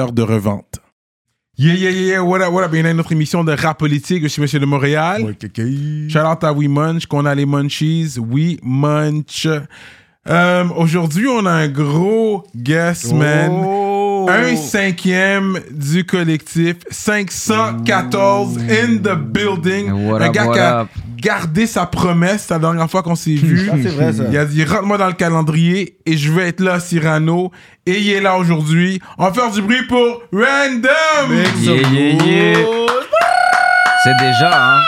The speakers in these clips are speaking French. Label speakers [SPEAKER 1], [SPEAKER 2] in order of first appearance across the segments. [SPEAKER 1] de revente. Yeah, yeah, yeah, yeah, what up, what up? Bienvenue à notre émission de rap politique. Je suis Monsieur de Montréal. Shout out à We Munch, qu'on a les Munchies. We Munch. Euh, Aujourd'hui, on a un gros guest, man.
[SPEAKER 2] Oh!
[SPEAKER 1] Un cinquième du collectif. 514 in the building.
[SPEAKER 2] And Mmh. what
[SPEAKER 1] un
[SPEAKER 2] up,
[SPEAKER 1] gars
[SPEAKER 2] what
[SPEAKER 1] qui a
[SPEAKER 2] up?
[SPEAKER 1] gardé sa promesse la dernière fois qu'on s'est vu.
[SPEAKER 3] Ça, c'est vrai, ça.
[SPEAKER 1] Il a dit rentre-moi dans le calendrier et je vais être là, Cyrano. Et il est là aujourd'hui. On va faire du bruit pour Random!
[SPEAKER 2] Yeah, yeah, yeah. C'est déjà, hein?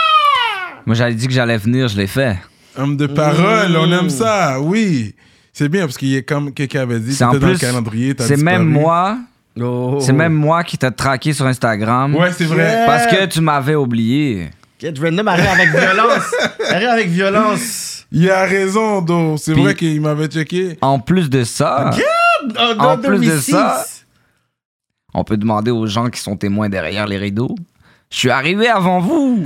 [SPEAKER 2] Moi, j'avais dit que j'allais venir, je l'ai fait.
[SPEAKER 1] Homme de parole, on
[SPEAKER 3] Mmh.
[SPEAKER 1] aime ça, oui. C'est bien parce qu'il est comme quelqu'un avait dit,
[SPEAKER 2] C'est en
[SPEAKER 1] c'était dans le
[SPEAKER 2] plus.
[SPEAKER 1] calendrier. t'as
[SPEAKER 2] C'est
[SPEAKER 1] disparu.
[SPEAKER 2] même moi.
[SPEAKER 3] Oh.
[SPEAKER 2] C'est même moi qui t'ai traqué sur Instagram.
[SPEAKER 1] Ouais, c'est vrai.
[SPEAKER 3] Yeah.
[SPEAKER 2] Parce que tu m'avais oublié.
[SPEAKER 3] Get random arrive avec violence. Arrive avec violence.
[SPEAKER 1] Il a raison, Do. C'est
[SPEAKER 2] Puis-
[SPEAKER 1] vrai qu'il m'avait checké.
[SPEAKER 2] En plus de ça,
[SPEAKER 3] Oh,
[SPEAKER 2] En plus de ça- on peut demander aux gens qui sont témoins derrière les rideaux. Je suis arrivé avant vous.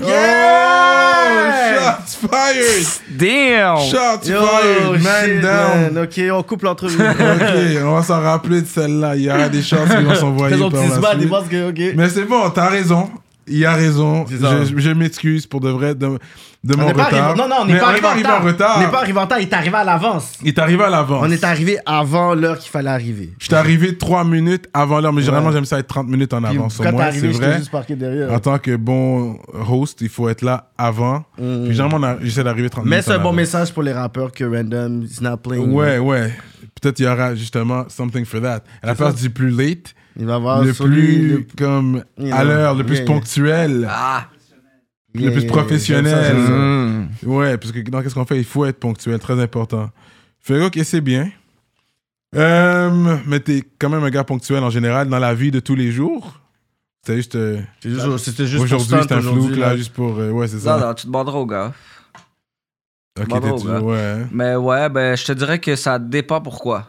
[SPEAKER 1] Yeah! Shots fired!
[SPEAKER 2] Damn!
[SPEAKER 1] Shots
[SPEAKER 3] Yo,
[SPEAKER 1] fired! Man
[SPEAKER 3] shit,
[SPEAKER 1] down!
[SPEAKER 3] man. Ok, on coupe l'entrevue.
[SPEAKER 1] Ok, on va s'en rappeler de celle-là. Il y aura des chances qui vont s'envoyer
[SPEAKER 3] Fais ton
[SPEAKER 1] par
[SPEAKER 3] petit
[SPEAKER 1] la
[SPEAKER 3] sbat,
[SPEAKER 1] suite.
[SPEAKER 3] il pense que, ok.
[SPEAKER 1] Mais c'est bon, t'as raison. Il a raison.
[SPEAKER 3] C'est ça.
[SPEAKER 1] Je, je m'excuse pour de vrai de, de
[SPEAKER 3] On
[SPEAKER 1] mon
[SPEAKER 3] n'est pas
[SPEAKER 1] retard.
[SPEAKER 3] arrivé- Non, non, on
[SPEAKER 1] Mais
[SPEAKER 3] n'est pas arrivé en
[SPEAKER 1] en
[SPEAKER 3] retard.
[SPEAKER 1] retard.
[SPEAKER 3] On n'est pas arrivé en retard, il est arrivé à l'avance.
[SPEAKER 1] Il est arrivé à l'avance.
[SPEAKER 3] On est arrivé avant l'heure qu'il fallait arriver.
[SPEAKER 1] Je suis arrivé 3 minutes avant l'heure, mais généralement j'aime ça être 30 minutes en
[SPEAKER 3] Puis,
[SPEAKER 1] avance. Au
[SPEAKER 3] quand t'es
[SPEAKER 1] moins, c'est
[SPEAKER 3] arrivé, j'étais
[SPEAKER 1] vrai.
[SPEAKER 3] juste parqué derrière.
[SPEAKER 1] En tant que bon host, il faut être là avant.
[SPEAKER 3] Mm.
[SPEAKER 1] Puis généralement, on a- j'essaie d'arriver 30
[SPEAKER 3] Mais
[SPEAKER 1] minutes.
[SPEAKER 3] c'est un
[SPEAKER 1] en
[SPEAKER 3] bon
[SPEAKER 1] avance.
[SPEAKER 3] message pour les rappeurs que Random is not playing.
[SPEAKER 1] Ouais, ouais. Peut-être il y aura justement something for that. À la place du plus late,
[SPEAKER 3] Il va avoir
[SPEAKER 1] le
[SPEAKER 3] celui-
[SPEAKER 1] plus
[SPEAKER 3] Ah, le-
[SPEAKER 1] comme
[SPEAKER 3] Yeah.
[SPEAKER 1] à l'heure, le plus
[SPEAKER 3] Yeah, yeah.
[SPEAKER 1] ponctuel,
[SPEAKER 2] Ah!
[SPEAKER 1] le plus
[SPEAKER 3] Yeah,
[SPEAKER 1] professionnel.
[SPEAKER 3] j'aime ça, j'aime
[SPEAKER 2] Mm.
[SPEAKER 1] Ouais, parce que dans qu'est-ce qu'on fait, il faut être ponctuel, très important. Fait que, ok, c'est bien. Euh, mais t'es quand même un gars ponctuel en général dans la vie de tous les jours. C'est juste. euh,
[SPEAKER 3] C'est juste- C'était juste, pour
[SPEAKER 1] Aujourd'hui,
[SPEAKER 3] stunt,
[SPEAKER 1] c'est un flou,
[SPEAKER 3] aujourd'hui,
[SPEAKER 1] là,
[SPEAKER 3] là.
[SPEAKER 1] juste pour. euh, ouais, c'est
[SPEAKER 2] Non,
[SPEAKER 1] ça.
[SPEAKER 2] non, tu te demanderas au gars.
[SPEAKER 1] Ok, t'es
[SPEAKER 2] Bravo, gars.
[SPEAKER 1] toujours. Ouais.
[SPEAKER 2] Mais ouais, ben, je te dirais que ça dépend pourquoi.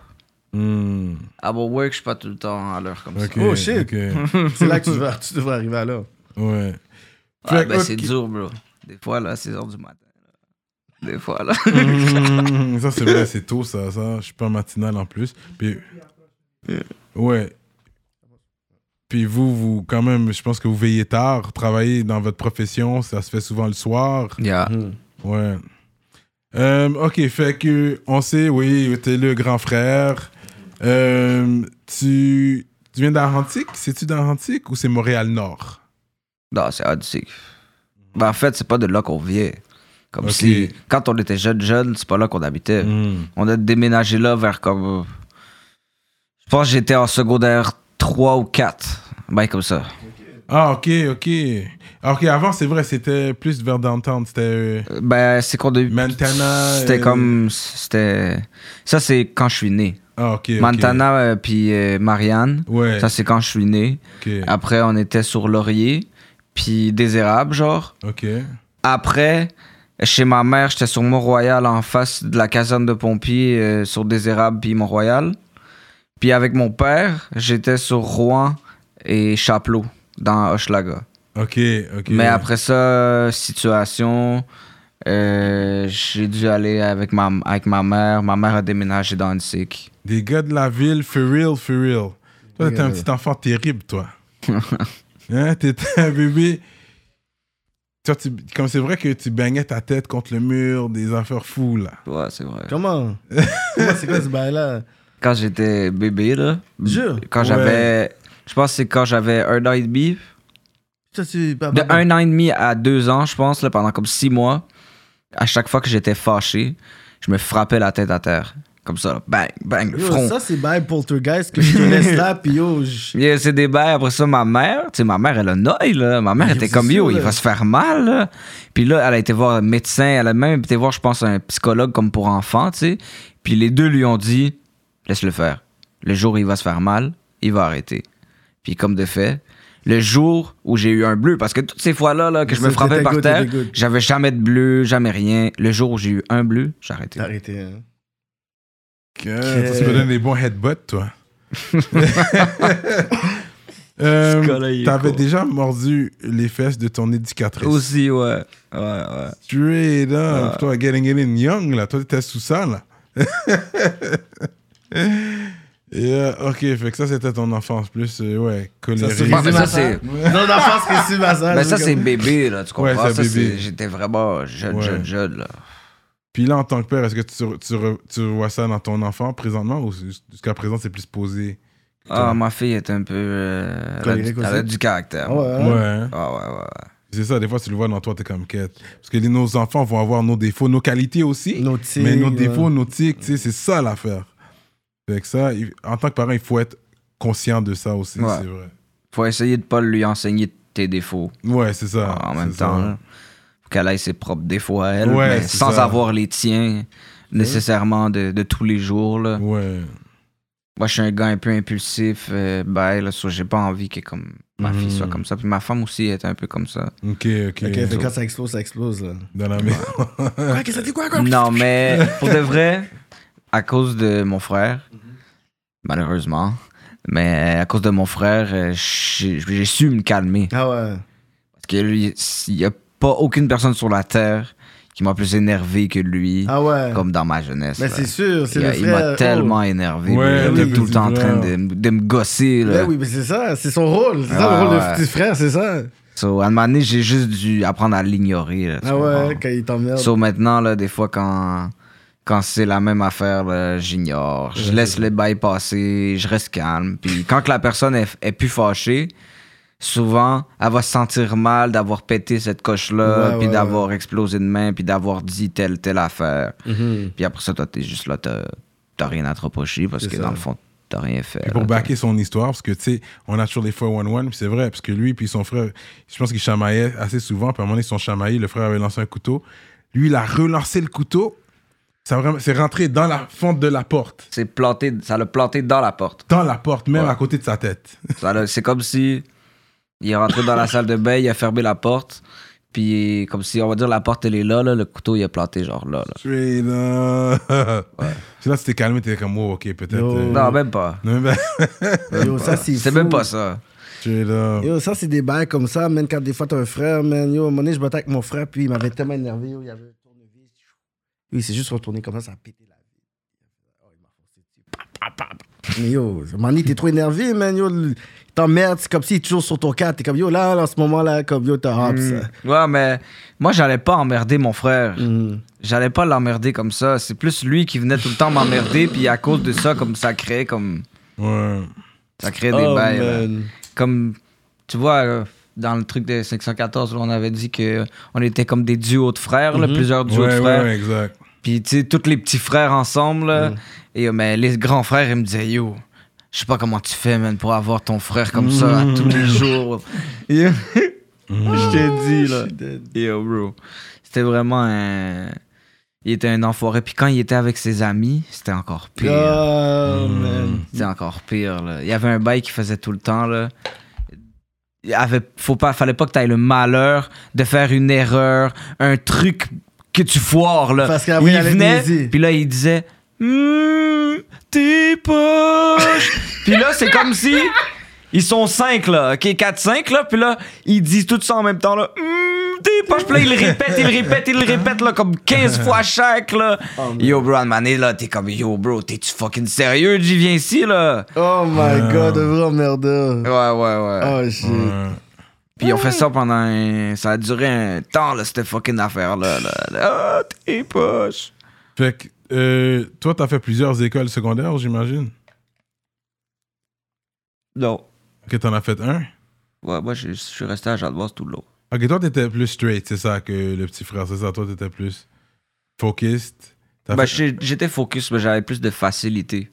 [SPEAKER 1] Hmm,
[SPEAKER 2] À mon work, je suis pas tout le temps à l'heure comme ça.
[SPEAKER 1] ok,
[SPEAKER 3] Oh, shit.
[SPEAKER 1] ok,
[SPEAKER 3] C'est là que tu, vas, tu devrais arriver à l'heure.
[SPEAKER 1] ouais.
[SPEAKER 2] Ah,
[SPEAKER 1] Fait que,
[SPEAKER 2] ben,
[SPEAKER 1] ok.
[SPEAKER 2] c'est dur, bro. Des fois, là, 6 h du matin. là. Des fois, là.
[SPEAKER 1] Hmm, ça, c'est vrai, c'est tôt, ça. ça. Je suis pas matinal en plus. Puis. Ouais. Puis vous, vous, quand même, je pense que vous veillez tard. Travaillez dans votre profession, ça se fait souvent le soir.
[SPEAKER 2] Yeah.
[SPEAKER 1] Ouais. Euh, ok, fait que on sait, oui, t'es le grand frère. Euh, tu, tu viens d'Arantique C'est-tu d'Arantique ou c'est Montréal-Nord
[SPEAKER 2] Non, c'est Odyssey. Ben, en fait, c'est pas de là qu'on vient. Comme
[SPEAKER 1] Ok. Mm.
[SPEAKER 2] si, quand on était jeune, jeune, c'est pas là qu'on habitait. On a déménagé là vers comme. euh, Je pense que j'étais en secondaire 3 ou 4. Ben, comme ça.
[SPEAKER 1] Ah, ok, ok. Ah, ok, avant, c'est vrai, c'était plus vers downtown. C'était. euh,
[SPEAKER 2] Euh, Ben, c'est qu'on a eu.
[SPEAKER 1] Montana,
[SPEAKER 2] C'était
[SPEAKER 1] euh,
[SPEAKER 2] comme. C'était. Ça, c'est quand je suis né.
[SPEAKER 1] Ah, ok. ok.
[SPEAKER 2] Montana, euh, puis euh, Marianne.
[SPEAKER 1] Ouais.
[SPEAKER 2] Ça, c'est quand je suis né.
[SPEAKER 1] ok.
[SPEAKER 2] Après, on était sur Laurier, puis des érables, genre.
[SPEAKER 1] Ok.
[SPEAKER 2] Après, chez ma mère, j'étais sur Mont-Royal en face de la caserne de pompiers euh, sur des érables puis Mont-Royal. Puis avec mon père, j'étais sur Rouen et Chapelot dans Hochelaga.
[SPEAKER 1] Ok, ok.
[SPEAKER 2] Mais après ça, euh, situation, euh, j'ai dû aller avec ma, avec ma mère. Ma mère a déménagé dans Annecy.
[SPEAKER 1] Des gars de la ville, for real, for real. Toi, t'étais un
[SPEAKER 3] Yeah.
[SPEAKER 1] petit enfant terrible, toi. hein, t'étais un bébé. Toi, tu- comme c'est vrai que tu baignais ta tête contre le mur, des affaires fous, là.
[SPEAKER 2] Ouais, c'est vrai.
[SPEAKER 3] Comment Comment c'est quoi ce bail-là Oh,
[SPEAKER 2] Quand j'étais bébé, là.
[SPEAKER 3] Jure.
[SPEAKER 2] Quand
[SPEAKER 1] Ouais.
[SPEAKER 2] j'avais. Je pense que c'est quand j'avais un an et demi.
[SPEAKER 3] Ça, c'est pas
[SPEAKER 2] De un an et demi à deux ans, je pense, là, pendant comme six mois, à chaque fois que j'étais fâché, je me frappais la tête à terre. Comme ça, bang, bang, le
[SPEAKER 3] Yo,
[SPEAKER 2] front.
[SPEAKER 3] ça, c'est by Poltergeist que je te laisse là, puis yo, je-
[SPEAKER 2] Yeah, c'est des bails. Après ça, ma mère, tu sais, ma mère, elle a noyé, là. Ma mère
[SPEAKER 3] Mais
[SPEAKER 2] était
[SPEAKER 3] c'est
[SPEAKER 2] comme, yo,
[SPEAKER 3] sûr,
[SPEAKER 2] il
[SPEAKER 3] là.
[SPEAKER 2] va se faire mal, là. Puis là, elle a été voir un médecin. Elle a même été voir, je pense, un psychologue comme pour enfants, tu sais. Puis les deux lui ont dit, laisse-le faire. Le jour où il va se faire mal, il va arrêter. Puis comme de fait, le jour où j'ai eu un bleu, parce que toutes ces fois-là là, que je me
[SPEAKER 3] C'était
[SPEAKER 2] frappais
[SPEAKER 3] ta
[SPEAKER 2] par
[SPEAKER 3] goutte,
[SPEAKER 2] terre,
[SPEAKER 3] c'était goutte.
[SPEAKER 2] j'avais jamais de bleu, jamais rien. Le jour où j'ai eu un bleu, j'ai arrêté.
[SPEAKER 3] T'as arrêté. hein.
[SPEAKER 1] Ça, tu me donnes des bons headbutts, toi. Euh,
[SPEAKER 2] Ce gars-là, il est
[SPEAKER 1] T'avais
[SPEAKER 2] con.
[SPEAKER 1] déjà mordu les fesses de ton éducatrice.
[SPEAKER 2] Aussi, ouais. Ouais, ouais.
[SPEAKER 1] Straight
[SPEAKER 2] Ah.
[SPEAKER 1] up. Toi, getting it in young, là. Toi, t'étais sous ça, là. Yeah, ok, fait que ça, c'était ton enfance. Plus, euh, ouais, colérique.
[SPEAKER 3] se
[SPEAKER 2] Bon, Ah, mais
[SPEAKER 3] Résume
[SPEAKER 2] ça,
[SPEAKER 3] à ça.
[SPEAKER 2] c'est.
[SPEAKER 3] Non, la face que c'est massage.
[SPEAKER 2] Ben ça, c'est bébé, là, tu
[SPEAKER 1] Ah, Ouais,
[SPEAKER 2] comprends?
[SPEAKER 1] c'est
[SPEAKER 2] ça,
[SPEAKER 1] bébé.
[SPEAKER 2] c'est- J'étais vraiment jeune,
[SPEAKER 1] Ouais.
[SPEAKER 2] jeune, jeune, là.
[SPEAKER 1] Puis là, en tant que père, est-ce que tu, re- tu, re- tu vois ça dans ton enfant présentement ou jus- jusqu'à présent, c'est plus posé que
[SPEAKER 2] Ah,
[SPEAKER 1] toi?
[SPEAKER 2] ma fille est un peu... euh, elle, a
[SPEAKER 3] Colérique
[SPEAKER 2] du,
[SPEAKER 3] aussi.
[SPEAKER 2] elle a du caractère.
[SPEAKER 3] Ouais,
[SPEAKER 1] Ouais. hein.
[SPEAKER 2] Ah, ouais, ouais.
[SPEAKER 1] C'est ça, des fois, tu le vois dans toi, t'es comme quête. Parce que les- nos enfants vont avoir nos défauts, nos qualités aussi.
[SPEAKER 3] Nos tics,
[SPEAKER 1] mais nos
[SPEAKER 3] ouais.
[SPEAKER 1] défauts, nos tics, tu sais, c'est ça l'affaire. Fait que ça, il- en tant que parent, il faut être conscient de ça aussi,
[SPEAKER 2] Ouais.
[SPEAKER 1] c'est vrai.
[SPEAKER 2] Faut essayer de pas lui enseigner tes défauts
[SPEAKER 1] Ouais, c'est ça.
[SPEAKER 2] Ah,
[SPEAKER 1] Ah,
[SPEAKER 2] en
[SPEAKER 1] c'est
[SPEAKER 2] même
[SPEAKER 1] ça.
[SPEAKER 2] temps. hein. là. Faut qu'elle ait ses propres défauts à elle,
[SPEAKER 1] Ouais,
[SPEAKER 2] mais
[SPEAKER 1] c'est
[SPEAKER 2] sans
[SPEAKER 1] ça.
[SPEAKER 2] avoir les tiens nécessairement de, de tous les jours, là.
[SPEAKER 1] Ouais.
[SPEAKER 2] Moi, je suis un gars un peu impulsif, euh, ben, là, so j'ai pas envie que comme ma fille
[SPEAKER 1] Hmm.
[SPEAKER 2] soit comme ça. Puis ma femme aussi est un peu comme ça.
[SPEAKER 1] Ok, ok.
[SPEAKER 3] Ok, fait quand ça explose, ça explose. Là.
[SPEAKER 1] Dans la maison.
[SPEAKER 3] Ouais, qu'est-ce que ça dit quoi, quoi?
[SPEAKER 2] Non, mais pour de vrai, à cause de mon frère, malheureusement, mais à cause de mon frère, euh, j'ai j'ai su me calmer.
[SPEAKER 3] Ah ouais.
[SPEAKER 2] Parce que lui, il n'y a pas aucune personne sur la terre qui m'a plus énervé que lui,
[SPEAKER 3] Ah ouais.
[SPEAKER 2] comme dans ma jeunesse.
[SPEAKER 3] Mais
[SPEAKER 2] là.
[SPEAKER 3] c'est sûr, c'est
[SPEAKER 2] Il,
[SPEAKER 3] le
[SPEAKER 2] a-
[SPEAKER 3] frère.
[SPEAKER 2] il m'a
[SPEAKER 3] oh.
[SPEAKER 2] tellement énervé.
[SPEAKER 1] Ouais,
[SPEAKER 2] il était
[SPEAKER 1] oui,
[SPEAKER 2] tout le
[SPEAKER 1] c'est
[SPEAKER 2] temps en
[SPEAKER 1] vrai.
[SPEAKER 2] train de, m- de me gosser. Là.
[SPEAKER 3] Ben oui, mais c'est ça, c'est son rôle. C'est ça
[SPEAKER 2] Ouais,
[SPEAKER 3] le rôle
[SPEAKER 2] ouais.
[SPEAKER 3] de petit frère, c'est ça.
[SPEAKER 2] So, à un moment donné, j'ai juste dû apprendre à l'ignorer. là, tu
[SPEAKER 3] Ah
[SPEAKER 2] comprends?
[SPEAKER 3] ouais, quand il t'emmerde.
[SPEAKER 2] Sauf maintenant, là, des fois, quand, quand c'est la même affaire, là, j'ignore. Je laisse les bails passer, je reste calme. Puis quand que la personne est, est plus fâchée, souvent, elle va se sentir mal d'avoir pété cette coche-là,
[SPEAKER 3] Ouais,
[SPEAKER 2] puis
[SPEAKER 3] ouais,
[SPEAKER 2] d'avoir explosé de main, puis d'avoir dit telle, telle affaire.
[SPEAKER 3] Mhm.
[SPEAKER 2] Puis après ça, toi, t'es juste là, t'as t'as rien à te reprocher parce
[SPEAKER 3] C'est
[SPEAKER 2] que
[SPEAKER 3] ça.
[SPEAKER 2] dans le fond, t'as rien fait.
[SPEAKER 1] Puis pour
[SPEAKER 2] là,
[SPEAKER 1] backer son histoire, parce que tu sais, on a toujours les 411, puis c'est vrai, parce que lui, puis son frère, je pense qu'ils chamaillaient assez souvent, puis à un moment donné, ils se sont chamaillés, le frère avait lancé un couteau. Lui, il a relancé le couteau, ça a vraiment- c'est rentré dans la fente de la porte.
[SPEAKER 2] C'est planté, ça l'a planté dans la porte.
[SPEAKER 1] Dans la porte, même
[SPEAKER 2] Ouais.
[SPEAKER 1] à côté de sa tête.
[SPEAKER 2] Ça l'a- C'est comme si il est rentré dans la salle de bain, il a fermé la porte, puis comme si, on va dire, la porte, elle est là, là, le couteau, il a planté genre là. là.
[SPEAKER 1] Straight up. C'est là que tu t'es calmé, t'es comme, oh, ok, peut-être.
[SPEAKER 3] Yo.
[SPEAKER 1] euh,
[SPEAKER 2] Non, même pas.
[SPEAKER 1] non, mais-
[SPEAKER 3] Yo, Mm. ça, c'est
[SPEAKER 2] euh, C'est
[SPEAKER 3] fou.
[SPEAKER 2] même pas ça.
[SPEAKER 1] Straight up.
[SPEAKER 3] Yo, ça, c'est des bails comme ça, man. Quand des fois, t'as un frère, man. Yo, à un moment donné, je battais avec mon frère, puis il m'avait tellement énervé. Yo, il avait un tournevis. Yo, il s'est juste retourné comme ça, ça a pété la vie. Oh, il m'a foncé dessus. Pa, pa, pa, pa. Mais yo, à un moment donné, t'es trop énervé, man. Yo, le- il t'emmerde. C'est comme s'il est toujours sur ton cas. T'es comme, yo, là, en ce moment-là, comme, yo, t'as hop, ça.
[SPEAKER 2] Ouais, mais moi, j'allais pas emmerder mon frère.
[SPEAKER 3] Mhm.
[SPEAKER 2] J'allais pas l'emmerder comme ça. C'est plus lui qui venait tout le temps m'emmerder, puis à cause de ça, comme ça créait, comme,
[SPEAKER 1] Ouais.
[SPEAKER 2] ça créait des
[SPEAKER 3] Oh,
[SPEAKER 2] bails. là.
[SPEAKER 3] man.
[SPEAKER 2] comme tu vois euh, dans le truc de 514 là, on avait dit que euh, on était comme des duos de frères
[SPEAKER 3] Mm-hmm.
[SPEAKER 2] là, plusieurs duos
[SPEAKER 1] Ouais,
[SPEAKER 2] de
[SPEAKER 1] ouais,
[SPEAKER 2] frères
[SPEAKER 1] ouais, exact.
[SPEAKER 2] puis tu sais tous les petits frères ensemble là. et euh, mais les grands frères ils me disaient yo je sais pas comment tu fais man pour avoir ton frère comme ça à tous les jours Yo, je t'ai dit là yo bro c'était vraiment un il était un enfoiré puis quand il était avec ses amis c'était encore pire
[SPEAKER 3] Oh, man.
[SPEAKER 2] c'est encore pire, là. Il y avait un bail qu'il faisait tout le temps, là. Il avait, faut pas, fallait pas que tu aies le malheur de faire une erreur, un truc que tu foires, là.
[SPEAKER 3] Parce qu'après, il
[SPEAKER 2] il
[SPEAKER 3] allait
[SPEAKER 2] venait,
[SPEAKER 3] niaiser.
[SPEAKER 2] puis là, il disait Hum, T'es poche! puis là, c'est comme si. Ils sont 5 là, ok, 4-5 là, puis là, ils disent tout ça en même temps là. Hum, t'es poche, puis là, ils le répètent, ils le répètent, ils le répètent là, comme 15 fois chaque là.
[SPEAKER 3] Oh,
[SPEAKER 2] yo, bro, à un moment donné, là, t'es comme yo, bro, t'es-tu fucking sérieux, j'y viens ici là?
[SPEAKER 3] Oh, my god, de vrai emmerdeur.
[SPEAKER 2] Ah. Ouais, ouais, ouais.
[SPEAKER 3] Oh, shit.
[SPEAKER 1] Ouais.
[SPEAKER 2] Puis on fait ça pendant un. Ça a duré un temps là, cette fucking affaire là. là, là. Ah, t'es poche!
[SPEAKER 1] Fait que, euh, toi, t'as fait plusieurs écoles secondaires, j'imagine.
[SPEAKER 2] Non.
[SPEAKER 1] Ok, t'en as fait un.
[SPEAKER 2] Ouais, moi, je je suis resté à Jalboise tout le long.
[SPEAKER 1] Ok, toi, t'étais plus straight, c'est ça, que le petit frère, c'est ça. Toi, t'étais plus focused. T'as
[SPEAKER 2] Ben,
[SPEAKER 1] fait-
[SPEAKER 2] j'ai- j'étais focus, mais j'avais plus de facilité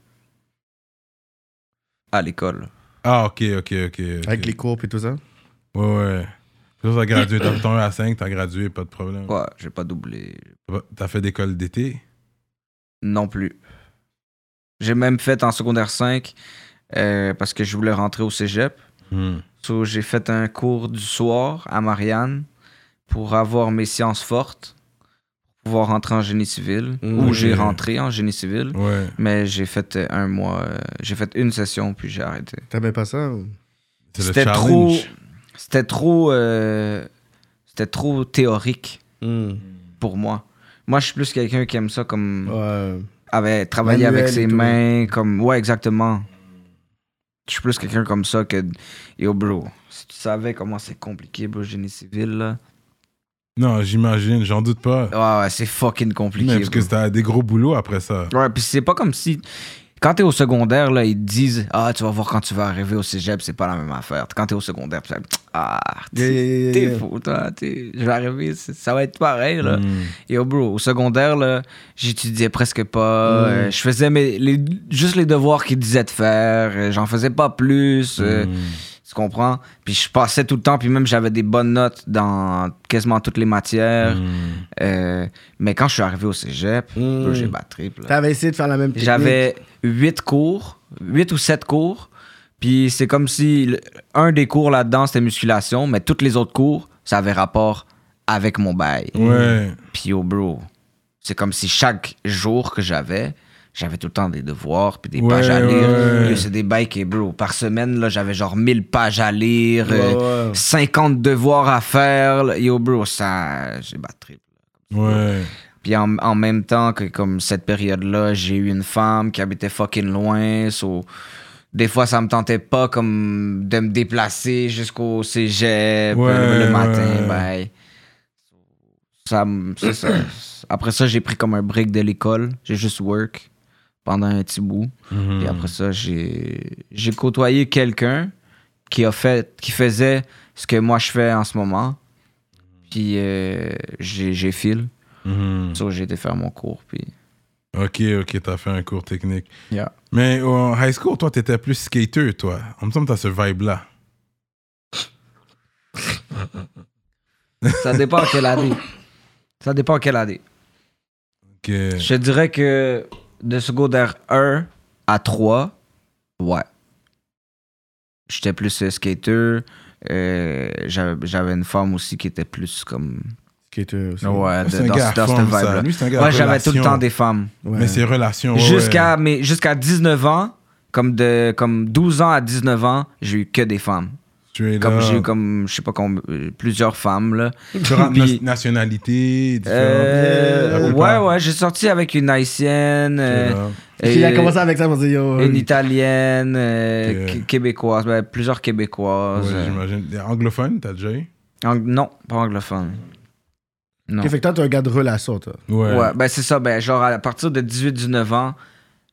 [SPEAKER 2] à l'école.
[SPEAKER 1] Ah, ok, ok, ok. ok.
[SPEAKER 3] Avec les cours et tout ça.
[SPEAKER 1] Ouais, ouais. Puis toi, t'as gradué, t'as tombé à 5, t'as gradué, pas de problème.
[SPEAKER 2] Ouais, j'ai pas doublé
[SPEAKER 1] T'as pas- T'as fait d'école d'été?
[SPEAKER 2] non plus. J'ai même fait en secondaire 5 euh, parce que je voulais rentrer au cégep.
[SPEAKER 1] Hmm.
[SPEAKER 2] So, j'ai fait un cours du soir à Marianne pour avoir mes sciences fortes, pour pouvoir rentrer en génie civil,
[SPEAKER 3] Mm.
[SPEAKER 2] où j'ai
[SPEAKER 1] Ok.
[SPEAKER 2] rentré en génie civil.
[SPEAKER 1] Ouais.
[SPEAKER 2] Mais j'ai fait euh, un mois, euh, j'ai fait une session, puis j'ai arrêté.
[SPEAKER 3] T'aimais pas ça? ou-
[SPEAKER 1] C'est le
[SPEAKER 2] C'était
[SPEAKER 1] challenge.
[SPEAKER 2] trop. C'était trop. euh, C'était trop théorique
[SPEAKER 3] Mm.
[SPEAKER 2] pour moi. Moi, je suis plus quelqu'un qui aime ça comme.
[SPEAKER 3] Ouais.
[SPEAKER 2] Avec, travailler
[SPEAKER 3] Manuel
[SPEAKER 2] avec
[SPEAKER 3] et
[SPEAKER 2] ses
[SPEAKER 3] tout.
[SPEAKER 2] mains, comme. Ouais, exactement. Je suis plus quelqu'un comme ça que. Yo, bro, si tu savais comment c'est compliqué, bro, génie civil, là.
[SPEAKER 1] Non, j'imagine, j'en doute pas.
[SPEAKER 2] Ouais, ouais, c'est fucking compliqué.
[SPEAKER 1] Mais parce que
[SPEAKER 2] bro.
[SPEAKER 1] t'as des gros boulots après ça.
[SPEAKER 2] Ouais, puis c'est pas comme si. Quand t'es au secondaire, là, ils te disent Ah, tu vas voir quand tu vas arriver au cégep, c'est pas la même affaire. Quand t'es au secondaire, tu fais, Ah,
[SPEAKER 3] Yeah,
[SPEAKER 2] t'es
[SPEAKER 3] yeah, yeah,
[SPEAKER 2] t'es
[SPEAKER 3] yeah.
[SPEAKER 2] fou, toi, t'es- je vais arriver, c'est- ça va être pareil, là.
[SPEAKER 3] Mm.
[SPEAKER 1] Hmm.
[SPEAKER 2] Et au bro, au secondaire, là, j'étudiais presque pas.
[SPEAKER 3] Mm.
[SPEAKER 2] euh, je faisais mes, les- juste les devoirs qu'ils disaient de faire. euh, J'en faisais pas plus.
[SPEAKER 3] Mm.
[SPEAKER 2] euh,
[SPEAKER 1] Hmm.
[SPEAKER 2] Tu comprends? Puis je passais tout le temps, puis même j'avais des bonnes notes dans quasiment toutes les matières.
[SPEAKER 1] Hmm.
[SPEAKER 2] euh, mais quand je suis arrivé au cégep,
[SPEAKER 3] Mm.
[SPEAKER 2] bro, j'ai battu. là.
[SPEAKER 3] T'avais essayé de faire la même technique.
[SPEAKER 2] J'avais huit cours, huit ou sept cours. Puis c'est comme si le- un des cours là-dedans, c'était musculation, mais tous les autres cours, ça avait rapport avec mon bail.
[SPEAKER 1] Ouais.
[SPEAKER 2] Puis yo, bro, c'est comme si chaque jour que j'avais, j'avais tout le temps des devoirs, puis des
[SPEAKER 1] Ouais,
[SPEAKER 2] pages à lire.
[SPEAKER 1] ouais.
[SPEAKER 2] Yo, C'est des bails qui, bro, par semaine, là, j'avais genre 1000 pages à lire,
[SPEAKER 3] Ouais,
[SPEAKER 2] euh,
[SPEAKER 3] ouais.
[SPEAKER 2] 50 devoirs à faire. là. Yo, bro, ça, j'ai battu.
[SPEAKER 1] Ouais.
[SPEAKER 2] Puis en, en même temps que comme cette période-là, j'ai eu une femme qui habitait fucking loin. so, des fois, ça me tentait pas comme de me déplacer jusqu'au cégep
[SPEAKER 1] Ouais,
[SPEAKER 2] euh, le matin.
[SPEAKER 1] ouais.
[SPEAKER 2] ben, ça, me- c'est ça. Après ça, j'ai pris comme un break de l'école. J'ai juste work pendant un petit bout.
[SPEAKER 1] Mhm.
[SPEAKER 2] Puis après ça, j'ai j'ai côtoyé quelqu'un qui a fait qui faisait ce que moi je fais en ce moment. Puis euh, j'ai j'ai fil.
[SPEAKER 1] Mhm.
[SPEAKER 2] So, j'ai été faire mon cours, puis...
[SPEAKER 1] Ok, ok, t'as fait un cours technique.
[SPEAKER 2] Yeah.
[SPEAKER 1] Mais en high school, toi, t'étais plus skater, toi. En me semble, t'as ce vibe-là.
[SPEAKER 2] Ça dépend à quelle année. Ça dépend à quelle année.
[SPEAKER 1] Ok.
[SPEAKER 2] Je te dirais que de secondaire 1 à 3, ouais. J'étais plus euh, skater. euh, J'avais j'avais une femme aussi qui était plus comme...
[SPEAKER 3] Skater aussi.
[SPEAKER 2] Ouais, de-
[SPEAKER 1] C'est un
[SPEAKER 2] dans,
[SPEAKER 1] gars à
[SPEAKER 2] ce- dans cette
[SPEAKER 1] forme, ça.
[SPEAKER 2] vibe-là.
[SPEAKER 1] Lui, c'est un gars à
[SPEAKER 2] Ouais, j'avais tout le
[SPEAKER 1] relation.
[SPEAKER 2] temps des femmes.
[SPEAKER 3] Ouais.
[SPEAKER 1] Mais c'est relation. ouais,
[SPEAKER 2] Jusqu'à mes- jusqu'à 19 ans, comme de comme 12 ans à 19 ans, j'ai eu que des femmes.
[SPEAKER 1] straight
[SPEAKER 2] Comme
[SPEAKER 1] up.
[SPEAKER 2] j'ai eu comme, je sais pas, comme, plusieurs femmes, là.
[SPEAKER 1] Différentes
[SPEAKER 2] Puis-
[SPEAKER 1] na- nationalités, différentes.
[SPEAKER 2] Euh,
[SPEAKER 1] La
[SPEAKER 2] ouais,
[SPEAKER 1] plupart.
[SPEAKER 2] ouais, j'ai sorti avec une haïtienne, euh,
[SPEAKER 1] Straight up.
[SPEAKER 3] Puis il a
[SPEAKER 2] euh,
[SPEAKER 3] commencé avec ça pour dire yo.
[SPEAKER 2] une italienne, euh,
[SPEAKER 1] Ok.
[SPEAKER 2] qu- québécoise, ben, plusieurs québécoises.
[SPEAKER 1] Ouais,
[SPEAKER 2] euh,
[SPEAKER 1] j'imagine. Des Anglophones, t'as déjà eu?
[SPEAKER 2] ang- non, pas anglophone. Non.
[SPEAKER 3] Ok, Fait que toi, t'es un gars de relation, toi.
[SPEAKER 2] Ouais, ben c'est ça, ben genre à partir de 18-19 ans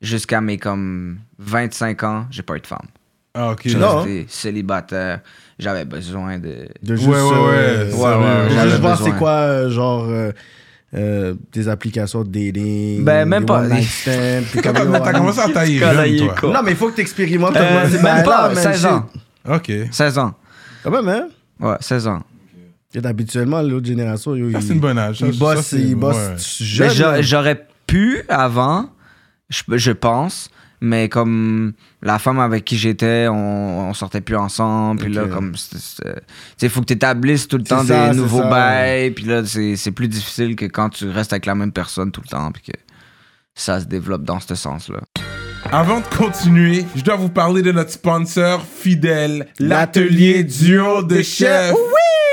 [SPEAKER 2] jusqu'à mes comme 25 ans, j'ai pas eu de femme.
[SPEAKER 1] Ah, ok.
[SPEAKER 2] J'ai
[SPEAKER 3] Non.
[SPEAKER 2] resté célibataire, j'avais besoin de...
[SPEAKER 3] De
[SPEAKER 1] Ouais, ouais, ouais.
[SPEAKER 3] euh,
[SPEAKER 1] sérieux.
[SPEAKER 2] ouais, ouais,
[SPEAKER 3] de
[SPEAKER 2] j'avais
[SPEAKER 3] juste voir
[SPEAKER 2] besoin.
[SPEAKER 3] c'est quoi, euh, genre, euh, euh, des applications de dating.
[SPEAKER 2] Ben, même
[SPEAKER 3] des
[SPEAKER 2] pas.
[SPEAKER 3] one night stand, puis comme,
[SPEAKER 1] Mais t'as
[SPEAKER 3] yo,
[SPEAKER 1] commencé à tailler
[SPEAKER 2] Canaillé,
[SPEAKER 1] jeune, toi.
[SPEAKER 2] quoi.
[SPEAKER 3] Non, mais il faut que t'expérimentes.
[SPEAKER 2] Euh,
[SPEAKER 3] expérimentes
[SPEAKER 2] même pas, 16 ans.
[SPEAKER 1] Ok.
[SPEAKER 2] 16 ans.
[SPEAKER 3] 16 Quand même, hein?
[SPEAKER 2] Ouais, 16 ans.
[SPEAKER 3] Et habituellement, l'autre génération, yo,
[SPEAKER 1] Ça,
[SPEAKER 3] ils-
[SPEAKER 1] c'est une bonne âge. Ça,
[SPEAKER 3] ils
[SPEAKER 1] ça,
[SPEAKER 3] bossent,
[SPEAKER 1] c'est-
[SPEAKER 3] ils
[SPEAKER 1] ouais.
[SPEAKER 3] bossent
[SPEAKER 2] Mais
[SPEAKER 3] jeune.
[SPEAKER 2] j'a-
[SPEAKER 3] là.
[SPEAKER 2] J'aurais pu avant, je, je pense, mais comme la femme avec qui j'étais, on, on sortait plus ensemble, puis là,
[SPEAKER 3] Ok.
[SPEAKER 2] comme. c'est- c'est- Tu sais, faut que tu établisses tout le
[SPEAKER 3] C'est
[SPEAKER 2] temps
[SPEAKER 3] ça,
[SPEAKER 2] des
[SPEAKER 3] c'est
[SPEAKER 2] nouveaux
[SPEAKER 3] ça.
[SPEAKER 2] bails, puis là, c'est c'est plus difficile que quand tu restes avec la même personne tout le temps, puis que ça se développe dans ce sens-là.
[SPEAKER 1] Avant de continuer, je dois vous parler de notre sponsor fidèle, l'atelier duo de chef. Oui!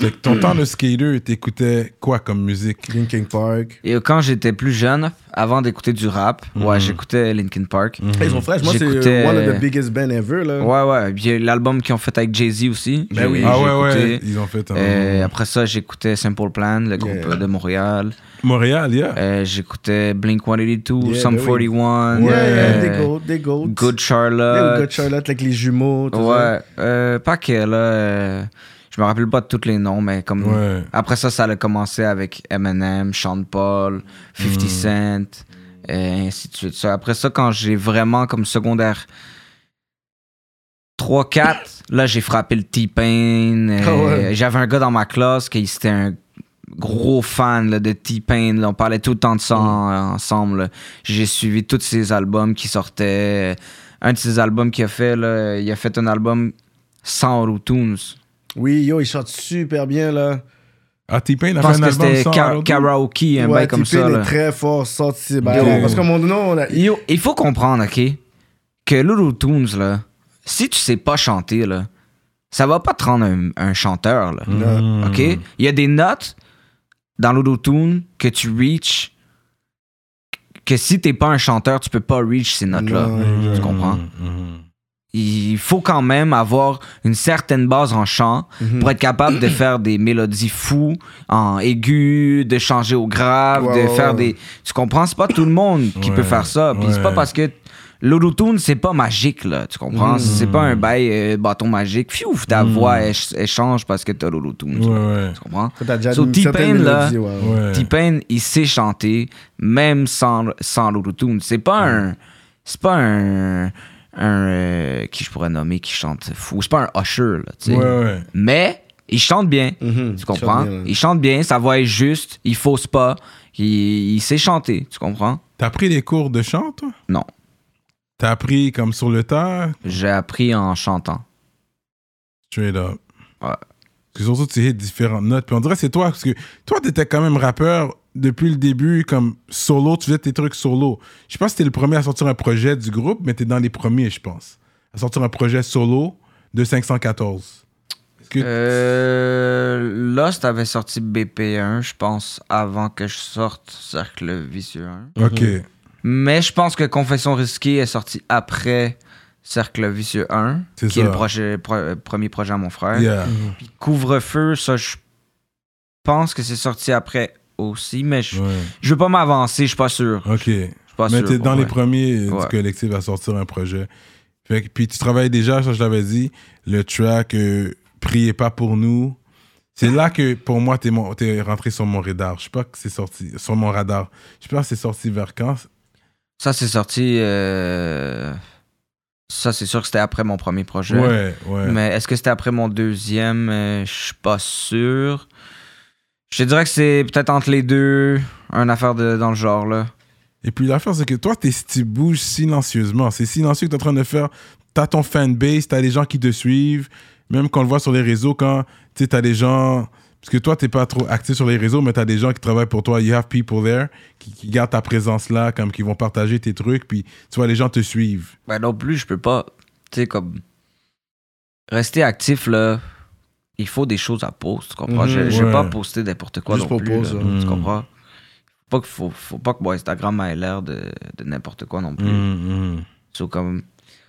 [SPEAKER 1] Fait que ton temps de skater, t'écoutais quoi comme musique?
[SPEAKER 3] Linkin Park.
[SPEAKER 2] Et quand j'étais plus jeune, avant d'écouter du rap,
[SPEAKER 3] Mhm.
[SPEAKER 2] ouais, j'écoutais Linkin Park.
[SPEAKER 3] Hey, son frère, moi, c'est euh,
[SPEAKER 2] J'écoutais-
[SPEAKER 3] one of the biggest bands ever, là.
[SPEAKER 2] Ouais, ouais. Puis l'album qu'ils ont fait avec Jay-Z aussi.
[SPEAKER 3] Ben
[SPEAKER 2] j'ai-
[SPEAKER 3] oui.
[SPEAKER 2] j'ai
[SPEAKER 1] Ah ouais, ouais,
[SPEAKER 2] écouté.
[SPEAKER 1] ils ont fait un...
[SPEAKER 2] Euh, après ça, j'écoutais Simple Plan, le
[SPEAKER 3] Mm.
[SPEAKER 2] groupe
[SPEAKER 3] Yeah.
[SPEAKER 2] euh, de Montréal.
[SPEAKER 1] Montréal, yeah.
[SPEAKER 2] Euh, j'écoutais Blink 182,
[SPEAKER 3] Yeah,
[SPEAKER 2] Sum
[SPEAKER 3] ben oui.
[SPEAKER 2] 41,
[SPEAKER 3] Yeah, yeah,
[SPEAKER 2] euh,
[SPEAKER 3] des goats, des goats.
[SPEAKER 2] Good
[SPEAKER 3] Yeah,
[SPEAKER 2] Charlotte.
[SPEAKER 3] Good Charlotte avec les jumeaux. tout ça.
[SPEAKER 2] Ouais, euh, pas que là. euh, je me rappelle pas de tous les noms, mais comme.
[SPEAKER 1] Ouais.
[SPEAKER 2] Après ça, ça a commencé avec Eminem, Sean Paul, 50
[SPEAKER 3] Hmm.
[SPEAKER 2] Cent, et ainsi de suite. Ça, Après ça, quand j'ai vraiment comme secondaire 3-4, là, j'ai frappé le T-Pain. euh,
[SPEAKER 3] Ah ouais.
[SPEAKER 2] J'avais un gars dans ma classe qui était un gros fan là, de T-Pain. là. On parlait tout le temps de ça
[SPEAKER 3] Hmm.
[SPEAKER 2] en- ensemble. là. J'ai suivi tous ses albums qui sortaient. Un de ses albums qu'il a fait, là, il a fait un album sans Autotunes.
[SPEAKER 3] Oui, yo, ils chantent super bien, là.
[SPEAKER 1] Ah, T-Pain
[SPEAKER 2] Je
[SPEAKER 1] a fait
[SPEAKER 2] pense
[SPEAKER 1] un
[SPEAKER 2] que
[SPEAKER 1] album
[SPEAKER 2] c'était
[SPEAKER 1] sans
[SPEAKER 2] ka-
[SPEAKER 1] Auto-
[SPEAKER 2] karaoke, un
[SPEAKER 3] ouais,
[SPEAKER 2] bail comme
[SPEAKER 3] T-Pain
[SPEAKER 2] ça.
[SPEAKER 3] est
[SPEAKER 2] là.
[SPEAKER 3] très fort, sorti. Ben,
[SPEAKER 2] Yo.
[SPEAKER 3] non, Parce que mon nom, on a.
[SPEAKER 2] Yo, il faut comprendre, OK, que l'Autotunes, là, si tu sais pas chanter, là, ça va pas te rendre un, un chanteur, là.
[SPEAKER 3] Non.
[SPEAKER 2] OK?
[SPEAKER 1] Mm-hmm.
[SPEAKER 2] Il y a des notes dans l'Autotune que tu reaches que si t'es pas un chanteur, tu peux pas reach ces notes-là.
[SPEAKER 3] Non,
[SPEAKER 2] Tu comprends?
[SPEAKER 1] Mhm.
[SPEAKER 2] Il faut quand même avoir une certaine base en chant Mm-hmm.
[SPEAKER 3] Mm-hmm.
[SPEAKER 2] pour être capable de faire des mélodies fous en aigu, de changer au grave,
[SPEAKER 3] Ouais,
[SPEAKER 2] de
[SPEAKER 3] ouais,
[SPEAKER 2] faire
[SPEAKER 3] ouais.
[SPEAKER 2] des. Tu comprends? C'est pas tout le monde qui
[SPEAKER 1] Ouais,
[SPEAKER 2] peut faire ça. Puis c'est pas
[SPEAKER 1] ouais.
[SPEAKER 2] parce que. L'autotoon, c'est pas magique, là. Tu comprends?
[SPEAKER 1] Mm.
[SPEAKER 2] C'est pas un bail euh, bâton magique. Fiouf, ta voix, elle, ch- elle change parce que t'as l'autotoon.
[SPEAKER 1] Ouais, ouais.
[SPEAKER 2] Tu comprends?
[SPEAKER 3] T'as déjà
[SPEAKER 2] So,
[SPEAKER 3] une
[SPEAKER 2] T-Pain,
[SPEAKER 3] certaine
[SPEAKER 2] là,
[SPEAKER 3] mélodie, ouais.
[SPEAKER 1] ouais.
[SPEAKER 2] T-Pain, il sait chanter, même sans, sans l'autotune. C'est pas un. C'est pas un. un euh, qui je pourrais nommer qui chante fou. C'est pas un Usher, là, tu sais.
[SPEAKER 1] Ouais, ouais.
[SPEAKER 2] Mais il chante bien.
[SPEAKER 3] Mhm, il
[SPEAKER 2] Mm-hmm. Tu comprends?
[SPEAKER 3] chante bien, ouais.
[SPEAKER 2] Il chante bien, sa voix est juste, il fausse pas, il, il sait chanter. Tu comprends?
[SPEAKER 1] T'as pris des cours de chant, toi?
[SPEAKER 2] Non.
[SPEAKER 1] T'as appris comme sur le tas,
[SPEAKER 2] J'ai appris en chantant.
[SPEAKER 1] straight up.
[SPEAKER 2] Ouais.
[SPEAKER 1] Parce que surtout, tu hits différentes notes. Puis on dirait que c'est toi, parce que toi, t'étais quand même rappeur depuis le début, comme solo, tu faisais tes trucs solo. Je sais pas si t'es le premier à sortir un projet du groupe, mais t'es dans les premiers, je pense, à sortir un projet solo de 514. Est-ce que
[SPEAKER 2] Euh, Lost avait sorti BP1, je pense, avant que je sorte Cercle Vicieux 1.
[SPEAKER 1] Ok.
[SPEAKER 2] Mais je pense que Confession risquée est sortie après Cercle Vicieux 1,
[SPEAKER 1] C'est
[SPEAKER 2] qui est
[SPEAKER 1] ça.
[SPEAKER 2] le projet- pro- premier projet à mon frère.
[SPEAKER 1] Yeah.
[SPEAKER 2] Couvre-feu, ça, je pense que c'est sorti après aussi, mais je,
[SPEAKER 1] Ouais.
[SPEAKER 2] je veux pas m'avancer, je suis pas sûr.
[SPEAKER 1] Ok.
[SPEAKER 2] Je suis pas
[SPEAKER 1] Mais
[SPEAKER 2] sûr,
[SPEAKER 1] t'es
[SPEAKER 2] pour
[SPEAKER 1] dans les
[SPEAKER 2] vrai.
[SPEAKER 1] premiers euh,
[SPEAKER 2] Ouais.
[SPEAKER 1] du collectif à sortir un projet. Fait que- puis tu travailles déjà, ça je l'avais dit, le track euh, Priez pas pour nous. C'est là que pour moi t'es, mon- t'es rentré sur mon radar. Je sais pas que c'est sorti sur mon radar. Je sais pas si c'est sorti vers quand.
[SPEAKER 2] Ça, c'est sorti. euh, Ça, c'est sûr que c'était après mon premier projet.
[SPEAKER 1] Ouais, ouais.
[SPEAKER 2] Mais est-ce que c'était après mon deuxième euh, Je suis pas sûr. Je te dirais que c'est peut-être entre les deux, un affaire de, dans le genre, là.
[SPEAKER 1] Et puis l'affaire c'est que toi t'es, tu bouges silencieusement. C'est silencieux que t'es en train de faire. T'as ton fanbase, t'as les gens qui te suivent. Même quand on le voit sur les réseaux, quand tu sais, t'as des gens. Parce que toi, t'es pas trop actif sur les réseaux, mais t'as des gens qui travaillent pour toi. You have people there qui, qui gardent ta présence là, comme qui vont partager tes trucs. Puis tu vois, les gens te suivent.
[SPEAKER 2] Ben non plus, je peux pas. Tu sais, comme. Rester actif, là. Il faut des choses à poster, tu comprends?
[SPEAKER 3] Mhm,
[SPEAKER 2] je je vais
[SPEAKER 1] ouais.
[SPEAKER 2] pas poster n'importe quoi
[SPEAKER 3] Juste
[SPEAKER 2] non
[SPEAKER 3] pour
[SPEAKER 2] plus.
[SPEAKER 3] pause,
[SPEAKER 2] là,
[SPEAKER 1] ouais.
[SPEAKER 2] Tu
[SPEAKER 1] Mhm.
[SPEAKER 2] comprends? Faut pas, que, faut, faut pas que mon Instagram ait l'air de, de n'importe quoi non
[SPEAKER 1] Mhm.
[SPEAKER 2] plus. So, comme,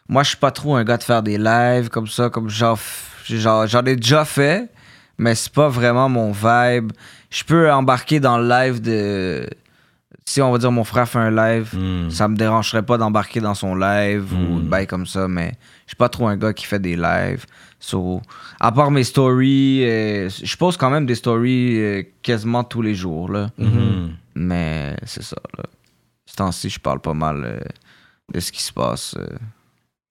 [SPEAKER 2] moi, je suis pas trop un gars de faire des lives comme ça, comme genre, f- genre j'en ai déjà fait, mais c'est pas vraiment mon vibe. Je peux embarquer dans le live de. Si on va dire mon frère fait un live,
[SPEAKER 1] Mm.
[SPEAKER 2] ça me dérangerait pas d'embarquer dans son live ou bail comme ça, mais je suis pas trop un gars qui fait des lives. So, à part mes stories, euh, je pose quand même des stories euh, quasiment tous les jours. Là.
[SPEAKER 1] Mm-hmm.
[SPEAKER 2] Mais c'est ça. Là. Ce temps-ci, je parle pas mal euh, de ce qui se passe. euh.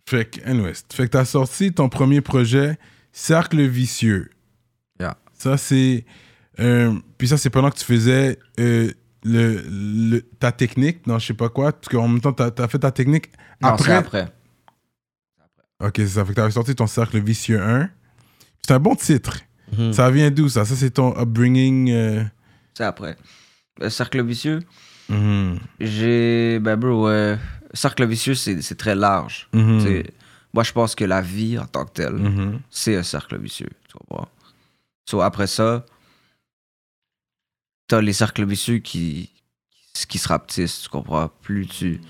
[SPEAKER 1] Fait que, anyways, fait que t'as sorti ton premier projet, Cercle Vicieux.
[SPEAKER 2] Yeah.
[SPEAKER 1] Ça, c'est. euh, puis ça, c'est pendant que tu faisais euh, le, le- ta technique, non, je sais pas quoi, parce qu'en même temps, t'as as fait ta technique
[SPEAKER 2] Non, c'est
[SPEAKER 1] après.
[SPEAKER 2] après.
[SPEAKER 1] Ok, c'est ça. Fait que t'avais sorti ton Cercle Vicieux 1. C'est un bon titre.
[SPEAKER 3] Mm. Mm-hmm.
[SPEAKER 1] Ça vient d'où, ça Ça, c'est ton upbringing. euh,
[SPEAKER 2] C'est après. Le cercle vicieux,
[SPEAKER 3] Mm-hmm.
[SPEAKER 1] mhm,
[SPEAKER 2] j'ai. Ben, bro, euh, cercle vicieux, c'est c'est très large.
[SPEAKER 1] mhm,
[SPEAKER 2] C'est- Moi, je pense que la vie en tant que telle,
[SPEAKER 1] mhm.
[SPEAKER 2] c'est un cercle vicieux. Tu comprends? So, après ça, t'as les cercles vicieux qui, qui se rapetissent, tu comprends? Plus tu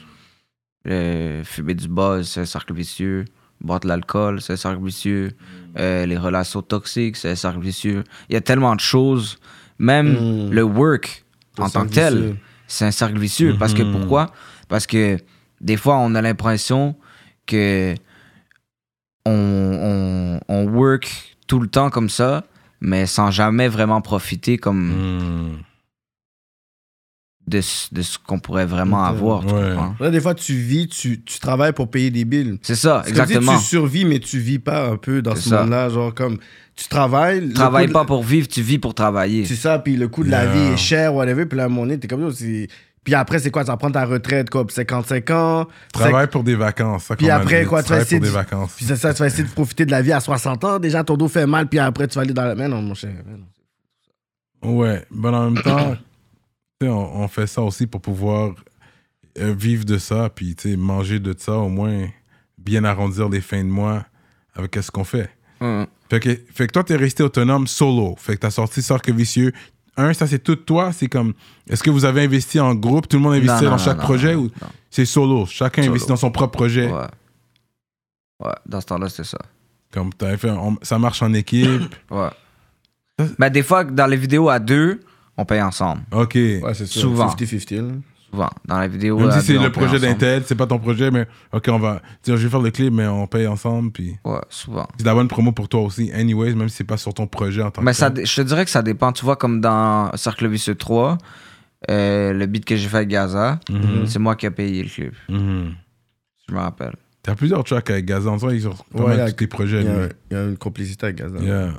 [SPEAKER 2] euh, fumer du buzz, c'est un cercle vicieux. Boire de l'alcool, c'est un cercle vicieux. Euh, les relations toxiques, c'est un cercle vicieux. Il y a tellement de choses. Même
[SPEAKER 3] Mm.
[SPEAKER 2] le work en
[SPEAKER 3] C'est
[SPEAKER 2] tant que tel,
[SPEAKER 3] vicieux.
[SPEAKER 2] c'est un cercle vicieux. Parce que pourquoi? Parce que des fois, on a l'impression que on, on, on work tout le temps comme ça, mais sans jamais vraiment profiter
[SPEAKER 1] Mhm.
[SPEAKER 2] comme
[SPEAKER 1] mm-hmm.
[SPEAKER 2] de, ce- de ce qu'on pourrait vraiment
[SPEAKER 3] Ok.
[SPEAKER 2] avoir. tu
[SPEAKER 1] Ouais.
[SPEAKER 2] comprends?
[SPEAKER 3] Là, des fois, tu vis, tu, tu travailles pour payer des billes.
[SPEAKER 2] C'est ça,
[SPEAKER 3] C'est comme si
[SPEAKER 2] exactement.
[SPEAKER 3] tu survis, mais tu vis pas un peu dans
[SPEAKER 2] C'est
[SPEAKER 3] ce
[SPEAKER 2] ça.
[SPEAKER 3] monde-là. Genre, comme, tu travailles. le
[SPEAKER 2] Tu travailles
[SPEAKER 3] coût de-
[SPEAKER 2] pas pour vivre, tu vis pour travailler.
[SPEAKER 3] C'est ça, puis le coût de la
[SPEAKER 1] Yeah.
[SPEAKER 3] vie est cher, whatever. Puis là, à un moment donné, t'es comme yo, c'est- Puis après, c'est quoi? Tu vas prendre ta retraite, quoi, puis 55 ans.
[SPEAKER 1] Travaille pour des vacances. ça
[SPEAKER 3] Puis
[SPEAKER 1] qu'on
[SPEAKER 3] après,
[SPEAKER 1] m'a dit.
[SPEAKER 3] quoi, tu vas
[SPEAKER 1] Travaille pour
[SPEAKER 3] essayer
[SPEAKER 1] des
[SPEAKER 3] de-
[SPEAKER 1] vacances.
[SPEAKER 3] Puis c'est ça, tu vas essayer de profiter de la vie à 60 ans. Déjà, ton dos fait mal, puis après, tu vas aller dans la. Mais non, mon cher. mais non.
[SPEAKER 1] Ouais, mais en même temps, tu sais, on, on fait ça aussi pour pouvoir euh, vivre de ça, puis tu sais, manger de ça, au moins bien arrondir les fins de mois avec ce qu'on fait.
[SPEAKER 2] Hum.
[SPEAKER 1] Fait que, fait que toi, t'es resté autonome solo. Fait que t'as sorti Cercle Vicieux. Un, ça c'est tout toi. C'est comme, est-ce que vous avez investi en groupe Tout le monde
[SPEAKER 2] Non,
[SPEAKER 1] investit
[SPEAKER 2] non,
[SPEAKER 1] dans
[SPEAKER 2] non,
[SPEAKER 1] chaque
[SPEAKER 2] non,
[SPEAKER 1] projet
[SPEAKER 2] non,
[SPEAKER 1] ou c'est solo Chacun
[SPEAKER 2] Solo.
[SPEAKER 1] investit dans son propre projet.
[SPEAKER 2] non. Ouais. Ouais, dans ce temps-là, c'était ça.
[SPEAKER 1] Comme t'avais fait, un- on- ça marche en équipe.
[SPEAKER 2] Ouais.
[SPEAKER 1] Euh.
[SPEAKER 2] Ben, des fois, dans les vidéos à deux, on paye ensemble.
[SPEAKER 1] ok.
[SPEAKER 3] Ouais, c'est ça.
[SPEAKER 2] Souvent.
[SPEAKER 3] 50-50. là.
[SPEAKER 2] Souvent. Dans les vidéos
[SPEAKER 1] Même
[SPEAKER 2] à
[SPEAKER 1] si c'est
[SPEAKER 2] deux, on
[SPEAKER 1] le
[SPEAKER 2] paye
[SPEAKER 1] projet
[SPEAKER 2] ensemble.
[SPEAKER 1] d'Intel, c'est pas ton projet, mais ok, on va. tu sais, je vais faire le clip, mais on paye ensemble. Puis
[SPEAKER 2] Ouais, souvent.
[SPEAKER 1] c'est de la bonne promo pour toi aussi, anyways, même si c'est pas sur ton projet en tant
[SPEAKER 2] Mais
[SPEAKER 1] que.
[SPEAKER 2] ça,
[SPEAKER 1] tel.
[SPEAKER 2] dé- je te dirais que ça dépend. Tu vois, comme dans Cercle Vicieux 3, euh, le beat que j'ai fait avec Gaza,
[SPEAKER 1] Mhm.
[SPEAKER 2] c'est moi qui ai payé le clip.
[SPEAKER 1] Mhm.
[SPEAKER 2] Je me rappelle.
[SPEAKER 1] T'as plusieurs tracks avec Gazan. Toi, ils sont pas
[SPEAKER 3] Ouais,
[SPEAKER 1] mal
[SPEAKER 3] il y a-
[SPEAKER 1] tous tes projets.
[SPEAKER 3] Il y, a,
[SPEAKER 1] lui.
[SPEAKER 3] il y a une complicité avec Gaza.
[SPEAKER 1] Yeah.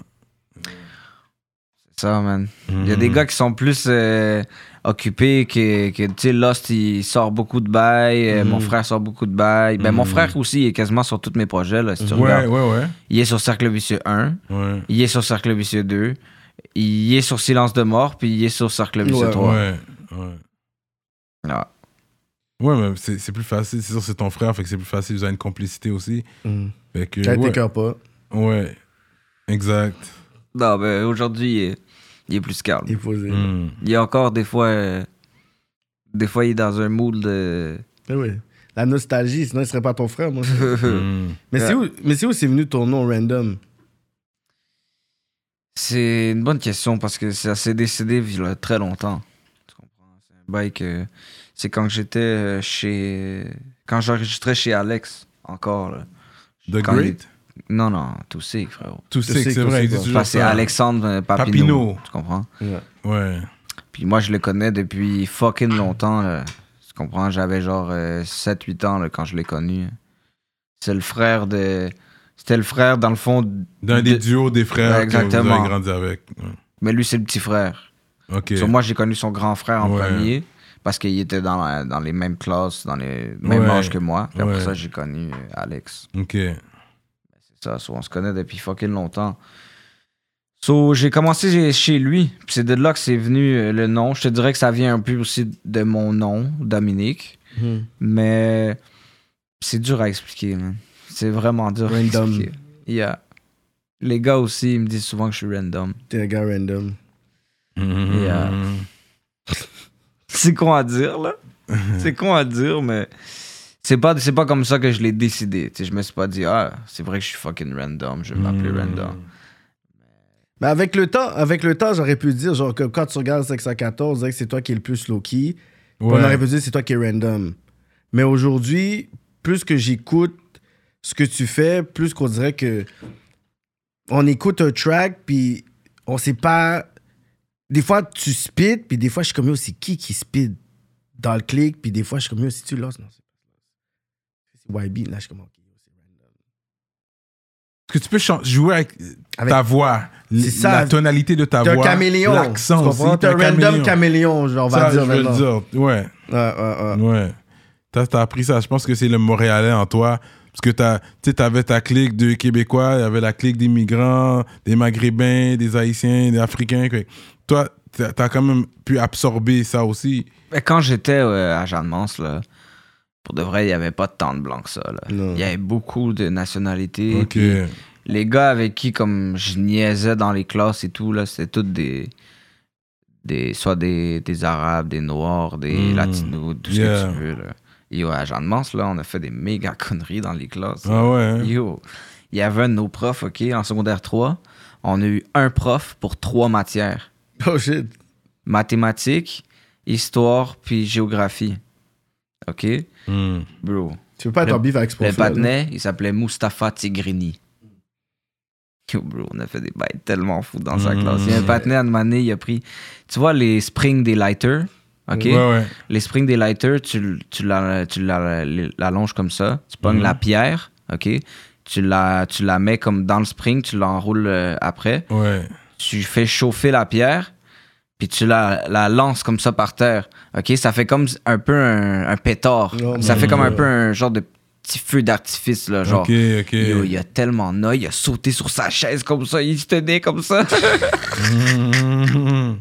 [SPEAKER 2] C'est ça, man. Il y a des
[SPEAKER 1] Mhm.
[SPEAKER 2] gars qui sont plus euh, occupés, que, que tu sais, Lost, il sort beaucoup de bails, euh,
[SPEAKER 1] Mhm.
[SPEAKER 2] mon frère sort beaucoup de bails. Ben, mon frère aussi, il est quasiment sur tous mes projets, là, si tu
[SPEAKER 1] Ouais, ouais,
[SPEAKER 2] regardes.
[SPEAKER 1] ouais.
[SPEAKER 2] Il est sur Cercle Vicieux 1,
[SPEAKER 1] Ouais.
[SPEAKER 2] il est sur Cercle Vicieux 2, il est sur Silence de mort, puis il est sur Cercle Vicieux
[SPEAKER 3] Ouais,
[SPEAKER 2] 3.
[SPEAKER 1] Ouais, ouais.
[SPEAKER 2] Ouais.
[SPEAKER 1] Ouais, mais c'est c'est plus facile. C'est sûr, c'est ton frère, fait que c'est plus facile. Vous avez une complicité aussi.
[SPEAKER 3] Mm.
[SPEAKER 1] Fait que,
[SPEAKER 3] Quand
[SPEAKER 1] ouais,
[SPEAKER 3] t'écœures pas,
[SPEAKER 1] ouais. exact.
[SPEAKER 2] Non, ben, aujourd'hui, il, est- il est plus calme.
[SPEAKER 3] il faut.
[SPEAKER 1] Hmm.
[SPEAKER 2] Il est encore des fois... euh, des fois, il est dans un mood de...
[SPEAKER 3] Eh oui. La nostalgie, sinon, il serait pas ton frère, moi.
[SPEAKER 1] Hmm.
[SPEAKER 3] mais c'est
[SPEAKER 2] Ouais.
[SPEAKER 3] où, mais c'est où c'est venu ton nom random?
[SPEAKER 2] C'est une bonne question parce que ça s'est décidé il y a très longtemps. Tu comprends? C'est un bail que. C'est quand j'étais euh, chez. Quand j'enregistrais chez Alex, encore. là.
[SPEAKER 1] The
[SPEAKER 2] Quand
[SPEAKER 1] Great?
[SPEAKER 2] il- Non, non, tout c'est, frérot.
[SPEAKER 1] Tout
[SPEAKER 3] sais
[SPEAKER 1] c'est
[SPEAKER 3] que
[SPEAKER 1] c'est vrai.
[SPEAKER 3] c'est
[SPEAKER 1] il dit
[SPEAKER 3] pas-
[SPEAKER 1] toujours
[SPEAKER 2] Enfin, c'est
[SPEAKER 1] ça.
[SPEAKER 2] Alexandre euh, Papineau,
[SPEAKER 1] Papineau.
[SPEAKER 2] Tu comprends?
[SPEAKER 1] Ouais.
[SPEAKER 2] Puis moi, je le connais depuis fucking longtemps. là. Tu comprends? J'avais genre 7-8 ans là, quand je l'ai connu. C'est le frère de. C'était le frère, dans le fond.
[SPEAKER 1] D'un des
[SPEAKER 2] de-
[SPEAKER 1] duos des frères
[SPEAKER 2] Ouais,
[SPEAKER 1] que vous
[SPEAKER 2] exactement.
[SPEAKER 1] avez grandi avec. Ouais.
[SPEAKER 2] Mais lui, c'est le petit frère.
[SPEAKER 1] Ok.
[SPEAKER 2] So, moi, j'ai connu son grand frère en
[SPEAKER 1] Ouais.
[SPEAKER 2] premier parce qu'il était dans, la- dans les mêmes classes, dans les mêmes
[SPEAKER 1] Ouais.
[SPEAKER 2] âges que moi. Puis
[SPEAKER 1] Ouais.
[SPEAKER 2] après ça, j'ai connu euh, Alex.
[SPEAKER 1] Ok.
[SPEAKER 2] C'est ça, so, on se connaît depuis fucking longtemps. So, j'ai commencé chez- chez lui. Puis c'est de là que c'est venu euh, le nom. Je te dirais que ça vient un peu aussi de mon nom, Dominique.
[SPEAKER 3] Mm.
[SPEAKER 2] Mais c'est dur à expliquer, man. C'est vraiment dur à
[SPEAKER 3] Random.
[SPEAKER 2] expliquer. Yeah. Les gars aussi, ils me disent souvent que je suis random.
[SPEAKER 3] T'es un gars random. Mm-hmm.
[SPEAKER 1] Hmm.
[SPEAKER 2] Yeah. C'est con à dire, là.
[SPEAKER 1] Mhm.
[SPEAKER 2] c'est con à dire, mais c'est pas, c'est pas comme ça que je l'ai décidé. Tu sais, je me suis pas dit, ah, c'est vrai que je suis fucking random, je vais
[SPEAKER 1] Mhm.
[SPEAKER 2] m'appeler random.
[SPEAKER 1] Mm-hmm.
[SPEAKER 3] Mais avec le temps, avec le temps, j'aurais pu dire, genre, que quand tu regardes 514, on dirait que c'est toi qui es le plus low-key. Puis On aurait
[SPEAKER 1] Ouais.
[SPEAKER 3] pu dire, c'est toi qui es random. Mais aujourd'hui, plus que j'écoute ce que tu fais, plus qu'on dirait que on écoute un track, puis on sait pas. Des fois, tu speed, puis des fois, je suis comme, yo, c'est qui qui speed dans le clic, puis des fois, je suis comme, yo, si tu lances, non, c'est pas ça. C'est YB, là, je suis comme, ok, c'est random.
[SPEAKER 1] Est-ce que tu peux chan- jouer avec,
[SPEAKER 3] Avec-
[SPEAKER 1] ta voix, l-
[SPEAKER 3] C'est ça.
[SPEAKER 1] la tonalité de ta
[SPEAKER 3] T'es un
[SPEAKER 1] voix,
[SPEAKER 3] caméléon.
[SPEAKER 1] l'accent
[SPEAKER 3] tu
[SPEAKER 1] aussi.
[SPEAKER 3] comprends? T'es un random caméléon, genre, on va
[SPEAKER 1] Ça,
[SPEAKER 3] dire
[SPEAKER 1] je veux
[SPEAKER 3] maintenant. Ah,
[SPEAKER 1] le dire. Ouais.
[SPEAKER 3] Ouais, ouais, ouais.
[SPEAKER 1] Ouais. T'as t'as appris ça. Je pense que c'est le Montréalais en toi. Parce que t'as- tu sais, t'avais ta clique de Québécois, il y avait la clique des migrants, des Maghrébins, des Haïtiens, des Africains. que- Toi, t'as t'as quand même pu absorber ça aussi.
[SPEAKER 2] Mais quand j'étais euh, à Jeanne-Mance, là, pour de vrai, il y avait pas tant de blancs que ça. là.
[SPEAKER 3] Non.
[SPEAKER 2] Il y avait beaucoup de nationalités.
[SPEAKER 1] Ok.
[SPEAKER 2] puis les gars avec qui comme je niaisais dans les classes et tout là, c'était toutes des des soit des, des arabes, des noirs, des
[SPEAKER 1] Mm.
[SPEAKER 2] latinos, tout ce
[SPEAKER 1] Yeah.
[SPEAKER 2] que tu veux là. Yo, à Jeanne Mance, là, on a fait des méga conneries dans les classes.
[SPEAKER 1] Ah ouais. hein?
[SPEAKER 2] Yo, il y avait un de nos profs, OK, en secondaire 3, on a eu un prof pour trois matières.
[SPEAKER 3] Oh shit.
[SPEAKER 2] Mathématiques, histoire, puis géographie. OK?
[SPEAKER 1] Hmm.
[SPEAKER 2] Bro,
[SPEAKER 3] Tu veux pas être
[SPEAKER 2] Le-
[SPEAKER 3] en bif avec ce
[SPEAKER 2] le
[SPEAKER 3] prof-là. là.
[SPEAKER 2] patinet, il s'appelait Mustapha Tigrini. Yo, bro, on a fait des bails tellement fous dans sa
[SPEAKER 1] Mhm.
[SPEAKER 2] classe. Il y a un patinet, à une année, il a pris... Tu vois les springs des lighters? OK?
[SPEAKER 1] Ouais, ouais.
[SPEAKER 2] Les springs des lighters, tu, l- tu, la, tu la- l'allonges comme ça. Tu pognes
[SPEAKER 1] Mhm.
[SPEAKER 2] la pierre, OK? Tu la, tu la mets comme dans le spring, tu l'enroules euh, après.
[SPEAKER 1] Ouais.
[SPEAKER 2] Tu fais chauffer la pierre, puis tu la, la lances comme ça par terre. OK? Ça fait comme un peu un, un pétard.
[SPEAKER 3] Oh
[SPEAKER 2] ça
[SPEAKER 3] mon
[SPEAKER 2] fait comme
[SPEAKER 3] Dieu.
[SPEAKER 2] un peu un genre de petit feu d'artifice, là, genre.
[SPEAKER 1] ok, ok.
[SPEAKER 2] Yo, il a tellement noyé, il a sauté sur sa chaise comme ça, il se tenait comme ça.
[SPEAKER 1] Hmm.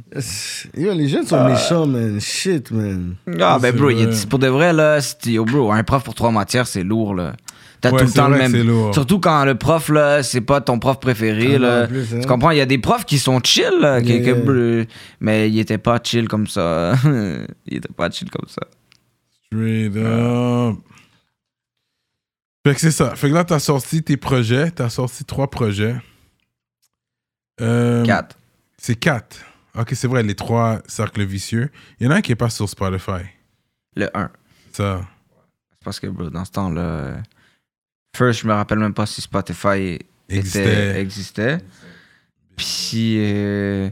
[SPEAKER 3] Yo, les jeunes sont méchants, man. Shit, man.
[SPEAKER 2] Ah,
[SPEAKER 1] c'est
[SPEAKER 2] ben, bro, il
[SPEAKER 1] vrai.
[SPEAKER 2] est- pour de vrai, là, c'est- yo, bro, un prof pour trois matières, c'est lourd, là. T'as
[SPEAKER 1] Ouais,
[SPEAKER 2] tout le
[SPEAKER 1] c'est
[SPEAKER 2] temps
[SPEAKER 1] vrai
[SPEAKER 2] le
[SPEAKER 1] que c'est lourd.
[SPEAKER 2] même. Surtout quand le prof, là, c'est pas ton prof préféré,
[SPEAKER 3] Ah non, en
[SPEAKER 2] là.
[SPEAKER 3] plus, hein.
[SPEAKER 2] Tu comprends? Il y a des profs qui sont chill, là, qui-
[SPEAKER 3] Yeah,
[SPEAKER 2] que,
[SPEAKER 3] yeah.
[SPEAKER 2] bro, mais il était pas chill comme ça. il était pas chill comme ça.
[SPEAKER 1] Straight up. Fait que c'est ça. Fait que là, t'as sorti tes projets. T'as sorti trois projets. Euh,
[SPEAKER 2] Quatre.
[SPEAKER 1] C'est quatre. Ok, c'est vrai, les trois cercles vicieux. Il y en a un qui est pas sur Spotify.
[SPEAKER 2] Le 1.
[SPEAKER 1] Ça.
[SPEAKER 2] C'est parce que, bro, dans ce temps-là, euh, first, je me rappelle même pas si Spotify était-
[SPEAKER 1] Existait.
[SPEAKER 2] existait. Puis, euh,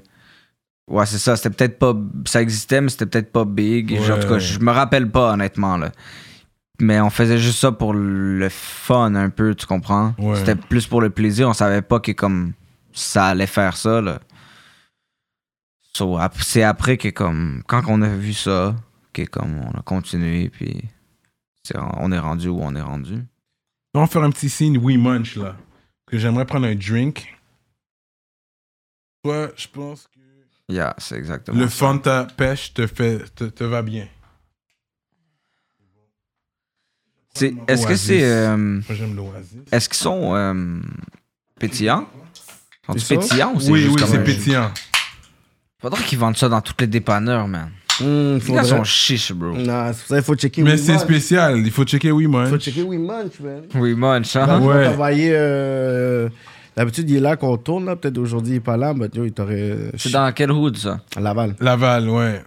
[SPEAKER 2] ouais, c'est ça. C'était peut-être pas. Ça existait, mais c'était peut-être pas big.
[SPEAKER 1] Ouais.
[SPEAKER 2] Genre, en tout cas, je me rappelle pas, honnêtement. Là. Mais on faisait juste ça pour le fun, un peu, tu comprends?
[SPEAKER 1] Ouais.
[SPEAKER 2] C'était plus pour le plaisir. On savait pas que, comme, ça allait faire ça, là. So, ap- c'est après que, comme, quand on a vu ça, que, comme, on a continué, puis. c'est- On est rendu où on est rendu.
[SPEAKER 1] On va faire un petit signe We Munch là. Que j'aimerais prendre un drink. Toi, je pense que
[SPEAKER 2] Yeah, c'est exactement.
[SPEAKER 1] le
[SPEAKER 2] ça.
[SPEAKER 1] Fanta pêche te, fait, te, te va bien.
[SPEAKER 2] C'est- Est-ce que
[SPEAKER 1] Oasis.
[SPEAKER 2] c'est. euh,
[SPEAKER 1] Moi, j'aime l'oasis.
[SPEAKER 2] Est-ce qu'ils sont euh, pétillants? Sont-ils
[SPEAKER 3] Ils sont-
[SPEAKER 2] pétillants ou c'est
[SPEAKER 1] Oui,
[SPEAKER 2] juste
[SPEAKER 1] oui,
[SPEAKER 2] comme
[SPEAKER 1] c'est
[SPEAKER 2] un-
[SPEAKER 1] pétillant.
[SPEAKER 2] Faudrait qu'ils vendent ça dans toutes les dépanneurs, man.
[SPEAKER 3] Hum,
[SPEAKER 2] Les gars
[SPEAKER 3] faudrait...
[SPEAKER 2] sont chiches, bro.
[SPEAKER 1] Mm.
[SPEAKER 3] Non, c'est pour ça qu'il faut checker
[SPEAKER 1] Mais
[SPEAKER 3] We
[SPEAKER 1] c'est
[SPEAKER 3] Munch.
[SPEAKER 1] spécial. Il faut checker We
[SPEAKER 3] faut
[SPEAKER 1] Munch.
[SPEAKER 3] checker We Munch, man.
[SPEAKER 2] Oui, munch,
[SPEAKER 3] Quand
[SPEAKER 2] hein?
[SPEAKER 3] tu vas
[SPEAKER 1] Ouais.
[SPEAKER 3] travailler, euh, D'habitude, il est là qu'on tourne, là. Peut-être aujourd'hui, il est pas là, mais yo, il t'aurait.
[SPEAKER 2] C'est dans quel hood, ça?
[SPEAKER 3] À Laval.
[SPEAKER 1] Laval, ouais.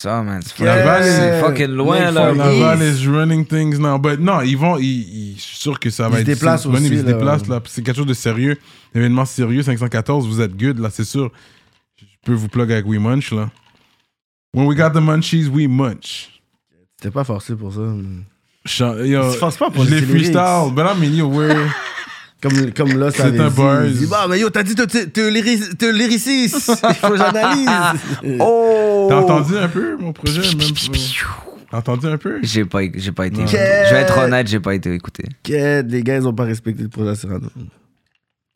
[SPEAKER 2] Ça, man. C'est
[SPEAKER 1] Yeah. Laval,
[SPEAKER 2] c'est fucking loin,
[SPEAKER 3] Mec,
[SPEAKER 2] là.
[SPEAKER 3] fuck
[SPEAKER 1] Laval
[SPEAKER 3] Yes.
[SPEAKER 1] is running things now. But non, ils vont. Ils, ils- je suis sûr que ça va
[SPEAKER 3] Ils se
[SPEAKER 1] être.
[SPEAKER 3] déplacent
[SPEAKER 1] c'est disponible,
[SPEAKER 3] aussi,
[SPEAKER 1] Ils se
[SPEAKER 3] là.
[SPEAKER 1] déplacent, là. C'est quelque chose de sérieux. Événement sérieux, 514, vous êtes good, là, c'est sûr. Je peux vous plug avec We Munch, là. When we got the munchies, we munch.
[SPEAKER 3] T'es pas forcé pour ça. mais-
[SPEAKER 1] Chan- yo,
[SPEAKER 3] Tu te forces pas pour
[SPEAKER 1] je
[SPEAKER 3] dire
[SPEAKER 1] les
[SPEAKER 3] les lyrics.
[SPEAKER 1] freestyle. Ben non, mais yo, we're-
[SPEAKER 3] Comme, comme là, ça avait
[SPEAKER 1] C'est un
[SPEAKER 3] dit,
[SPEAKER 1] buzz.
[SPEAKER 3] il dit, bah, mais yo, t'as dit, t'es t'es lyric- t'es lyriciste. Il faut que j'analyse.
[SPEAKER 2] Oh!
[SPEAKER 1] T'as entendu un peu mon projet, même. T'as entendu un peu?
[SPEAKER 2] J'ai pas, j'ai pas été
[SPEAKER 1] Ouais.
[SPEAKER 2] écouté. Je vais être honnête, j'ai pas été écouté.
[SPEAKER 3] Quête, les gars, ils ont pas respecté le projet Serrano.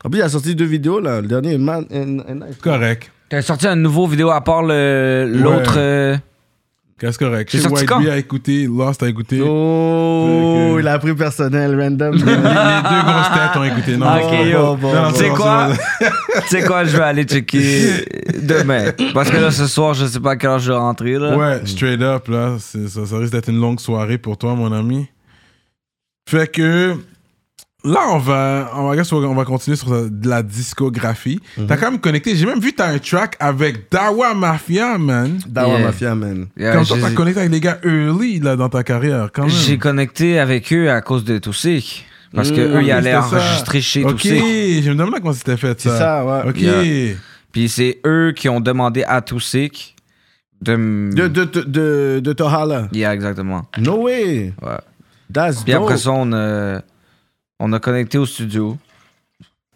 [SPEAKER 3] En plus, il a sorti deux vidéos, là. Le dernier, Man and, and Knife.
[SPEAKER 1] Correct.
[SPEAKER 2] T'as sorti un nouveau vidéo à part le- l'autre.
[SPEAKER 1] Ouais.
[SPEAKER 2] euh,
[SPEAKER 1] Qu'est-ce correct?
[SPEAKER 2] C'est
[SPEAKER 1] Chez
[SPEAKER 2] sorti
[SPEAKER 1] White
[SPEAKER 2] quand?
[SPEAKER 1] Bee à écouter, Lost à écouter.
[SPEAKER 3] Oh,
[SPEAKER 1] Ok.
[SPEAKER 3] il a pris personnel, random.
[SPEAKER 1] Les, les deux grosses têtes ont écouté. Non,
[SPEAKER 2] Ah,
[SPEAKER 1] non,
[SPEAKER 2] ok,
[SPEAKER 1] non,
[SPEAKER 2] yo.
[SPEAKER 1] non, non, non,
[SPEAKER 2] Tu sais
[SPEAKER 1] non,
[SPEAKER 2] quoi?
[SPEAKER 1] non,
[SPEAKER 2] tu sais quoi, je vais aller checker demain. Parce que là, ce soir, je sais pas à quelle heure je vais rentrer, là.
[SPEAKER 1] Ouais, straight up, là. c'est- Ça, ça risque d'être une longue soirée pour toi, mon ami. Fait que. Là, on va, on va, I guess on va- on va continuer sur la- de la discographie.
[SPEAKER 2] Mhm.
[SPEAKER 1] T'as quand même connecté. J'ai même vu t'as un track avec Dawa Mafia, man.
[SPEAKER 3] Dawa
[SPEAKER 2] Yeah.
[SPEAKER 3] Mafia, man.
[SPEAKER 2] Yeah,
[SPEAKER 1] Comme toi,
[SPEAKER 2] Euh, j'ai-
[SPEAKER 1] t'as connecté avec les gars early, là, dans ta carrière, quand même.
[SPEAKER 2] J'ai connecté avec eux à cause de Toussic. Parce que
[SPEAKER 3] Mmh,
[SPEAKER 2] eux, ils
[SPEAKER 1] ok,
[SPEAKER 2] allaient
[SPEAKER 1] c'était ça.
[SPEAKER 2] enregistrer chez
[SPEAKER 1] Ok,
[SPEAKER 2] Toussic.
[SPEAKER 1] je me demande comment c'était fait,
[SPEAKER 3] C'est
[SPEAKER 1] ça.
[SPEAKER 3] ça, ouais.
[SPEAKER 1] Ok.
[SPEAKER 2] Yeah. Puis c'est eux qui ont demandé à Toussic de m-
[SPEAKER 3] De, de, de, de, de Tohala.
[SPEAKER 2] Yeah, exactement.
[SPEAKER 3] No way.
[SPEAKER 2] Ouais.
[SPEAKER 3] That's
[SPEAKER 2] Puis
[SPEAKER 3] dope.
[SPEAKER 2] après ça, on a, on a connecté au studio.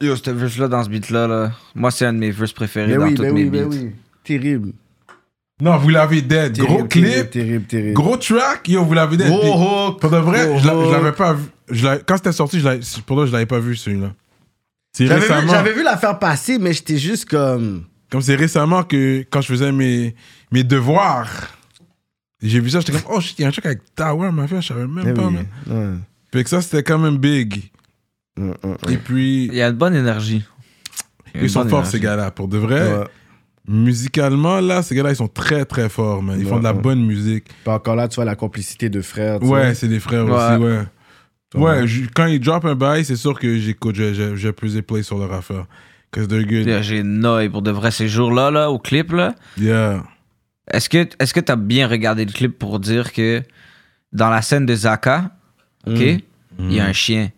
[SPEAKER 2] Yo, ce verse-là, dans ce beat-là, là, moi, c'est un de mes verses préférés
[SPEAKER 3] Ben
[SPEAKER 2] dans
[SPEAKER 3] oui,
[SPEAKER 2] toutes
[SPEAKER 3] ben
[SPEAKER 2] mes
[SPEAKER 3] oui, ben
[SPEAKER 2] beats.
[SPEAKER 3] oui. Terrible.
[SPEAKER 1] Non, vous l'avez dead.
[SPEAKER 3] Terrible,
[SPEAKER 1] Gros clip,
[SPEAKER 3] Terrible, terrible. terrible.
[SPEAKER 1] gros track, yo, vous l'avez dead. Puis-
[SPEAKER 3] Gros hook.
[SPEAKER 1] Pour de vrai,
[SPEAKER 3] Gros
[SPEAKER 1] je l'a- je
[SPEAKER 3] hook.
[SPEAKER 1] l'avais pas vu. Je l'avais- quand c'était sorti, je l'avais- pour de vrai, je l'avais pas vu celui-là. C'est
[SPEAKER 3] J'avais vu-
[SPEAKER 1] récemment.
[SPEAKER 3] J'avais vu l'affaire passer, mais j'étais juste comme.
[SPEAKER 1] Comme c'est récemment que quand je faisais mes, mes devoirs, j'ai vu ça, j'étais comme, oh shit, il y a un truc avec Tower, ma fille, je savais même
[SPEAKER 3] Eh
[SPEAKER 1] pas.
[SPEAKER 3] oui.
[SPEAKER 1] man.
[SPEAKER 3] Ouais.
[SPEAKER 1] Fait que ça, c'était quand même big.
[SPEAKER 3] Hum, hum, hum.
[SPEAKER 1] Et puis,
[SPEAKER 2] Il y a une bonne énergie. Il y a une
[SPEAKER 1] ils sont
[SPEAKER 2] bonne
[SPEAKER 1] forts,
[SPEAKER 2] énergie.
[SPEAKER 1] ces gars-là. Pour de vrai,
[SPEAKER 3] Ouais.
[SPEAKER 1] musicalement, là, ces gars-là, ils sont très, très forts, man. Ils font de la
[SPEAKER 3] Ouais.
[SPEAKER 1] bonne musique.
[SPEAKER 3] Puis encore là, tu vois la complicité de frères. tu
[SPEAKER 1] Ouais,
[SPEAKER 3] sais.
[SPEAKER 1] c'est des frères
[SPEAKER 2] Ouais.
[SPEAKER 1] aussi, ouais.
[SPEAKER 3] Ouais.
[SPEAKER 1] Ouais, je- quand ils drop un bail, c'est sûr que j'écoute, j'ai- j'ai j'ai plusieurs plays sur leur affaire. Cause they're good. Yeah.
[SPEAKER 2] J'ai une oeil pour de vrai ces jours-là, là, au clip, là. Est-ce que est-ce que t'as bien regardé le clip pour dire que dans la scène de Zaka, ok, il y a un chien.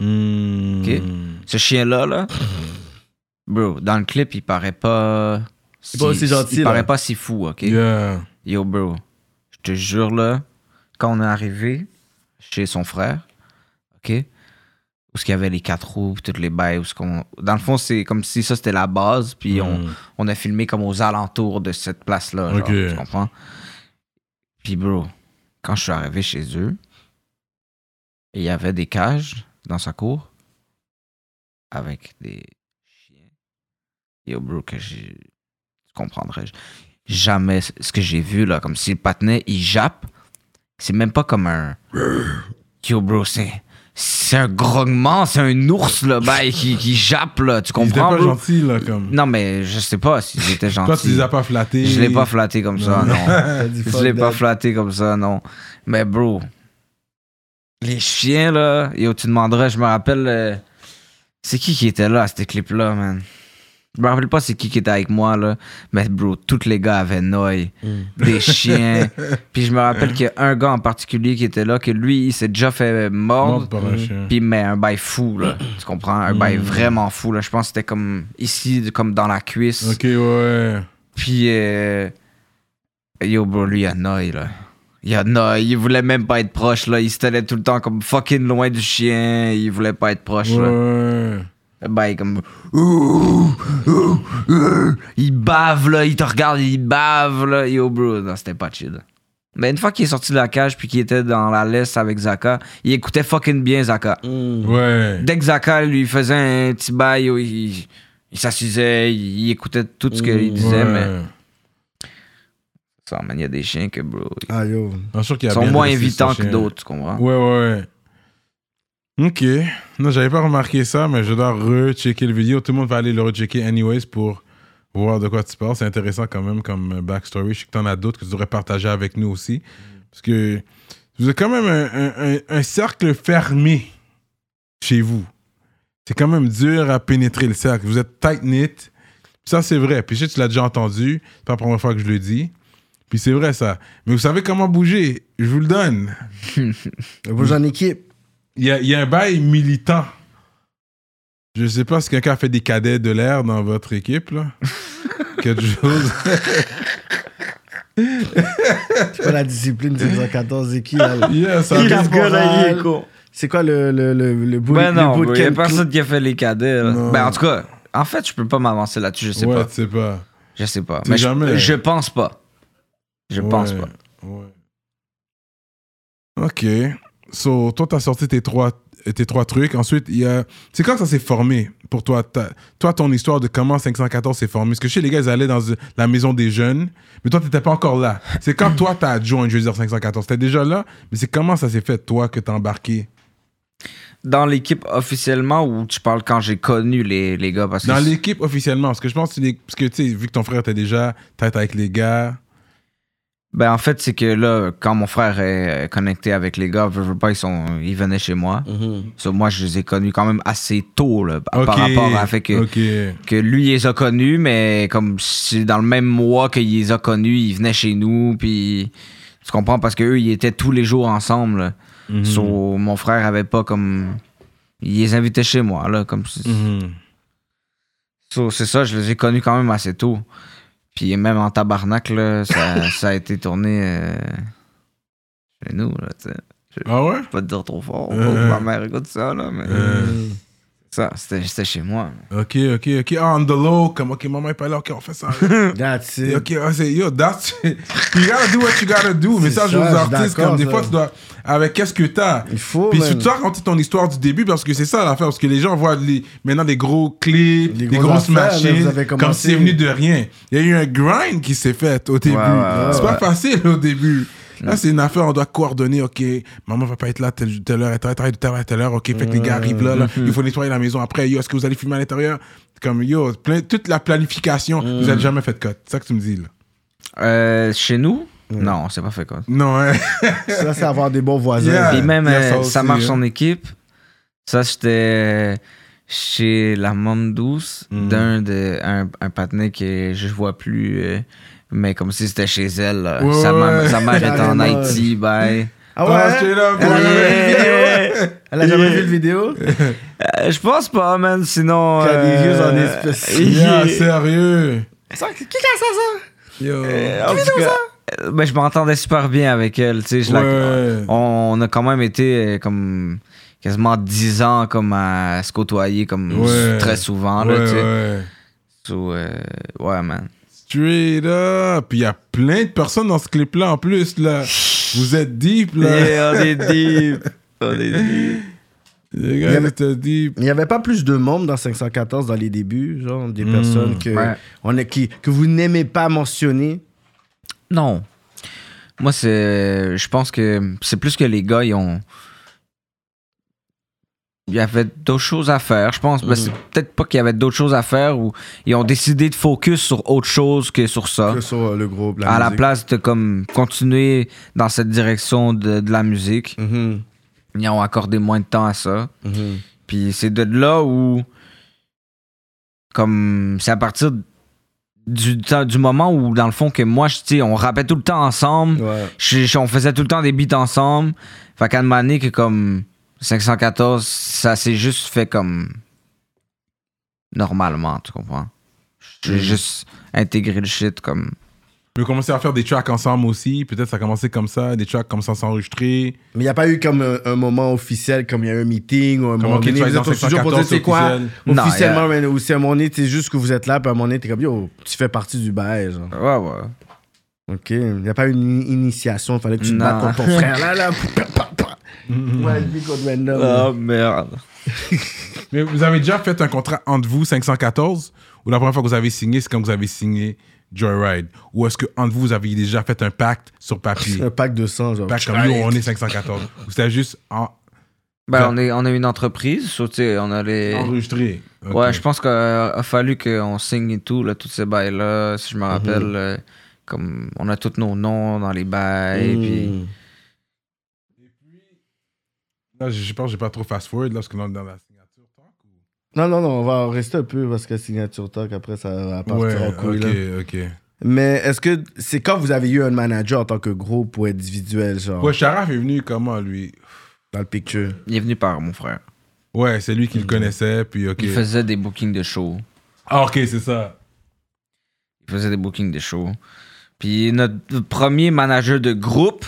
[SPEAKER 1] Mm.
[SPEAKER 2] Ok. Ce chien-là, là, bro, dans le clip, il paraît pas. si-
[SPEAKER 3] pas aussi gentil,
[SPEAKER 2] Il
[SPEAKER 3] là.
[SPEAKER 2] paraît pas si fou, ok?
[SPEAKER 1] Yeah.
[SPEAKER 2] Yo, bro, je te jure, là, quand on est arrivé chez son frère, OK, où ce qu'il y avait les quatre roues, puis toutes les bails, où ce qu'on... Dans le fond, c'est comme si ça, c'était la base, puis on,
[SPEAKER 1] Mm.
[SPEAKER 2] on a filmé comme aux alentours de cette place-là, genre,
[SPEAKER 1] Ok.
[SPEAKER 2] tu comprends? Puis, bro, quand je suis arrivé chez eux, il y avait des cages dans sa cour avec des chiens. Yo, bro, que j'ai... Tu comprendrais jamais ce que j'ai vu, là. Comme si le patinet, il jappe. C'est même pas comme un... Yo, bro, c'est... C'est un grognement, c'est un ours, le bail, qui, qui jappe, là. Tu
[SPEAKER 1] Ils étaient
[SPEAKER 2] comprends,
[SPEAKER 1] pas
[SPEAKER 2] bro?
[SPEAKER 1] gentils, là, comme.
[SPEAKER 2] Non, mais je sais pas si j'étais gentil.
[SPEAKER 1] Toi, tu les as pas flattés.
[SPEAKER 2] Je l'ai pas flatté comme ça, non.
[SPEAKER 3] T'as dit
[SPEAKER 2] je
[SPEAKER 3] fuck
[SPEAKER 2] l'ai pas
[SPEAKER 3] that.
[SPEAKER 2] flatté comme ça, non. Mais bro, les chiens, là, yo, tu demanderais, je me rappelle, euh, c'est qui qui était là à ce clip-là, man? Je me rappelle pas c'est qui qui était avec moi, là. Mais bro, tous les gars avaient noy.
[SPEAKER 3] Mm.
[SPEAKER 2] Des chiens. Puis je me rappelle qu'il y a un gars en particulier qui était là, que lui, il s'est déjà fait mordre.
[SPEAKER 1] Mort par
[SPEAKER 3] Mm.
[SPEAKER 1] un chien.
[SPEAKER 2] Puis mais un bail fou, là. Tu comprends? Un bail vraiment fou, là. Je pense que c'était comme ici, comme dans la cuisse.
[SPEAKER 1] Ok, ouais.
[SPEAKER 2] Puis, euh, yo, bro, lui, il a noy, là. Il a noy. Il voulait même pas être proche, là. Il se tenait tout le temps comme fucking loin du chien. Il voulait pas être proche, là.
[SPEAKER 1] Ouais.
[SPEAKER 2] Le bail, comme. Ouh, ouh, ouh. Il bave, là. Il te regarde, il bave, là. Yo, bro, non, c'était pas chill. Mais une fois qu'il est sorti de la cage, puis qu'il était dans la laisse avec Zaka, il écoutait fucking bien Zaka.
[SPEAKER 3] Mm.
[SPEAKER 1] Ouais.
[SPEAKER 2] Dès que Zaka lui faisait un petit bail, il, il s'assisait, il, il écoutait tout ce qu'il disait,
[SPEAKER 1] Ouais.
[SPEAKER 2] mais ça, man, il y a des chiens que, bro, ils
[SPEAKER 3] Ah yo.
[SPEAKER 1] Bien sûr qu'il y a
[SPEAKER 2] sont
[SPEAKER 1] bien
[SPEAKER 2] moins
[SPEAKER 1] dressé,
[SPEAKER 2] invitants
[SPEAKER 1] ce
[SPEAKER 2] que
[SPEAKER 1] chien.
[SPEAKER 2] d'autres, tu comprends?
[SPEAKER 1] Ouais, ouais, ouais. Ok. Non, j'avais pas remarqué ça, mais je dois rechecker le vidéo. Tout le monde va aller le rechecker anyways pour voir de quoi tu parles. C'est intéressant quand même comme euh, backstory. Je sais que t'en as d'autres que tu devrais partager avec nous aussi. Parce que vous avez quand même un, un- un- un cercle fermé chez vous. C'est quand même dur à pénétrer le cercle. Vous êtes tight-knit. Ça, c'est vrai. Puis je sais que tu l'as déjà entendu. C'est pas la première fois que je le dis. Puis c'est vrai, ça. Mais vous savez comment bouger. Je vous le donne
[SPEAKER 3] Vous en équipe.
[SPEAKER 1] il y a, il y a un bail militant. Je sais pas si quelqu'un a fait des cadets de l'air dans votre équipe, là. Quelque chose.
[SPEAKER 3] C'est pas la discipline des 114 équipes. là.
[SPEAKER 1] Yeah, ça-
[SPEAKER 3] Il a-
[SPEAKER 2] Ce gars-là, il est
[SPEAKER 3] Caporal.
[SPEAKER 2] con.
[SPEAKER 3] C'est quoi le le le le bout
[SPEAKER 2] Ben
[SPEAKER 3] le
[SPEAKER 2] non,
[SPEAKER 3] bout
[SPEAKER 2] bro,
[SPEAKER 3] de
[SPEAKER 2] il y a
[SPEAKER 3] Ken-
[SPEAKER 2] personne qui a fait les cadets. là.
[SPEAKER 1] Non.
[SPEAKER 2] Ben en tout cas, en fait, je peux pas m'avancer là-dessus, je sais
[SPEAKER 1] ouais,
[SPEAKER 2] pas.
[SPEAKER 1] tu sais pas.
[SPEAKER 2] Je sais pas.
[SPEAKER 1] Tu
[SPEAKER 2] Mais
[SPEAKER 1] sais
[SPEAKER 2] je,
[SPEAKER 1] jamais.
[SPEAKER 2] je pense pas. Je pense
[SPEAKER 1] Ouais,
[SPEAKER 2] pas.
[SPEAKER 1] ouais. Ok. So, toi, t'as sorti tes trois, tes trois trucs. Ensuite, il y a. C'est quand ça s'est formé pour toi ta- Toi, ton histoire de comment 514 s'est formé. Parce que chez les gars, ils allaient dans la maison des jeunes, mais toi, t'étais pas encore là. C'est quand toi, t'as joint, je veux dire, 514. T'es déjà là, mais c'est comment ça s'est fait, toi, que t'as embarqué
[SPEAKER 2] Dans l'équipe officiellement ou tu parles quand j'ai connu les, les gars parce que
[SPEAKER 1] Dans l'équipe officiellement, parce que je pense que, tu n'es- parce que tu sais, vu que ton frère était déjà tête avec les gars.
[SPEAKER 2] Ben, en fait, c'est que là, quand mon frère est euh, connecté avec les gars, veux, veux pas, ils, sont, ils venaient chez moi.
[SPEAKER 3] Mhm.
[SPEAKER 2] So, moi, je les ai connus quand même assez tôt, là,
[SPEAKER 3] Ah,
[SPEAKER 2] par- par
[SPEAKER 1] Ok,
[SPEAKER 2] rapport à fait que,
[SPEAKER 1] Ok.
[SPEAKER 2] que lui, il les a connus, mais comme c'est dans le même mois qu'il les a connus, ils venaient chez nous, puis tu comprends, parce qu'eux, ils étaient tous les jours ensemble. là.
[SPEAKER 3] Mhm.
[SPEAKER 1] Mhm.
[SPEAKER 2] So, mon frère avait pas comme. Il les invitait chez moi, là, comme si-
[SPEAKER 1] Mhm.
[SPEAKER 2] So, c'est ça, je les ai connus quand même assez tôt. Puis même en tabarnak, là, ça, ça a été tourné euh, chez nous, là, tu sais.
[SPEAKER 1] Ah ouais?
[SPEAKER 2] Pas te dire trop fort, oh,
[SPEAKER 1] Euh.
[SPEAKER 2] ma mère écoute ça, là, mais...
[SPEAKER 1] Euh.
[SPEAKER 2] Ça, c'était c'était chez moi.
[SPEAKER 1] Ok, ok, ok. Ah, on the low, comme, ok, maman est pas là, ok, on fait ça.
[SPEAKER 3] That's
[SPEAKER 1] Et
[SPEAKER 3] it.
[SPEAKER 1] ok, ah, c'est, yo, that's it. You gotta do what you gotta do. Mais
[SPEAKER 3] C'est
[SPEAKER 1] ça, je
[SPEAKER 3] ça,
[SPEAKER 1] aux
[SPEAKER 3] je suis
[SPEAKER 1] artistes,
[SPEAKER 3] d'accord,
[SPEAKER 1] comme des
[SPEAKER 3] ça.
[SPEAKER 1] fois, tu dois. Avec qu'est-ce que t'as?
[SPEAKER 3] Il faut
[SPEAKER 1] Puis
[SPEAKER 3] Oh, man.
[SPEAKER 1] surtout, raconter ton histoire du début, parce que c'est ça l'affaire. Parce que les gens voient les- maintenant des gros clips,
[SPEAKER 3] Les
[SPEAKER 1] des
[SPEAKER 3] grosses
[SPEAKER 1] grosses
[SPEAKER 3] affaires, là,
[SPEAKER 1] machines,
[SPEAKER 3] vous avez
[SPEAKER 1] comme
[SPEAKER 3] commencé.
[SPEAKER 1] c'est venu de rien. Il y a eu un grind qui s'est fait au début.
[SPEAKER 2] ouais, ouais,
[SPEAKER 1] c'est pas
[SPEAKER 2] ouais.
[SPEAKER 1] facile au début. Là, c'est une affaire, on doit coordonner. OK, maman va pas être là telle, telle heure, elle travaille, travaille de telle heure à telle heure. OK, fait que les gars arrivent là, là,
[SPEAKER 3] Mm-hmm.
[SPEAKER 1] il faut nettoyer la maison après. Yo, est-ce que vous allez filmer à l'intérieur? Comme, yo, plein- toute la planification,
[SPEAKER 3] Mm.
[SPEAKER 1] vous avez jamais fait de cote. C'est ça que tu me dis, là.
[SPEAKER 2] Euh, chez nous, non, on s'est pas fait quoi.
[SPEAKER 1] Non, hein?
[SPEAKER 3] Ça, c'est avoir des bons voisins.
[SPEAKER 1] Yeah.
[SPEAKER 2] Puis même,
[SPEAKER 1] il y a
[SPEAKER 2] euh,
[SPEAKER 1] ça
[SPEAKER 2] ça,
[SPEAKER 1] aussi,
[SPEAKER 2] marche
[SPEAKER 1] hein.
[SPEAKER 2] en équipe. Ça, j'étais chez la Mom Douce
[SPEAKER 3] Mm.
[SPEAKER 2] d'un de, un, un patinet que je vois plus, euh, mais comme si c'était chez elle. là.
[SPEAKER 1] Ouais,
[SPEAKER 2] sa, ma-
[SPEAKER 1] ouais.
[SPEAKER 2] sa mère était en
[SPEAKER 3] Carrément.
[SPEAKER 2] Haïti, bye.
[SPEAKER 3] Ah ouais?
[SPEAKER 1] Ah, straight up,
[SPEAKER 3] elle, a
[SPEAKER 1] ouais.
[SPEAKER 3] jamais vu de vidéo. Elle a jamais vu de vidéo.
[SPEAKER 2] Euh, je pense pas, man, sinon.
[SPEAKER 3] T'as des yeux en
[SPEAKER 2] euh,
[SPEAKER 3] espèce.
[SPEAKER 1] Yeah, sérieux.
[SPEAKER 3] Ça, Qui a ça, ça?
[SPEAKER 1] Yo.
[SPEAKER 2] Euh,
[SPEAKER 3] Eh,
[SPEAKER 2] en tout cas, euh, ben, je m'entendais super bien avec elle, tu sais. je la-
[SPEAKER 1] Ouais.
[SPEAKER 2] on, on a quand même été euh, comme quasiment 10 ans comme à se côtoyer comme
[SPEAKER 1] Ouais.
[SPEAKER 2] très souvent là,
[SPEAKER 1] ouais,
[SPEAKER 2] tu sais.
[SPEAKER 1] ouais.
[SPEAKER 2] So, euh, ouais, man.
[SPEAKER 1] Straight up. Puis il y a plein de personnes dans ce clip-là en plus, là. Vous êtes deep, là.
[SPEAKER 2] Yeah, on est deep. On est deep.
[SPEAKER 1] Les
[SPEAKER 3] Il y
[SPEAKER 1] gars,
[SPEAKER 3] avait-
[SPEAKER 1] ils étaient deep.
[SPEAKER 3] Il n'y avait pas plus de membres dans 514 dans les débuts, genre des personnes que,
[SPEAKER 2] Hmm, Ouais.
[SPEAKER 3] on est, qui, que vous n'aimez pas mentionner.
[SPEAKER 2] Non. Moi, c'est. Je pense que c'est plus que les gars, ils ont. Il y avait d'autres choses à faire, je pense. Ben, c'est peut-être pas qu'il y avait d'autres choses à faire ou ils ont décidé de focus sur autre chose que sur ça.
[SPEAKER 3] Que sur euh, le groupe.
[SPEAKER 2] Ah. à la
[SPEAKER 3] musique.
[SPEAKER 2] place de comme continuer dans cette direction de, de la musique.
[SPEAKER 3] Mhm,
[SPEAKER 2] Ils ont accordé moins de temps à ça.
[SPEAKER 3] mhm.
[SPEAKER 2] Puis c'est de là où, comme, c'est à partir du, temps- du moment où, dans le fond, que moi, je, tu sais, on rappait tout le temps ensemble.
[SPEAKER 3] Ouais.
[SPEAKER 2] Je- je- on faisait tout le temps des beats ensemble. Fait qu'à demander que, comme, 514, ça s'est juste fait comme. normalement, tu comprends? J'ai juste intégré le shit comme.
[SPEAKER 1] Ils ont commencé à faire des tracks ensemble aussi. Peut-être ça a commencé comme ça, des tracks comme ça s'enregistrer.
[SPEAKER 3] Mais il n'y a pas eu comme un, un moment officiel, comme il y a eu un meeting ou un moment
[SPEAKER 1] ok,
[SPEAKER 3] donné,
[SPEAKER 1] tu vas
[SPEAKER 3] vous
[SPEAKER 1] dans
[SPEAKER 3] êtes au studio pour
[SPEAKER 1] 514,
[SPEAKER 3] dire c'est quoi
[SPEAKER 1] officiel.
[SPEAKER 2] Non,
[SPEAKER 3] officiellement, mais ou si à un moment donné, c'est juste que vous êtes là, puis à un moment donné, t'es comme yo, tu fais partie du bail, genre.
[SPEAKER 2] Ouais, ouais.
[SPEAKER 3] Ok, il n'y a pas eu une initiation, il fallait que tu te
[SPEAKER 2] Non.
[SPEAKER 3] battes contre ton frère là, là. pa, pa, pa.
[SPEAKER 1] Hmm.
[SPEAKER 3] Ouais, lui contre
[SPEAKER 1] Ah,
[SPEAKER 3] Venom.
[SPEAKER 2] Oh merde.
[SPEAKER 1] Mais vous avez déjà fait un contrat entre vous, 514, ou la première fois que vous avez signé, c'est quand vous avez signé Joyride? Ou est-ce que entre vous, vous aviez déjà fait un pacte sur papier?
[SPEAKER 3] Un pack de sang, genre.
[SPEAKER 1] pacte comme yo, on est 514. Ou c'était juste en-
[SPEAKER 2] Ben,
[SPEAKER 1] Ouais.
[SPEAKER 2] on, est, on a une entreprise, so, tu sais, on a les.
[SPEAKER 3] Ah
[SPEAKER 1] enregistré. Ok.
[SPEAKER 2] Ouais, je pense qu'il a fallu qu'on signe et tout, là, toutes ces bails-là, si
[SPEAKER 3] Mhm.
[SPEAKER 2] je me rappelle. euh, comme on a tous nos noms dans les bails, puis
[SPEAKER 3] Mm.
[SPEAKER 1] Là, je je pense que j'ai pas trop fast-forward, là, parce que là, on est dans la signature. talk, ou-
[SPEAKER 3] Non, non, non, on va rester un peu parce que signature talk, après ça va partir en couille. là.
[SPEAKER 1] Ouais, ok, ok.
[SPEAKER 3] Mais est-ce que c'est quand vous avez eu un manager en tant que groupe ou individuel, genre,
[SPEAKER 1] Ouais, Sharaf est venu comment, lui?
[SPEAKER 3] dans le picture
[SPEAKER 2] il est venu par mon frère.
[SPEAKER 1] Ouais, c'est lui qui le connaissait, puis ok.
[SPEAKER 2] Mm. Il faisait des bookings de shows.
[SPEAKER 1] Ah, ok, c'est ça.
[SPEAKER 2] Il faisait des bookings de shows. Puis notre premier manager de groupe,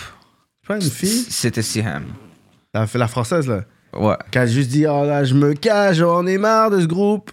[SPEAKER 3] Je crois une fille,
[SPEAKER 2] c'était Siham.
[SPEAKER 3] la, la française, là,
[SPEAKER 2] Ouais,
[SPEAKER 3] qui a juste dit, oh là, je me cache, j'en ai marre de ce groupe,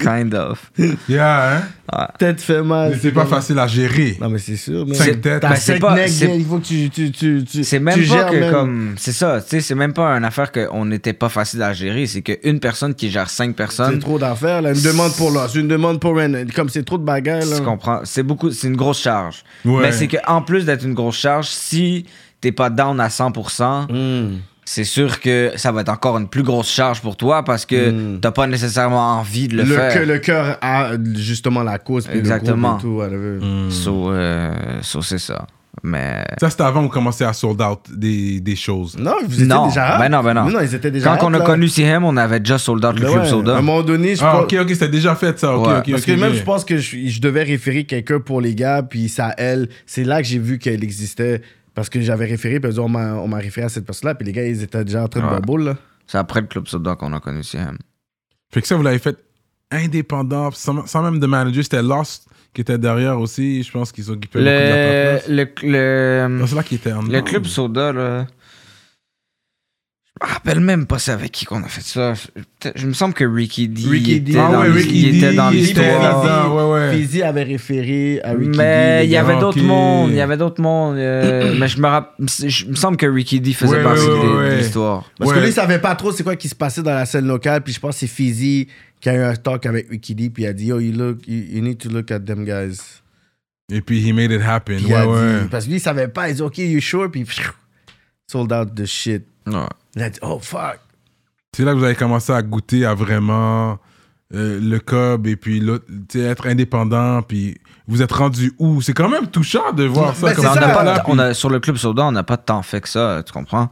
[SPEAKER 2] kind of.
[SPEAKER 1] Yeah, hein?
[SPEAKER 3] tête fait
[SPEAKER 1] Mais
[SPEAKER 3] mal.
[SPEAKER 1] c'est pas facile à gérer.
[SPEAKER 3] Non, mais c'est sûr, mais.
[SPEAKER 1] Cinq têtes.
[SPEAKER 3] T'as
[SPEAKER 2] Ben, c'est
[SPEAKER 3] cinq
[SPEAKER 2] pas-
[SPEAKER 3] necks,
[SPEAKER 2] c'est-
[SPEAKER 3] il faut que tu. tu, tu, tu
[SPEAKER 2] C'est même
[SPEAKER 3] tu
[SPEAKER 2] pas
[SPEAKER 3] gères
[SPEAKER 2] que
[SPEAKER 3] même.
[SPEAKER 2] comme. C'est ça, tu sais, c'est même pas une affaire qu'on n'était pas facile à gérer. C'est qu'une personne qui gère cinq
[SPEAKER 3] C'est
[SPEAKER 2] personnes.
[SPEAKER 3] trop d'affaires, là. Une demande pour l'os, une demande pour Ren. Comme c'est trop de bagarres,
[SPEAKER 2] Tu
[SPEAKER 3] là.
[SPEAKER 2] comprends? C'est beaucoup, c'est une grosse charge.
[SPEAKER 1] Ouais.
[SPEAKER 2] Mais c'est qu'en plus d'être une grosse charge, si t'es pas down à 100%,
[SPEAKER 3] Hmm.
[SPEAKER 2] c'est sûr que ça va être encore une plus grosse charge pour toi parce que
[SPEAKER 3] Mm.
[SPEAKER 2] t'as pas nécessairement envie de le,
[SPEAKER 3] Le, que
[SPEAKER 2] faire.
[SPEAKER 3] le cœur a justement la cause. Puis
[SPEAKER 2] Exactement.
[SPEAKER 3] Le groupe et tout, whatever.
[SPEAKER 2] Hmm. So, euh, so c'est ça. Mais
[SPEAKER 1] Ça, c'était avant qu'on commençait à sold out des, des choses.
[SPEAKER 3] Non, vous étiez
[SPEAKER 2] non.
[SPEAKER 3] déjà
[SPEAKER 2] Ben
[SPEAKER 3] hâte.
[SPEAKER 2] non, ben non.
[SPEAKER 3] Mais non, ils étaient déjà
[SPEAKER 2] Quand on a
[SPEAKER 3] hâte, là.
[SPEAKER 2] connu Siham, on avait déjà sold out le
[SPEAKER 3] Ben
[SPEAKER 2] Cube
[SPEAKER 3] ouais, À
[SPEAKER 2] Soda.
[SPEAKER 3] un moment donné, je
[SPEAKER 1] Ah,
[SPEAKER 3] pense.
[SPEAKER 1] ok, ok, c'était déjà fait ça. Ok,
[SPEAKER 2] Ouais.
[SPEAKER 1] ok,
[SPEAKER 3] Parce
[SPEAKER 1] ok.
[SPEAKER 3] que même, je pense que je, je devais référer quelqu'un pour les gars, puis ça, elle, c'est là que j'ai vu qu'elle existait. Parce que j'avais référé, puis elles ont- on m'a on m'a référé à cette personne-là, puis les gars, ils étaient déjà en train
[SPEAKER 2] Ouais.
[SPEAKER 3] de bubble, là.
[SPEAKER 2] C'est après le Club Soda qu'on a connu Siham.
[SPEAKER 1] Fait que ça, vous l'avez fait indépendant, sans, sans même de manager. C'était Lost qui était derrière aussi. Je pense qu'ils s'occupaient beaucoup de la
[SPEAKER 2] Le,
[SPEAKER 1] place. Ah,
[SPEAKER 2] le, le,
[SPEAKER 1] C'est là qui était en
[SPEAKER 2] le Club Soda, là. Je me rappelle même pas c'est avec qui qu'on a fait ça. Je, je me semble que Ricky D.
[SPEAKER 3] Ricky D.
[SPEAKER 2] était
[SPEAKER 1] Ah
[SPEAKER 2] dans
[SPEAKER 1] ouais,
[SPEAKER 2] l'hi-
[SPEAKER 1] Ricky
[SPEAKER 2] il
[SPEAKER 1] D,
[SPEAKER 2] était dans
[SPEAKER 1] il était
[SPEAKER 2] l'histoire.
[SPEAKER 1] là-dedans, Ah, ouais, ouais.
[SPEAKER 3] Fizzy avait référé à Ricky
[SPEAKER 2] mais
[SPEAKER 3] D,
[SPEAKER 2] il
[SPEAKER 3] les
[SPEAKER 2] y
[SPEAKER 3] gars.
[SPEAKER 2] avait
[SPEAKER 1] Ah,
[SPEAKER 2] d'autres
[SPEAKER 1] ok.
[SPEAKER 2] mondes, il y avait d'autres mondes. euh, mais je me rappelle, il me semble que Ricky D faisait
[SPEAKER 1] Ouais,
[SPEAKER 2] partie
[SPEAKER 1] ouais, ouais,
[SPEAKER 2] de-
[SPEAKER 1] ouais.
[SPEAKER 2] de l'histoire.
[SPEAKER 3] Parce
[SPEAKER 1] Ouais.
[SPEAKER 3] que lui, il savait pas trop c'est quoi qui se passait dans la scène locale. Puis je pense que c'est Fizzy qui a eu un talk avec Wikidi. Puis il a dit Yo, you, look, you, you need to look at them guys.
[SPEAKER 1] Et puis, he made it happen.
[SPEAKER 3] Puis il
[SPEAKER 1] ouais,
[SPEAKER 3] a
[SPEAKER 1] ouais.
[SPEAKER 3] dit- parce que lui, il savait pas. Il dit, OK, you sure? Puis pfiou, sold out the shit.
[SPEAKER 2] Ouais.
[SPEAKER 3] Il a dit, oh fuck.
[SPEAKER 1] C'est là que vous avez commencé à goûter à vraiment euh, le cob et puis l'autre, tu sais, être indépendant. Puis vous êtes rendu où C'est quand même touchant de voir ça.
[SPEAKER 3] Ben,
[SPEAKER 1] comme
[SPEAKER 3] c'est
[SPEAKER 2] Mais
[SPEAKER 3] ça,
[SPEAKER 2] on n'a pas
[SPEAKER 1] là,
[SPEAKER 2] de-
[SPEAKER 1] puis-
[SPEAKER 2] on a- sur le club Soda, on n'a pas tant fait que ça, tu comprends?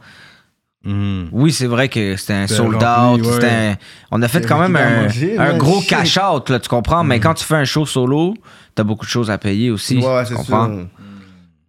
[SPEAKER 1] Mhm.
[SPEAKER 2] Oui, c'est vrai que c'était un
[SPEAKER 1] C'était
[SPEAKER 2] sold out.
[SPEAKER 1] Ben, rempli, ouais.
[SPEAKER 2] c'était un- On a fait
[SPEAKER 3] C'est
[SPEAKER 2] quand
[SPEAKER 3] vrai
[SPEAKER 2] même
[SPEAKER 3] qu'il a
[SPEAKER 2] un,
[SPEAKER 3] mangé,
[SPEAKER 2] un
[SPEAKER 3] là,
[SPEAKER 2] gros
[SPEAKER 3] shit.
[SPEAKER 2] cash-out, là, tu comprends? Mais quand tu fais un show solo, t'as beaucoup de choses à payer aussi.
[SPEAKER 3] Ouais, ouais,
[SPEAKER 2] tu
[SPEAKER 3] c'est
[SPEAKER 2] comprends?
[SPEAKER 3] sûr.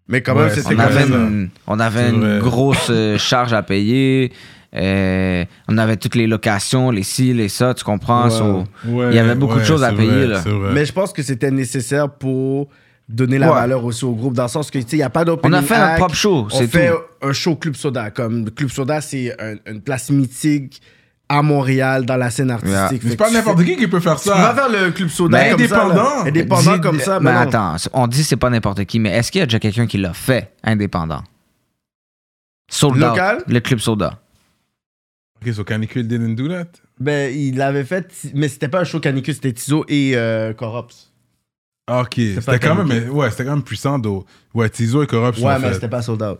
[SPEAKER 3] Mais quand même,
[SPEAKER 1] Ouais,
[SPEAKER 3] c'était
[SPEAKER 2] On
[SPEAKER 1] c'est
[SPEAKER 3] quand
[SPEAKER 2] avait,
[SPEAKER 3] même.
[SPEAKER 1] correct,
[SPEAKER 2] une, on avait
[SPEAKER 1] C'est
[SPEAKER 2] une
[SPEAKER 1] vrai.
[SPEAKER 2] grosse euh, charge à payer. euh, on avait toutes les locations, les ci, les ça, tu comprends?
[SPEAKER 3] Ouais.
[SPEAKER 2] So,
[SPEAKER 1] Ouais,
[SPEAKER 2] il y avait beaucoup de
[SPEAKER 1] ouais,
[SPEAKER 2] choses à
[SPEAKER 1] c'est
[SPEAKER 2] payer.
[SPEAKER 1] vrai,
[SPEAKER 2] là.
[SPEAKER 1] c'est vrai.
[SPEAKER 3] Mais je pense que c'était nécessaire pour donner la
[SPEAKER 2] Ouais.
[SPEAKER 3] valeur aussi au groupe, dans le sens que, tu sais, il n'y a pas
[SPEAKER 2] On
[SPEAKER 3] d'opening
[SPEAKER 2] a fait notre
[SPEAKER 3] act.
[SPEAKER 2] propre show,
[SPEAKER 3] On
[SPEAKER 2] c'est
[SPEAKER 3] fait
[SPEAKER 2] tout.
[SPEAKER 3] un show Club Soda. Comme Club Soda, c'est un- une place mythique à Montréal dans la scène artistique.
[SPEAKER 2] Yeah.
[SPEAKER 3] Fait
[SPEAKER 1] Mais c'est
[SPEAKER 3] que
[SPEAKER 1] pas
[SPEAKER 3] tu
[SPEAKER 1] n'importe
[SPEAKER 3] fais-
[SPEAKER 1] qui qui peut faire
[SPEAKER 3] Tu vas
[SPEAKER 1] ça.
[SPEAKER 3] vers le Club Soda
[SPEAKER 2] Mais
[SPEAKER 3] comme ça,
[SPEAKER 1] indépendant.
[SPEAKER 3] là. indépendant
[SPEAKER 2] Dis-
[SPEAKER 3] comme ça. ben
[SPEAKER 2] Mais
[SPEAKER 3] non.
[SPEAKER 2] attends, on dit c'est pas n'importe qui, mais est-ce qu'il y a déjà quelqu'un qui l'a fait indépendant? Sold out,
[SPEAKER 3] Local?
[SPEAKER 2] le club Soda.
[SPEAKER 1] Ok, so Canicule didn't do that.
[SPEAKER 3] Ben, il l'avait fait, mais c'était pas un show canicule, c'était Tizo et euh, Corops.
[SPEAKER 1] Ah, Ok,
[SPEAKER 3] pas
[SPEAKER 1] c'était quand même,
[SPEAKER 3] Canicule.
[SPEAKER 1] ouais, c'était quand même puissant. d'eau. Ouais, Tizo et Corrupt
[SPEAKER 3] Ouais,
[SPEAKER 1] sont
[SPEAKER 3] mais
[SPEAKER 1] fait.
[SPEAKER 3] c'était pas sold out.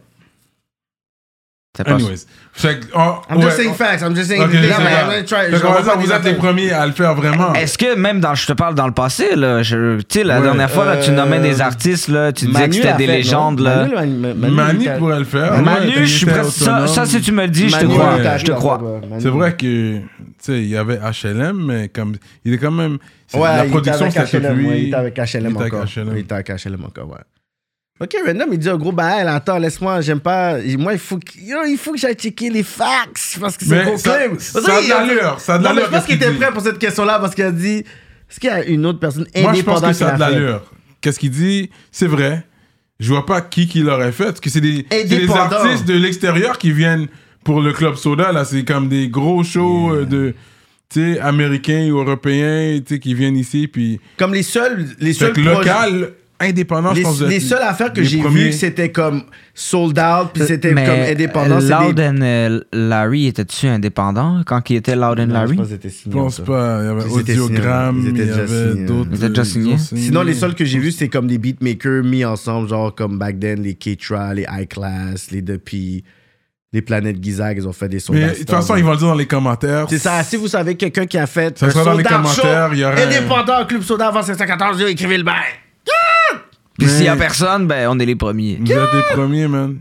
[SPEAKER 2] C'est pas-
[SPEAKER 1] Anyways, fait que, oh,
[SPEAKER 3] I'm
[SPEAKER 1] ouais,
[SPEAKER 3] just saying
[SPEAKER 1] on-
[SPEAKER 3] facts, I'm just saying.
[SPEAKER 1] Ok,
[SPEAKER 3] les
[SPEAKER 1] c'est
[SPEAKER 3] gens,
[SPEAKER 1] vrai.
[SPEAKER 3] I'm gonna try- je
[SPEAKER 1] Fait qu'on va
[SPEAKER 3] comprends
[SPEAKER 1] dire,
[SPEAKER 3] pas
[SPEAKER 1] vous
[SPEAKER 3] des
[SPEAKER 1] êtes les
[SPEAKER 3] affaires.
[SPEAKER 1] premiers à le faire vraiment.
[SPEAKER 3] Ah.
[SPEAKER 2] Est-ce que même dans, je te parle dans le passé, là, je- tu sais, la
[SPEAKER 1] Ouais.
[SPEAKER 2] dernière fois, là, tu nommais
[SPEAKER 3] Euh,
[SPEAKER 2] des artistes, là, tu disais
[SPEAKER 3] Manu
[SPEAKER 2] que c'était
[SPEAKER 3] l'a
[SPEAKER 2] des
[SPEAKER 3] fait, non?
[SPEAKER 2] légendes, là.
[SPEAKER 3] Manu, Manu, Manu,
[SPEAKER 1] Manu
[SPEAKER 3] il t'a-
[SPEAKER 1] pourrait le faire.
[SPEAKER 2] Manu,
[SPEAKER 1] Ouais,
[SPEAKER 2] je suis
[SPEAKER 1] il était
[SPEAKER 2] presque- ça,
[SPEAKER 1] autonome.
[SPEAKER 2] ça, si tu me le dis, je te
[SPEAKER 3] Manu,
[SPEAKER 2] crois,
[SPEAKER 3] il t'a-
[SPEAKER 2] je te
[SPEAKER 3] il t'a-
[SPEAKER 2] crois.
[SPEAKER 3] Manu.
[SPEAKER 1] C'est vrai que, tu sais, il y avait HLM, mais comme, il est quand même. c'est-
[SPEAKER 3] Ouais,
[SPEAKER 1] la
[SPEAKER 3] il
[SPEAKER 1] production,
[SPEAKER 3] était avec
[SPEAKER 1] c'était
[SPEAKER 3] HLM,
[SPEAKER 1] toute lui.
[SPEAKER 3] ouais, il était avec
[SPEAKER 1] Il
[SPEAKER 3] HLM
[SPEAKER 1] était avec
[SPEAKER 3] encore.
[SPEAKER 1] HLM.
[SPEAKER 3] Il était avec HLM encore, ouais. Ok, Random, il dit un gros bail, attends, laisse-moi, j'aime pas. il- Moi, il faut que, yo, il faut que j'aille checker les fax parce que c'est
[SPEAKER 1] Mais
[SPEAKER 3] gros
[SPEAKER 1] ça-
[SPEAKER 3] claim.
[SPEAKER 1] ça
[SPEAKER 3] Parce que
[SPEAKER 1] a de
[SPEAKER 3] il a-
[SPEAKER 1] l'allure, ça a de
[SPEAKER 3] Non, mais
[SPEAKER 1] l'allure,
[SPEAKER 3] Je pense
[SPEAKER 1] qu'est-ce
[SPEAKER 3] qu'il était
[SPEAKER 1] qu'il dit.
[SPEAKER 3] prêt pour cette question-là parce qu'il a dit est-ce qu'il y a une autre personne
[SPEAKER 1] Moi, je
[SPEAKER 3] indépendante
[SPEAKER 1] pense que
[SPEAKER 3] qui
[SPEAKER 1] ça a de
[SPEAKER 3] l'a fait?
[SPEAKER 1] l'allure. Qu'est-ce qu'il dit C'est vrai. Je vois pas qui qui l'aurait fait. Parce que c'est des, c'est des
[SPEAKER 3] Indépendant.
[SPEAKER 1] artistes de l'extérieur qui viennent pour le club soda. Là, c'est comme des gros shows euh, de. Tu sais, américains ou européens, tu sais, qui viennent ici. Puis.
[SPEAKER 3] Comme les seuls. Les
[SPEAKER 1] Fait
[SPEAKER 3] seuls
[SPEAKER 1] que
[SPEAKER 3] projets-
[SPEAKER 1] local, indépendant, je
[SPEAKER 3] Les,
[SPEAKER 1] pense.
[SPEAKER 3] les seules affaires que
[SPEAKER 1] les
[SPEAKER 3] j'ai
[SPEAKER 1] premiers.
[SPEAKER 3] vues, c'était comme sold out, puis c'était
[SPEAKER 2] Mais
[SPEAKER 3] comme indépendant. c'est
[SPEAKER 2] Loud
[SPEAKER 3] des-
[SPEAKER 2] and euh, Larry, était-tu indépendant quand il était Loud and
[SPEAKER 3] Non, je
[SPEAKER 2] Larry?
[SPEAKER 3] pense que c'était signé,
[SPEAKER 1] Je pense
[SPEAKER 3] ça.
[SPEAKER 1] pas. Il y avait
[SPEAKER 3] Ils étaient
[SPEAKER 1] Audiogramme,
[SPEAKER 3] signés, ils étaient
[SPEAKER 1] il y
[SPEAKER 3] déjà
[SPEAKER 1] avait
[SPEAKER 3] signés.
[SPEAKER 1] d'autres.
[SPEAKER 2] Ils étaient déjà
[SPEAKER 1] euh,
[SPEAKER 2] signés.
[SPEAKER 1] ont signé.
[SPEAKER 3] Sinon, les
[SPEAKER 2] Mm.
[SPEAKER 3] seuls que j'ai vus, c'est comme des beatmakers mis ensemble, genre comme back then, les K-Tra, les High-Class, les Duppy, les Planètes Gizag, ils ont fait des sons.
[SPEAKER 1] Mais de toute façon, ils vont le dire dans les commentaires.
[SPEAKER 3] C'est ça, si vous savez quelqu'un qui a fait.
[SPEAKER 1] Ça
[SPEAKER 3] un
[SPEAKER 1] sera dans les
[SPEAKER 3] sold-out
[SPEAKER 1] commentaires,
[SPEAKER 3] show
[SPEAKER 1] il y aurait-
[SPEAKER 3] Indépendant, Club Soda avant 714, yo, écrivez le bail.
[SPEAKER 2] Puis s'il y a
[SPEAKER 1] Mais-
[SPEAKER 2] personne, ben on est les premiers.
[SPEAKER 1] Vous êtes les premiers, man.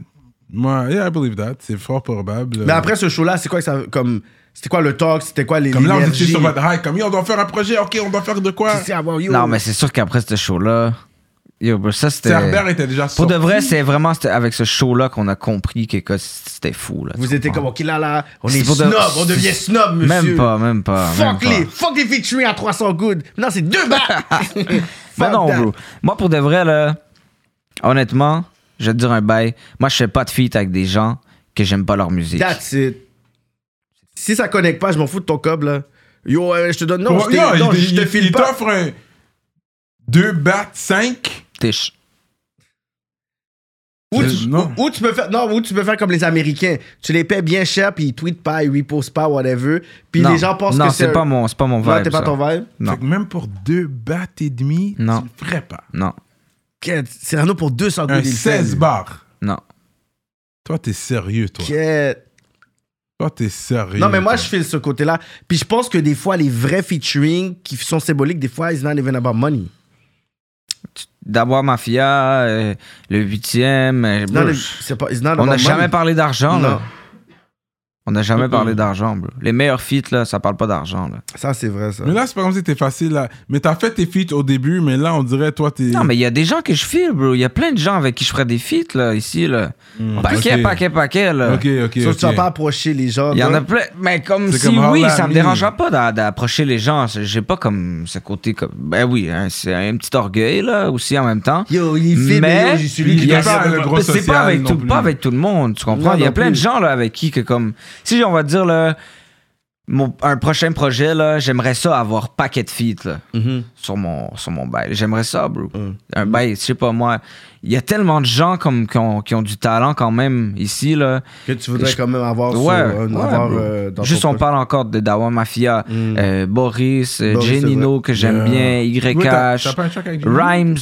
[SPEAKER 1] Moi, yeah, I believe that. C'est fort probable.
[SPEAKER 3] Mais après ce show-là, c'est quoi que ça. Comme, c'était quoi le talk, c'était quoi les.
[SPEAKER 1] Comme là, on était
[SPEAKER 3] l'énergie?
[SPEAKER 1] sur votre hype. Comme, yo, on doit faire un projet. OK, on doit faire de quoi?
[SPEAKER 3] C'est- c'est- ah, wow, yo.
[SPEAKER 2] Non, mais c'est sûr qu'après ce show-là, yo, bro, ça c'était.
[SPEAKER 1] Cerber était déjà
[SPEAKER 2] Pour
[SPEAKER 1] sorti.
[SPEAKER 2] de vrai, c'est vraiment c'était avec ce show-là qu'on a compris que que c'était fou. Là, tu
[SPEAKER 3] Vous étiez
[SPEAKER 2] comprends?
[SPEAKER 3] comme, ok, là, là, on est,
[SPEAKER 2] C'est pour de-
[SPEAKER 3] snob, on devient snob, monsieur.
[SPEAKER 2] Même pas, même pas.
[SPEAKER 3] Fuck
[SPEAKER 2] même pas.
[SPEAKER 3] les, fuck les featuring à 300 good. Non, c'est deux balles.
[SPEAKER 2] Ben
[SPEAKER 3] Fuck
[SPEAKER 2] non,
[SPEAKER 3] that.
[SPEAKER 2] bro. Moi, pour de vrai, là, honnêtement, je vais te dire un bail. Moi, je fais pas de feat avec des gens que j'aime pas leur musique.
[SPEAKER 3] That's it. Si ça connecte pas, je m'en fous de ton cob là. Yo, euh, je te donne non,
[SPEAKER 1] Ouais,
[SPEAKER 3] je, t'ai-
[SPEAKER 1] yeah,
[SPEAKER 3] non,
[SPEAKER 1] il-
[SPEAKER 3] je te
[SPEAKER 1] il-
[SPEAKER 3] file
[SPEAKER 1] Il
[SPEAKER 3] pas.
[SPEAKER 1] t'offre un 2 bat 5.
[SPEAKER 2] Tiche.
[SPEAKER 3] Ou tu,
[SPEAKER 1] Non.
[SPEAKER 3] ou- ou tu peux faire non, ou tu peux faire comme les Américains. Tu les paies bien cher puis ils tweetent pas, ils repostent pas whatever. Puis
[SPEAKER 2] non,
[SPEAKER 3] les gens pensent
[SPEAKER 2] non,
[SPEAKER 3] que
[SPEAKER 2] c'est
[SPEAKER 3] un-
[SPEAKER 2] pas mon, c'est pas mon vibe.
[SPEAKER 3] Non, t'es pas
[SPEAKER 2] ça.
[SPEAKER 3] ton vibe.
[SPEAKER 2] Non.
[SPEAKER 1] Fait que même pour 2 bat et demi,
[SPEAKER 2] Non.
[SPEAKER 1] tu le ferais pas.
[SPEAKER 2] Non,
[SPEAKER 3] Quête, Cyrano pour 200
[SPEAKER 1] Un
[SPEAKER 3] good, il le fait,
[SPEAKER 1] 16
[SPEAKER 3] lui.
[SPEAKER 1] bars.
[SPEAKER 2] non.
[SPEAKER 1] Toi, t'es sérieux, toi.
[SPEAKER 3] Quête.
[SPEAKER 1] Toi, t'es sérieux.
[SPEAKER 3] Non, mais moi,
[SPEAKER 1] toi.
[SPEAKER 3] je file ce côté-là. Puis je pense que des fois, les vrais featuring qui sont symboliques, des fois, it's not even about money.
[SPEAKER 2] D'abord Mafia, euh, le huitième. euh,
[SPEAKER 3] Non,
[SPEAKER 2] bro,
[SPEAKER 3] les-
[SPEAKER 2] je-
[SPEAKER 3] c'est pas, it's not
[SPEAKER 2] on
[SPEAKER 3] about
[SPEAKER 2] n'a jamais
[SPEAKER 3] money.
[SPEAKER 2] parlé d'argent,
[SPEAKER 3] Non,
[SPEAKER 2] là. On n'a jamais parlé d'argent, bro. Les meilleurs feats, là, ça parle pas d'argent, là.
[SPEAKER 3] ça, c'est vrai, ça.
[SPEAKER 1] Mais là, c'est pas comme si t'es facile. Là. Mais t'as fait tes feats au début, mais là, on dirait, toi,
[SPEAKER 3] Mm.
[SPEAKER 1] t'es.
[SPEAKER 2] Non, mais il y a des gens que je file, bro. Il y a plein de gens avec qui je ferais des feats, là, ici, là.
[SPEAKER 3] Mm.
[SPEAKER 1] Hmm,
[SPEAKER 2] Paquet,
[SPEAKER 1] ok.
[SPEAKER 2] paquet, paquet, là.
[SPEAKER 1] Ok, ok.
[SPEAKER 3] Sauf
[SPEAKER 1] ok.
[SPEAKER 3] que tu vas pas approcher les gens.
[SPEAKER 2] Il y en
[SPEAKER 3] dans-
[SPEAKER 2] a plein. Mais comme
[SPEAKER 1] C'est
[SPEAKER 2] si
[SPEAKER 1] comme
[SPEAKER 2] oui,
[SPEAKER 1] Harlem,
[SPEAKER 2] ça me
[SPEAKER 1] lui.
[SPEAKER 2] dérangera pas d'a- d'approcher les gens. C'est- J'ai pas comme ce côté comme. Ben oui, hein, c'est un petit orgueil là aussi en même temps.
[SPEAKER 3] Yo, il fait, mais yo,
[SPEAKER 2] mais
[SPEAKER 3] j'ai celui qui
[SPEAKER 2] il y a-
[SPEAKER 1] peut pas le gros
[SPEAKER 2] c'est
[SPEAKER 1] social
[SPEAKER 2] pas avec
[SPEAKER 1] non
[SPEAKER 2] tout,
[SPEAKER 1] plus.
[SPEAKER 2] pas avec tout le monde, tu comprends
[SPEAKER 3] Non,
[SPEAKER 2] Il y a
[SPEAKER 3] non
[SPEAKER 2] plein de
[SPEAKER 3] plus.
[SPEAKER 2] gens là avec qui que comme si on va dire là mon, un prochain projet là, j'aimerais ça avoir paquet de feats là
[SPEAKER 1] Mm-hmm.
[SPEAKER 2] sur mon sur mon bail. J'aimerais ça, bro.
[SPEAKER 1] Mm.
[SPEAKER 2] Un bail, je sais pas moi. Il y a tellement de gens comme qui ont, qui ont du talent quand même ici là.
[SPEAKER 3] Que tu voudrais
[SPEAKER 2] Je-
[SPEAKER 3] quand même avoir. sur-
[SPEAKER 2] Ouais,
[SPEAKER 3] euh,
[SPEAKER 2] ouais,
[SPEAKER 3] avoir,
[SPEAKER 2] bro.
[SPEAKER 3] euh, dans
[SPEAKER 2] Juste,
[SPEAKER 3] ton
[SPEAKER 2] on
[SPEAKER 3] projet.
[SPEAKER 2] parle encore de Dawa Mafia, euh, Boris, euh,
[SPEAKER 3] Boris, c'est
[SPEAKER 2] Genino, que
[SPEAKER 1] Yeah.
[SPEAKER 2] j'aime bien,
[SPEAKER 1] Ouais, t'as-
[SPEAKER 2] YH,
[SPEAKER 1] t'as pas un track avec Jimmy?
[SPEAKER 2] Rhymes,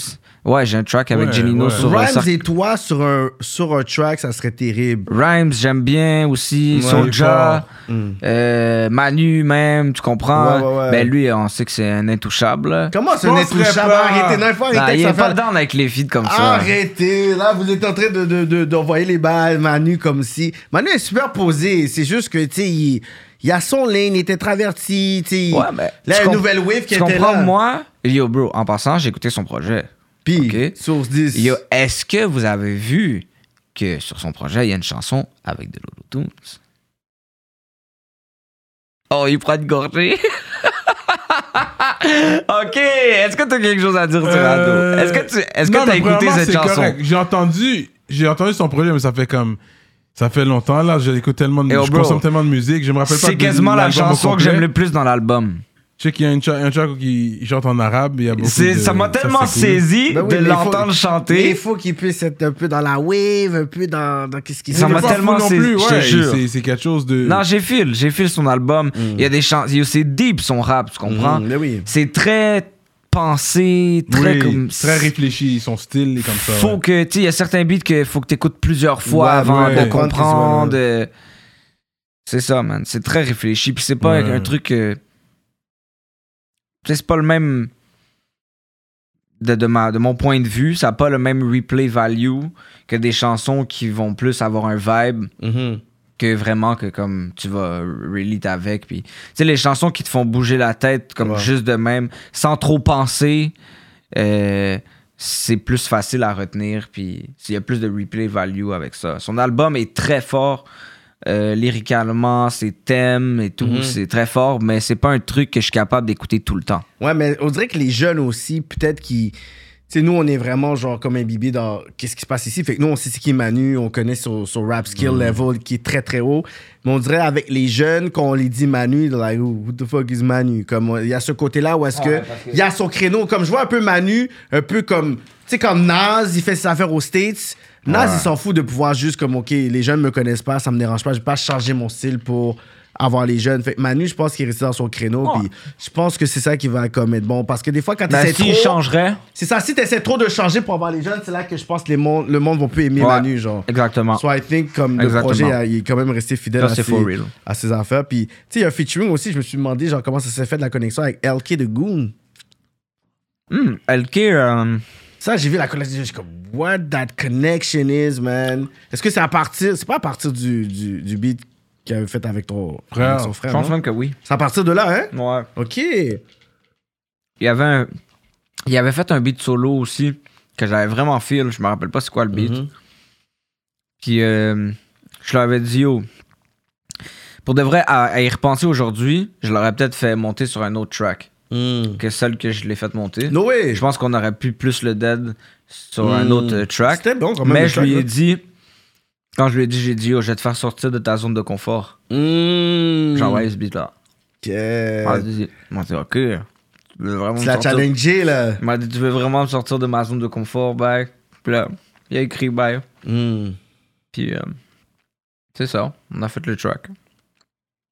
[SPEAKER 2] Ouais, j'ai un track avec
[SPEAKER 1] Ouais,
[SPEAKER 2] Genino
[SPEAKER 1] ouais.
[SPEAKER 2] sur euh,
[SPEAKER 3] Rhymes
[SPEAKER 2] Sar-
[SPEAKER 3] et toi sur un, sur un track, ça serait terrible.
[SPEAKER 2] Rhymes, j'aime bien aussi.
[SPEAKER 1] Ouais,
[SPEAKER 2] Soulja,
[SPEAKER 3] il est fort. Mm.
[SPEAKER 2] euh, Manu, même, tu comprends?
[SPEAKER 3] Ouais, ouais, ouais.
[SPEAKER 2] Ben lui, on sait que c'est un intouchable. là.
[SPEAKER 3] Comment c'est
[SPEAKER 1] Je
[SPEAKER 3] un
[SPEAKER 1] penserais
[SPEAKER 3] intouchable?
[SPEAKER 1] pas.
[SPEAKER 3] Arrêtez, non, il faut
[SPEAKER 2] Non,
[SPEAKER 3] arrêter que
[SPEAKER 2] Bah, il
[SPEAKER 3] ça
[SPEAKER 2] est pas
[SPEAKER 3] fasse-
[SPEAKER 2] down avec les feeds comme ça.
[SPEAKER 3] Arrêtez, là, vous êtes en train de, de, de- d'envoyer les balles, Manu, comme si. Manu est super posé, c'est juste que, tu sais, il, il a son ligne, il était traverti, tu sais. il-
[SPEAKER 2] Ouais, mais
[SPEAKER 3] là, il y
[SPEAKER 2] tu
[SPEAKER 3] a
[SPEAKER 2] com-
[SPEAKER 3] une nouvelle wave qui
[SPEAKER 2] tu
[SPEAKER 3] était
[SPEAKER 2] comprends,
[SPEAKER 3] là.
[SPEAKER 2] moi, yo, bro, en passant, j'ai écouté son projet.
[SPEAKER 3] Puis,
[SPEAKER 2] Ok.
[SPEAKER 3] source 10.
[SPEAKER 2] Yo, est-ce que vous avez vu que sur son projet, il y a une chanson avec de Lolo Tunes? Oh, il prend une gorgée. ok, est-ce que t'as quelque chose à dire, Tirado?
[SPEAKER 1] Euh,
[SPEAKER 2] Est-ce que tu est-ce que
[SPEAKER 1] non,
[SPEAKER 2] t'as
[SPEAKER 1] mais
[SPEAKER 2] écouté
[SPEAKER 1] premièrement,
[SPEAKER 2] cette
[SPEAKER 1] c'est
[SPEAKER 2] chanson?
[SPEAKER 1] correct. J'ai entendu, j'ai entendu son projet, mais ça fait comme. Ça fait longtemps, là. J'écoute tellement de
[SPEAKER 2] Yo,
[SPEAKER 1] Je
[SPEAKER 2] oh, bro.
[SPEAKER 1] consomme tellement de musique. Je me rappelle pas.
[SPEAKER 2] C'est
[SPEAKER 1] de
[SPEAKER 2] quasiment la
[SPEAKER 1] l'album au
[SPEAKER 2] chanson que
[SPEAKER 1] complet.
[SPEAKER 2] j'aime le plus dans l'album.
[SPEAKER 1] Je sais qu'il y a une cha- un track où il il chante en arabe. Il y a beaucoup
[SPEAKER 2] C'est-
[SPEAKER 1] de-
[SPEAKER 2] Ça m'a
[SPEAKER 1] c'est
[SPEAKER 2] tellement
[SPEAKER 1] cool.
[SPEAKER 2] saisi
[SPEAKER 3] Ben oui,
[SPEAKER 2] de
[SPEAKER 3] mais il faut-
[SPEAKER 2] l'entendre
[SPEAKER 3] Mais il
[SPEAKER 2] chanter.
[SPEAKER 3] faut qu'il puisse être un peu dans la wave, un peu dans, dans qu'est-ce qu'il
[SPEAKER 2] Ça
[SPEAKER 1] Il est
[SPEAKER 2] m'a
[SPEAKER 1] pas fou
[SPEAKER 2] tellement
[SPEAKER 1] non
[SPEAKER 2] saisi,
[SPEAKER 1] plus,
[SPEAKER 2] je te
[SPEAKER 1] ouais,
[SPEAKER 2] jure.
[SPEAKER 1] c'est- C'est quelque chose de.
[SPEAKER 2] Non, j'ai fil, j'ai fil son album.
[SPEAKER 1] Mm.
[SPEAKER 2] Il y a des chansons, c'est deep son rap, tu comprends?
[SPEAKER 3] Mhm, mais oui.
[SPEAKER 2] C'est très pensé, très
[SPEAKER 1] Oui,
[SPEAKER 2] comme.
[SPEAKER 1] très réfléchi. Son style est comme ça.
[SPEAKER 2] Faut
[SPEAKER 1] ouais.
[SPEAKER 2] que, tu sais, il y a certains beats que faut que t'écoutes plusieurs fois
[SPEAKER 3] Ouais,
[SPEAKER 2] avant
[SPEAKER 3] ouais,
[SPEAKER 2] de
[SPEAKER 3] ouais.
[SPEAKER 2] comprendre. euh, C'est ça, man. C'est très réfléchi. Puis c'est pas
[SPEAKER 1] Ouais.
[SPEAKER 2] un truc. euh, tu sais, c'est pas le même. De, de, ma- de mon point de vue, ça n'a pas le même replay value que des chansons qui vont plus avoir un vibe
[SPEAKER 3] Mhm.
[SPEAKER 2] Mm-hmm. que vraiment que comme tu vas relate avec puis tu sais les chansons qui te font bouger la tête comme
[SPEAKER 3] Ouais.
[SPEAKER 2] juste de même sans trop penser euh, c'est plus facile à retenir puis il y a plus de replay value avec ça son album est très fort euh, lyricalement ses thèmes et tout
[SPEAKER 3] Mhm.
[SPEAKER 2] c'est très fort mais c'est pas un truc que je suis capable d'écouter tout le temps
[SPEAKER 3] Ouais, mais on dirait que les jeunes aussi, peut-être qui. Tu sais, nous, on est vraiment genre comme un bébé dans qu'est-ce qui se passe ici. Fait que nous, on sait c'est qui Manu, on connaît son, son rap skill level qui est très très haut. Mais on dirait avec les jeunes, quand on les dit Manu, they're like, "Ooh, what the fuck is Manu? Comme il y a ce côté-là où est-ce que. Il y a son créneau. Comme je vois un peu Manu, un peu comme. Tu sais, comme Nas, il fait ses affaires aux States. Nas, il s'en fout de pouvoir juste comme, OK, les jeunes me connaissent pas, ça me dérange pas, je vais pas changer mon style pour avoir les jeunes. Fait que Manu, je pense qu'il est resté dans son créneau. Puis je pense que c'est ça qui va comme être bon. Parce que des fois, quand tu
[SPEAKER 2] mais
[SPEAKER 3] essaies
[SPEAKER 2] Ben, s'il
[SPEAKER 3] trop.
[SPEAKER 2] changerait
[SPEAKER 3] Ben, C'est ça, si tu essaies trop de changer pour avoir les jeunes, c'est là que je pense que les mondes, le monde va plus aimer
[SPEAKER 2] Ouais.
[SPEAKER 3] Manu, genre.
[SPEAKER 2] exactement
[SPEAKER 3] So I think, comme le
[SPEAKER 2] Exactement.
[SPEAKER 3] projet, a- il est quand même resté fidèle
[SPEAKER 2] Ça,
[SPEAKER 3] à
[SPEAKER 2] c'est
[SPEAKER 3] ses,
[SPEAKER 2] for real.
[SPEAKER 3] à ses affaires. Puis, tu sais, il y a un featuring aussi, je me suis demandé, genre, comment ça s'est fait de la connexion avec LK de Goon.
[SPEAKER 2] Hmm, LK euh,
[SPEAKER 3] Ça, j'ai vu la connexion, je suis comme, what that connection is, man. Est-ce que c'est à partir, c'est pas à partir du, du, du beat qu'il avait fait avec ton
[SPEAKER 1] Frère,
[SPEAKER 3] avec son frère,
[SPEAKER 2] je pense
[SPEAKER 3] non?
[SPEAKER 2] même que oui
[SPEAKER 3] C'est à partir de là, hein?
[SPEAKER 2] ouais
[SPEAKER 3] Ok.
[SPEAKER 2] il y avait un- il avait fait un beat solo aussi que j'avais vraiment feel je me rappelle pas c'est quoi le beat
[SPEAKER 3] Mhm.
[SPEAKER 2] puis euh, je leur avais dit oh pour de vrai à, à y repenser aujourd'hui je l'aurais peut-être fait monter sur un autre track que celle que je l'ai fait monter
[SPEAKER 3] No way.
[SPEAKER 2] Hmm. je pense qu'on aurait pu plus le dead sur un
[SPEAKER 3] Mm.
[SPEAKER 2] autre euh, track
[SPEAKER 3] C'était bon quand même.
[SPEAKER 2] mais
[SPEAKER 3] le
[SPEAKER 2] je
[SPEAKER 3] track,
[SPEAKER 2] lui ai
[SPEAKER 3] là.
[SPEAKER 2] dit quand je lui ai dit j'ai dit oh je vais te faire sortir de ta zone de confort
[SPEAKER 3] Mm.
[SPEAKER 2] j'ai envoyé ce beat là
[SPEAKER 3] Ok. Euh,
[SPEAKER 2] il m'a dit il m'a dit, ok tu veux vraiment
[SPEAKER 3] Tu
[SPEAKER 2] me
[SPEAKER 3] l'as
[SPEAKER 2] sortir-
[SPEAKER 3] challengé, là.
[SPEAKER 2] il m'a dit, tu veux vraiment me sortir de ma zone de confort, bye. Puis là, il a écrit bye. Puis, euh, c'est ça. On a fait le track.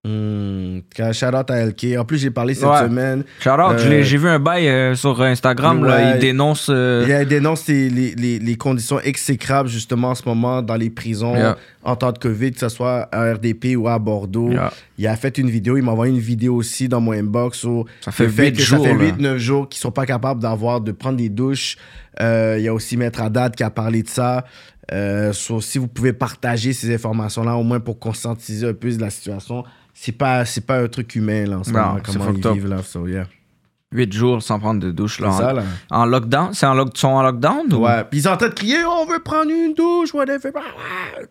[SPEAKER 3] Mm. Quand- Shout out à LK. En plus, j'ai parlé cette
[SPEAKER 2] Hmm. Ouais.
[SPEAKER 3] semaine.
[SPEAKER 2] Shout out, je
[SPEAKER 3] Euh,
[SPEAKER 2] l'ai- j'ai vu un bail euh, sur Instagram, là,
[SPEAKER 3] Ouais.
[SPEAKER 2] il dénonce. euh,
[SPEAKER 3] Il dénonce les, les, les, les conditions exécrables, justement, en ce moment, dans les prisons,
[SPEAKER 2] Yeah.
[SPEAKER 3] en temps de COVID, que ce soit à RDP ou à Bordeaux.
[SPEAKER 2] Yeah.
[SPEAKER 3] Il a fait une vidéo, il m'a envoyé une vidéo aussi dans mon inbox sur
[SPEAKER 2] Ça fait
[SPEAKER 3] le fait
[SPEAKER 2] huit
[SPEAKER 3] que
[SPEAKER 2] jours,
[SPEAKER 3] ça fait
[SPEAKER 2] là.
[SPEAKER 3] 8-9 jours qu'ils sont pas capables d'avoir, de prendre des douches. Euh, il y a aussi Maître Haddad qui a parlé de ça. Euh, so, si vous pouvez partager ces informations-là, au moins pour conscientiser un peu de la situation, c'est pas, c'est pas un truc humain, là, en ce
[SPEAKER 2] Non,
[SPEAKER 3] moment,
[SPEAKER 2] c'est
[SPEAKER 3] comment
[SPEAKER 2] fucked
[SPEAKER 3] ils
[SPEAKER 2] up.
[SPEAKER 3] vivent, là. So, yeah.
[SPEAKER 2] 8 jours sans prendre de douche, là.
[SPEAKER 3] C'est
[SPEAKER 2] En,
[SPEAKER 3] ça, là.
[SPEAKER 2] en lockdown. C'est en lock- sont en lockdown ou-
[SPEAKER 3] Ouais. Puis ils sont en train de crier Oh, on veut prendre une douche, whatever. Ah!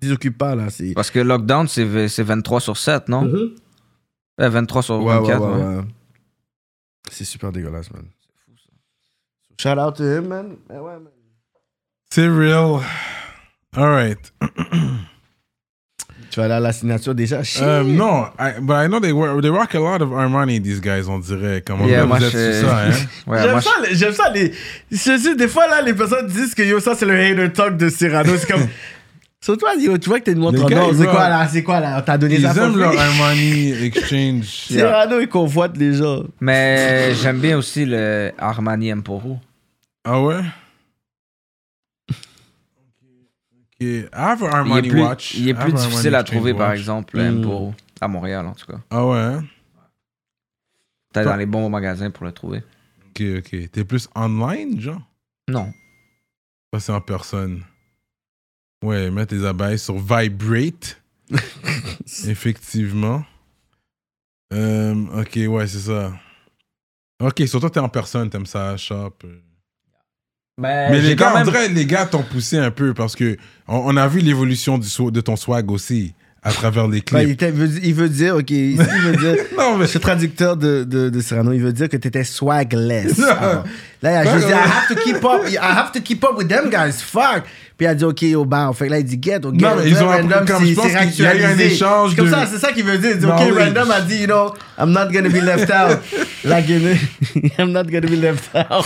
[SPEAKER 3] Ils s'occupent pas, là. C'est...
[SPEAKER 2] Parce que lockdown, c'est v- c'est 23 sur 7, non Euh, 23 sur
[SPEAKER 3] Mm-hmm. Ouais, ouais,
[SPEAKER 2] 24.
[SPEAKER 3] ouais,
[SPEAKER 2] ouais.
[SPEAKER 3] ouais. C'est super dégueulasse, man. Shout out to him, man. Eh ouais, man.
[SPEAKER 1] C'est real. Alright.
[SPEAKER 3] Tu vas aller à la signature déjà. Shit.
[SPEAKER 1] Um, non, I, but I know they, were, they rock a lot of Armani, these guys, on dirait. Comment
[SPEAKER 2] Yeah,
[SPEAKER 1] là,
[SPEAKER 2] moi,
[SPEAKER 1] vous êtes
[SPEAKER 2] je-
[SPEAKER 1] sur ça, hein?
[SPEAKER 2] Ouais,
[SPEAKER 3] j'aime,
[SPEAKER 2] moi,
[SPEAKER 3] ça, les- j'aime ça, les. je sais, des fois, là, les personnes disent que yo, ça, c'est le hater talk de Cyrano. C'est comme. Sur toi, yo, tu vois que t'es une montre
[SPEAKER 1] Les
[SPEAKER 3] en
[SPEAKER 1] gars,
[SPEAKER 3] or,
[SPEAKER 1] ils
[SPEAKER 3] C'est quoi
[SPEAKER 1] rock.
[SPEAKER 3] là C'est quoi là On t'a donné
[SPEAKER 1] Ils
[SPEAKER 3] ça
[SPEAKER 1] aiment
[SPEAKER 3] for
[SPEAKER 1] leur
[SPEAKER 3] free.
[SPEAKER 1] Armani Exchange.
[SPEAKER 3] Cyrano, il convoite les gens.
[SPEAKER 2] Mais j'aime bien aussi le Armani Emporo.
[SPEAKER 1] Ah ouais? Yeah, I have an
[SPEAKER 2] Il est
[SPEAKER 1] Armani
[SPEAKER 2] plus,
[SPEAKER 1] watch.
[SPEAKER 2] il est
[SPEAKER 1] I have
[SPEAKER 2] plus
[SPEAKER 1] an Armani
[SPEAKER 2] difficile à trouver,
[SPEAKER 1] street
[SPEAKER 2] par
[SPEAKER 1] watch. Hmm.
[SPEAKER 2] exemple,
[SPEAKER 3] Mm.
[SPEAKER 2] pour, à Montréal, en tout cas.
[SPEAKER 1] Ah ouais? hein?
[SPEAKER 2] Peut-être
[SPEAKER 1] Toi-
[SPEAKER 2] dans les bons magasins pour le trouver.
[SPEAKER 1] Ok, ok. T'es plus online, genre?
[SPEAKER 2] Non.
[SPEAKER 1] Ça, c'est en personne. Ouais, mets tes abeilles sur Vibrate. Effectivement. Euh, ok, ouais, c'est ça. Ok, sur toi, t'es en personne, t'aimes ça, shop. euh. Mais les gars, on dirait, les gars t'ont poussé un peu parce que on, on a vu l'évolution du swa- de ton swag aussi à travers les
[SPEAKER 3] Ben, il,
[SPEAKER 1] clips.
[SPEAKER 3] était- il veut, il veut dire, ok, ici, il veut dire.
[SPEAKER 1] non, mais
[SPEAKER 3] Ce traducteur de, de, de Cyrano, il veut dire que t'étais swagless.
[SPEAKER 1] Non.
[SPEAKER 3] avant. Là, il a
[SPEAKER 1] Ben,
[SPEAKER 3] juste dit, I
[SPEAKER 1] ouais.
[SPEAKER 3] have to keep up, I have to keep up with them guys, fuck. Puis il a dit, ok, au bar. Fait que là, il dit, get, au get.
[SPEAKER 1] Non, mais ils ont appris comme- je pense qu'il y a eu un échange
[SPEAKER 3] C'est comme
[SPEAKER 1] de-
[SPEAKER 3] ça, c'est ça qu'il veut dire. Il dit, ok,
[SPEAKER 1] Knowledge.
[SPEAKER 3] random a dit, you know, I'm not gonna be left out. like, you know, I'm not gonna be left out.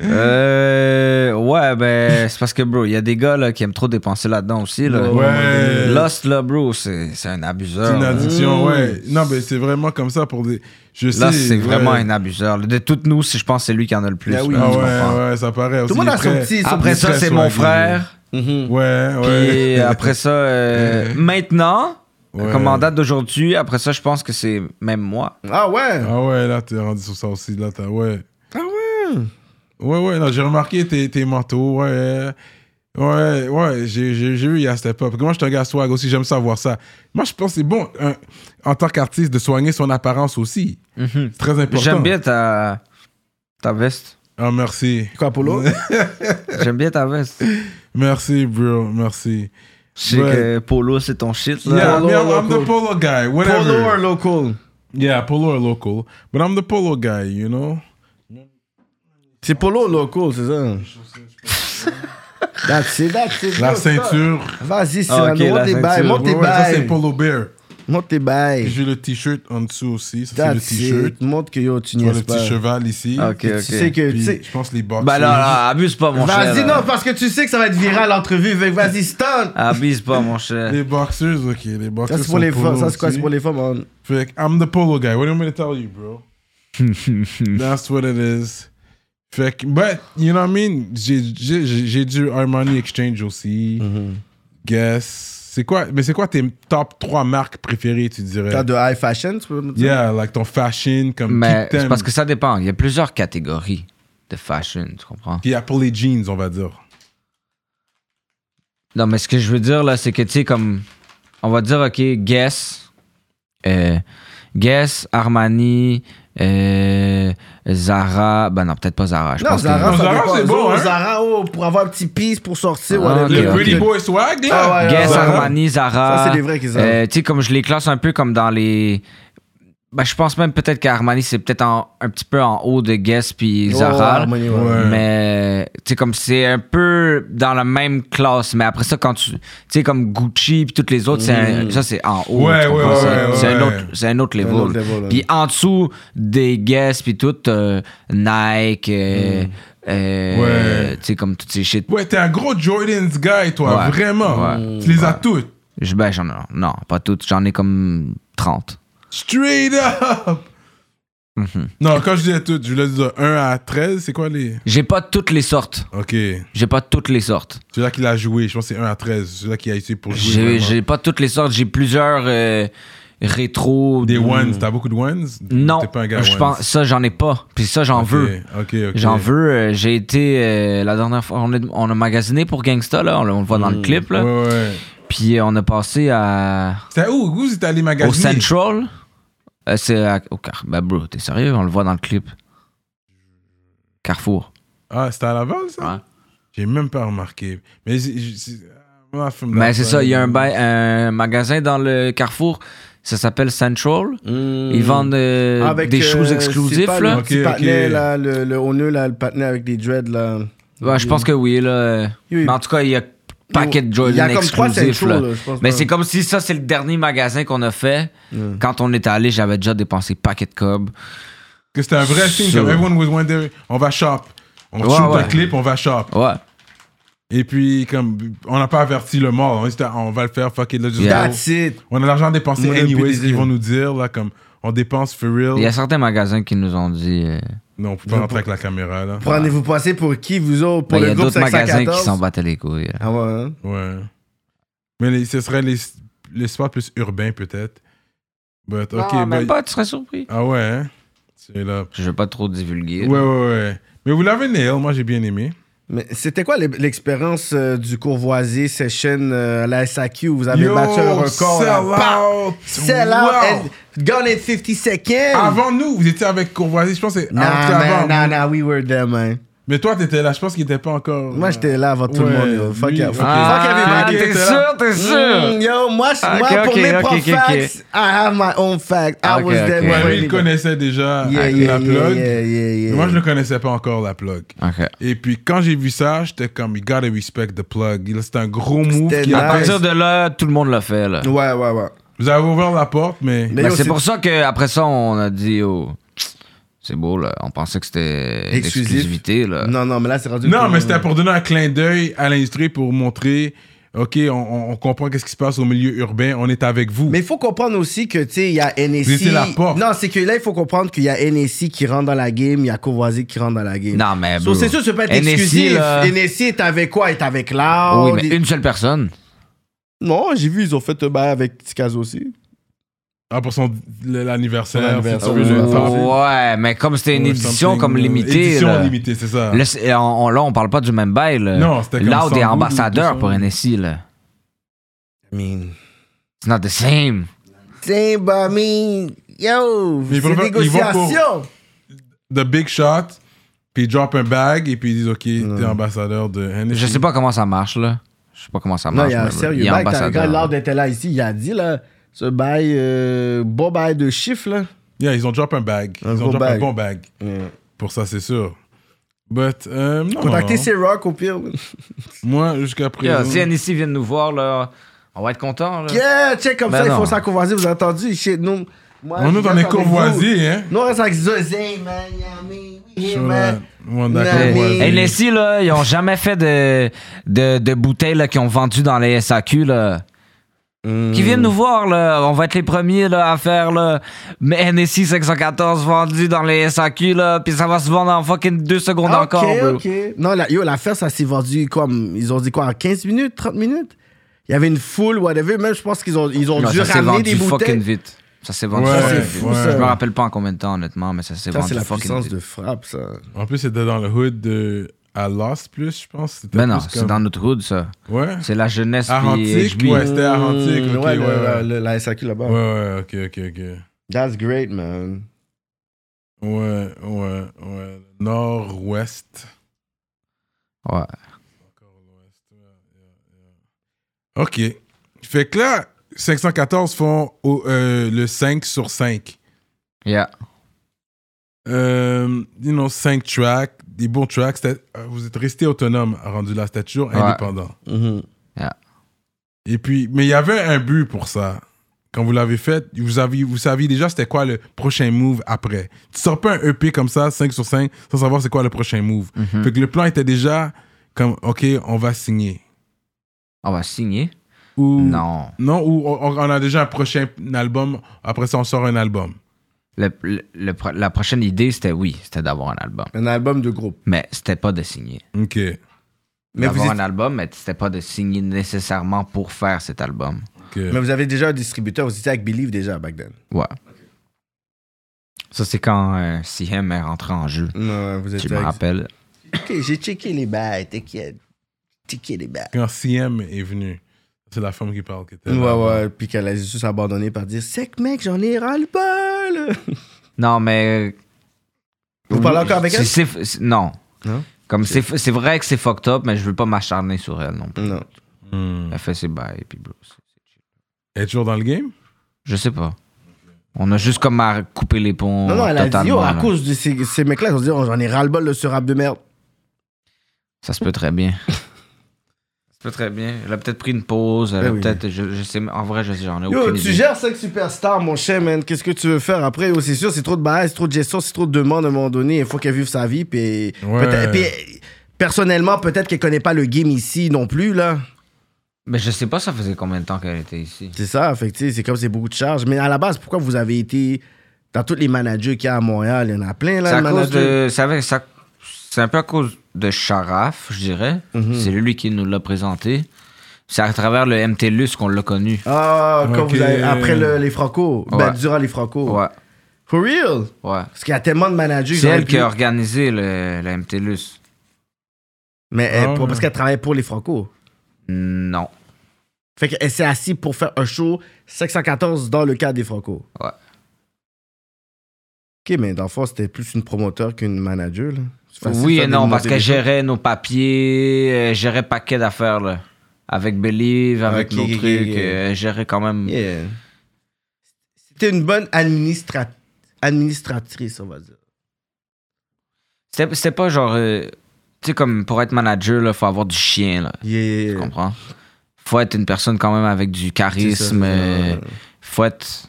[SPEAKER 2] Euh, ouais, ben, c'est parce que, bro, il y a des gars là, qui aiment trop dépenser là-dedans aussi. Là.
[SPEAKER 1] Ouais.
[SPEAKER 2] Lost, là, bro, c'est c'est un
[SPEAKER 1] c'est
[SPEAKER 2] abuseur.
[SPEAKER 1] une
[SPEAKER 2] là.
[SPEAKER 1] addiction,
[SPEAKER 3] Mm.
[SPEAKER 1] ouais. Non, mais c'est vraiment comme ça pour des. Je sais.
[SPEAKER 2] Lost, c'est
[SPEAKER 1] ouais.
[SPEAKER 2] vraiment un abuseur. là. De toutes nous, si je pense que c'est lui qui en a le plus.
[SPEAKER 3] Ah oui.
[SPEAKER 2] là,
[SPEAKER 1] Ah
[SPEAKER 2] tu comprends?
[SPEAKER 1] ouais, ouais, ça paraît.
[SPEAKER 3] Tout le monde a son petit. son
[SPEAKER 2] Après
[SPEAKER 3] petit-
[SPEAKER 2] ça,
[SPEAKER 1] très
[SPEAKER 2] c'est mon
[SPEAKER 1] swaggy.
[SPEAKER 2] frère.
[SPEAKER 1] Ouais, ouais.
[SPEAKER 2] Puis après ça, euh, maintenant,
[SPEAKER 1] Ouais.
[SPEAKER 2] comme en date d'aujourd'hui, après ça, je pense que c'est même moi.
[SPEAKER 3] Ah ouais.
[SPEAKER 1] Ah ouais, là, t'es rendu sur ça aussi. Là, t'as, ouais. Ah ouais? Ouais, ouais, non, j'ai remarqué tes, tes manteaux, ouais. Ouais, ouais, j'ai, j'ai, j'ai vu, il y a Step Up. Moi, je suis un gars swag aussi, j'aime savoir ça. Moi, je pense que c'est bon, un- en tant qu'artiste, de soigner son apparence aussi.
[SPEAKER 3] Mm-hmm.
[SPEAKER 1] C'est très important.
[SPEAKER 2] J'aime bien ta, ta veste.
[SPEAKER 1] Ah, merci.
[SPEAKER 3] Quoi, Polo?
[SPEAKER 2] J'aime bien ta veste.
[SPEAKER 1] Merci, bro, merci.
[SPEAKER 2] Je sais
[SPEAKER 1] Ouais.
[SPEAKER 2] que Polo, c'est ton shit. Là.
[SPEAKER 1] Yeah,
[SPEAKER 3] Polo
[SPEAKER 1] me, I'm,
[SPEAKER 3] or
[SPEAKER 1] I'm the
[SPEAKER 3] local?
[SPEAKER 1] polo guy, whatever.
[SPEAKER 3] Polo or local?
[SPEAKER 1] Yeah, polo or local. But I'm the polo guy, you know?
[SPEAKER 3] C'est Polo or local, c'est ça? That's it, that's it.
[SPEAKER 1] La
[SPEAKER 3] Yo, stop.
[SPEAKER 1] ceinture.
[SPEAKER 3] Vas-y, Cyrano,
[SPEAKER 2] Ah, ok, la
[SPEAKER 3] monte tes
[SPEAKER 2] ceinture.
[SPEAKER 3] bails, monte
[SPEAKER 1] Ouais,
[SPEAKER 3] tes
[SPEAKER 1] ouais, ça, c'est
[SPEAKER 3] bails.
[SPEAKER 1] polo bear.
[SPEAKER 3] Monte tes
[SPEAKER 1] Et
[SPEAKER 3] bails.
[SPEAKER 1] J'ai le t-shirt en dessous aussi. Ça, c'est le
[SPEAKER 3] That's
[SPEAKER 1] t-shirt.
[SPEAKER 3] it. Montre que yo, tu n'y
[SPEAKER 1] Tu vois
[SPEAKER 3] es
[SPEAKER 1] le
[SPEAKER 3] pas.
[SPEAKER 1] petit cheval ici.
[SPEAKER 2] Ah, ok,
[SPEAKER 3] Tu
[SPEAKER 2] ok.
[SPEAKER 3] sais que, tu
[SPEAKER 1] Puis,
[SPEAKER 3] sais.
[SPEAKER 1] je pense les boxers.
[SPEAKER 2] Bah là, là, abuse pas, mon cher.
[SPEAKER 3] Vas-y,
[SPEAKER 2] là.
[SPEAKER 3] non, parce que tu sais que ça va être viral l'entrevue. fait que Vas-y, stunt.
[SPEAKER 2] Abuse pas, mon cher.
[SPEAKER 1] Les boxers, ok. Les boxers.
[SPEAKER 3] Ça, c'est pour les femmes. Ça, c'est quoi? C'est pour les femmes. hein.
[SPEAKER 1] Fait que, I'm the polo guy. What do you want me to tell you, bro? That's what it is. Fait que, but, you know what I mean? J'ai- J'ai j'ai- j'ai du Armani Exchange aussi. Guess. C'est quoi, mais c'est quoi tes top 3 marques préférées, tu dirais?
[SPEAKER 3] T'as de high fashion, tu peux me dire?
[SPEAKER 1] Yeah, like ton fashion, comme
[SPEAKER 2] Mais
[SPEAKER 1] qui
[SPEAKER 2] c'est
[SPEAKER 1] t'aimes.
[SPEAKER 2] parce que ça dépend. Il y a plusieurs catégories de fashion, tu comprends?
[SPEAKER 1] Puis Apple les jeans, on va dire.
[SPEAKER 2] Non, mais ce que je veux dire, là, c'est que, tu sais, comme... On va dire, OK, Guess... euh, Guess, Armani, euh, Zara... Ben non, peut-être pas Zara. Je
[SPEAKER 3] Non,
[SPEAKER 2] pense
[SPEAKER 3] Zara,
[SPEAKER 1] Non,
[SPEAKER 3] ça
[SPEAKER 1] Zara,
[SPEAKER 3] dépend.
[SPEAKER 1] c'est bon,
[SPEAKER 3] Oh,
[SPEAKER 1] hein?
[SPEAKER 3] Zara, oh, pour avoir un petit piece pour sortir. whatever.
[SPEAKER 2] Ah, ok,
[SPEAKER 1] Le
[SPEAKER 2] ok.
[SPEAKER 1] Pretty Boy Swag, là?
[SPEAKER 3] Ah,
[SPEAKER 2] que...
[SPEAKER 3] ouais,
[SPEAKER 2] Guess,
[SPEAKER 3] ouais, ouais.
[SPEAKER 2] Armani, Zara...
[SPEAKER 3] Ça, c'est des vrais qui sont.
[SPEAKER 2] euh, Tu sais, comme je les classe un peu comme dans les... Ben, je pense même peut-être qu'Armani, c'est peut-être en- un petit peu en haut de Guess puis
[SPEAKER 3] Oh,
[SPEAKER 2] Zara.
[SPEAKER 3] Armani, ouais.
[SPEAKER 1] Ouais.
[SPEAKER 2] Mais tu sais comme c'est un peu dans la même classe, mais après ça quand tu tu sais comme Gucci puis toutes les autres, c'est un- ça c'est en haut.
[SPEAKER 1] Ouais,
[SPEAKER 2] tu comprends?
[SPEAKER 1] ouais,
[SPEAKER 2] C'est-
[SPEAKER 1] ouais,
[SPEAKER 2] c'est un
[SPEAKER 1] ouais.
[SPEAKER 2] autre c'est un autre
[SPEAKER 3] Mhm. un
[SPEAKER 2] level.
[SPEAKER 3] autre level, ouais.
[SPEAKER 2] Puis en dessous des Guess puis tout euh, Nike, euh,
[SPEAKER 3] Mhm.
[SPEAKER 2] euh,
[SPEAKER 1] Ouais.
[SPEAKER 2] tu sais comme toutes ces shit.
[SPEAKER 1] Ouais, t'es un gros Jordans guy, toi,
[SPEAKER 2] Ouais.
[SPEAKER 1] vraiment.
[SPEAKER 2] Ouais.
[SPEAKER 1] Tu les as toutes.
[SPEAKER 2] Je ben j'en ai non pas toutes, j'en ai comme 30.
[SPEAKER 1] Straight up!
[SPEAKER 2] Mm-hmm.
[SPEAKER 1] Non, quand je dis à toutes, je voulais dire de 1 à 13, c'est quoi les.
[SPEAKER 2] J'ai pas toutes les sortes.
[SPEAKER 1] Ok.
[SPEAKER 2] J'ai pas toutes les sortes.
[SPEAKER 1] Celui-là qui l'a joué, je pense que c'est 1 à 13. Celui-là qui a essayé pour jouer.
[SPEAKER 2] J'ai
[SPEAKER 1] vraiment.
[SPEAKER 2] j'ai pas toutes les sortes. J'ai plusieurs euh, rétro.
[SPEAKER 1] Des ones, t'as beaucoup de ones?
[SPEAKER 2] Mm. Non,
[SPEAKER 1] T'es pas un gars
[SPEAKER 2] je
[SPEAKER 1] ones.
[SPEAKER 2] pense, ça j'en ai pas. Puis ça j'en
[SPEAKER 1] Ok,
[SPEAKER 2] veux.
[SPEAKER 1] Ok, ok.
[SPEAKER 2] J'en veux. euh, J'ai été euh, la dernière fois, on, est- on a magasiné pour Gangsta là, on, le- on le voit dans le clip là.
[SPEAKER 1] Hmm. Ouais, ouais.
[SPEAKER 2] Puis euh, on a passé à
[SPEAKER 1] C'était où? Où c'était allé
[SPEAKER 2] au
[SPEAKER 1] magasiner?
[SPEAKER 2] Central. Euh, C'est à- au Car. Bah bro, t'es sérieux On le voit dans le clip. Carrefour.
[SPEAKER 1] Ah, c'était à Laval, ça?
[SPEAKER 2] Ouais.
[SPEAKER 1] J'ai même pas remarqué. Mais c'est- c'est- I'm not from
[SPEAKER 2] Mais
[SPEAKER 1] that
[SPEAKER 2] c'est
[SPEAKER 1] side.
[SPEAKER 2] ça, il y a un, ba- un magasin dans le Carrefour. Ça s'appelle Central.
[SPEAKER 3] Mm.
[SPEAKER 2] Ils vendent euh,
[SPEAKER 3] Avec,
[SPEAKER 2] des
[SPEAKER 3] euh,
[SPEAKER 2] choses
[SPEAKER 3] c'est
[SPEAKER 2] exclusives
[SPEAKER 3] pas
[SPEAKER 2] là.
[SPEAKER 3] Le
[SPEAKER 1] Ok,
[SPEAKER 3] petit
[SPEAKER 1] ok.
[SPEAKER 3] patinet, là, le, le honneux, là, le patinet avec des dreads, là.
[SPEAKER 2] Ouais, je pense que oui, là. euh,
[SPEAKER 3] Oui.
[SPEAKER 2] Mais en tout cas, il y a paquet de Jordan
[SPEAKER 3] Il y a comme trois
[SPEAKER 2] exclusifs,
[SPEAKER 3] Central,
[SPEAKER 2] là.
[SPEAKER 3] là, je pense, Hmm.
[SPEAKER 2] Mais
[SPEAKER 3] ouais.
[SPEAKER 2] c'est comme si ça, c'est le dernier magasin qu'on a fait. Quand on est allé, j'avais déjà dépensé paquet de cob.
[SPEAKER 1] Que c'était un vrai signe,
[SPEAKER 2] Sure.
[SPEAKER 1] comme everyone was wondering, on va shop. On
[SPEAKER 2] Ouais,
[SPEAKER 1] shoot
[SPEAKER 2] ouais.
[SPEAKER 1] un clip, on va shop.
[SPEAKER 2] Ouais.
[SPEAKER 1] Et puis, comme, on n'a pas averti le mort. On, était, on va le faire, fuck it, let's just
[SPEAKER 2] Yeah.
[SPEAKER 1] go.
[SPEAKER 3] That's it.
[SPEAKER 1] On a l'argent dépensé
[SPEAKER 3] Moi, le
[SPEAKER 1] anyways,
[SPEAKER 3] PDG.
[SPEAKER 1] ils vont nous dire, là, comme, on dépense for real.
[SPEAKER 2] Il y
[SPEAKER 3] Oh.
[SPEAKER 2] a certains magasins qui nous ont dit. euh,
[SPEAKER 1] Non, on peut pas rentrer avec la caméra, là.
[SPEAKER 3] Prenez-vous passer pour qui, vous autres? Pour
[SPEAKER 2] ben,
[SPEAKER 3] le
[SPEAKER 2] il y a
[SPEAKER 3] groupe
[SPEAKER 2] d'autres magasins qui
[SPEAKER 3] 514?
[SPEAKER 2] s'en battaient les couilles. là.
[SPEAKER 3] Ah ouais, hein?
[SPEAKER 1] Ouais. Mais les- ce serait les, les spots plus urbains, peut-être. But, ok,
[SPEAKER 2] non, même
[SPEAKER 1] but-
[SPEAKER 2] ben, pas, tu serais surpris.
[SPEAKER 1] Ah ouais, hein? C'est là.
[SPEAKER 2] Je vais pas trop divulguer.
[SPEAKER 1] Ouais, ouais, ouais. Mais vous l'avez nail, moi j'ai bien aimé.
[SPEAKER 3] Mais c'était quoi l'e- l'expérience euh, du courvoisier session euh, à la SAQ où vous avez
[SPEAKER 1] Yo,
[SPEAKER 3] battu un record? là?
[SPEAKER 1] sell
[SPEAKER 3] Paf!
[SPEAKER 1] out.
[SPEAKER 3] Sell
[SPEAKER 1] Wow.
[SPEAKER 3] out! and Gone in 50 seconds!
[SPEAKER 1] Avant nous, vous étiez avec Courvoisier, je pense que c'est
[SPEAKER 3] Nah,
[SPEAKER 1] après,
[SPEAKER 3] man,
[SPEAKER 1] avant.
[SPEAKER 3] nah, nah, we were there, man.
[SPEAKER 1] Mais toi, t'étais là, je pense qu'il était pas encore. euh,
[SPEAKER 3] Moi, j'étais là avant tout le
[SPEAKER 1] Ouais,
[SPEAKER 3] monde, yo. Fuck
[SPEAKER 1] lui,
[SPEAKER 3] yeah.
[SPEAKER 1] ok.
[SPEAKER 3] Fuck
[SPEAKER 2] Ah,
[SPEAKER 1] Ok,
[SPEAKER 2] t'es
[SPEAKER 1] t'es
[SPEAKER 2] sûr,
[SPEAKER 1] là.
[SPEAKER 2] t'es sûr.
[SPEAKER 3] Mm, yo, moi, je-
[SPEAKER 2] Ah,
[SPEAKER 3] moi,
[SPEAKER 2] ok,
[SPEAKER 3] pour
[SPEAKER 2] ok,
[SPEAKER 3] mes
[SPEAKER 2] ok,
[SPEAKER 3] propres
[SPEAKER 2] ok, ok.
[SPEAKER 3] facts, I have my own facts. I
[SPEAKER 2] Ok,
[SPEAKER 3] was there.
[SPEAKER 2] ok.
[SPEAKER 3] when
[SPEAKER 2] Ouais,
[SPEAKER 1] Ouais, lui,
[SPEAKER 3] really
[SPEAKER 1] il connaissait déjà
[SPEAKER 3] bad. Yeah,
[SPEAKER 1] la
[SPEAKER 3] yeah,
[SPEAKER 1] plug.
[SPEAKER 3] yeah, yeah, yeah,
[SPEAKER 1] Mais
[SPEAKER 3] yeah.
[SPEAKER 1] Moi, je le connaissais pas encore, la plug.
[SPEAKER 3] Hmm.
[SPEAKER 2] Ok.
[SPEAKER 1] Et puis, quand j'ai vu ça, j'étais comme, you gotta respect the plug. Il- C'était un gros move.
[SPEAKER 3] C'était
[SPEAKER 1] qui
[SPEAKER 2] À
[SPEAKER 3] nice.
[SPEAKER 1] a-
[SPEAKER 2] partir de là, tout le monde l'a fait. Là.
[SPEAKER 3] Ouais, ouais, ouais.
[SPEAKER 1] Vous avez ouvert la porte, mais.
[SPEAKER 3] Mais
[SPEAKER 2] Ben,
[SPEAKER 3] yo,
[SPEAKER 2] c'est pour ça qu'après ça, on a dit, oh, c'est beau, là. On pensait que c'était
[SPEAKER 3] Exclusif.
[SPEAKER 2] l'exclusivité, là.
[SPEAKER 3] Non, non, mais là, c'est rendu.
[SPEAKER 1] Non, mais c'était pour donner un clin d'œil à l'industrie pour montrer, OK, on, on- on comprend qu'est-ce qui se passe au milieu urbain, on est avec vous.
[SPEAKER 3] Mais il faut comprendre aussi que, tu sais, il y a
[SPEAKER 1] Vous étiez
[SPEAKER 3] NSI.
[SPEAKER 1] la porte.
[SPEAKER 3] Non, c'est que là, il faut comprendre qu'il y a NSI qui rentre dans la game, il y a Courvoisier qui rentre dans la game.
[SPEAKER 2] Non, mais
[SPEAKER 3] So,
[SPEAKER 2] bro.
[SPEAKER 3] c'est sûr, ça peut être
[SPEAKER 2] NSI,
[SPEAKER 3] exclusif.
[SPEAKER 2] là.
[SPEAKER 3] NSI est avec quoi? Il est avec là.
[SPEAKER 2] Oui, mais une seule personne.
[SPEAKER 3] Non, j'ai vu, ils ont fait un bail avec Tikazo aussi.
[SPEAKER 1] Ah, pour son l'anniversaire.
[SPEAKER 3] L'anniversaire.
[SPEAKER 1] faut que je le fasse.
[SPEAKER 2] ouais, mais comme c'était une
[SPEAKER 1] Ou
[SPEAKER 2] édition
[SPEAKER 1] something,
[SPEAKER 2] comme
[SPEAKER 1] euh,
[SPEAKER 2] limitée.
[SPEAKER 1] Édition
[SPEAKER 2] là.
[SPEAKER 1] limitée, c'est ça.
[SPEAKER 2] Là, c'est- on, on- là, on parle pas du même bail. Là.
[SPEAKER 1] Non, c'était comme
[SPEAKER 2] Là,
[SPEAKER 1] 100
[SPEAKER 2] on est
[SPEAKER 1] boules ou
[SPEAKER 2] ambassadeur
[SPEAKER 1] 200.
[SPEAKER 2] pour NSI. Là.
[SPEAKER 3] I mean.
[SPEAKER 2] It's not the same.
[SPEAKER 3] Same, but I mean, yo,
[SPEAKER 1] Mais ils vont
[SPEAKER 3] c'est
[SPEAKER 1] pas- ils vont pas-
[SPEAKER 3] négociation.
[SPEAKER 1] The Big Shot, puis ils drop un bag, et puis ils disent, OK, t'es ambassadeur de
[SPEAKER 2] Je sais pas comment ça marche. là. Je sais pas comment ça
[SPEAKER 3] Non,
[SPEAKER 2] marche.
[SPEAKER 3] il y a un
[SPEAKER 2] mais
[SPEAKER 3] sérieux
[SPEAKER 2] il est
[SPEAKER 3] bail. Quand, quand
[SPEAKER 2] ambassadeur.
[SPEAKER 3] Lord était là ici, il a dit, là, ce bail, euh, bon bail de chiffres, là.
[SPEAKER 1] Yeah, ils ont drop un bag.
[SPEAKER 3] Un
[SPEAKER 1] ils ont
[SPEAKER 3] gros
[SPEAKER 1] drop un
[SPEAKER 3] bag.
[SPEAKER 1] bon bag. Pour ça, c'est sûr. But, euh, non,
[SPEAKER 3] Contactez
[SPEAKER 1] non.
[SPEAKER 3] C-Rock au pire.
[SPEAKER 1] Moi, jusqu'à
[SPEAKER 2] Yeah,
[SPEAKER 1] présent.
[SPEAKER 2] si NSI vient de nous voir, là, on va être content. là.
[SPEAKER 3] Yeah, check comme
[SPEAKER 2] Ben
[SPEAKER 3] ça, ils
[SPEAKER 2] non.
[SPEAKER 3] font ça courvoisier, vous avez entendu? Shit, nous. Moi,
[SPEAKER 1] On
[SPEAKER 3] je
[SPEAKER 1] nous, on
[SPEAKER 3] reste
[SPEAKER 1] est
[SPEAKER 3] avec
[SPEAKER 1] courvoisiers, hein.
[SPEAKER 3] vous. Nous, on reste avec Zozé, man. you know what I mean? We here, man.
[SPEAKER 1] On
[SPEAKER 3] Non,
[SPEAKER 1] d'accord.
[SPEAKER 3] mais-
[SPEAKER 1] courvoisiers.
[SPEAKER 2] Hey, NSI, là, ils ont jamais fait de, de, de bouteilles là, qu'ils ont vendues dans les SAQ. Là.
[SPEAKER 3] Hmm.
[SPEAKER 2] Qui viennent nous voir, là. On va être les premiers là, à faire là, mais NSI 514 vendu dans les SAQ, là, puis ça va se vendre en fucking deux secondes
[SPEAKER 3] Ah, Ok,
[SPEAKER 2] encore, bro.
[SPEAKER 3] ok. Non, la, yo, l'affaire, ça s'est vendu comme. Ils ont dit quoi, en 15 minutes, 30 minutes? Il y avait une foule, whatever. Même, je pense qu'ils ont, ils ont
[SPEAKER 2] Non,
[SPEAKER 3] dû
[SPEAKER 2] ça s'est
[SPEAKER 3] ramener des
[SPEAKER 2] vendu fucking
[SPEAKER 3] bouteilles.
[SPEAKER 2] vite. Ça s'est vendu
[SPEAKER 1] Ouais,
[SPEAKER 2] fucking
[SPEAKER 3] c'est
[SPEAKER 2] vite.
[SPEAKER 3] fou, ça.
[SPEAKER 2] Je me rappelle pas en combien de temps, honnêtement, mais ça s'est
[SPEAKER 3] Ça,
[SPEAKER 2] vendu
[SPEAKER 3] c'est la
[SPEAKER 2] fucking
[SPEAKER 3] puissance
[SPEAKER 2] vite.
[SPEAKER 3] de frappe, ça.
[SPEAKER 1] En plus, c'était dans le hood de. À Lost Plus, je pense. C'était
[SPEAKER 2] Ben non,
[SPEAKER 1] plus
[SPEAKER 2] c'est
[SPEAKER 1] comme-
[SPEAKER 2] dans notre hood, ça.
[SPEAKER 1] Ouais.
[SPEAKER 2] C'est la jeunesse
[SPEAKER 1] À
[SPEAKER 2] puis
[SPEAKER 1] Antique,
[SPEAKER 2] HB.
[SPEAKER 1] ouais, c'était à Antique.
[SPEAKER 3] Mm,
[SPEAKER 1] ok,
[SPEAKER 3] ouais,
[SPEAKER 1] ouais,
[SPEAKER 3] le-
[SPEAKER 1] ouais.
[SPEAKER 3] le- la SAQ là-bas.
[SPEAKER 1] Ouais, ouais, ok, ok, ok.
[SPEAKER 3] That's great, man.
[SPEAKER 1] Ouais, ouais, ouais. Nord-ouest.
[SPEAKER 2] Ouais.
[SPEAKER 1] Encore l'ouest, ouais, yeah, yeah. Ok. Fait que là, 514 font au- euh, le 5 sur 5.
[SPEAKER 2] Yeah.
[SPEAKER 1] Euh, you know, 5 tracks, des bons tracks. C'était- euh, Vous êtes resté autonome, rendu là, c'était toujours
[SPEAKER 2] Ouais.
[SPEAKER 1] indépendant.
[SPEAKER 2] Mm-hmm.
[SPEAKER 3] Mhm.
[SPEAKER 1] Et puis, mais il y avait un but pour ça. Quand vous l'avez fait, vous, aviez, vous saviez déjà c'était quoi le prochain move après. Tu sors pas un EP comme ça, 5 sur 5, sans savoir c'est quoi le prochain move.
[SPEAKER 3] Mm.
[SPEAKER 2] Mhm.
[SPEAKER 1] Fait que le plan était déjà comme, OK, on va signer.
[SPEAKER 2] On va signer.
[SPEAKER 1] Ou,
[SPEAKER 2] Non.
[SPEAKER 1] Non, ou on, on a déjà un prochain album, après ça on sort un album.
[SPEAKER 2] Le- le- le pro- la prochaine idée, c'était oui, c'était d'avoir un album.
[SPEAKER 3] Un album de groupe.
[SPEAKER 2] Mais c'était pas de signer.
[SPEAKER 1] OK.
[SPEAKER 3] Mais vous,
[SPEAKER 2] d'avoir
[SPEAKER 3] étiez-
[SPEAKER 2] un album, mais c'était pas de signer nécessairement pour faire cet album.
[SPEAKER 1] ok.
[SPEAKER 3] mais vous avez déjà un distributeur, vous étiez avec Believe déjà back then.
[SPEAKER 2] Ouais. Ça, c'est quand euh, CM est rentré en jeu.
[SPEAKER 3] Non, vous
[SPEAKER 2] Je
[SPEAKER 3] étiez
[SPEAKER 2] me
[SPEAKER 3] avec.
[SPEAKER 2] rappelle.
[SPEAKER 3] Ok, j'ai checké les bails, t'inquiète. Checké les bails.
[SPEAKER 1] Quand CM est venu, c'est la femme qui parle qui était
[SPEAKER 3] Ouais,
[SPEAKER 1] là.
[SPEAKER 3] ouais, puis qu'elle a juste abandonné par dire Sec, mec, j'en ai ras le bol.
[SPEAKER 2] Non, mais.
[SPEAKER 3] Vous parlez encore avec
[SPEAKER 2] C'est-
[SPEAKER 3] elle
[SPEAKER 2] c'est- c'est- Non.
[SPEAKER 3] Non?
[SPEAKER 2] Comme c'est c'est vrai que c'est fucked up, mais je veux pas m'acharner sur elle non plus.
[SPEAKER 3] Non.
[SPEAKER 1] Hmm.
[SPEAKER 2] Elle fait ses bails, puis bro, c'est-
[SPEAKER 1] Elle est toujours dans le game?
[SPEAKER 2] Je sais pas. On a juste comme à couper les ponts.
[SPEAKER 3] Non, non, elle a dit,
[SPEAKER 2] totalement,
[SPEAKER 3] oh, à
[SPEAKER 2] là.
[SPEAKER 3] cause de ces, ces mecs-là, ils ont dit, oh, j'en ai ras le bol de ce rap de merde.
[SPEAKER 2] Ça se peut très bien. Ça se peut très bien. Elle a peut-être pris une pause. Elle
[SPEAKER 3] Ben
[SPEAKER 2] a
[SPEAKER 3] oui.
[SPEAKER 2] peut-être. Je, je sais, en vrai, je j'en ai
[SPEAKER 3] Yo,
[SPEAKER 2] aucune
[SPEAKER 3] tu
[SPEAKER 2] idée.
[SPEAKER 3] gères 5 superstars, mon cher, man. Qu'est-ce que tu veux faire après? Yo, c'est sûr, c'est trop de bail, c'est trop de gestion, c'est trop de demandes à un moment donné. Il faut qu'elle vive sa vie. Puis,
[SPEAKER 1] Ouais.
[SPEAKER 3] peut-être- puis, personnellement, peut-être qu'elle connaît pas le game ici non plus, là.
[SPEAKER 2] Mais je sais pas, ça faisait combien de temps qu'elle était ici.
[SPEAKER 3] C'est ça, fait que, tu sais, c'est comme c'est beaucoup de charges. Mais à la base, pourquoi vous avez été Dans tous les managers qu'il y a à Montréal, il y en a plein,
[SPEAKER 2] C'est
[SPEAKER 3] là,
[SPEAKER 2] à
[SPEAKER 3] de
[SPEAKER 2] cause
[SPEAKER 3] managers.
[SPEAKER 2] de. C'est avec- ça- c'est un peu à cause de Sharaf, je dirais.
[SPEAKER 3] Hmm. Mhm.
[SPEAKER 2] C'est lui qui nous l'a présenté. C'est à travers le MTLUS qu'on l'a connu.
[SPEAKER 3] Ah, quand
[SPEAKER 1] Ok.
[SPEAKER 3] vous avez- après le- les Franco. Ben,
[SPEAKER 2] Ouais.
[SPEAKER 3] durant les Franco.
[SPEAKER 2] Ouais,
[SPEAKER 3] For real?
[SPEAKER 2] ouais.
[SPEAKER 3] Parce qu'il y a tellement de managers.
[SPEAKER 2] C'est
[SPEAKER 3] j'aurais
[SPEAKER 2] elle
[SPEAKER 3] pu-
[SPEAKER 2] qui a organisé le, le MTLUS.
[SPEAKER 3] Mais elle-
[SPEAKER 1] Ah,
[SPEAKER 3] pour-
[SPEAKER 1] ouais.
[SPEAKER 3] parce qu'elle travaille pour les Franco.
[SPEAKER 2] Non.
[SPEAKER 3] Fait qu'elle s'est assise pour faire un show 514 dans le cadre des Franco.
[SPEAKER 2] Ouais.
[SPEAKER 3] Ok, mais dans le fond, c'était plus une promoteur qu'une manager, là. C'est facile de
[SPEAKER 2] oui
[SPEAKER 3] faire
[SPEAKER 2] et
[SPEAKER 3] des
[SPEAKER 2] non,
[SPEAKER 3] montées
[SPEAKER 2] parce
[SPEAKER 3] des
[SPEAKER 2] qu'elle
[SPEAKER 3] choses.
[SPEAKER 2] gérait nos papiers, elle gérait paquet d'affaires, là. Avec Believe, avec
[SPEAKER 3] Ok,
[SPEAKER 2] nos
[SPEAKER 3] ok, ok,
[SPEAKER 2] trucs.
[SPEAKER 3] ok.
[SPEAKER 2] euh, Elle gérait quand même.
[SPEAKER 3] Yeah. C'était une bonne administra- administratrice, on va dire.
[SPEAKER 2] C'était c'était pas genre. euh, tu sais, comme pour être manager, là, faut avoir du chien, là.
[SPEAKER 3] Yeah.
[SPEAKER 2] Tu comprends? Faut être une personne quand même avec du
[SPEAKER 3] C'est ça,
[SPEAKER 2] charisme. euh,
[SPEAKER 3] c'est ça.
[SPEAKER 2] faut être.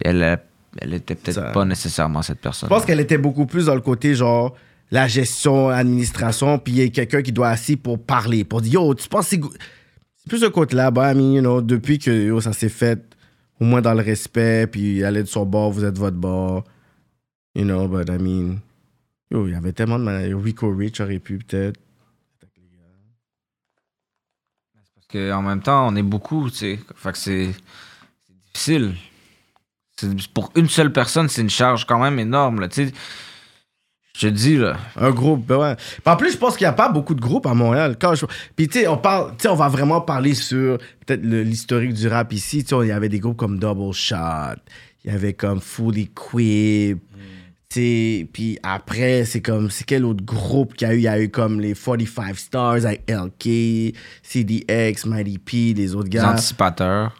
[SPEAKER 2] Elle, a- elle était
[SPEAKER 3] Ça-
[SPEAKER 2] peut-être pas nécessairement cette personne.
[SPEAKER 3] Je pense qu'elle était beaucoup plus dans le côté genre la gestion, administration, puis il y a quelqu'un qui doit assis pour parler, pour dire yo, tu penses que c'est go- c'est plus ce côté-là, bah, I mean, you know, depuis que yo, ça s'est fait, au moins dans le respect, puis elle est de son bord, vous êtes de votre bord, you know, but I mean, yo, il y avait tellement de man- Rico Rich aurait pu peut-être.
[SPEAKER 2] Parce que, en même temps, on est beaucoup, tu sais. Fait que c'est c'est difficile. C'est- Pour une seule personne, c'est une charge quand même énorme, là. Tu sais, je te dis, là.
[SPEAKER 3] Un groupe, ben ouais. Puis en plus, je pense qu'il n'y a pas beaucoup de groupes à Montréal. Quand je- Puis tu sais, on parle, tu sais, on va vraiment parler sur peut-être le- l'historique du rap ici. Tu sais, il y avait des groupes comme Double Shot, il y avait comme Fully Quip. Tu sais, puis après, c'est comme, c'est quel autre groupe qu'il y a eu? Il y a eu comme les 45 Stars avec LK, CDX, Mighty P, les autres
[SPEAKER 2] Les
[SPEAKER 3] gars.
[SPEAKER 2] anticipateurs.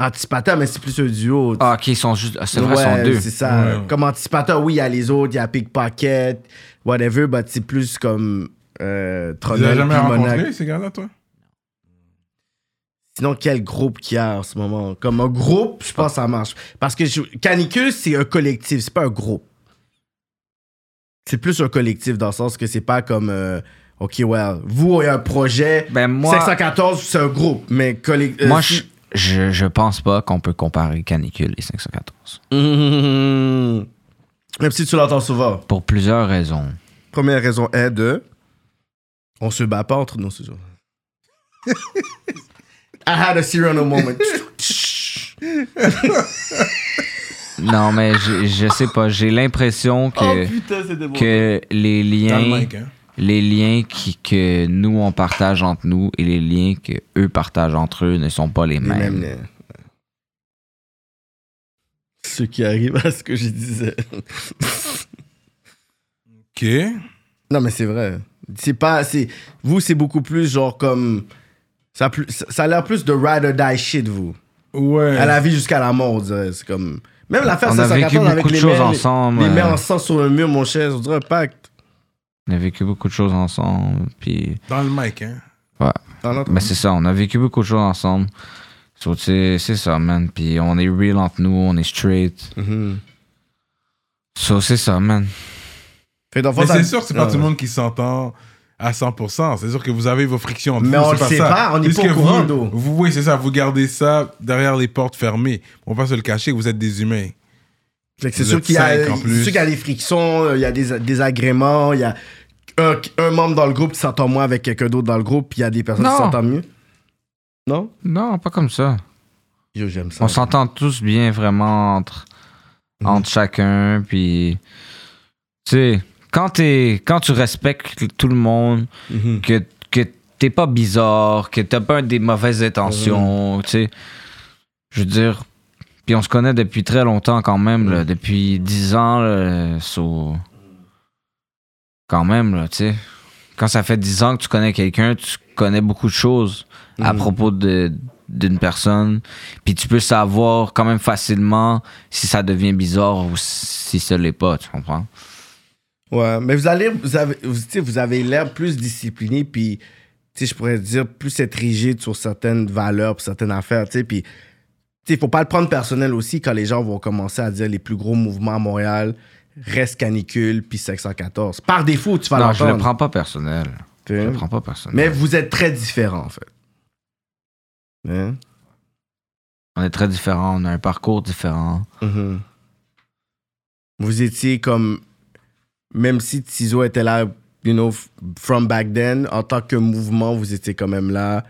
[SPEAKER 3] Anticipateur, mais c'est plus un duo. tu
[SPEAKER 2] Ah, ok, ils sont juste. ah, C'est vrai, ils
[SPEAKER 3] Ouais,
[SPEAKER 2] sont deux.
[SPEAKER 3] C'est ça.
[SPEAKER 1] Ouais.
[SPEAKER 3] Comme anticipateur, oui, il y a les autres, il y a Pickpocket, whatever, mais c'est plus comme euh,
[SPEAKER 1] Tu l'as
[SPEAKER 3] Tronel,
[SPEAKER 1] jamais
[SPEAKER 3] puis
[SPEAKER 1] rencontré,
[SPEAKER 3] Monac.
[SPEAKER 1] ces gars-là, toi
[SPEAKER 3] Sinon, quel groupe qu'il y a en ce moment Comme un groupe, je pense que ça marche. Parce que je- Canicule, c'est un collectif, c'est pas un groupe. C'est plus un collectif dans le sens que c'est pas comme. euh, OK, well, vous, il y a un projet.
[SPEAKER 2] Ben, moi-
[SPEAKER 3] 514, c'est un groupe, mais euh, collectif.
[SPEAKER 2] Moi, je, je, je pense pas qu'on peut comparer Canicule et 514.
[SPEAKER 3] Même si tu l'entends souvent.
[SPEAKER 2] Pour plusieurs raisons.
[SPEAKER 3] Première raison est de. On se bat pas entre nous, ce jour. I had a Cyrano moment.
[SPEAKER 2] Non, mais je, je sais pas. J'ai l'impression que,
[SPEAKER 3] Oh, putain, c'est bon.
[SPEAKER 2] que les
[SPEAKER 1] Dans le
[SPEAKER 2] liens,
[SPEAKER 1] mic, hein.
[SPEAKER 2] les liens qui, que nous, on partage entre nous et les liens que eux partagent entre eux ne sont pas les mêmes.
[SPEAKER 3] Ce qui arrive à ce que je disais.
[SPEAKER 1] Ok.
[SPEAKER 3] Non, mais c'est vrai. C'est pas. c'est- Vous, c'est beaucoup plus genre comme. Ça, a plus- ça a l'air plus de ride or die shit, vous.
[SPEAKER 1] Ouais.
[SPEAKER 3] À la vie jusqu'à la mort, on dirait. C'est comme. Même l'affaire
[SPEAKER 2] On a
[SPEAKER 3] 514
[SPEAKER 2] vécu
[SPEAKER 3] avec
[SPEAKER 2] beaucoup de
[SPEAKER 3] les
[SPEAKER 2] choses
[SPEAKER 3] mains-
[SPEAKER 2] ensemble.
[SPEAKER 3] Les mains
[SPEAKER 2] euh,
[SPEAKER 3] en sang sur le mur, mon cher, on dirait un pacte.
[SPEAKER 2] On a vécu beaucoup de choses ensemble. Puis,
[SPEAKER 1] Dans le mic, hein.
[SPEAKER 3] Dans notre-
[SPEAKER 2] ben, c'est ça. On a vécu beaucoup de choses ensemble. So, tu sais, c'est ça, man. Puis, on est real entre nous. On est straight.
[SPEAKER 3] Mhm.
[SPEAKER 2] So, c'est ça, man.
[SPEAKER 3] Fait dans le fond,
[SPEAKER 1] Mais
[SPEAKER 3] ça-
[SPEAKER 1] c'est sûr que c'est pas
[SPEAKER 3] Ouais.
[SPEAKER 1] tout le monde qui s'entend à 100%. C'est sûr que vous avez vos frictions. entre
[SPEAKER 3] Mais
[SPEAKER 1] vous,
[SPEAKER 3] on
[SPEAKER 1] c'est
[SPEAKER 3] le sait
[SPEAKER 1] ça.
[SPEAKER 3] pas, on est
[SPEAKER 1] Parce
[SPEAKER 3] pas au
[SPEAKER 1] que
[SPEAKER 3] courant,
[SPEAKER 1] vous,
[SPEAKER 3] d'où.
[SPEAKER 1] vous, oui, c'est ça. Vous gardez ça derrière les portes fermées. On va pas se le cacher, vous êtes des humains.
[SPEAKER 3] Fait que c'est
[SPEAKER 1] Vous
[SPEAKER 3] sûr
[SPEAKER 1] êtes
[SPEAKER 3] qu'il y, a-
[SPEAKER 1] cinq, en
[SPEAKER 3] c'est
[SPEAKER 1] plus.
[SPEAKER 3] sûr qu'il y a des frictions, euh, il y a des désagréments, il y a un, un membre dans le groupe qui s'entend moins avec quelqu'un d'autre dans le groupe, puis il y a des personnes
[SPEAKER 2] Non.
[SPEAKER 3] qui s'entendent mieux. Non?
[SPEAKER 2] Non, pas comme ça.
[SPEAKER 3] Yo, j'aime ça.
[SPEAKER 2] On s'entend tous bien vraiment entre,
[SPEAKER 3] Mhm.
[SPEAKER 2] entre chacun. Puis, tu sais, quand, t'es- quand tu respectes tout le monde,
[SPEAKER 3] Mhm.
[SPEAKER 2] que, que t'es pas bizarre, que t'as pas des mauvaises intentions, tu sais, je veux dire, puis on se connaît depuis très longtemps quand même, là, depuis 10 ans, là, so- quand même, là, tu sais. Quand ça fait 10 ans que tu connais quelqu'un, tu connais beaucoup de choses à
[SPEAKER 3] Mhm.
[SPEAKER 2] propos de d'une personne, puis tu peux savoir quand même facilement si ça devient bizarre ou si ça l'est pas, tu comprends?
[SPEAKER 3] Ouais, mais vous allez, vous avez, vous, tu sais, vous avez l'air plus discipliné, puis tu sais, je pourrais dire plus être rigide sur certaines valeurs, pour certaines affaires, tu sais, puis tu sais, faut pas le prendre personnel aussi quand les gens vont commencer à dire les plus gros mouvements à Montréal reste canicule puis 514. Par défaut, tu vas
[SPEAKER 2] non, je le
[SPEAKER 3] l'entendre.
[SPEAKER 2] prends pas personnel.
[SPEAKER 3] tu
[SPEAKER 2] Je
[SPEAKER 3] sais.
[SPEAKER 2] le prends pas personnel.
[SPEAKER 3] Mais vous êtes très différents en fait. Hein?
[SPEAKER 2] On est très différents, on a un parcours différent.
[SPEAKER 3] Mhm. vous étiez comme, même si Tizo était là, you know, f- from back then, en tant que mouvement, vous étiez quand même là,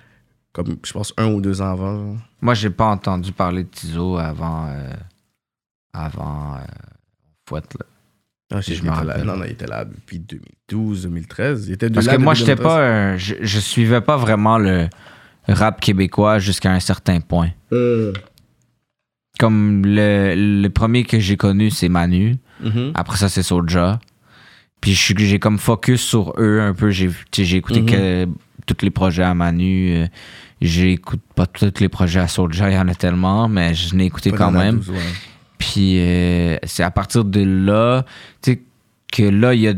[SPEAKER 3] comme, je pense, un ou deux ans avant. genre.
[SPEAKER 2] Moi, j'ai pas entendu parler de Tizo avant. euh, avant. euh, Fouette, là.
[SPEAKER 3] Ah, je
[SPEAKER 2] Je
[SPEAKER 3] me
[SPEAKER 2] me
[SPEAKER 3] rappelle.
[SPEAKER 2] rappelle.
[SPEAKER 3] Non, non, il était là depuis 2012, 2013. Il était de
[SPEAKER 2] Parce
[SPEAKER 3] là
[SPEAKER 2] que moi,
[SPEAKER 3] depuis
[SPEAKER 2] j'étais
[SPEAKER 3] 2013.
[SPEAKER 2] pas. un- je, je suivais pas vraiment le rap québécois jusqu'à un certain point.
[SPEAKER 3] Euh,
[SPEAKER 2] Comme le, le premier que j'ai connu, c'est Manu.
[SPEAKER 3] mhm.
[SPEAKER 2] Après ça, c'est Soulja. Puis je suis- j'ai comme focus sur eux un peu. J'ai tu sais, j'ai écouté
[SPEAKER 3] Mhm.
[SPEAKER 2] que, tous les projets à Manu. euh, J'écoute pas tous les projets à Soulja, il y en a tellement, mais je n'ai écouté
[SPEAKER 3] Pas
[SPEAKER 2] quand
[SPEAKER 3] dans la
[SPEAKER 2] même.
[SPEAKER 3] 12, ouais.
[SPEAKER 2] Puis euh, c'est à partir de là, tu sais, que là, il y a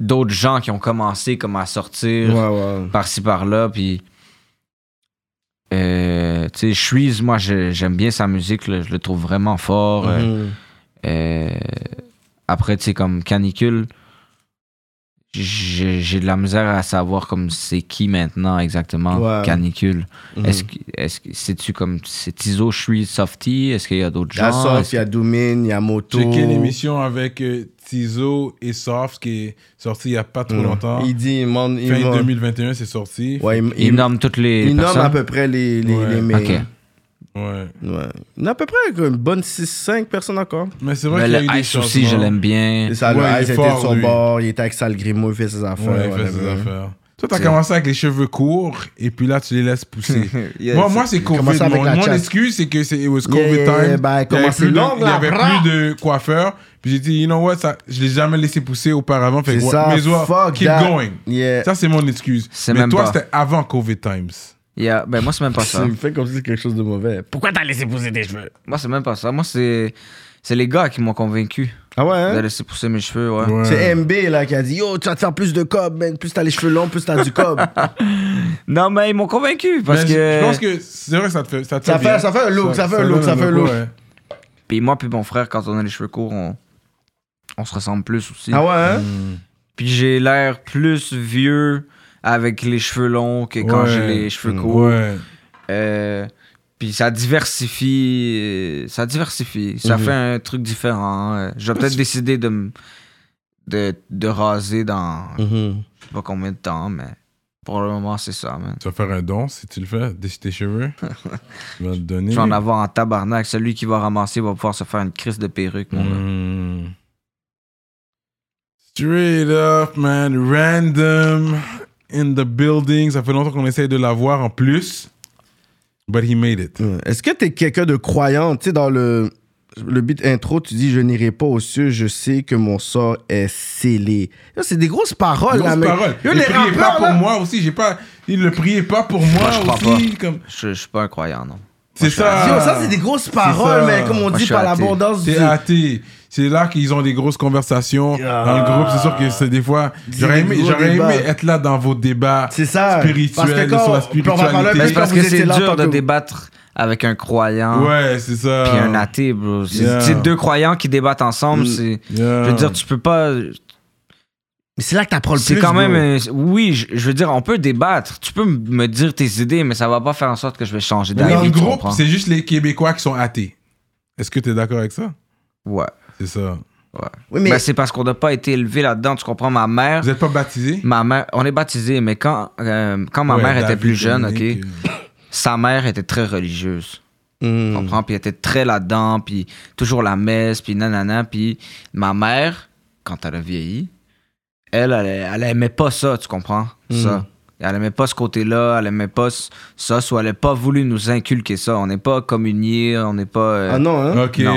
[SPEAKER 2] d'autres gens qui ont commencé comme à sortir
[SPEAKER 3] Ouais, ouais.
[SPEAKER 2] par-ci par-là. Puis, euh, tu sais, Shreeze, moi, je- j'aime bien sa musique, là, je le trouve vraiment fort. euh,
[SPEAKER 3] Mhm.
[SPEAKER 2] euh, après, tu sais, comme canicule, j'ai j'ai de la misère à savoir comme c'est qui maintenant exactement
[SPEAKER 3] Ouais.
[SPEAKER 2] canicule.
[SPEAKER 3] Mhm.
[SPEAKER 2] Est-ce que est-ce que c'est-tu comme c'est Tizo, je suis Softy, est-ce qu'il y a d'autres
[SPEAKER 3] Il y a
[SPEAKER 2] gens
[SPEAKER 3] Soft,
[SPEAKER 2] Est-ce-
[SPEAKER 3] il y a Doumine, il y a Moto.
[SPEAKER 1] Checker l'émission avec euh, Tizo et Soft qui est sortie il y a pas trop
[SPEAKER 3] Mhm.
[SPEAKER 1] longtemps.
[SPEAKER 3] Il dit, il demande. il
[SPEAKER 1] fin
[SPEAKER 3] demande-
[SPEAKER 1] 2021, c'est sorti.
[SPEAKER 3] Ouais, il,
[SPEAKER 2] Il nomme toutes les
[SPEAKER 3] il nomme
[SPEAKER 2] personnes.
[SPEAKER 3] à peu près les, les,
[SPEAKER 1] Ouais.
[SPEAKER 3] les mecs.
[SPEAKER 2] Ok. Ben,
[SPEAKER 1] Ouais.
[SPEAKER 3] Ouais. Il y en a à peu près comme une bonne 6-5 personnes encore.
[SPEAKER 1] Mais c'est vrai
[SPEAKER 2] Mais
[SPEAKER 1] qu'il y a
[SPEAKER 2] le
[SPEAKER 1] eu des
[SPEAKER 2] Ice aussi, je
[SPEAKER 1] changements.
[SPEAKER 2] l'aime bien.
[SPEAKER 3] C'est ça,
[SPEAKER 1] Ouais, il est
[SPEAKER 3] le Ice était
[SPEAKER 1] fort,
[SPEAKER 3] de son
[SPEAKER 1] lui.
[SPEAKER 3] bord, il était avec Sal Grimaud, il fait ses affaires.
[SPEAKER 1] Ouais, il fait ses
[SPEAKER 3] whatever.
[SPEAKER 1] affaires. Toi, t'as
[SPEAKER 2] C'est-
[SPEAKER 1] commencé avec les cheveux courts et puis là, tu les laisses pousser. moi, moi c'est
[SPEAKER 3] commencé
[SPEAKER 1] COVID.
[SPEAKER 3] avec
[SPEAKER 1] Mon,
[SPEAKER 3] la
[SPEAKER 1] mon
[SPEAKER 3] chatte.
[SPEAKER 1] excuse, c'est que c'est it was COVID
[SPEAKER 3] Yeah, yeah, yeah,
[SPEAKER 1] time.
[SPEAKER 3] bah,
[SPEAKER 1] il n'y
[SPEAKER 3] comment
[SPEAKER 1] avait,
[SPEAKER 3] c'est
[SPEAKER 1] plus de,
[SPEAKER 3] long,
[SPEAKER 1] il y
[SPEAKER 3] là,
[SPEAKER 1] avait
[SPEAKER 3] bras.
[SPEAKER 1] plus de coiffeur. Puis j'ai dit, you know what, ça, je l'ai jamais laissé pousser auparavant. Fait
[SPEAKER 3] C'est
[SPEAKER 1] que,
[SPEAKER 3] ça,
[SPEAKER 1] mais ouais,
[SPEAKER 3] fuck
[SPEAKER 1] keep
[SPEAKER 3] that.
[SPEAKER 1] going.
[SPEAKER 3] Yeah.
[SPEAKER 1] Ça, c'est mon excuse.
[SPEAKER 2] C'est
[SPEAKER 1] mais
[SPEAKER 2] même
[SPEAKER 1] toi,
[SPEAKER 2] pas.
[SPEAKER 1] c'était avant COVID times.
[SPEAKER 2] Il y a- ben, moi, c'est même pas ça.
[SPEAKER 3] Ça me fait comme si c'était quelque chose de mauvais. Pourquoi t'as laissé pousser tes cheveux
[SPEAKER 2] Moi, c'est même pas ça. Moi, c'est c'est les gars qui m'ont convaincu
[SPEAKER 3] Ah ouais,
[SPEAKER 2] de
[SPEAKER 3] hein?
[SPEAKER 2] laisser pousser mes cheveux. ouais.
[SPEAKER 1] Ouais.
[SPEAKER 3] C'est MB là qui a dit Yo, tu vas te faire plus de cob, man. Plus t'as les cheveux longs, plus t'as du cob.
[SPEAKER 2] Non, mais ils m'ont convaincu parce
[SPEAKER 1] Mais
[SPEAKER 2] que.
[SPEAKER 1] Ben, Je pense que c'est vrai que ça te fait. Ça, te
[SPEAKER 3] Ça
[SPEAKER 1] bien.
[SPEAKER 3] fait, ça fait un look, ça, fait un look,
[SPEAKER 1] donne
[SPEAKER 3] ça fait un look.
[SPEAKER 1] ouais.
[SPEAKER 2] Puis moi, puis mon frère, quand on a les cheveux courts, on, on se ressemble plus aussi.
[SPEAKER 3] Ah ouais, hein?
[SPEAKER 2] Puis j'ai l'air plus vieux avec les cheveux longs que quand
[SPEAKER 1] Ouais.
[SPEAKER 2] j'ai les cheveux courts.
[SPEAKER 1] Ouais.
[SPEAKER 2] Euh, puis ça diversifie, euh, ça diversifie, ça
[SPEAKER 3] Mhm.
[SPEAKER 2] fait un truc différent. Euh, Je vais peut-être décider de, me- de de raser dans
[SPEAKER 3] Mhm.
[SPEAKER 2] je sais pas combien de temps, mais pour le moment c'est ça. man.
[SPEAKER 1] Tu vas faire un don si tu le fais, déchire tes cheveux. tu vas te donner.
[SPEAKER 2] Je vais
[SPEAKER 3] Mhm.
[SPEAKER 2] en avoir en tabarnak. Celui qui va ramasser va pouvoir se faire une crise de perruque. mon
[SPEAKER 3] Mhm.
[SPEAKER 2] gars.
[SPEAKER 1] Mm. Straight up, man. Random in the building. Ça fait longtemps qu'on essaye de l'avoir en plus. But he made it.
[SPEAKER 3] Ouais. Est-ce que t'es quelqu'un de croyant? Tu sais, dans le, le beat intro, tu dis Je n'irai pas aux cieux, je sais que mon sort est scellé. Yo, C'est des grosses paroles,
[SPEAKER 1] Grosse
[SPEAKER 3] là, mec.
[SPEAKER 1] parole.
[SPEAKER 3] Oh, Yo,
[SPEAKER 1] ne
[SPEAKER 3] les
[SPEAKER 1] priez
[SPEAKER 3] rappeurs,
[SPEAKER 1] pas pour
[SPEAKER 3] là.
[SPEAKER 1] moi aussi. J'ai pas. Il le priait pas pour moi
[SPEAKER 2] je crois
[SPEAKER 1] aussi. comme-
[SPEAKER 2] Je, je suis pas un croyant, non.
[SPEAKER 1] C'est ça.
[SPEAKER 3] Yo, ça, c'est des grosses paroles,
[SPEAKER 1] ça.
[SPEAKER 3] mais comme on
[SPEAKER 2] Moi,
[SPEAKER 3] dit,
[SPEAKER 2] je suis
[SPEAKER 3] par
[SPEAKER 2] athée.
[SPEAKER 3] l'abondance du.
[SPEAKER 1] C'est athée. C'est là qu'ils ont des grosses conversations
[SPEAKER 3] Yeah.
[SPEAKER 1] dans le groupe. C'est sûr que c'est des fois.
[SPEAKER 3] C'est
[SPEAKER 1] J'aurais
[SPEAKER 3] des
[SPEAKER 1] aimé,
[SPEAKER 3] gros
[SPEAKER 1] j'aurais aimé
[SPEAKER 3] débats.
[SPEAKER 1] être là dans vos débats.
[SPEAKER 3] C'est ça.
[SPEAKER 1] Spirituel,
[SPEAKER 3] Parce que quand-
[SPEAKER 1] sur la
[SPEAKER 3] puis on va parler un peu
[SPEAKER 1] spiritualité.
[SPEAKER 2] Mais
[SPEAKER 3] Mais
[SPEAKER 2] c'est
[SPEAKER 3] quand
[SPEAKER 2] parce
[SPEAKER 3] vous
[SPEAKER 2] que
[SPEAKER 3] étiez
[SPEAKER 2] c'est
[SPEAKER 3] là en
[SPEAKER 2] dur
[SPEAKER 3] tant
[SPEAKER 2] de
[SPEAKER 3] que-
[SPEAKER 2] débattre avec un croyant
[SPEAKER 1] Ouais, c'est ça.
[SPEAKER 2] puis un athée, bro. C'est
[SPEAKER 1] Yeah.
[SPEAKER 2] c'est deux croyants qui débattent
[SPEAKER 3] Mm.
[SPEAKER 2] ensemble. c'est-
[SPEAKER 1] Yeah.
[SPEAKER 2] Je veux dire, tu peux pas.
[SPEAKER 3] Mais c'est là que t'apprends le plus.
[SPEAKER 2] C'est quand même.
[SPEAKER 3] bro.
[SPEAKER 2] euh, Oui, je, je veux dire, on peut débattre. Tu peux m- me dire tes idées, mais ça va pas faire en sorte que je vais changer
[SPEAKER 1] Mais
[SPEAKER 2] d'avis.
[SPEAKER 1] dans le
[SPEAKER 2] tu
[SPEAKER 1] groupe,
[SPEAKER 2] comprends?
[SPEAKER 1] c'est juste les Québécois qui sont athées. Est-ce que tu es d'accord avec ça?
[SPEAKER 2] Ouais.
[SPEAKER 1] C'est ça.
[SPEAKER 2] ouais.
[SPEAKER 3] Oui, mais-
[SPEAKER 2] Ben, c'est parce qu'on n'a pas été élevé là-dedans. Tu comprends, ma mère.
[SPEAKER 1] Vous n'êtes pas baptisés?
[SPEAKER 2] Ma mère, on est baptisé, mais quand, euh, quand ma
[SPEAKER 1] Ouais,
[SPEAKER 2] mère était
[SPEAKER 1] David,
[SPEAKER 2] plus jeune, ok,
[SPEAKER 1] Dominique, euh,
[SPEAKER 2] sa mère était très religieuse.
[SPEAKER 3] Mhm.
[SPEAKER 2] Tu
[SPEAKER 1] Hmm.
[SPEAKER 2] comprends? Puis elle était très là-dedans, puis toujours la messe, puis nanana. Puis ma mère, quand elle a vieilli, elle, elle, elle aimait pas ça, tu comprends?
[SPEAKER 1] Hmm.
[SPEAKER 2] Ça. Elle aimait pas ce côté-là, elle aimait pas ce- ça, soit elle a pas voulu nous inculquer ça. On n'est pas communier, on n'est pas. euh,
[SPEAKER 3] Ah non, hein?
[SPEAKER 1] Ok.
[SPEAKER 2] Non.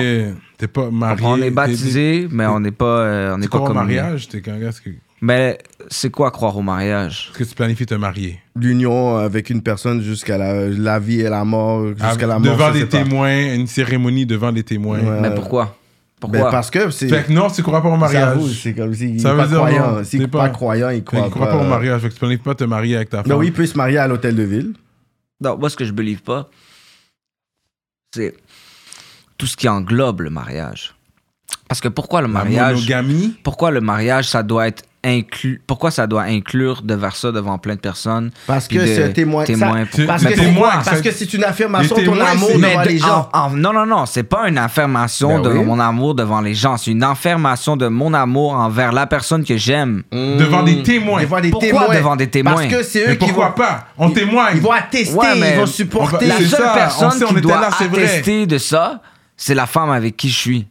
[SPEAKER 1] T'es pas marié.
[SPEAKER 2] on
[SPEAKER 1] t'es-
[SPEAKER 2] est baptisé, mais on n'est pas, euh, on
[SPEAKER 1] T'es
[SPEAKER 2] n'est pas
[SPEAKER 1] crois au
[SPEAKER 2] communier.
[SPEAKER 1] mariage? T'es quand est-ce que, est-ce
[SPEAKER 2] Mais c'est quoi croire au mariage?
[SPEAKER 1] que tu planifies te marier?
[SPEAKER 3] L'union avec une personne jusqu'à la, la vie et la mort, jusqu'à la
[SPEAKER 1] Ah,
[SPEAKER 3] mort.
[SPEAKER 1] devant
[SPEAKER 3] je
[SPEAKER 1] des
[SPEAKER 3] sais pas.
[SPEAKER 1] témoins, une cérémonie devant des témoins.
[SPEAKER 3] Ouais.
[SPEAKER 2] Mais
[SPEAKER 3] Euh,
[SPEAKER 2] pourquoi?
[SPEAKER 3] Ben,
[SPEAKER 2] Pourquoi?
[SPEAKER 3] parce que c'est.
[SPEAKER 1] Fait que non, tu crois pas au mariage.
[SPEAKER 3] j'avoue, C'est comme s'il
[SPEAKER 1] Ça
[SPEAKER 3] n'est
[SPEAKER 1] veut
[SPEAKER 3] pas
[SPEAKER 1] dire non,
[SPEAKER 3] croyant. S'il
[SPEAKER 1] t'es
[SPEAKER 3] n'est
[SPEAKER 1] pas-
[SPEAKER 3] pas croyant, il
[SPEAKER 1] Fait que
[SPEAKER 3] croit
[SPEAKER 1] tu crois pas au mariage. Fait que tu planifies pas te marier avec ta femme.
[SPEAKER 3] Non, oui, il peut se marier à l'hôtel de ville.
[SPEAKER 2] Non, moi, ce que je believe pas, c'est tout ce qui englobe le mariage. Parce que pourquoi le
[SPEAKER 1] La
[SPEAKER 2] mariage
[SPEAKER 1] monogamie.
[SPEAKER 2] Pourquoi le mariage, ça doit être inclure. Pourquoi ça doit inclure de faire ça devant plein de personnes?
[SPEAKER 3] Parce
[SPEAKER 2] puis
[SPEAKER 3] que
[SPEAKER 2] de
[SPEAKER 3] c'est un témoin. ça-
[SPEAKER 2] témoin-
[SPEAKER 3] parce
[SPEAKER 1] Mais
[SPEAKER 3] que c'est
[SPEAKER 1] témoin,
[SPEAKER 3] parce
[SPEAKER 1] ça-
[SPEAKER 3] que c'est une affirmation de
[SPEAKER 1] Les
[SPEAKER 3] ton
[SPEAKER 1] témoins,
[SPEAKER 3] amour
[SPEAKER 1] c'est-
[SPEAKER 3] devant
[SPEAKER 2] de-
[SPEAKER 3] les gens.
[SPEAKER 2] en- en- non, non, non, c'est pas une affirmation
[SPEAKER 3] Ben
[SPEAKER 2] de
[SPEAKER 3] oui.
[SPEAKER 2] mon amour devant les gens. C'est une affirmation de mon amour envers la personne que j'aime.
[SPEAKER 1] Devant des témoins.
[SPEAKER 3] Devant des
[SPEAKER 2] Pourquoi
[SPEAKER 3] témoins.
[SPEAKER 2] devant des témoins?
[SPEAKER 3] Parce que c'est eux
[SPEAKER 1] Mais
[SPEAKER 3] qui
[SPEAKER 1] pourquoi
[SPEAKER 3] vont.
[SPEAKER 1] pas On témoigne.
[SPEAKER 3] Ils vont attester,
[SPEAKER 2] Ouais, mais
[SPEAKER 3] ils vont
[SPEAKER 1] on
[SPEAKER 3] supporter.
[SPEAKER 1] va-
[SPEAKER 2] La
[SPEAKER 1] C'est
[SPEAKER 2] seule
[SPEAKER 1] ça,
[SPEAKER 2] personne
[SPEAKER 1] on sait, on
[SPEAKER 2] qui
[SPEAKER 1] était
[SPEAKER 2] doit
[SPEAKER 1] là, c'est vrai.
[SPEAKER 2] attester de ça, c'est la femme avec qui je suis.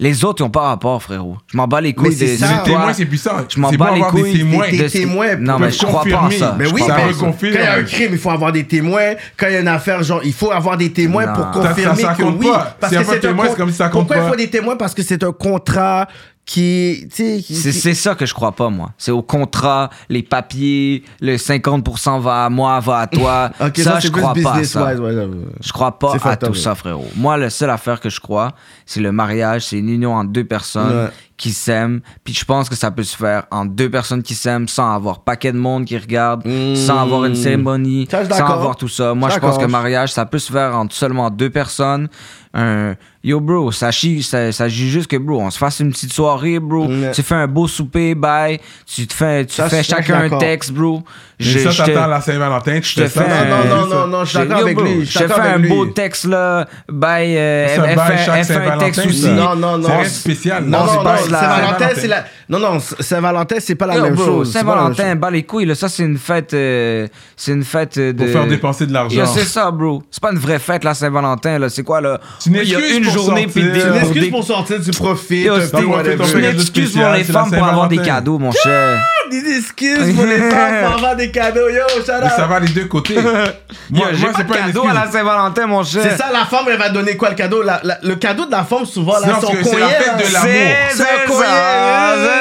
[SPEAKER 2] Les autres, ils ont pas rapport, frérot. Je m'en bats les couilles
[SPEAKER 3] c'est
[SPEAKER 2] des
[SPEAKER 3] ça.
[SPEAKER 2] de
[SPEAKER 1] Les
[SPEAKER 2] toi.
[SPEAKER 1] témoins, c'est puissant.
[SPEAKER 2] Je m'en
[SPEAKER 1] C'est
[SPEAKER 2] bats
[SPEAKER 1] beau
[SPEAKER 2] les
[SPEAKER 1] avoir des
[SPEAKER 2] couilles.
[SPEAKER 1] témoins.
[SPEAKER 3] Des
[SPEAKER 2] de ce-
[SPEAKER 3] témoins
[SPEAKER 2] Non,
[SPEAKER 3] peuvent
[SPEAKER 2] mais je crois pas en
[SPEAKER 1] confirmer.
[SPEAKER 2] ça.
[SPEAKER 3] Mais
[SPEAKER 2] Je
[SPEAKER 3] oui,
[SPEAKER 2] crois
[SPEAKER 1] Ça
[SPEAKER 2] pas en
[SPEAKER 3] mais
[SPEAKER 2] ça.
[SPEAKER 1] reconfirme.
[SPEAKER 3] quand il y a un crime, il faut avoir des témoins. Quand il y a une affaire, genre, il faut avoir des témoins
[SPEAKER 2] Non.
[SPEAKER 3] pour
[SPEAKER 2] Ça-
[SPEAKER 1] ça
[SPEAKER 3] confirmer que
[SPEAKER 1] compte
[SPEAKER 3] oui.
[SPEAKER 1] pas.
[SPEAKER 3] Parce
[SPEAKER 1] S'il y a
[SPEAKER 3] que
[SPEAKER 1] pas de
[SPEAKER 3] c'est un
[SPEAKER 1] témoins,
[SPEAKER 3] con-
[SPEAKER 1] c'est comme si ça compte
[SPEAKER 3] Pourquoi il
[SPEAKER 1] pas.
[SPEAKER 3] faut des témoins Parce que c'est un contrat qui, tu sais, qui-
[SPEAKER 2] C'est
[SPEAKER 3] qui-
[SPEAKER 2] c'est ça que je crois pas, moi. C'est au contrat, les papiers, le 50% va à moi, va à toi.
[SPEAKER 3] Ok,
[SPEAKER 2] ça,
[SPEAKER 3] c'est
[SPEAKER 2] je
[SPEAKER 3] plus
[SPEAKER 2] crois pas à
[SPEAKER 3] business
[SPEAKER 2] ça.
[SPEAKER 3] wise, ouais, ouais.
[SPEAKER 2] Je crois pas
[SPEAKER 3] C'est
[SPEAKER 2] à
[SPEAKER 3] fucked up,
[SPEAKER 2] tout
[SPEAKER 3] là.
[SPEAKER 2] ça, frérot. Moi, la seule affaire que je crois, c'est le mariage. C'est une union en deux personnes
[SPEAKER 3] Ouais.
[SPEAKER 2] qui s'aiment. Puis je pense que ça peut se faire en deux personnes qui s'aiment sans avoir paquet de monde qui regarde,
[SPEAKER 3] Mmh.
[SPEAKER 2] sans avoir une cérémonie,
[SPEAKER 3] Ça, je suis
[SPEAKER 2] sans
[SPEAKER 3] d'accord.
[SPEAKER 2] avoir tout ça. Moi,
[SPEAKER 3] Je
[SPEAKER 2] je
[SPEAKER 3] suis
[SPEAKER 2] pense que
[SPEAKER 3] d'accord.
[SPEAKER 2] mariage, ça peut se faire entre seulement deux personnes. Un... Yo, bro, ça chie, ça, ça chie juste que, bro, on se fasse une petite soirée, bro.
[SPEAKER 3] Ouais.
[SPEAKER 2] Tu fais un beau souper, bye. Tu te fais, tu
[SPEAKER 3] Ça,
[SPEAKER 2] fais
[SPEAKER 3] je suis
[SPEAKER 2] chacun un
[SPEAKER 3] d'accord.
[SPEAKER 2] texte, bro.
[SPEAKER 1] Je, ça,
[SPEAKER 2] te-
[SPEAKER 1] t'attends la Saint-Valentin. tu euh,
[SPEAKER 2] je te
[SPEAKER 1] fais ça,
[SPEAKER 2] fais
[SPEAKER 1] tu
[SPEAKER 2] un-
[SPEAKER 1] fais
[SPEAKER 3] Non, non,
[SPEAKER 1] ça.
[SPEAKER 3] non, non, je suis
[SPEAKER 2] Yo,
[SPEAKER 3] d'accord avec
[SPEAKER 2] bro,
[SPEAKER 3] lui. Je
[SPEAKER 2] Je
[SPEAKER 3] suis
[SPEAKER 2] te fais
[SPEAKER 3] d'accord
[SPEAKER 2] un
[SPEAKER 3] avec
[SPEAKER 2] beau
[SPEAKER 3] lui.
[SPEAKER 2] texte là, bye, euh,
[SPEAKER 1] Ça,
[SPEAKER 2] fais-
[SPEAKER 1] bye
[SPEAKER 2] fais-
[SPEAKER 1] chaque
[SPEAKER 2] fais un texte
[SPEAKER 1] Saint-Valentin,
[SPEAKER 2] aussi.
[SPEAKER 1] ça.
[SPEAKER 3] Non, non, non.
[SPEAKER 1] C'est reste spécial.
[SPEAKER 3] Non,
[SPEAKER 2] On se
[SPEAKER 3] non, non,
[SPEAKER 2] passe la-
[SPEAKER 3] Saint-Valentin, c'est la. Non, non, Saint-Valentin, c'est pas la
[SPEAKER 2] Yo,
[SPEAKER 3] même
[SPEAKER 2] bro,
[SPEAKER 3] chose. c'est pas la même
[SPEAKER 2] Saint-Valentin, bas les couilles, là, ça c'est une fête, euh, c'est une fête euh, de.
[SPEAKER 1] Pour faire dépenser de l'argent.
[SPEAKER 2] Yo, c'est ça, bro. C'est pas une vraie fête là, Saint-Valentin là. C'est quoi là
[SPEAKER 1] C'est une
[SPEAKER 2] Il y a
[SPEAKER 1] excuse
[SPEAKER 2] une
[SPEAKER 1] pour
[SPEAKER 2] journée
[SPEAKER 1] sortir.
[SPEAKER 2] puis
[SPEAKER 1] C'est
[SPEAKER 2] des.
[SPEAKER 3] chose.
[SPEAKER 1] une
[SPEAKER 3] Une
[SPEAKER 2] pour
[SPEAKER 3] excuse
[SPEAKER 2] des-
[SPEAKER 3] pour sortir du profit.
[SPEAKER 2] Yo,
[SPEAKER 3] un
[SPEAKER 2] c'est
[SPEAKER 3] peu,
[SPEAKER 1] profit,
[SPEAKER 3] whatever.
[SPEAKER 1] ton quelque
[SPEAKER 2] une
[SPEAKER 1] chose de
[SPEAKER 2] excuse pour
[SPEAKER 1] spécial,
[SPEAKER 2] les
[SPEAKER 1] c'est la
[SPEAKER 2] femmes pour avoir des
[SPEAKER 1] Saint-Valentin.
[SPEAKER 2] cadeaux, mon cher.
[SPEAKER 3] Des excuses pour les femmes pour avoir des cadeaux. Yo, shout
[SPEAKER 1] Mais ça
[SPEAKER 3] out.
[SPEAKER 1] va des deux côtés. moi,
[SPEAKER 2] Yo,
[SPEAKER 1] moi,
[SPEAKER 2] j'ai pas
[SPEAKER 1] c'est
[SPEAKER 2] de
[SPEAKER 1] pas une
[SPEAKER 2] cadeau à
[SPEAKER 1] excuse.
[SPEAKER 2] la Saint-Valentin, mon cher.
[SPEAKER 3] C'est ça, la femme, elle va donner quoi le cadeau La- la- Le cadeau de la femme, souvent,
[SPEAKER 1] Non,
[SPEAKER 3] là, son
[SPEAKER 1] parce que
[SPEAKER 3] courrier.
[SPEAKER 1] c'est la fête
[SPEAKER 3] là,
[SPEAKER 1] de
[SPEAKER 2] C'est-
[SPEAKER 1] l'amour.
[SPEAKER 2] c'est
[SPEAKER 3] C'est un
[SPEAKER 2] ça,
[SPEAKER 3] courrier.
[SPEAKER 2] c'est ça.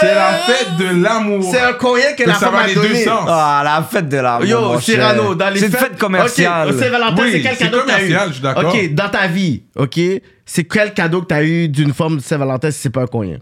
[SPEAKER 1] C'est la fête de l'amour.
[SPEAKER 3] C'est un courrier que
[SPEAKER 1] Que
[SPEAKER 3] la
[SPEAKER 1] ça
[SPEAKER 3] femme
[SPEAKER 1] va
[SPEAKER 3] a
[SPEAKER 1] les deux
[SPEAKER 3] donné.
[SPEAKER 1] sens.
[SPEAKER 2] Ah, la fête de l'amour.
[SPEAKER 3] Yo,
[SPEAKER 2] mon cher.
[SPEAKER 3] Cyrano, dans les
[SPEAKER 2] C'est une fête commerciale.
[SPEAKER 3] Ok, au Saint-Valentin,
[SPEAKER 1] Oui,
[SPEAKER 3] c'est quel
[SPEAKER 1] c'est
[SPEAKER 3] cadeau que t'as eu
[SPEAKER 1] commercial, je suis d'accord.
[SPEAKER 3] Ok, dans ta vie, ok, c'est quel cadeau que t'as eu d'une forme de Saint-Valentin si c'est pas un courrier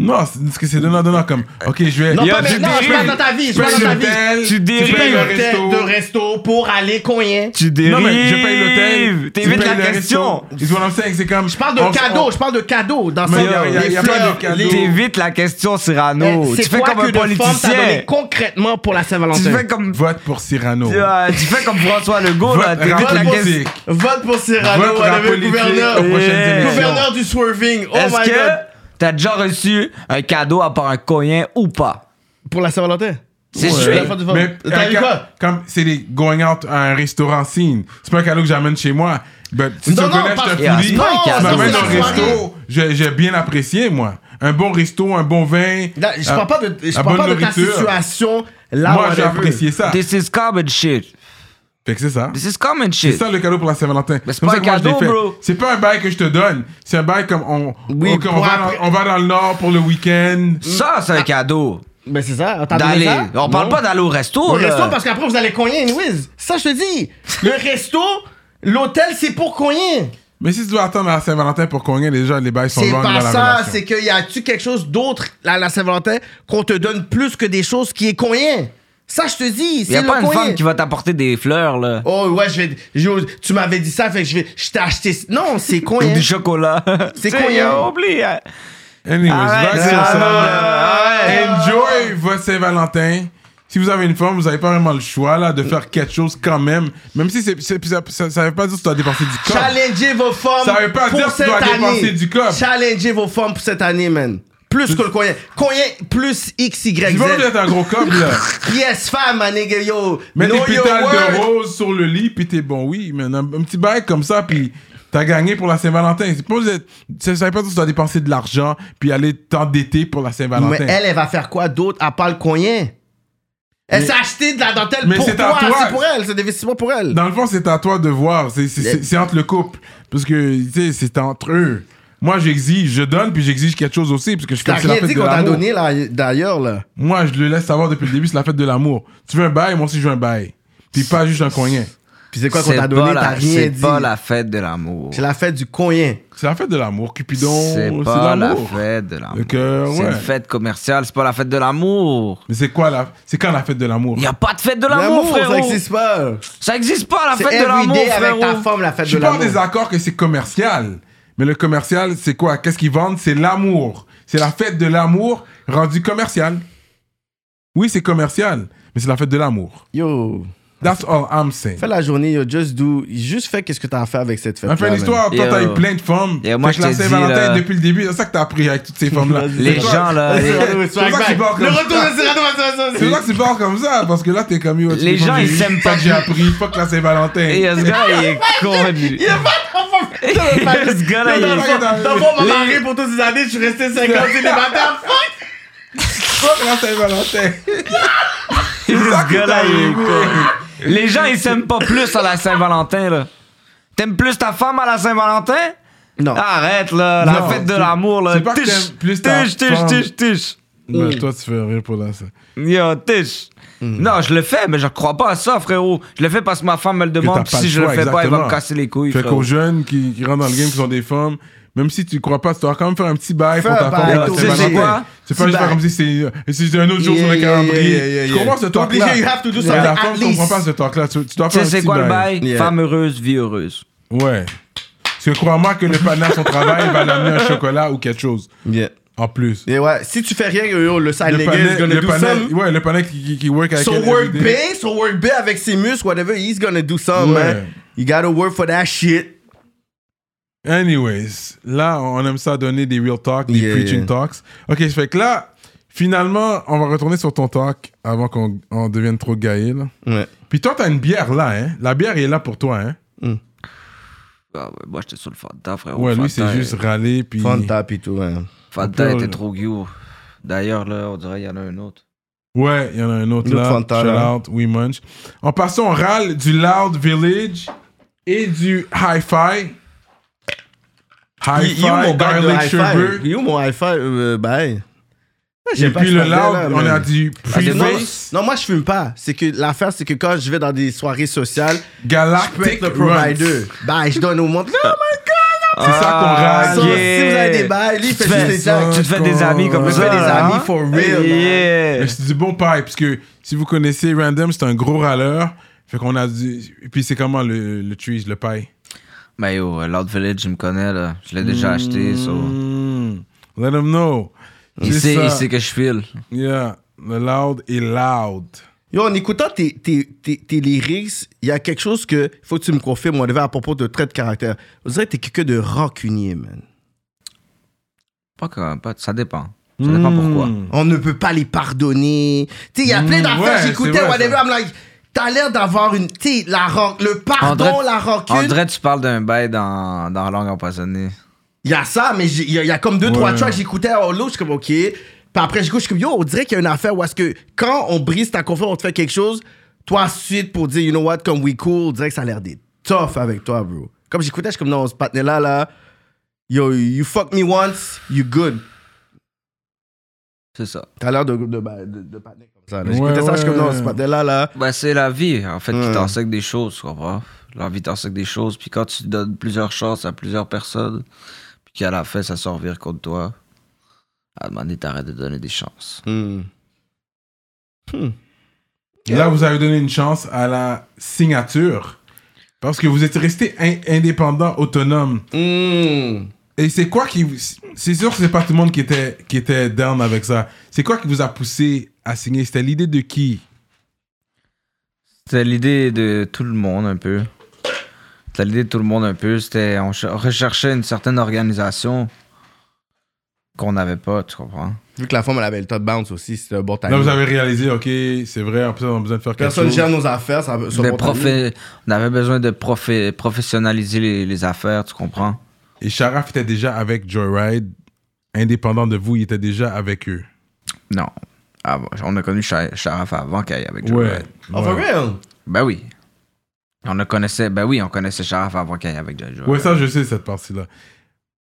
[SPEAKER 1] Non, c'est parce que c'est donnant, donnant comme. Ok, je vais.
[SPEAKER 3] Non,
[SPEAKER 2] Yo,
[SPEAKER 3] pas
[SPEAKER 2] tu
[SPEAKER 3] maintenant, je parle
[SPEAKER 2] dérives.
[SPEAKER 3] dans ta vie,
[SPEAKER 1] Je
[SPEAKER 3] je parle
[SPEAKER 1] paye
[SPEAKER 3] dans ta vie.
[SPEAKER 1] l'hôtel.
[SPEAKER 2] Tu
[SPEAKER 1] payes
[SPEAKER 2] dérives.
[SPEAKER 3] Paye
[SPEAKER 1] le
[SPEAKER 3] l'hôtel
[SPEAKER 1] resto.
[SPEAKER 3] de resto pour aller courrier.
[SPEAKER 2] Tu dérives.
[SPEAKER 1] Non, mais je paye l'hôtel. tu
[SPEAKER 2] T'évites
[SPEAKER 1] payes
[SPEAKER 2] la
[SPEAKER 1] le resto.
[SPEAKER 2] question.
[SPEAKER 1] Tu vois, l'hôtel, c'est comme.
[SPEAKER 3] Je parle de
[SPEAKER 1] on-
[SPEAKER 3] cadeau,
[SPEAKER 1] on-
[SPEAKER 3] je parle de cadeau dans
[SPEAKER 1] Mais
[SPEAKER 3] ça,
[SPEAKER 1] y a- y a-
[SPEAKER 3] les
[SPEAKER 1] y a pas
[SPEAKER 3] fleurs,
[SPEAKER 1] de cadeau.
[SPEAKER 3] les-
[SPEAKER 2] T'évites la question, Cyrano.
[SPEAKER 3] Eh,
[SPEAKER 2] Tu
[SPEAKER 3] C'est
[SPEAKER 2] fais
[SPEAKER 3] quoi
[SPEAKER 2] comme
[SPEAKER 3] que
[SPEAKER 2] un
[SPEAKER 3] de forme t'as
[SPEAKER 2] politicien.
[SPEAKER 3] donné concrètement pour la
[SPEAKER 2] Tu
[SPEAKER 3] Saint-Valentin
[SPEAKER 2] fais comme.
[SPEAKER 1] Vote pour Cyrano.
[SPEAKER 2] Tu, euh, tu fais comme François Legault,
[SPEAKER 1] Vote
[SPEAKER 2] là. T'évites
[SPEAKER 1] rapport
[SPEAKER 2] la
[SPEAKER 3] Vote pour-
[SPEAKER 2] question.
[SPEAKER 1] politique.
[SPEAKER 3] Vote pour Cyrano,
[SPEAKER 1] Vote
[SPEAKER 3] on
[SPEAKER 1] la
[SPEAKER 3] avait le
[SPEAKER 1] politique
[SPEAKER 3] gouverneur.
[SPEAKER 1] aux prochaines
[SPEAKER 2] Yeah.
[SPEAKER 1] élections.
[SPEAKER 3] Gouverneur du swerving, oh
[SPEAKER 2] Est-ce
[SPEAKER 3] my
[SPEAKER 2] que
[SPEAKER 3] god.
[SPEAKER 2] t'as déjà reçu un cadeau à part un coin ou pas?
[SPEAKER 3] Pour la Saint-Valentin
[SPEAKER 2] C'est
[SPEAKER 3] Ouais.
[SPEAKER 2] sûr.
[SPEAKER 3] La fête de-
[SPEAKER 1] Mais
[SPEAKER 3] T'as
[SPEAKER 1] un
[SPEAKER 3] eu
[SPEAKER 1] ca-
[SPEAKER 3] quoi
[SPEAKER 1] comme c'est des going out à un restaurant signe. C'est pas un cadeau que j'amène chez moi. Ben, si
[SPEAKER 3] Non,
[SPEAKER 1] tu me
[SPEAKER 3] non,
[SPEAKER 1] connais,
[SPEAKER 3] parce-
[SPEAKER 1] je te
[SPEAKER 2] Yeah,
[SPEAKER 1] fouille.
[SPEAKER 2] c'est pas un
[SPEAKER 1] Tu
[SPEAKER 2] cadeau,
[SPEAKER 1] m'amènes
[SPEAKER 2] c'est
[SPEAKER 1] au
[SPEAKER 2] la
[SPEAKER 1] resto, j'ai j'ai bien apprécié, moi. Un bon resto, un bon vin.
[SPEAKER 3] Là, je
[SPEAKER 1] euh,
[SPEAKER 3] parle pas de, je
[SPEAKER 2] Ah,
[SPEAKER 1] la
[SPEAKER 3] parle
[SPEAKER 1] bonne
[SPEAKER 3] pas de ta
[SPEAKER 1] nourriture.
[SPEAKER 3] situation là
[SPEAKER 1] Moi, j'ai
[SPEAKER 3] whatever.
[SPEAKER 1] apprécié ça.
[SPEAKER 2] This is common shit.
[SPEAKER 1] Fait que c'est ça.
[SPEAKER 2] This is common
[SPEAKER 1] C'est
[SPEAKER 2] shit.
[SPEAKER 1] ça le cadeau pour la Saint-Valentin.
[SPEAKER 2] Mais c'est
[SPEAKER 1] Comme
[SPEAKER 2] pas
[SPEAKER 1] ça
[SPEAKER 2] un
[SPEAKER 1] que moi, je l'ai
[SPEAKER 2] cadeau,
[SPEAKER 1] fait.
[SPEAKER 2] bro.
[SPEAKER 1] C'est pas un bail que je te donne. C'est un bail comme on,
[SPEAKER 3] Oui,
[SPEAKER 1] ok, on,
[SPEAKER 3] pour
[SPEAKER 1] va
[SPEAKER 3] après-
[SPEAKER 1] dans, on va dans le nord pour le week-end.
[SPEAKER 2] Ça, c'est un cadeau.
[SPEAKER 3] Ben c'est ça, t'as donné
[SPEAKER 2] D'aller.
[SPEAKER 3] Ah. ça?
[SPEAKER 2] On parle
[SPEAKER 3] Non.
[SPEAKER 2] pas d'aller au resto,
[SPEAKER 3] Au
[SPEAKER 2] là.
[SPEAKER 3] resto parce qu'après vous allez cogner une whiz. Ça je te dis. Le resto, l'hôtel c'est pour cogner.
[SPEAKER 1] Mais si tu dois attendre à la Saint-Valentin pour qu'on gagne, déjà, les bails sont
[SPEAKER 3] C'est
[SPEAKER 1] longs dans
[SPEAKER 3] pas
[SPEAKER 1] la
[SPEAKER 3] ça,
[SPEAKER 1] relation.
[SPEAKER 3] c'est qu'il y a-tu quelque chose d'autre à la Saint-Valentin qu'on te donne plus que des choses qui est cogné. Ça je te dis,
[SPEAKER 2] Y
[SPEAKER 3] c'est
[SPEAKER 2] a
[SPEAKER 3] le
[SPEAKER 2] pas une
[SPEAKER 3] cogner.
[SPEAKER 2] femme qui va t'apporter des fleurs, là.
[SPEAKER 3] Oh ouais, je vais je- tu m'avais dit ça fait que je vais je t'ai acheté non, c'est
[SPEAKER 2] Ou
[SPEAKER 3] cogné.
[SPEAKER 2] du chocolat.
[SPEAKER 3] C'est
[SPEAKER 2] Tu
[SPEAKER 3] con,
[SPEAKER 2] sais,
[SPEAKER 3] hein.
[SPEAKER 2] Oublie. hein.
[SPEAKER 1] Anyways,
[SPEAKER 2] Arrête,
[SPEAKER 1] back
[SPEAKER 2] c'est
[SPEAKER 1] sur
[SPEAKER 2] ça,
[SPEAKER 1] ça.
[SPEAKER 3] Euh,
[SPEAKER 2] là. Arrête.
[SPEAKER 3] Ah.
[SPEAKER 1] Enjoy votre Saint-Valentin. Si vous avez une femme, vous n'avez pas vraiment le choix là, de faire quelque chose quand même. Même si c'est, c'est- ça ne veut pas dire que tu dois dépenser du corps.
[SPEAKER 3] Challengez vos femmes
[SPEAKER 1] Ça veut pas
[SPEAKER 3] pour
[SPEAKER 1] dire que tu
[SPEAKER 3] cette
[SPEAKER 1] dois dépenser
[SPEAKER 3] année.
[SPEAKER 1] du cob.
[SPEAKER 3] Challengez vos femmes pour cette année, man. Plus que le coin. Coin plus X, Y,
[SPEAKER 1] Tu vas
[SPEAKER 3] Z.
[SPEAKER 1] être un gros cop là.
[SPEAKER 3] Yes, femme, ma nigga, yo.
[SPEAKER 1] Mets
[SPEAKER 3] Know
[SPEAKER 1] des
[SPEAKER 3] your
[SPEAKER 1] pétales
[SPEAKER 3] worth.
[SPEAKER 1] de rose sur le lit, puis t'es bon, oui, man. Un, un petit bail comme ça, puis t'as gagné pour la Saint-Valentin. C'est pas, obligé- ça ça veut pas dire que tu dois dépenser de l'argent, puis aller t'endetter pour la
[SPEAKER 3] Mais
[SPEAKER 1] Saint-Valentin.
[SPEAKER 3] elle, elle va faire quoi d'autre à part le coin? Elle s'est acheté de la dentelle
[SPEAKER 1] Mais
[SPEAKER 3] pour
[SPEAKER 1] c'est
[SPEAKER 3] toi.
[SPEAKER 1] à toi.
[SPEAKER 3] C'est pour elle. C'est des vêtements pour elle.
[SPEAKER 1] Dans le fond, c'est à toi de voir. C'est- C'est c'est- c'est entre le couple. Parce que, tu sais, c'est entre eux. Moi, j'exige, je donne, puis j'exige quelque chose aussi, parce que je suis
[SPEAKER 3] T'as
[SPEAKER 1] comme c'est la
[SPEAKER 3] rien
[SPEAKER 1] fête
[SPEAKER 3] dit
[SPEAKER 1] de
[SPEAKER 3] qu'on t'a
[SPEAKER 1] l'amour.
[SPEAKER 3] donné, là, d'ailleurs, là.
[SPEAKER 1] Moi, je le laisse savoir depuis le début, c'est la fête de l'amour. Tu veux un bail, moi aussi, je veux un bail. Puis pas juste un coin.
[SPEAKER 3] Puis c'est quoi qu'on
[SPEAKER 2] C'est
[SPEAKER 3] t'a
[SPEAKER 2] pas
[SPEAKER 3] donné?
[SPEAKER 2] la-
[SPEAKER 3] T'as rien
[SPEAKER 2] c'est
[SPEAKER 3] dit.
[SPEAKER 2] pas la fête de l'amour.
[SPEAKER 3] C'est la fête du coin.
[SPEAKER 1] C'est la fête de l'amour, Cupidon, c'est
[SPEAKER 2] C'est pas la
[SPEAKER 1] l'amour.
[SPEAKER 2] fête de l'amour.
[SPEAKER 1] Le cœur,
[SPEAKER 2] C'est
[SPEAKER 1] ouais.
[SPEAKER 2] une fête commerciale, c'est pas la fête de l'amour.
[SPEAKER 1] Mais c'est quoi la... C'est quand la fête de l'amour?
[SPEAKER 2] Il y a pas de fête de l'amour,
[SPEAKER 3] L'amour,
[SPEAKER 2] frérot.
[SPEAKER 3] ça existe pas.
[SPEAKER 2] Ça existe pas la
[SPEAKER 3] C'est
[SPEAKER 2] fête de l'amour,
[SPEAKER 3] everyday avec ta
[SPEAKER 2] frérot.
[SPEAKER 3] femme, la
[SPEAKER 1] Je
[SPEAKER 3] fête de
[SPEAKER 1] suis pas en
[SPEAKER 3] l'amour.
[SPEAKER 1] désaccord que c'est commercial. Mais le commercial, c'est quoi? Qu'est-ce qu'ils vendent? C'est l'amour. C'est la fête de l'amour rendue commerciale. Oui, c'est commercial, mais c'est la fête de l'amour.
[SPEAKER 3] Yo,
[SPEAKER 1] That's all I'm saying.
[SPEAKER 3] fais la journée, yo, just do. Juste fais qu'est-ce que t'as à faire avec cette fête.
[SPEAKER 1] On fait l'histoire, toi
[SPEAKER 2] Yo.
[SPEAKER 1] t'as eu plein de femmes.
[SPEAKER 2] Yo, moi,
[SPEAKER 1] Fait que
[SPEAKER 2] je
[SPEAKER 1] la
[SPEAKER 2] t'ai dit,
[SPEAKER 1] Saint-Valentin,
[SPEAKER 2] là-
[SPEAKER 1] depuis le début, c'est ça que t'as appris avec toutes ces femmes-là.
[SPEAKER 2] Les
[SPEAKER 1] C'est
[SPEAKER 2] gens,
[SPEAKER 1] ça-
[SPEAKER 2] là, les-
[SPEAKER 1] C'est pour ça que tu parles comme ça. C'est là que tu parles comme ça, parce que là t'es comme yo, tu
[SPEAKER 2] Les
[SPEAKER 1] sais, moi,
[SPEAKER 2] gens,
[SPEAKER 1] j'ai
[SPEAKER 2] ils
[SPEAKER 1] eu,
[SPEAKER 2] s'aiment
[SPEAKER 1] ça
[SPEAKER 2] pas.
[SPEAKER 1] que J'ai appris, fuck la
[SPEAKER 2] Et
[SPEAKER 1] Saint-Valentin.
[SPEAKER 2] ce gars, il est con, lui. Ce gars, là, il est con.
[SPEAKER 3] D'abord, on m'a marié pour toutes ces années, je suis resté 5 ans célibataire.
[SPEAKER 1] Fuck la Saint-Valentin.
[SPEAKER 2] Ce gars, là, il est
[SPEAKER 1] T'as eu,
[SPEAKER 2] con. Les gens, ils s'aiment pas plus à la Saint-Valentin, là. T'aimes plus ta femme à la Saint-Valentin?
[SPEAKER 3] Non.
[SPEAKER 1] Ah.
[SPEAKER 2] Arrête, là. La
[SPEAKER 1] Non,
[SPEAKER 2] fête de
[SPEAKER 1] c'est-
[SPEAKER 2] l'amour, là.
[SPEAKER 1] c'est pas que
[SPEAKER 2] Tiche,
[SPEAKER 1] t'aimes plus ta
[SPEAKER 2] tiche, tiche,
[SPEAKER 1] femme.
[SPEAKER 2] tiche, tiche.
[SPEAKER 1] Ouais, Toi tu fais rire pour la ça.
[SPEAKER 2] Yo, tiche.
[SPEAKER 1] Mhm.
[SPEAKER 2] Non, je le fais, mais je crois pas à ça, frérot. Je le fais parce que ma femme me le
[SPEAKER 1] que
[SPEAKER 2] demande.
[SPEAKER 1] t'as pas
[SPEAKER 2] Si
[SPEAKER 1] le
[SPEAKER 2] je le
[SPEAKER 1] choix,
[SPEAKER 2] fais pas, elle va me
[SPEAKER 1] exactement.
[SPEAKER 2] casser les couilles,
[SPEAKER 1] Fait qu'aux
[SPEAKER 2] frérot.
[SPEAKER 1] jeunes qui, qui rentrent dans le game, qui sont des femmes, même si tu crois pas, tu dois quand même faire un petit bail
[SPEAKER 3] Fais
[SPEAKER 1] pour ta
[SPEAKER 3] un
[SPEAKER 1] femme.
[SPEAKER 3] bail,
[SPEAKER 1] à
[SPEAKER 2] tu sais
[SPEAKER 1] Saint-Valentin.
[SPEAKER 2] quoi?
[SPEAKER 1] C'est pas
[SPEAKER 3] Petit
[SPEAKER 1] juste faire
[SPEAKER 3] bail.
[SPEAKER 1] comme si c'est et si c'est un autre jour
[SPEAKER 3] Yeah,
[SPEAKER 1] sur le
[SPEAKER 3] yeah, yeah, yeah,
[SPEAKER 1] calendrier.
[SPEAKER 3] yeah.
[SPEAKER 1] Tu comprends ce
[SPEAKER 3] T'es obligé,
[SPEAKER 1] talk-là?
[SPEAKER 3] you have to do
[SPEAKER 1] La
[SPEAKER 3] something at
[SPEAKER 1] femme comprend
[SPEAKER 3] least.
[SPEAKER 1] pas ce talk-là. Tu tu dois
[SPEAKER 2] Tu
[SPEAKER 1] faire un
[SPEAKER 2] sais,
[SPEAKER 1] petit bail.
[SPEAKER 2] c'est quoi le bail?
[SPEAKER 3] Yeah.
[SPEAKER 2] Femme heureuse, vie heureuse.
[SPEAKER 1] Ouais. Parce que crois-moi que le panache son travail va l'amener un chocolat ou quelque chose
[SPEAKER 3] Yeah.
[SPEAKER 1] en plus.
[SPEAKER 3] Et ouais, si tu fais rien, yo, yo, le side
[SPEAKER 1] Le
[SPEAKER 3] nigga is
[SPEAKER 1] panache,
[SPEAKER 3] gonna
[SPEAKER 1] le
[SPEAKER 3] do
[SPEAKER 1] panache,
[SPEAKER 3] something.
[SPEAKER 1] ouais, le panache qui, qui- qui work avec
[SPEAKER 3] So
[SPEAKER 1] elle
[SPEAKER 3] work
[SPEAKER 1] every day.
[SPEAKER 3] big, so work big avec ses muscles, whatever, he's gonna do something,
[SPEAKER 1] Ouais.
[SPEAKER 3] man. You gotta work for that shit.
[SPEAKER 1] Anyways, là, on aime ça donner des real talks, des
[SPEAKER 3] Yeah,
[SPEAKER 1] preaching
[SPEAKER 3] yeah.
[SPEAKER 1] talks. Ok, fait que là, finalement, on va retourner sur ton talk avant qu'on on devienne trop gaillé. là.
[SPEAKER 3] Ouais.
[SPEAKER 1] Puis toi, t'as une bière là, hein. La bière est là pour toi, hein.
[SPEAKER 2] Ah ouais, moi, j'étais sur le Fanta, frérot.
[SPEAKER 1] Ouais, lui,
[SPEAKER 2] Fanta,
[SPEAKER 1] c'est juste râler, puis...
[SPEAKER 3] Oh, Fanta pis tout, ouais.
[SPEAKER 2] Fanta
[SPEAKER 1] Un peu,
[SPEAKER 2] était
[SPEAKER 1] là.
[SPEAKER 2] trop guillot. D'ailleurs, là, on dirait qu'il y en a un autre.
[SPEAKER 1] Ouais, il y en a un autre
[SPEAKER 3] L'autre
[SPEAKER 1] là.
[SPEAKER 3] Fanta,
[SPEAKER 1] Shout
[SPEAKER 3] là.
[SPEAKER 1] out, We Munch. En passant, on râle du Loud Village et du Hi-Fi. Hi-Fi,
[SPEAKER 3] You- you mon bac de
[SPEAKER 1] Garlic
[SPEAKER 3] hi-fi.
[SPEAKER 1] Sherbet.
[SPEAKER 3] You mon hi-fi, euh, bye.
[SPEAKER 1] Et puis le Loud, on a du
[SPEAKER 2] Ah,
[SPEAKER 3] non,
[SPEAKER 1] Preface,
[SPEAKER 3] non, moi je fume pas. C'est que l'affaire, c'est que quand je vais dans des soirées sociales, je pète
[SPEAKER 1] Galactic
[SPEAKER 3] le
[SPEAKER 1] Runs.
[SPEAKER 3] provider. Bye, je donne au monde. Non,
[SPEAKER 1] C'est ça qu'on
[SPEAKER 2] Ah,
[SPEAKER 1] râle.
[SPEAKER 3] yeah. Si vous avez des bails, lui,
[SPEAKER 2] Tu te
[SPEAKER 3] faites
[SPEAKER 2] fais-
[SPEAKER 3] juste des jacks.
[SPEAKER 2] Tu te fais des amis comme
[SPEAKER 3] Tu
[SPEAKER 2] ça.
[SPEAKER 3] fais des
[SPEAKER 2] hein?
[SPEAKER 3] amis for real,
[SPEAKER 2] Yeah.
[SPEAKER 1] Mais c'est du bon pipe, parce que si vous connaissez Random, c'est un gros râleur. Fait qu'on a du... Et puis c'est comment le, le trees, le pie?
[SPEAKER 2] Mais yo, euh, Lord Village, je me connais, là. Je l'ai déjà acheté, so.
[SPEAKER 1] Mm. Let them know.
[SPEAKER 2] Hmm. Il
[SPEAKER 1] C'est
[SPEAKER 2] sait,
[SPEAKER 1] ça.
[SPEAKER 2] il sait que je file.
[SPEAKER 1] Yeah, le loud est loud.
[SPEAKER 3] Yo, en écoutant tes, tes, tes, tes lyrics, il y a quelque chose que faut que tu me confirmes, on devait à propos de traits de caractère. Vous dirait que t'es quelqu'un de rancunier, man.
[SPEAKER 2] Pas quand, pas, ça dépend. Ça
[SPEAKER 1] Mm.
[SPEAKER 2] dépend pourquoi.
[SPEAKER 3] On ne peut pas les pardonner. Tu sais, il y a plein
[SPEAKER 1] Mm,
[SPEAKER 3] d'affaires,
[SPEAKER 1] ouais, c'est
[SPEAKER 3] j'écoutais,
[SPEAKER 1] vrai,
[SPEAKER 3] whatever,
[SPEAKER 1] ça.
[SPEAKER 3] I'm like, t'as l'air d'avoir une, tu sais, la ran- le pardon,
[SPEAKER 2] André-
[SPEAKER 3] Ah la
[SPEAKER 2] En
[SPEAKER 3] rancune.
[SPEAKER 2] vrai, tu parles d'un bail dans, dans Langue empoisonnée.
[SPEAKER 3] Il y a ça, mais j'ai- il y, a- il y a comme deux,
[SPEAKER 1] Ouais.
[SPEAKER 3] trois tracks, j'écoutais en l'autre, je suis comme, OK. Puis après, j'écoute, je suis comme, yo, on dirait qu'il y a une affaire où est-ce que quand on brise ta confiance, on te fait quelque chose, toi, suite, pour dire, you know what, comme we cool, on dirait que ça a l'air d'être tough avec toi, bro. Comme j'écoutais, je suis comme, non, ce patiné-là, là, yo, you fuck me once, you good.
[SPEAKER 2] C'est ça.
[SPEAKER 3] T'as l'air de, de, de, de, de patiné comme ça. là.
[SPEAKER 1] Ouais,
[SPEAKER 3] J'écoutais ça, je suis comme,
[SPEAKER 1] ouais.
[SPEAKER 3] non, ce patiné-là, là,
[SPEAKER 2] Bah, c'est la vie, en fait,
[SPEAKER 3] Ouais.
[SPEAKER 2] qui t'enseigne des choses, tu comprends? La vie t'enseigne des choses, puis quand tu donnes plusieurs chances à plusieurs personnes, puis qu'à la fin, ça s'en revient contre toi, à demander t'arrêtes de donner des chances.
[SPEAKER 3] hmm.
[SPEAKER 1] Là, vous avez donné une chance à la signature parce que vous êtes resté in- indépendant, autonome.
[SPEAKER 3] Hmm.
[SPEAKER 1] Et c'est quoi qui vous... C'est sûr que c'est pas tout le monde qui était, qui était down avec ça. C'est quoi qui vous a poussé à signer C'était l'idée de qui
[SPEAKER 2] C'était l'idée de tout le monde, un peu. C'était l'idée de tout le monde, un peu. C'était, on cher- recherchait une certaine organisation qu'on n'avait pas, tu comprends?
[SPEAKER 3] Vu que la femme, elle avait le top bounce aussi, c'était un bon timing.
[SPEAKER 1] Là, vous avez réalisé, OK, c'est vrai, en plus, on a besoin de faire quelque
[SPEAKER 3] Personne
[SPEAKER 1] chose.
[SPEAKER 3] gère nos affaires, ça sur
[SPEAKER 2] De
[SPEAKER 3] mon timing.
[SPEAKER 2] profé- on avait besoin de profé- professionnaliser les, les affaires, tu comprends?
[SPEAKER 1] Et Sharaf était déjà avec Joyride, indépendant de vous, il était déjà avec eux.
[SPEAKER 2] Non. Ah, bon, on a connu Sha- Sharaf avant qu'il aille avec Joe
[SPEAKER 1] Ouais.
[SPEAKER 2] Biden.
[SPEAKER 3] Oh, for real?
[SPEAKER 2] Ben oui. On le connaissait, ben oui, on connaissait Sharaf avant qu'il aille avec Joe
[SPEAKER 1] Ouais, ça, je sais, cette partie-là.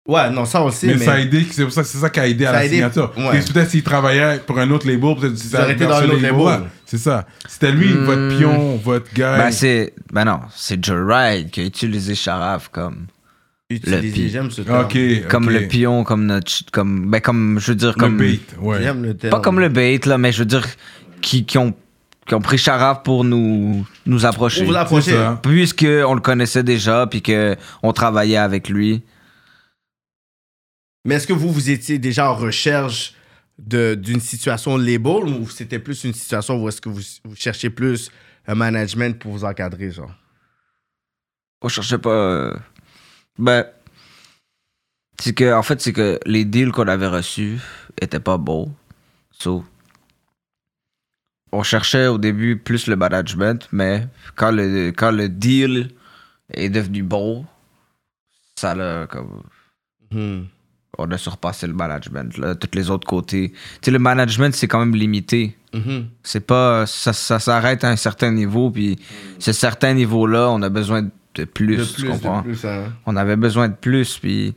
[SPEAKER 3] Ouais, non, ça on le sait,
[SPEAKER 1] Mais,
[SPEAKER 3] mais,
[SPEAKER 1] ça a aidé, c'est pour ça que c'est ça qui a aidé à
[SPEAKER 3] Ça a
[SPEAKER 1] la
[SPEAKER 3] aidé,
[SPEAKER 1] signature.
[SPEAKER 3] ouais.
[SPEAKER 1] Et Peut-être s'il travaillait pour un autre label, peut-être s'il
[SPEAKER 3] aurait été dans un autre label.
[SPEAKER 1] ouais, C'est ça. C'était lui,
[SPEAKER 2] Hmm.
[SPEAKER 1] votre pion, votre gars.
[SPEAKER 2] Ben c'est. Ben non, c'est Joe Ride qui a utilisé Sharaf comme. le
[SPEAKER 3] utiliser,
[SPEAKER 2] pi.
[SPEAKER 3] j'aime ce terme.
[SPEAKER 1] ok. ok.
[SPEAKER 2] Comme le pion, comme notre. ch- Comme, ben comme, je veux dire,
[SPEAKER 1] Le
[SPEAKER 2] comme.
[SPEAKER 1] beat, ouais.
[SPEAKER 3] J'aime le terme.
[SPEAKER 2] Pas comme le bait, là, mais je veux dire, qui, qui ont, qui ont pris Sharaf pour nous, nous approcher.
[SPEAKER 3] Pour vous
[SPEAKER 1] C'est
[SPEAKER 3] approcher.
[SPEAKER 1] ça.
[SPEAKER 2] Puisqu'on le connaissait déjà, puis qu'on travaillait avec lui.
[SPEAKER 3] Mais est-ce que vous, vous étiez déjà en recherche de- d'une situation label ou c'était plus une situation où est-ce que vous, vous cherchez plus un management pour vous encadrer, genre?
[SPEAKER 2] Moi, je cherchais pas. euh, Ben. C'est que, en fait, c'est que les deals qu'on avait reçus étaient pas beaux. So. On cherchait au début plus le management, mais quand le, quand le deal est devenu beau, ça l'a comme. On a surpassé le management, là, tous les autres côtés. Tu sais, le management, c'est quand même limité. C'est pas. Ça, ça s'arrête à un certain niveau, puis ce certain niveau-là, on a besoin de plus.
[SPEAKER 3] De
[SPEAKER 2] tu
[SPEAKER 3] plus,
[SPEAKER 2] comprends?
[SPEAKER 3] de plus, hein?
[SPEAKER 2] On avait besoin de plus, puis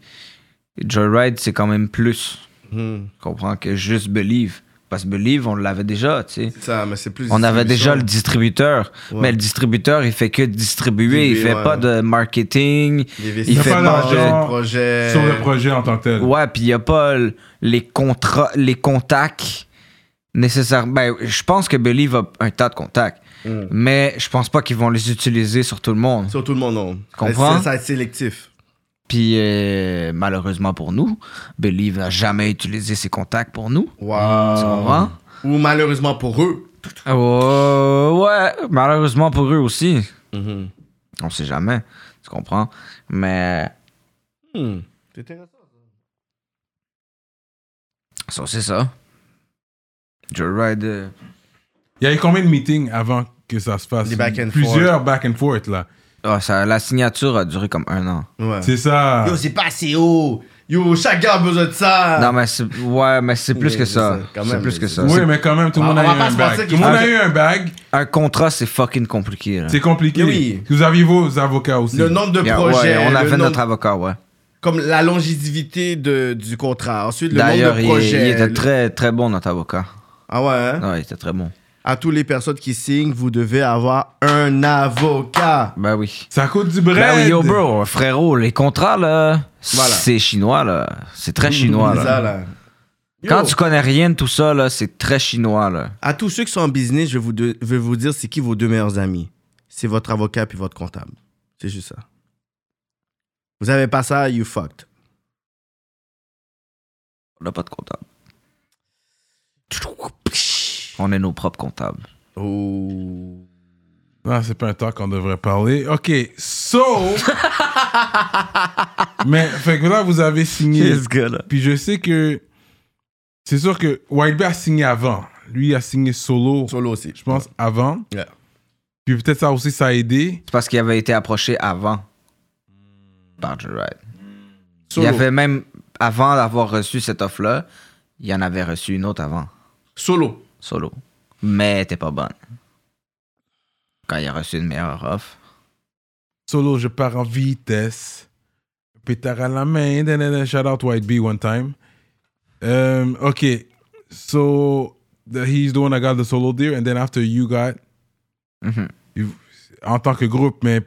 [SPEAKER 2] Joyride, c'est quand même plus.
[SPEAKER 3] Mhm.
[SPEAKER 2] Tu comprends que juste Believe. Parce que Believe, on l'avait déjà, tu sais.
[SPEAKER 3] C'est ça, mais c'est plus.
[SPEAKER 2] On avait déjà le
[SPEAKER 3] distribution.
[SPEAKER 2] distributeur,
[SPEAKER 3] Ouais.
[SPEAKER 2] mais le distributeur, il fait que distribuer, il
[SPEAKER 3] Distribuer,
[SPEAKER 2] fait
[SPEAKER 3] ouais.
[SPEAKER 2] pas de marketing.
[SPEAKER 3] Les
[SPEAKER 2] Il fait
[SPEAKER 3] pas
[SPEAKER 2] pas
[SPEAKER 1] d'argent
[SPEAKER 3] projet.
[SPEAKER 1] Sur le projet en tant que tel.
[SPEAKER 2] Ouais, puis il y a pas l- les contrats, les contacts nécessaires. Ben, je pense que Believe a un tas de contacts,
[SPEAKER 3] Mm.
[SPEAKER 2] mais je pense pas qu'ils vont les utiliser sur tout le monde.
[SPEAKER 3] Sur tout le monde, non.
[SPEAKER 2] Comprends?
[SPEAKER 3] Ça, ça va être sélectif.
[SPEAKER 2] Puis euh, malheureusement pour nous, Believe n'a jamais utilisé ses contacts pour nous.
[SPEAKER 3] Wow.
[SPEAKER 2] Tu comprends?
[SPEAKER 3] Ou malheureusement pour eux.
[SPEAKER 2] Euh, ouais, malheureusement pour eux aussi.
[SPEAKER 3] Mm-hmm.
[SPEAKER 2] On sait jamais, tu comprends. Mais
[SPEAKER 3] Hmm. C'est intéressant.
[SPEAKER 2] ça, c'est ça. Joyride. euh,
[SPEAKER 1] Il y a eu combien de meetings avant que ça se fasse
[SPEAKER 3] Des back and
[SPEAKER 1] Plusieurs back and forth, là.
[SPEAKER 2] ah, ça, la signature a duré comme un an.
[SPEAKER 3] Ouais.
[SPEAKER 1] C'est ça.
[SPEAKER 3] Yo, c'est pas assez haut. Yo, chaque gars a besoin de ça.
[SPEAKER 2] Non, mais c'est, ouais, mais c'est
[SPEAKER 3] Mais
[SPEAKER 2] plus que
[SPEAKER 3] Ah. c'est
[SPEAKER 2] ça.
[SPEAKER 3] ça, quand
[SPEAKER 2] C'est
[SPEAKER 3] même,
[SPEAKER 2] plus que
[SPEAKER 3] mais
[SPEAKER 2] ça.
[SPEAKER 1] oui,
[SPEAKER 2] C'est-
[SPEAKER 1] mais quand même, tout le
[SPEAKER 3] On
[SPEAKER 1] monde a eu
[SPEAKER 3] va pas
[SPEAKER 1] un
[SPEAKER 3] se
[SPEAKER 1] bag.
[SPEAKER 3] mentir
[SPEAKER 1] Tout
[SPEAKER 3] qu'il
[SPEAKER 1] le monde
[SPEAKER 3] faut-
[SPEAKER 1] a eu un bag.
[SPEAKER 2] Un contrat, c'est fucking compliqué. là.
[SPEAKER 1] C'est compliqué.
[SPEAKER 3] Oui.
[SPEAKER 1] Vous aviez vos avocats aussi.
[SPEAKER 3] Le nombre de
[SPEAKER 2] Yeah,
[SPEAKER 3] projets.
[SPEAKER 2] ouais, on
[SPEAKER 3] le
[SPEAKER 2] avait
[SPEAKER 3] nombre-
[SPEAKER 2] notre avocat, ouais.
[SPEAKER 3] Comme la longévité de, du contrat. Ensuite, le
[SPEAKER 2] D'ailleurs,
[SPEAKER 3] nombre de
[SPEAKER 2] il,
[SPEAKER 3] projets.
[SPEAKER 2] il était
[SPEAKER 3] le-
[SPEAKER 2] très, très bon, notre avocat.
[SPEAKER 3] Ah ouais, hein?
[SPEAKER 2] Ouais, il était très bon.
[SPEAKER 3] À toutes les personnes qui signent, vous devez avoir un avocat.
[SPEAKER 2] Ben oui.
[SPEAKER 1] Ça coûte du bread.
[SPEAKER 2] Ben oui, yo, bro, frérot, les contrats, là,
[SPEAKER 3] Voilà.
[SPEAKER 2] c'est chinois, là. C'est très chinois,
[SPEAKER 3] C'est ça,
[SPEAKER 2] là.
[SPEAKER 3] là. Yo.
[SPEAKER 2] Quand tu connais rien de tout ça, là, c'est très chinois, là.
[SPEAKER 3] À tous ceux qui sont en business, je vous de- je vais vous dire c'est qui vos deux meilleurs amis. C'est votre avocat puis votre comptable. C'est juste ça. Vous avez pas ça, you fucked.
[SPEAKER 2] On n'a pas de comptable. On est nos propres comptables.
[SPEAKER 3] Oh.
[SPEAKER 1] Non, Ah, c'est pas un temps qu'on devrait parler. OK, so... mais, fait que là, vous avez signé.
[SPEAKER 2] gars-là.
[SPEAKER 1] Puis je sais que... C'est sûr que Wild Bay a signé avant. Lui, il a signé solo,
[SPEAKER 3] Solo aussi.
[SPEAKER 1] je pense, avant.
[SPEAKER 3] Yeah.
[SPEAKER 1] Puis peut-être ça aussi, ça a aidé.
[SPEAKER 2] C'est parce qu'il avait été approché avant par Joyride. Il
[SPEAKER 3] Solo.
[SPEAKER 2] y avait même, avant d'avoir reçu cette offre-là, il en avait reçu une autre avant,
[SPEAKER 3] Solo.
[SPEAKER 2] solo. Mais elle était pas bonne. Quand il a reçu une meilleure offre.
[SPEAKER 1] Solo, je pars en vitesse. Pétard à la main. Dan, dan, dan. Shout out White B one time. Um, OK, so... the- he's the one that got the solo deal. And then after you got...
[SPEAKER 2] Mhm.
[SPEAKER 1] en tant que groupe, mais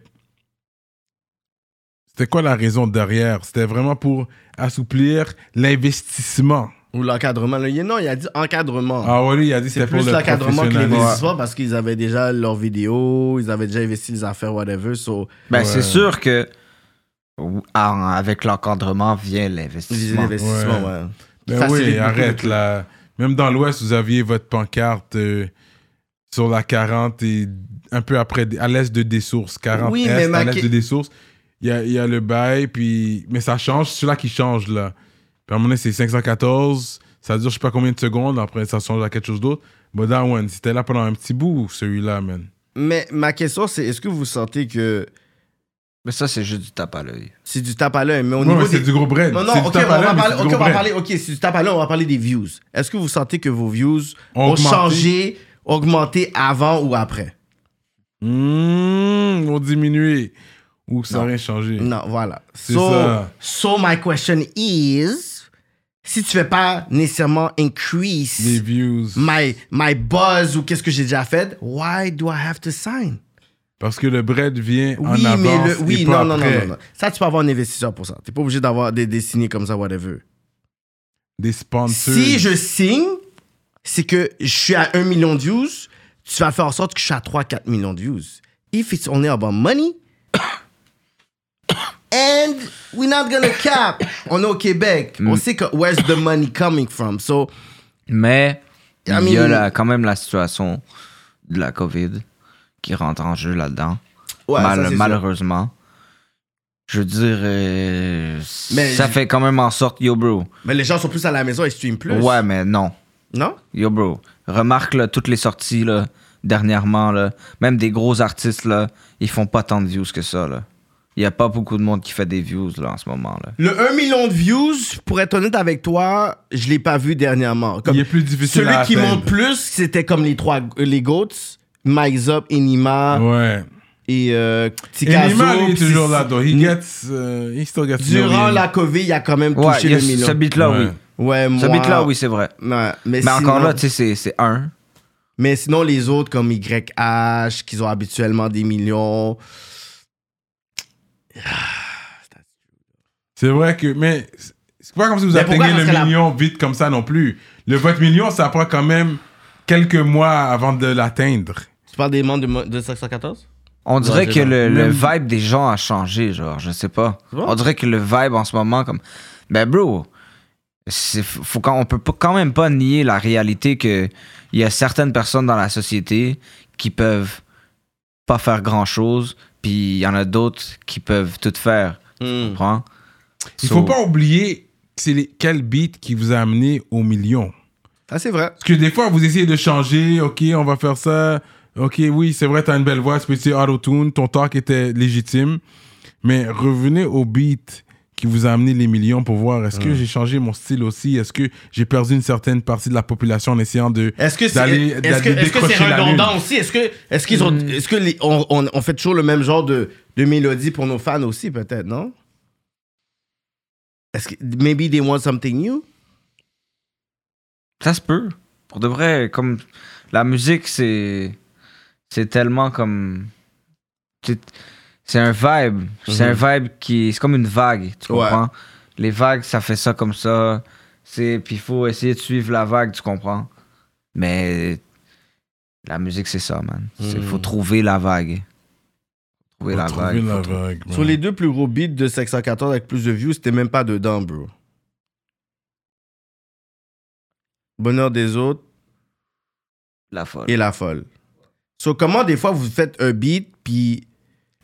[SPEAKER 1] c'était quoi la raison derrière? C'était vraiment pour assouplir l'investissement.
[SPEAKER 3] Ou l'encadrement. là. Il- Non, il a dit encadrement.
[SPEAKER 1] Ah ouais, lui, il a dit que
[SPEAKER 3] c'est
[SPEAKER 1] c'était pour
[SPEAKER 3] plus
[SPEAKER 1] le
[SPEAKER 3] l'encadrement que les
[SPEAKER 1] professionnalisme.
[SPEAKER 3] investissements parce qu'ils avaient déjà leurs vidéos, ils avaient déjà investi les affaires, whatever. So,
[SPEAKER 2] Ben,
[SPEAKER 1] Ouais.
[SPEAKER 2] c'est sûr que ou- en- avec l'encadrement vient
[SPEAKER 3] les
[SPEAKER 2] l'investissement.
[SPEAKER 3] investissements, ouais.
[SPEAKER 1] Ben
[SPEAKER 3] Facilite
[SPEAKER 1] oui,
[SPEAKER 3] beaucoup
[SPEAKER 1] arrête
[SPEAKER 3] de-
[SPEAKER 1] là. Même dans l'Ouest, vous aviez votre pancarte euh, sur la 40 et un peu après, à l'est de Dessources. 40
[SPEAKER 3] Oui,
[SPEAKER 1] est,
[SPEAKER 3] mais ma
[SPEAKER 1] à l'est
[SPEAKER 3] que-
[SPEAKER 1] de Dessources. Il y a, il y a le bail, puis... Mais ça change, c'est là qui change, là. Puis à un moment donné, c'est 514, ça dure je sais pas combien de secondes, après ça change à quelque chose d'autre. But that one, c'était là pendant un petit bout, celui-là, man.
[SPEAKER 3] Mais ma question, c'est est-ce que vous sentez que
[SPEAKER 2] Mais ça, c'est juste du tape à l'œil. C'est
[SPEAKER 3] c'est du tape à l'œil, mais au
[SPEAKER 1] Non,
[SPEAKER 3] niveau
[SPEAKER 1] mais
[SPEAKER 3] des...
[SPEAKER 1] c'est du gros bread.
[SPEAKER 3] Non,
[SPEAKER 1] C'est
[SPEAKER 3] non,
[SPEAKER 1] du
[SPEAKER 3] ok, on
[SPEAKER 1] tape à
[SPEAKER 3] va
[SPEAKER 1] l'œil, mais
[SPEAKER 3] parler, ok,
[SPEAKER 1] c'est du
[SPEAKER 3] on
[SPEAKER 1] gros
[SPEAKER 3] va
[SPEAKER 1] bread.
[SPEAKER 3] parler, ok, si tu tapes à l'heure, on va parler des views. Est-ce que vous sentez que vos views ont
[SPEAKER 1] Augmenté.
[SPEAKER 3] changé, augmenté avant ou après?
[SPEAKER 1] Mmh, on diminue. Ou ça n'a rien changé.
[SPEAKER 3] Non, voilà.
[SPEAKER 1] C'est
[SPEAKER 3] So,
[SPEAKER 1] ça.
[SPEAKER 3] so my question is, si tu fais pas nécessairement increase
[SPEAKER 1] Les views.
[SPEAKER 3] my, my buzz ou qu'est-ce que j'ai déjà fait, why do I have to sign?
[SPEAKER 1] Parce que le bread vient
[SPEAKER 3] Oui,
[SPEAKER 1] en avance
[SPEAKER 3] mais le,
[SPEAKER 1] et
[SPEAKER 3] oui,
[SPEAKER 1] pas
[SPEAKER 3] non, non, non,
[SPEAKER 1] après.
[SPEAKER 3] non, non. Ça, tu peux avoir un investisseur pour ça. T'es pas obligé d'avoir des, des signés comme ça, whatever.
[SPEAKER 1] Des sponsors.
[SPEAKER 3] Si je signe, c'est que je suis à 1 million de views, tu vas faire en sorte que je suis à 3-4 millions de views. If it's only about money, And we're not gonna cap. On est au Québec.
[SPEAKER 1] Mm.
[SPEAKER 3] On sait que where's the money coming from. So,
[SPEAKER 2] Mais
[SPEAKER 3] I
[SPEAKER 2] il y a
[SPEAKER 3] mean-
[SPEAKER 2] la- quand même la situation de la COVID qui rentre en jeu là-dedans.
[SPEAKER 3] ouais,
[SPEAKER 2] Mal-
[SPEAKER 3] ça, c'est sûr.
[SPEAKER 2] malheureusement. Je veux dire, euh,
[SPEAKER 3] Mais-
[SPEAKER 2] ça fait quand même en sorte, yo bro.
[SPEAKER 3] Mais les gens sont plus à la maison, ils streament plus.
[SPEAKER 2] Ouais, mais non.
[SPEAKER 3] Non?
[SPEAKER 2] Yo bro, remarque là, toutes les sorties là, dernièrement, là, même des gros artistes, là, ils font pas tant de views que ça. là. Il y a pas beaucoup de monde qui fait des views là, en ce moment. Là.
[SPEAKER 3] Le 1 million de views, pour être honnête avec toi, je l'ai pas vu dernièrement. Comme
[SPEAKER 1] Il est plus difficile
[SPEAKER 3] Celui
[SPEAKER 1] à
[SPEAKER 3] qui
[SPEAKER 1] atteindre.
[SPEAKER 3] monte plus, c'était comme les trois euh, les GOATs, Mike's Up, Enima
[SPEAKER 1] Ouais.
[SPEAKER 3] et euh, Picasso,
[SPEAKER 1] Enima, il est
[SPEAKER 3] puis
[SPEAKER 1] toujours
[SPEAKER 3] c'est-
[SPEAKER 1] là, donc. He gets. euh, he still gets
[SPEAKER 3] Durant
[SPEAKER 1] million.
[SPEAKER 3] la COVID, il a quand même
[SPEAKER 2] Ouais,
[SPEAKER 3] touché
[SPEAKER 2] il y a
[SPEAKER 3] le
[SPEAKER 2] ce-
[SPEAKER 3] million.
[SPEAKER 2] ce beat-là,
[SPEAKER 1] Ouais.
[SPEAKER 2] oui.
[SPEAKER 3] Ouais, moi.
[SPEAKER 2] Ce beat-là, oui, c'est vrai.
[SPEAKER 3] Ouais, mais,
[SPEAKER 2] Mais encore
[SPEAKER 3] sinon-
[SPEAKER 2] là, tu sais, c'est- c'est un.
[SPEAKER 3] Mais sinon, les autres comme YH, qui ont habituellement des millions.
[SPEAKER 1] C'est vrai que. Mais c'est- c'est pas comme si vous
[SPEAKER 3] Mais pourquoi?
[SPEAKER 1] atteignez le
[SPEAKER 3] Parce que la-
[SPEAKER 1] million vite comme ça non plus. Le vote million, ça prend quand même quelques mois avant de l'atteindre.
[SPEAKER 3] Tu parles des membres de, mo- de 514
[SPEAKER 2] On dirait
[SPEAKER 3] j'ai
[SPEAKER 2] que
[SPEAKER 3] pas-
[SPEAKER 2] le, le vibe des gens a changé, genre, je sais pas.
[SPEAKER 3] vrai?
[SPEAKER 2] On dirait que le vibe en ce moment, comme. Ben, bro, c'est- faut quand, on peut pas- quand même pas nier la réalité que il y a certaines personnes dans la société qui peuvent pas faire grand chose, puis il y en a d'autres qui peuvent tout faire.
[SPEAKER 3] Hmm.
[SPEAKER 2] Tu comprends?
[SPEAKER 1] Il
[SPEAKER 2] So-
[SPEAKER 1] faut pas oublier que c'est les, quel beat qui vous a amené au million.
[SPEAKER 3] Ah, c'est vrai.
[SPEAKER 1] Parce que des fois, vous essayez de changer, ok, on va faire ça, ok, oui, c'est vrai, t'as une belle voix, c'est petit auto-tune, ton talk était légitime, mais revenez au beat qui vous a amené les millions pour voir est-ce
[SPEAKER 2] Mm.
[SPEAKER 1] que j'ai changé mon style aussi, est-ce que j'ai perdu une certaine partie de la population en essayant de
[SPEAKER 3] Est-ce que c'est
[SPEAKER 1] d'aller-
[SPEAKER 3] est-ce que,
[SPEAKER 1] d'aller
[SPEAKER 3] est-ce que c'est
[SPEAKER 1] décrocher la
[SPEAKER 3] redondant
[SPEAKER 1] lune.
[SPEAKER 3] aussi Est-ce que est-ce qu'ils ont
[SPEAKER 2] Hmm.
[SPEAKER 3] est-ce que les- on, on- on fait toujours le même genre de de mélodie pour nos fans aussi peut-être non Est-ce que maybe they want something new
[SPEAKER 2] Ça se peut. Pour de vrai, comme. La musique, c'est. C'est tellement comme. c'est- C'est un vibe. C'est un vibe qui. C'est comme une vague, tu
[SPEAKER 3] Ouais.
[SPEAKER 2] comprends? Les vagues, ça fait ça comme ça. C'est. Puis il faut essayer de suivre la vague, tu comprends? Mais. La musique, c'est ça, man. Il faut trouver la vague. Trouver la
[SPEAKER 1] Trouver
[SPEAKER 2] vague.
[SPEAKER 1] la
[SPEAKER 2] faut
[SPEAKER 1] vague, man.
[SPEAKER 3] Sur les deux plus gros beats de 514 avec plus de views, c'était même pas dedans, bro. Bonheur des autres
[SPEAKER 2] trouver La folle.
[SPEAKER 3] et la folle. So, comment des fois vous faites un beat puis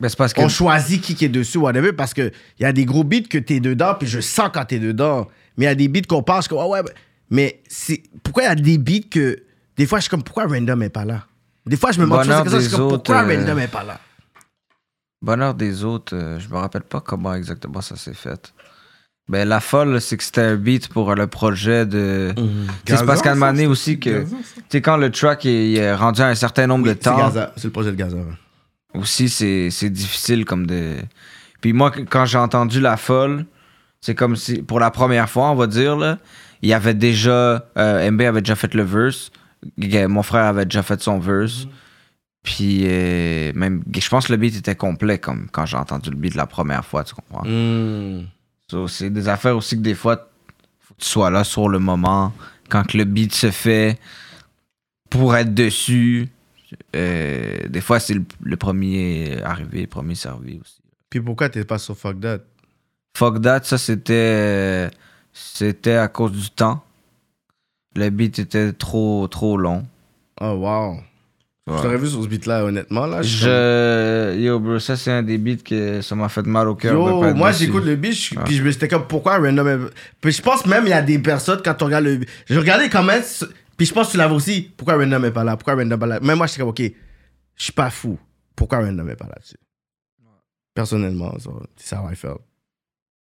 [SPEAKER 2] Ben, c'est parce que.
[SPEAKER 3] on choisit qui qui est dessus, whatever, parce qu'il y a des gros beats que t'es dedans, puis je sens quand t'es dedans. Mais il y a des beats qu'on pense que, ouais, ouais, mais c'est. Pourquoi il y a des beats que. Des fois, je suis comme, pourquoi Random est pas là? Des fois, je me demande
[SPEAKER 2] Bonheur
[SPEAKER 3] toujours cette question, je suis
[SPEAKER 2] des
[SPEAKER 3] comme,
[SPEAKER 2] autres,
[SPEAKER 3] pourquoi
[SPEAKER 2] euh,
[SPEAKER 3] Random est pas là?
[SPEAKER 2] Bonheur des autres, euh, je me rappelle pas comment exactement ça s'est fait. Ben, la folle, c'est que c'était un beat pour euh, le projet de.
[SPEAKER 3] Mm.
[SPEAKER 2] Tu sais, C'est parce qu'à un
[SPEAKER 1] Gaza,
[SPEAKER 2] moment donné
[SPEAKER 1] ça,
[SPEAKER 2] aussi que.
[SPEAKER 1] Gaza,
[SPEAKER 2] Tu
[SPEAKER 1] ça.
[SPEAKER 2] sais, quand le track est, est rendu à un certain nombre de
[SPEAKER 3] C'est
[SPEAKER 2] temps,
[SPEAKER 3] Gaza, c'est le projet de Gaza. ouais.
[SPEAKER 2] aussi, c'est c'est difficile comme de. Puis moi, que- quand j'ai entendu la folle, c'est comme si, pour la première fois, on va dire, là, il y avait déjà. euh, MB avait déjà fait le verse. G- Mon frère avait déjà fait son verse. Puis, euh, même, je pense que le beat était complet comme quand j'ai entendu le beat la première fois, tu comprends? Mm. So, c'est des affaires aussi que des fois, faut que tu sois là sur le moment, quand que le beat se fait, pour être dessus. Euh, des fois, c'est le, le premier arrivé, le premier servi aussi.
[SPEAKER 3] Puis pourquoi t'es pas sur Fuck That?
[SPEAKER 2] Fuck that, ça c'était. C'était à cause du temps. Le beat était trop, trop long.
[SPEAKER 3] Oh, wow. Je t'aurais vu sur ce beat-là, honnêtement, là. je suis
[SPEAKER 2] Je. Yo, bro, ça c'est un des beats que ça m'a fait mal au cœur. de pas
[SPEAKER 3] Yo,
[SPEAKER 2] être
[SPEAKER 3] moi
[SPEAKER 2] dessus.
[SPEAKER 3] j'écoute le beat, je- puis je me j'étais comme pourquoi random. est- Puis je pense même il y a des personnes quand tu regardes le beat. Je regardais quand même, ce- puis je pense que tu l'avais aussi. Pourquoi random est pas là Pourquoi random est pas là Même moi j'étais comme ok, je suis pas fou. Pourquoi random est pas là dessus Personnellement, ça, c'est ça how I felt.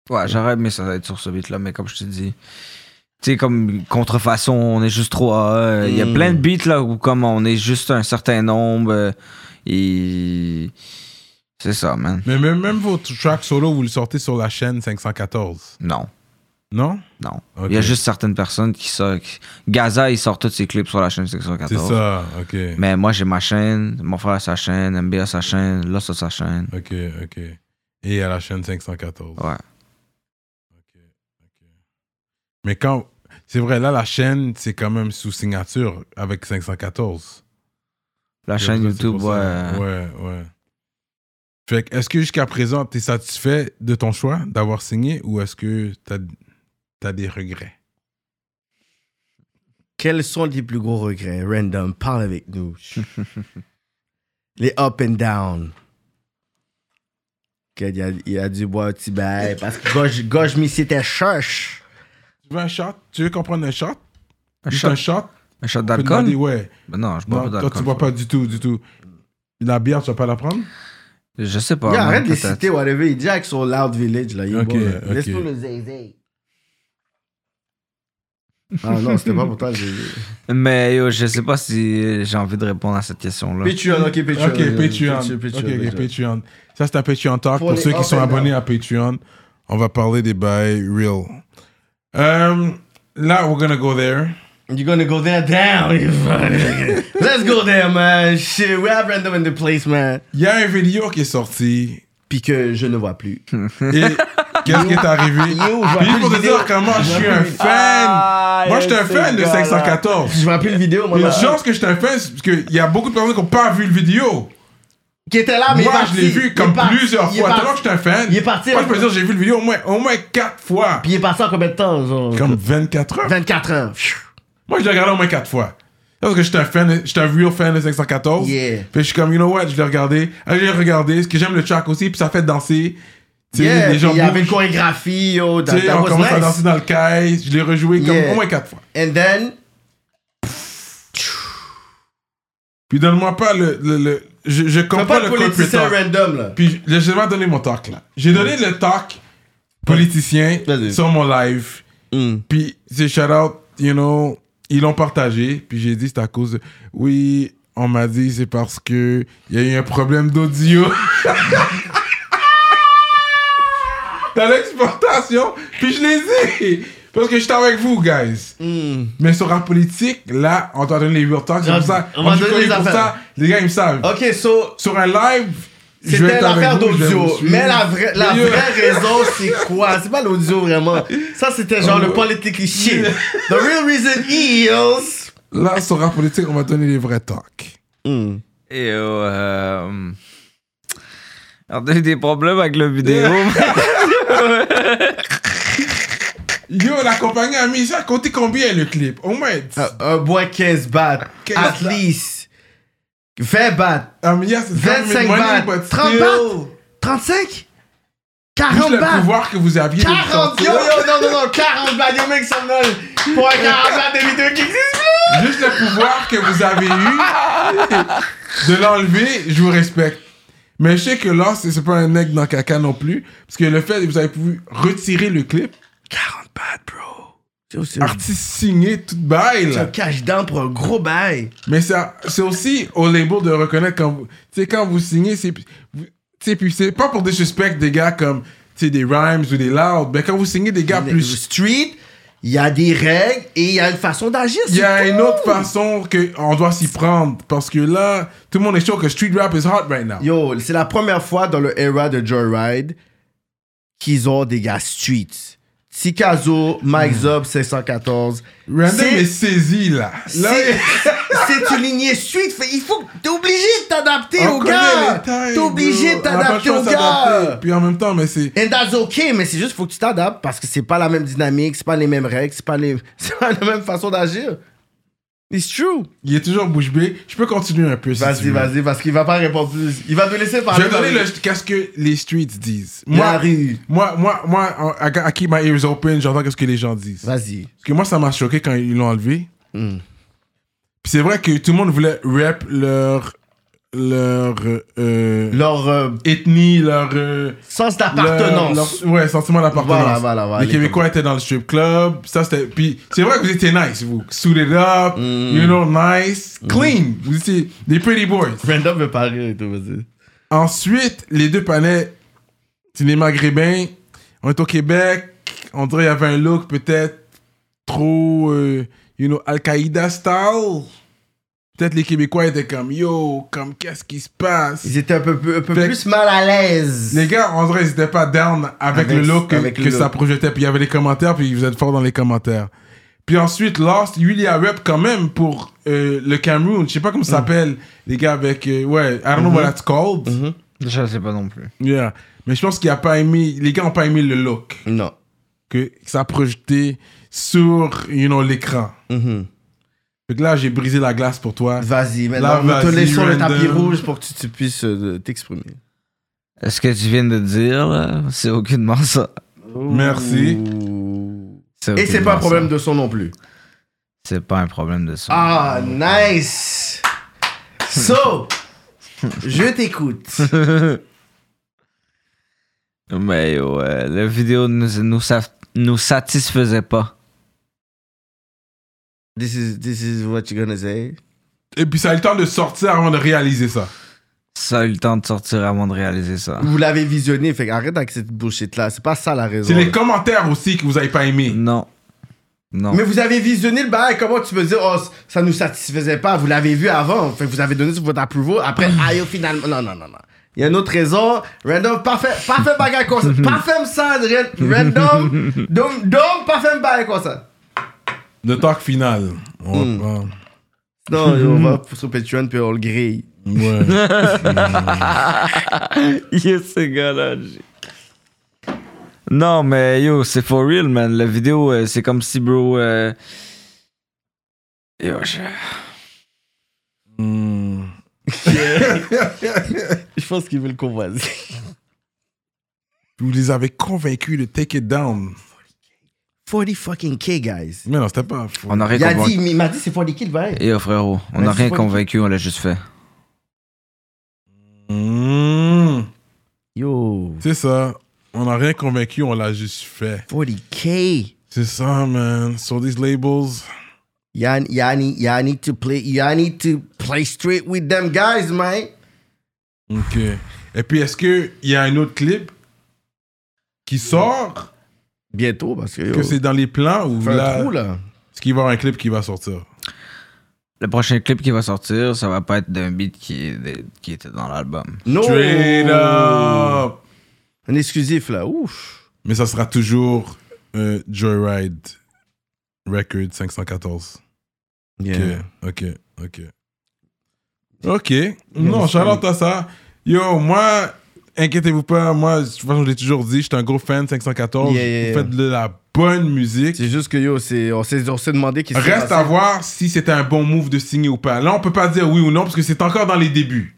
[SPEAKER 2] Ouais, j'aurais aimé ça être sur ce beat-là, mais comme je te dis, tu sais, comme contrefaçon, on est juste trois. euh, Il y a
[SPEAKER 3] Mm.
[SPEAKER 2] plein de beats là où, comme on est juste un certain nombre, euh, et. C'est ça, man.
[SPEAKER 1] Mais même, même vos tracks solo, vous le sortez sur la chaîne 514,
[SPEAKER 2] Non,
[SPEAKER 1] non?
[SPEAKER 2] non. Il
[SPEAKER 1] Ok.
[SPEAKER 2] y a juste certaines personnes qui sortent. qui- Gaza, il sort tous ses clips sur la chaîne
[SPEAKER 1] C'est
[SPEAKER 2] 614.
[SPEAKER 1] ça, ok.
[SPEAKER 2] Mais moi, j'ai ma chaîne, mon frère a sa chaîne, MBA sa chaîne, là, ça, sa chaîne.
[SPEAKER 1] Ok, ok. Et à la chaîne 514.
[SPEAKER 2] Ouais.
[SPEAKER 1] Ok, ok. Mais quand. C'est vrai, là, la chaîne, c'est quand même sous signature avec 514.
[SPEAKER 2] La chaîne
[SPEAKER 1] C'est pour
[SPEAKER 2] YouTube,
[SPEAKER 1] ça.
[SPEAKER 2] ouais.
[SPEAKER 1] Ouais, ouais. Fait que, est-ce que jusqu'à présent, t'es satisfait de ton choix d'avoir signé ou est-ce que t'as as des regrets?
[SPEAKER 3] Quels sont les plus gros regrets? Random, parle avec nous. les up and down. Qu'il y a, il a dû boire un petit bail parce que gauche, gauche, mais c'était choche.
[SPEAKER 1] Tu veux un shot? Tu veux qu'on prenne un shot?
[SPEAKER 2] Un
[SPEAKER 1] Juste
[SPEAKER 2] shot,
[SPEAKER 1] un shot?
[SPEAKER 2] un shot
[SPEAKER 1] On peut demander-
[SPEAKER 2] d'alcool?
[SPEAKER 1] Ouais.
[SPEAKER 2] Ben non, je bois
[SPEAKER 1] Non,
[SPEAKER 2] pas
[SPEAKER 1] toi,
[SPEAKER 2] d'alcool.
[SPEAKER 1] tu bois pas du tout, du tout. La bière, tu vas pas la prendre?
[SPEAKER 2] Je sais pas.
[SPEAKER 3] Yo,
[SPEAKER 2] man,
[SPEAKER 3] arrête de les
[SPEAKER 2] peut-être.
[SPEAKER 3] citer, whatever. Il dit avec son loud village, là. Il
[SPEAKER 1] Ok,
[SPEAKER 3] boit, là.
[SPEAKER 1] ok.
[SPEAKER 3] Laisse-nous le zay Ah non, c'était pas pour toi le zay
[SPEAKER 2] Mais yo, je sais pas si j'ai envie de répondre à cette question-là.
[SPEAKER 3] Patreon, ok, Patreon. euh,
[SPEAKER 1] Ok, Patreon.
[SPEAKER 3] Patreon, Patreon,
[SPEAKER 1] Ok, ok,
[SPEAKER 3] Patreon.
[SPEAKER 1] Patreon. Ça, c'est un Patreon Talk.
[SPEAKER 3] Pour
[SPEAKER 1] Pour
[SPEAKER 3] les
[SPEAKER 1] ceux qui
[SPEAKER 3] up
[SPEAKER 1] sont
[SPEAKER 3] and
[SPEAKER 1] abonnés à Patreon, on va parler des bails real. Euh, là, we're gonna go there.
[SPEAKER 3] You're gonna go there down. you fuck. Let's go there, man. Shit, we have random in the place, man.
[SPEAKER 1] Il y a un vidéo qui est sorti.
[SPEAKER 3] Puis que je ne vois plus.
[SPEAKER 1] Et qu'est-ce qui est arrivé?
[SPEAKER 3] Yo, je vois
[SPEAKER 1] Puis juste
[SPEAKER 3] plus
[SPEAKER 1] pour
[SPEAKER 3] de
[SPEAKER 1] te
[SPEAKER 3] vidéo.
[SPEAKER 1] dire comment je suis
[SPEAKER 3] vois
[SPEAKER 1] un
[SPEAKER 3] plus de-
[SPEAKER 1] fan. Moi, je suis un
[SPEAKER 3] yes,
[SPEAKER 1] fan
[SPEAKER 3] ce
[SPEAKER 1] de
[SPEAKER 3] gars-là.
[SPEAKER 1] 514.
[SPEAKER 3] Je me rappelle le vidéo, moi.
[SPEAKER 1] Une
[SPEAKER 3] là.
[SPEAKER 1] chance que je suis un fan, c'est parce qu'il y a beaucoup de personnes qui n'ont pas vu le vidéo.
[SPEAKER 3] Qui était là, mais il est
[SPEAKER 1] Moi,
[SPEAKER 3] parti.
[SPEAKER 1] je l'ai vu
[SPEAKER 3] Il
[SPEAKER 1] comme
[SPEAKER 3] est parti.
[SPEAKER 1] plusieurs
[SPEAKER 3] Il est
[SPEAKER 1] fois.
[SPEAKER 3] parti.
[SPEAKER 1] Tellement que je suis un fan.
[SPEAKER 3] Il est parti
[SPEAKER 1] Moi, je
[SPEAKER 3] avec-
[SPEAKER 1] peux dire, j'ai vu le vidéo au moins, au moins 4 fois.
[SPEAKER 3] Puis il est parti en combien de temps, genre
[SPEAKER 1] Comme 24 heures.
[SPEAKER 3] 24 ans. Pfiou.
[SPEAKER 1] Moi, je l'ai regardé au moins 4 fois. Parce que j'étais un fan, j'étais un real fan de 514.
[SPEAKER 3] Yeah.
[SPEAKER 1] Puis je suis comme, you know what, je l'ai regardé. Ah, je l'ai regardé. Parce que j'aime le track aussi, puis ça fait danser. Tu sais,
[SPEAKER 3] Yeah,
[SPEAKER 1] les gens
[SPEAKER 3] puis il y avait une
[SPEAKER 1] bougent.
[SPEAKER 3] chorégraphie, yo.
[SPEAKER 1] Tu
[SPEAKER 3] That,
[SPEAKER 1] sais,
[SPEAKER 3] that
[SPEAKER 1] on
[SPEAKER 3] was
[SPEAKER 1] commence à danser
[SPEAKER 3] nice.
[SPEAKER 1] dans le caille. Je l'ai rejoué comme
[SPEAKER 3] Yeah.
[SPEAKER 1] au moins 4 fois.
[SPEAKER 3] And then,
[SPEAKER 1] Puis donne-moi pas le. le, le- je, je
[SPEAKER 3] on
[SPEAKER 1] comprends
[SPEAKER 3] pas
[SPEAKER 1] le
[SPEAKER 3] de
[SPEAKER 1] corporate
[SPEAKER 3] politicien
[SPEAKER 1] talk.
[SPEAKER 3] random, là.
[SPEAKER 1] Puis je, je vais donner mon talk là. J'ai donné le talk politicien
[SPEAKER 3] Vas-y.
[SPEAKER 1] sur mon live. Puis c'est shout out, you know, ils l'ont partagé. Puis j'ai dit c'est à cause. de- Oui, on m'a dit c'est parce que il y a eu un problème d'audio. Dans l'exportation. Puis je l'ai dit. Parce que j'étais avec vous, guys.
[SPEAKER 3] Hmm.
[SPEAKER 1] Mais sur la politique, là, on t'a donné les real talks. C'est pour ça.
[SPEAKER 3] On va
[SPEAKER 1] je suis
[SPEAKER 3] donner les
[SPEAKER 1] connu pour
[SPEAKER 3] affaires.
[SPEAKER 1] ça. Les gars, ils me savent
[SPEAKER 3] Ok, so,
[SPEAKER 1] sur un live. je vais
[SPEAKER 3] C'était
[SPEAKER 1] être avec
[SPEAKER 3] l'affaire
[SPEAKER 1] vous, je vais vous
[SPEAKER 3] d'audio.
[SPEAKER 1] suivre.
[SPEAKER 3] Mais la, vraie- la
[SPEAKER 1] Mais, euh,
[SPEAKER 3] vraie raison, c'est quoi? C'est pas l'audio vraiment. Ça, c'était genre
[SPEAKER 1] Oh.
[SPEAKER 3] le politically shit. The real reason is.
[SPEAKER 1] Là, sur la politique, on va donner les vrais talks.
[SPEAKER 2] Et euh, euh, on a eu des problèmes avec le vidéo.
[SPEAKER 1] Yo, la compagnie a mis ça. Comptez combien le clip Au moins.
[SPEAKER 3] Un- Euh, Un bois 15 bahts.
[SPEAKER 1] 15
[SPEAKER 3] At
[SPEAKER 1] bahts.
[SPEAKER 3] least. 20 bahts.
[SPEAKER 1] un milliard, c'est
[SPEAKER 3] 25 bahts. 30 bahts. 35? 40
[SPEAKER 1] Juste le
[SPEAKER 3] bahts.
[SPEAKER 1] pouvoir que vous aviez. de vous
[SPEAKER 3] 40 yo
[SPEAKER 1] sortir.
[SPEAKER 3] yo non non non 40 bahts yo mec somnole pour un 40 bahts de vidéo qui existe
[SPEAKER 1] Juste le pouvoir que vous avez eu de l'enlever, je vous respecte. Mais je sais que là, c'est c'est pas un mec dans caca non plus. Parce que le fait que vous avez pu retirer le clip,
[SPEAKER 3] 40 bahts bro Yo, c'est
[SPEAKER 1] artiste signé, tout bail.
[SPEAKER 3] un cash down pour un gros bail
[SPEAKER 1] Mais ça- c'est aussi au label de reconnaître quand vous, tu sais, quand vous signez, c'est, vous- tu sais, puis c'est pas pour des suspects des gars comme, tu sais, des rhymes ou des louds, mais quand vous signez des gars
[SPEAKER 3] Le
[SPEAKER 1] plus,
[SPEAKER 3] street, il y a des règles et il y a une façon d'agir.
[SPEAKER 1] il y a
[SPEAKER 3] c'est
[SPEAKER 1] une
[SPEAKER 3] tout.
[SPEAKER 1] autre façon que on doit s'y prendre parce que là, tout le monde est sûr que street rap is hot right now.
[SPEAKER 3] Yo, c'est la première fois dans le era de Joyride qu'ils ont des gars street. Tikazo, Mike Zob, 514.
[SPEAKER 1] Hmm. Random
[SPEAKER 3] C'est-
[SPEAKER 1] est... saisi là. Là,
[SPEAKER 3] C'est c'est une lignée street. Fait, il faut, t'es obligé de t'adapter
[SPEAKER 1] on
[SPEAKER 3] au
[SPEAKER 1] connaît
[SPEAKER 3] gars.
[SPEAKER 1] les tailles,
[SPEAKER 3] T'es obligé
[SPEAKER 1] bro.
[SPEAKER 3] de
[SPEAKER 1] On a pas le
[SPEAKER 3] t'adapter
[SPEAKER 1] choix
[SPEAKER 3] au
[SPEAKER 1] de s'adapter.
[SPEAKER 3] gars.
[SPEAKER 1] Puis en même temps, mais c'est,
[SPEAKER 3] And that's okay, mais c'est juste faut que tu t'adaptes parce que c'est pas la même dynamique, c'est pas les mêmes règles, c'est pas, les... c'est pas la même façon d'agir. It's true.
[SPEAKER 1] il est toujours bouche bée. Je peux continuer un peu. si tu
[SPEAKER 3] Vas-y,
[SPEAKER 1] veux.
[SPEAKER 3] vas-y, parce qu'il va pas répondre plus. Il va te laisser
[SPEAKER 1] Je
[SPEAKER 3] parler.
[SPEAKER 1] vais donner
[SPEAKER 3] dans
[SPEAKER 1] le, qu'est-ce que les streets disent.
[SPEAKER 3] La rue.
[SPEAKER 1] Moi, moi, moi, en- I, got- I keep my ears open, j'entends qu'est-ce que les gens disent. Parce
[SPEAKER 3] Vas-y.
[SPEAKER 1] que moi, ça m'a choqué quand ils l'ont enlevé.
[SPEAKER 3] Mm.
[SPEAKER 1] Puis c'est vrai que tout le monde voulait rap leur, leur euh, euh,
[SPEAKER 3] Leur euh,
[SPEAKER 1] ethnie, leur, euh,
[SPEAKER 3] sens
[SPEAKER 1] leur,
[SPEAKER 3] d'appartenance.
[SPEAKER 1] leur- ouais, sentiment d'appartenance.
[SPEAKER 3] Voilà, voilà, voilà,
[SPEAKER 1] les
[SPEAKER 3] les
[SPEAKER 1] Québécois étaient dans le strip club. Ça, c'était. Puis c'est vrai que vous étiez nice, vous. Suited up,
[SPEAKER 3] Hmm.
[SPEAKER 1] you know, nice, clean. Vous étiez des pretty boys.
[SPEAKER 3] Random veut parler et tout, vas-y.
[SPEAKER 1] Ensuite, les deux panels, c'est les Maghrébins. On est au Québec. On dirait qu'il y avait un look peut-être trop, euh, you know, Al-Qaïda style. Peut-être les Québécois étaient comme, yo, comme qu'est-ce qui se passe?
[SPEAKER 3] Ils étaient un peu, peu- un peu
[SPEAKER 1] Fait-
[SPEAKER 3] plus mal à l'aise.
[SPEAKER 1] Les gars, on dirait qu'ils n'étaient pas down avec,
[SPEAKER 3] Avec-
[SPEAKER 1] le look que,
[SPEAKER 3] avec le
[SPEAKER 1] que
[SPEAKER 3] look.
[SPEAKER 1] ça projetait. Puis il y avait les commentaires, puis vous êtes forts dans les commentaires. Puis ensuite, Lost, lui, il y a rep quand même
[SPEAKER 3] Mm. Mm-hmm.
[SPEAKER 1] pour euh, le Cameroun. Je sais pas comment ça s'appelle, les gars, avec. euh, ouais, I don't know what that's called.
[SPEAKER 2] Je sais pas non plus.
[SPEAKER 1] Yeah. Mais je pense qu'il a pas aimé, les gars ont pas aimé le look
[SPEAKER 3] Non.
[SPEAKER 1] que ça a projeté sur, you know, l'écran.
[SPEAKER 3] Mhm.
[SPEAKER 1] Fait que là, j'ai brisé la glace pour toi.
[SPEAKER 3] Vas-y, maintenant,
[SPEAKER 1] Là,
[SPEAKER 3] on va te
[SPEAKER 1] vas-y,
[SPEAKER 3] laisse sur le tapis
[SPEAKER 1] random.
[SPEAKER 3] rouge pour que tu, tu puisses euh, t'exprimer.
[SPEAKER 2] Est-ce que tu viens de dire, là, c'est aucunement ça.
[SPEAKER 1] Merci.
[SPEAKER 3] Ouh.
[SPEAKER 2] C'est
[SPEAKER 3] Et c'est pas un
[SPEAKER 2] aucunement
[SPEAKER 3] problème
[SPEAKER 2] ça.
[SPEAKER 3] de son non plus.
[SPEAKER 2] C'est pas un problème de ça.
[SPEAKER 3] Ah, nice! So, je t'écoute. Ah.
[SPEAKER 2] Mais ouais, la vidéo nous, nous, sa- nous satisfaisait pas.
[SPEAKER 3] This is, this is what you're gonna say.
[SPEAKER 1] Et puis ça a eu le temps de sortir avant de réaliser ça.
[SPEAKER 2] Ça a eu le temps de sortir avant de réaliser ça.
[SPEAKER 3] Vous l'avez visionné, fait arrête avec cette bullshit-là. C'est pas ça la raison.
[SPEAKER 1] C'est les commentaires aussi que vous avez pas aimé.
[SPEAKER 2] Non. Non.
[SPEAKER 3] Mais vous avez visionné le bail, comment tu peux dire, oh, ça nous satisfaisait pas, vous l'avez vu avant, fait que vous avez donné votre approval, après, aïe, finalement, non, non, non, non. Il y a une autre raison, random, parfait, parfait bagarre comme ça, parfait ça, random, dom, dom, parfait bagarre comme ça.
[SPEAKER 1] Le talk final. Hmm. On-
[SPEAKER 3] Mm.
[SPEAKER 1] on-
[SPEAKER 3] Non, on va sur Patreon, puis on le grille.
[SPEAKER 1] ouais.
[SPEAKER 2] Yo, ce gars-là. j'ai- Non, mais yo, c'est for real, man. La vidéo, euh, c'est comme si, bro. euh, Yo, je-
[SPEAKER 1] Mm.
[SPEAKER 3] Je pense qu'il veut le convoiser.
[SPEAKER 1] Vous les avez convaincus de take it down.
[SPEAKER 3] 40 fucking K, guys.
[SPEAKER 1] Mais non, c'était pas.
[SPEAKER 2] On a rien
[SPEAKER 3] Il a
[SPEAKER 2] convaincu.
[SPEAKER 3] dit, il m'a dit, c'est 40 K le bail.
[SPEAKER 2] Yo, frérot, on
[SPEAKER 3] Mais
[SPEAKER 2] a
[SPEAKER 3] c'est
[SPEAKER 2] rien
[SPEAKER 3] pas-
[SPEAKER 2] convaincu, on l'a juste fait.
[SPEAKER 1] Mm.
[SPEAKER 3] Yo,
[SPEAKER 1] C'est ça. On n'a rien convaincu, on l'a juste fait.
[SPEAKER 3] 40 K.
[SPEAKER 1] C'est ça, man. So these labels.
[SPEAKER 3] Y'all, y'all, need, y'all need to play. Y'all need to play straight with them guys, man.
[SPEAKER 1] OK. Et puis, est-ce qu'il y a un autre clip qui sort
[SPEAKER 3] Bientôt, parce que,
[SPEAKER 1] Que c'est dans les plans ou là,
[SPEAKER 3] là.
[SPEAKER 1] Est-ce qu'il va y avoir un clip qui va sortir
[SPEAKER 2] Le prochain clip qui va sortir, ça va pas être d'un beat qui, est- qui était dans l'album.
[SPEAKER 3] No.
[SPEAKER 1] Straight up
[SPEAKER 3] Un exclusif là. Ouf.
[SPEAKER 1] Mais ça sera toujours euh, Joyride Record 514. Ok, ok, ok. Ok. Non, Charlotte à ça. Yo, moi, inquiétez-vous pas, moi, je pense que je l'ai toujours dit, j'étais un gros fan de 514.
[SPEAKER 3] Yeah, yeah, yeah.
[SPEAKER 1] Vous faites de la bonne musique.
[SPEAKER 3] C'est juste que yo, c'est, on s'est, on s'est demandé qu'est-ce qui
[SPEAKER 1] Reste
[SPEAKER 3] s'est
[SPEAKER 1] à
[SPEAKER 3] passé.
[SPEAKER 1] voir si c'était un bon move de signer ou pas. Là, on peut pas dire oui ou non parce que c'est encore dans les débuts.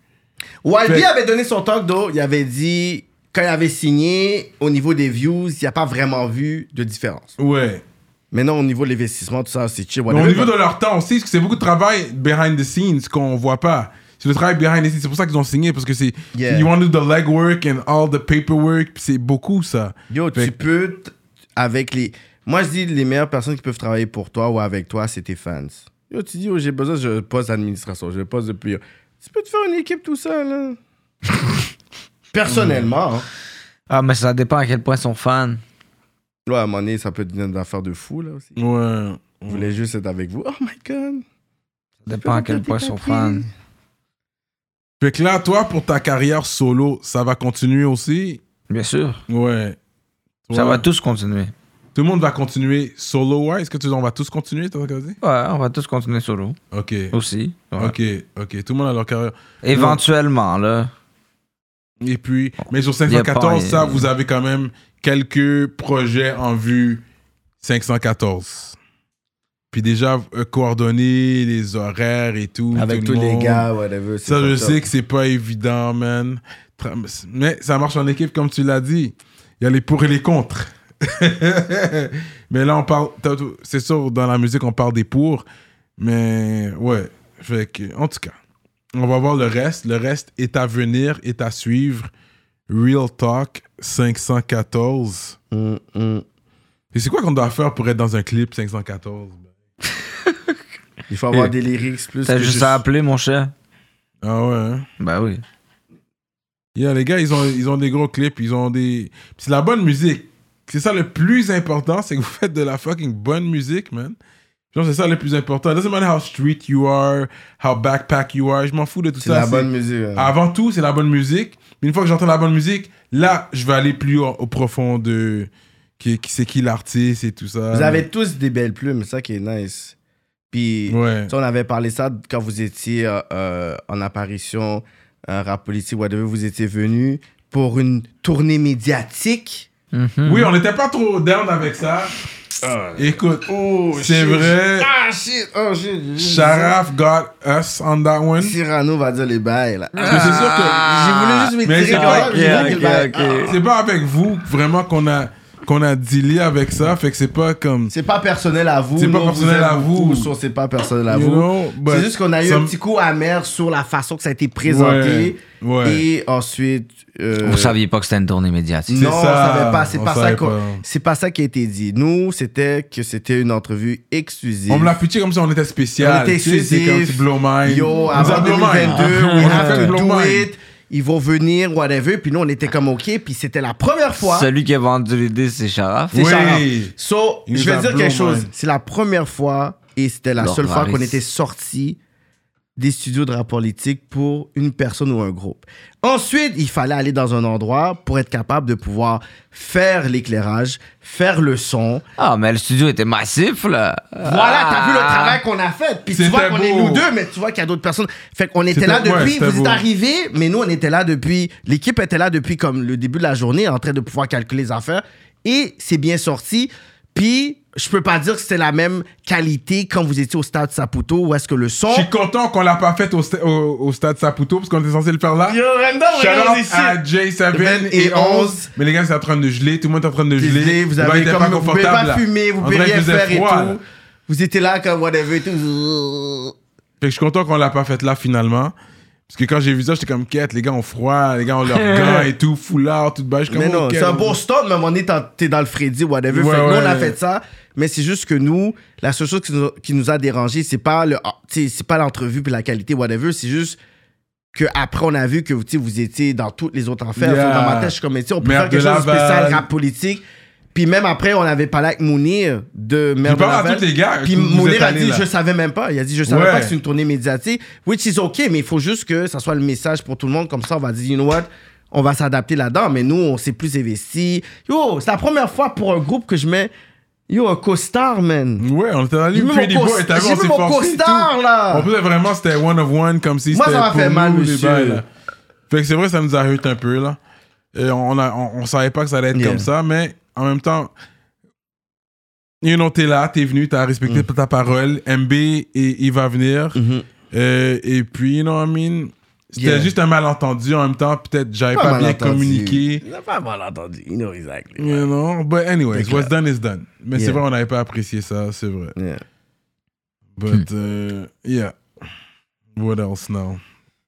[SPEAKER 3] YB
[SPEAKER 1] Fait-
[SPEAKER 3] avait donné son talk d'eau. Il avait dit quand il avait signé au niveau des views, il n'y a pas vraiment vu de différence.
[SPEAKER 1] Ouais.
[SPEAKER 3] Maintenant au niveau de l'investissement, tout ça, c'est chill.
[SPEAKER 1] Mais
[SPEAKER 3] whatever.
[SPEAKER 1] au niveau de leur temps aussi, parce que c'est beaucoup de travail behind the scenes qu'on voit pas. C'est le travail behind the scenes, c'est pour ça qu'ils ont signé, parce que c'est.
[SPEAKER 3] Yeah.
[SPEAKER 1] You want to do the legwork and all the paperwork, puis c'est beaucoup ça.
[SPEAKER 3] Yo,
[SPEAKER 1] Fait
[SPEAKER 3] tu peux t- avec les. Moi, je dis les meilleures personnes qui peuvent travailler pour toi ou avec toi, c'est tes fans. Yo, tu dis, yo, j'ai besoin, je poste d'administration, je poste de plus. Tu peux te faire une équipe tout seul, hein. là. Personnellement, hein.
[SPEAKER 2] Ah, mais ça dépend à quel point ils sont fans.
[SPEAKER 3] Ouais, à un moment donné, ça peut devenir une affaire de fou, là aussi.
[SPEAKER 1] Ouais.
[SPEAKER 3] Je voulais juste être avec vous. Oh my god.
[SPEAKER 2] Ça dépend à quel point ils sont fans.
[SPEAKER 1] Fait que là, toi, pour ta carrière solo, ça va continuer aussi?
[SPEAKER 2] Bien sûr.
[SPEAKER 1] Ouais.
[SPEAKER 2] Ça
[SPEAKER 1] Ouais.
[SPEAKER 2] va tous continuer.
[SPEAKER 1] Tout le monde va continuer solo, ouais? Est-ce que tu on va tous continuer, t'as dit?
[SPEAKER 2] Ouais, on va tous continuer solo.
[SPEAKER 1] Ok.
[SPEAKER 2] Aussi. Ouais.
[SPEAKER 1] Ok, ok. Tout le monde a leur carrière.
[SPEAKER 2] Éventuellement, là.
[SPEAKER 1] Et puis, mais sur
[SPEAKER 2] y a pas
[SPEAKER 1] 514,
[SPEAKER 2] un-
[SPEAKER 3] euh,
[SPEAKER 1] ça, vous avez quand même quelques projets en vue 514. Puis déjà, euh, coordonner les horaires et tout.
[SPEAKER 3] Avec
[SPEAKER 1] tout
[SPEAKER 3] tous
[SPEAKER 1] le
[SPEAKER 3] les
[SPEAKER 1] monde.
[SPEAKER 3] gars, whatever. c'est
[SPEAKER 1] Ça,
[SPEAKER 3] pas
[SPEAKER 1] je
[SPEAKER 3] top.
[SPEAKER 1] sais que c'est pas évident, man. Tra- Mais ça marche en équipe, comme tu l'as dit. Il y a les pour et les contre. mais là, on parle. t'as tout- C'est sûr, dans la musique, on parle des pour. Mais ouais. Fait que, en tout cas, on va voir le reste. Le reste est à venir, est à suivre. Real Talk 514.
[SPEAKER 3] Mm, mm.
[SPEAKER 1] Et c'est quoi qu'on doit faire pour être dans un clip 514
[SPEAKER 3] Il faut avoir
[SPEAKER 2] Eh.
[SPEAKER 3] des lyrics plus.
[SPEAKER 2] T'as
[SPEAKER 3] que
[SPEAKER 2] juste à appeler, mon cher.
[SPEAKER 1] Ah ouais. hein?
[SPEAKER 2] Ben oui.
[SPEAKER 1] Yeah, les gars, ils ont, ils ont des gros clips, ils ont des. Puis C'est la bonne musique. C'est ça le plus important, c'est que vous faites de la fucking bonne musique, man. Genre, c'est ça le plus important. doesn't matter how street you are, how backpack you are, je m'en fous de tout
[SPEAKER 3] C'est
[SPEAKER 1] ça.
[SPEAKER 3] la
[SPEAKER 1] c'est- Ah,
[SPEAKER 3] bonne musique. hein.
[SPEAKER 1] Avant tout, c'est la bonne musique. Mais une fois que j'entends la bonne musique, là, je vais aller plus au, au profond de. Qui, qui- c'est qui l'artiste et tout ça.
[SPEAKER 3] Vous avez tous des belles plumes, c'est ça qui est nice. Puis,
[SPEAKER 1] Ouais.
[SPEAKER 3] tu sais, on avait parlé ça quand vous étiez euh, euh, en apparition un rap politique, whatever, vous étiez venu pour une tournée médiatique.
[SPEAKER 1] Oui, on n'était pas trop down avec ça. Écoute, c'est vrai.
[SPEAKER 3] Oh, Ah shit, oh shit.
[SPEAKER 1] Sharaf got us on that one.
[SPEAKER 3] Cyrano va dire les bails là. Ah.
[SPEAKER 1] Parce que
[SPEAKER 3] J'ai voulu
[SPEAKER 1] c'est sûr que
[SPEAKER 3] juste
[SPEAKER 1] Mais
[SPEAKER 3] me tirer
[SPEAKER 1] c'est
[SPEAKER 3] quand
[SPEAKER 1] pas-
[SPEAKER 3] même, j'ai voulu qu'il baille. Ah.
[SPEAKER 1] c'est pas avec vous vraiment qu'on a qu'on a dealé avec ça. Fait que c'est pas comme.
[SPEAKER 3] C'est pas personnel à vous.
[SPEAKER 1] C'est pas
[SPEAKER 3] non,
[SPEAKER 1] personnel
[SPEAKER 3] vous êtes
[SPEAKER 1] à vous.
[SPEAKER 3] tous, so C'est pas personnel à
[SPEAKER 1] You
[SPEAKER 3] vous.
[SPEAKER 1] know, but
[SPEAKER 3] C'est juste qu'on a eu un
[SPEAKER 1] some-
[SPEAKER 3] petit coup amer sur la façon que ça a été présenté.
[SPEAKER 1] Ouais, ouais.
[SPEAKER 3] Et ensuite. euh,
[SPEAKER 2] Vous saviez pas que c'était une tournée médiatique.
[SPEAKER 3] Non,
[SPEAKER 1] C'est
[SPEAKER 3] on
[SPEAKER 1] ça,
[SPEAKER 3] savait pas. C'est
[SPEAKER 1] on
[SPEAKER 3] pas ça
[SPEAKER 1] savait
[SPEAKER 3] qu'on-
[SPEAKER 1] pas.
[SPEAKER 3] c'est pas ça qui a été dit. Nous, c'était que c'était une entrevue exclusive.
[SPEAKER 1] On me l'a pitché comme ça, on était spécial.
[SPEAKER 3] On était
[SPEAKER 1] Tu sais, C'est comme
[SPEAKER 3] exclusif.
[SPEAKER 1] tu blow mine.
[SPEAKER 3] Yo,
[SPEAKER 1] On nous a
[SPEAKER 3] avant
[SPEAKER 1] blow mine.
[SPEAKER 3] 2022,
[SPEAKER 1] On
[SPEAKER 3] we
[SPEAKER 1] a fait
[SPEAKER 3] have to
[SPEAKER 1] blow
[SPEAKER 3] do
[SPEAKER 1] mine.
[SPEAKER 3] it. Ils vont venir, whatever. Puis nous, on était comme OK. Puis c'était la première fois.
[SPEAKER 2] Celui qui a vendu l'idée, c'est Sharaf.
[SPEAKER 3] C'est Sharaf.
[SPEAKER 1] Oui.
[SPEAKER 3] So,
[SPEAKER 1] Il
[SPEAKER 3] je
[SPEAKER 1] nous
[SPEAKER 3] vais
[SPEAKER 1] a
[SPEAKER 3] dire
[SPEAKER 1] blow
[SPEAKER 3] quelque chose.
[SPEAKER 1] mind.
[SPEAKER 3] C'est la première fois et c'était la
[SPEAKER 2] Lord
[SPEAKER 3] seule fois
[SPEAKER 2] Harris.
[SPEAKER 3] qu'on était sortis des studios de rap politique pour une personne ou un groupe. Ensuite, il fallait aller dans un endroit pour être capable de pouvoir faire l'éclairage, faire le son.
[SPEAKER 2] Ah, mais le studio était massif, là.
[SPEAKER 3] Voilà, t'as vu le
[SPEAKER 2] Ah.
[SPEAKER 3] travail qu'on a fait. Puis tu
[SPEAKER 1] C'était
[SPEAKER 3] vois qu'on est
[SPEAKER 1] beau.
[SPEAKER 3] nous deux, mais tu vois qu'il y a d'autres personnes. Fait qu'on était
[SPEAKER 1] C'était-
[SPEAKER 3] là
[SPEAKER 1] ouais,
[SPEAKER 3] depuis,
[SPEAKER 1] c'était
[SPEAKER 3] vous êtes
[SPEAKER 1] beau.
[SPEAKER 3] arrivés, mais nous, on était là depuis, l'équipe était là depuis comme le début de la journée, en train de pouvoir calculer les affaires. Et c'est bien sorti. Puis, je peux pas dire que c'était la même qualité quand vous étiez au stade Saputo, où est-ce que le son.
[SPEAKER 1] Je suis content qu'on l'a pas fait au, sta- au- au stade Saputo parce qu'on était censé le faire là.
[SPEAKER 3] Yo, Randall,
[SPEAKER 1] Shout
[SPEAKER 3] regarde
[SPEAKER 1] out
[SPEAKER 3] ici.
[SPEAKER 1] à J7
[SPEAKER 3] Ben
[SPEAKER 1] et,
[SPEAKER 3] et
[SPEAKER 1] 11. Mais les gars, c'est en train de geler. Tout le monde est en train de
[SPEAKER 3] Désolé,
[SPEAKER 1] geler.
[SPEAKER 3] vous
[SPEAKER 1] Le bail
[SPEAKER 3] avez
[SPEAKER 1] était
[SPEAKER 3] comme, vous pouvez
[SPEAKER 1] confortable,
[SPEAKER 3] pas
[SPEAKER 1] là.
[SPEAKER 3] fumer, vous
[SPEAKER 1] On
[SPEAKER 3] pouvez
[SPEAKER 1] dirait
[SPEAKER 3] rien
[SPEAKER 1] qu'il faisait
[SPEAKER 3] faire et
[SPEAKER 1] froid, là.
[SPEAKER 3] tout. Vous étiez là comme whatever et tout.
[SPEAKER 1] Fait que je suis content qu'on l'a pas fait là finalement. Parce que quand j'ai vu ça, j'étais comme quête, les gars ont froid, les gars ont leurs gants et tout, foulard, tout de bas. Je suis
[SPEAKER 3] Mais
[SPEAKER 1] comme,
[SPEAKER 3] non,
[SPEAKER 1] ok,
[SPEAKER 3] c'est un
[SPEAKER 1] on-
[SPEAKER 3] bon stunt, mais à un moment donné, t'en- t'es dans le Freddy, whatever.
[SPEAKER 1] Ouais,
[SPEAKER 3] fait que nous,
[SPEAKER 1] ouais,
[SPEAKER 3] on a
[SPEAKER 1] ouais.
[SPEAKER 3] fait ça. Mais c'est juste que nous, la seule chose qui nous a, qui nous a dérangé, c'est pas le, ah, tu sais, c'est pas l'entrevue puis la qualité, whatever. C'est juste que après on a vu que tu sais, vous étiez dans toutes les autres affaires.
[SPEAKER 1] Yeah.
[SPEAKER 3] Fait que Dans ma tête, je suis comme, mais tu sais, on peut
[SPEAKER 1] Merde
[SPEAKER 3] faire quelque
[SPEAKER 1] de
[SPEAKER 3] chose de spécial,
[SPEAKER 1] Laval.
[SPEAKER 3] rap politique. Puis même après, on avait parlé avec Mounir de Merde
[SPEAKER 1] parle à
[SPEAKER 3] Laval.
[SPEAKER 1] tous les gars
[SPEAKER 3] Puis
[SPEAKER 1] que vous
[SPEAKER 3] Mounir
[SPEAKER 1] êtes
[SPEAKER 3] a
[SPEAKER 1] allés,
[SPEAKER 3] dit,
[SPEAKER 1] là.
[SPEAKER 3] je savais même pas. Il a dit, je savais
[SPEAKER 1] Ouais.
[SPEAKER 3] pas que c'est une tournée médiatique. Which is OK, mais il faut juste que ça soit le message pour tout le monde. Comme ça, on va dire, you know what, on va s'adapter là-dedans. Mais nous, on s'est plus investi. Yo, c'est la première fois pour un groupe que je mets, yo, un costard, man.
[SPEAKER 1] Ouais, on était allé
[SPEAKER 3] J'ai mis
[SPEAKER 1] Mm. Pretty
[SPEAKER 3] mon
[SPEAKER 1] Boy,
[SPEAKER 3] cos-
[SPEAKER 1] t'as vu,
[SPEAKER 3] j'ai
[SPEAKER 1] on
[SPEAKER 3] mis
[SPEAKER 1] s'est
[SPEAKER 3] mon
[SPEAKER 1] forcé et tout.
[SPEAKER 3] costard, là.
[SPEAKER 1] On faisait vraiment, c'était one of one, comme si
[SPEAKER 3] Moi,
[SPEAKER 1] c'était
[SPEAKER 3] ça m'a
[SPEAKER 1] pour
[SPEAKER 3] fait mal,
[SPEAKER 1] nous, les
[SPEAKER 3] monsieur.
[SPEAKER 1] bails, là. Fait que c'est vrai, ça nous a hurt un peu, là. Et on, a, on, on savait pas que ça allait être
[SPEAKER 3] Yeah.
[SPEAKER 1] comme ça, mais en même temps, you know, t'es là, t'es venu, t'as respecté
[SPEAKER 3] Mm.
[SPEAKER 1] ta parole. MB, et, il va venir.
[SPEAKER 3] Mm-hmm.
[SPEAKER 1] Euh, et puis, you know what I mean? C'était
[SPEAKER 3] Yeah.
[SPEAKER 1] juste un malentendu en même temps, peut-être j'avais pas, bien Mm.
[SPEAKER 3] malentendu.
[SPEAKER 1] communiqué.
[SPEAKER 3] Il a Pas mal entendu. You know exactly.
[SPEAKER 1] You know, but anyways,
[SPEAKER 3] Fait que-
[SPEAKER 1] what's done is done. Mais c'est
[SPEAKER 3] Yeah.
[SPEAKER 1] vrai, on n'avait pas apprécié ça, c'est vrai.
[SPEAKER 3] Yeah. Hmm.
[SPEAKER 1] But euh, yeah. What else now?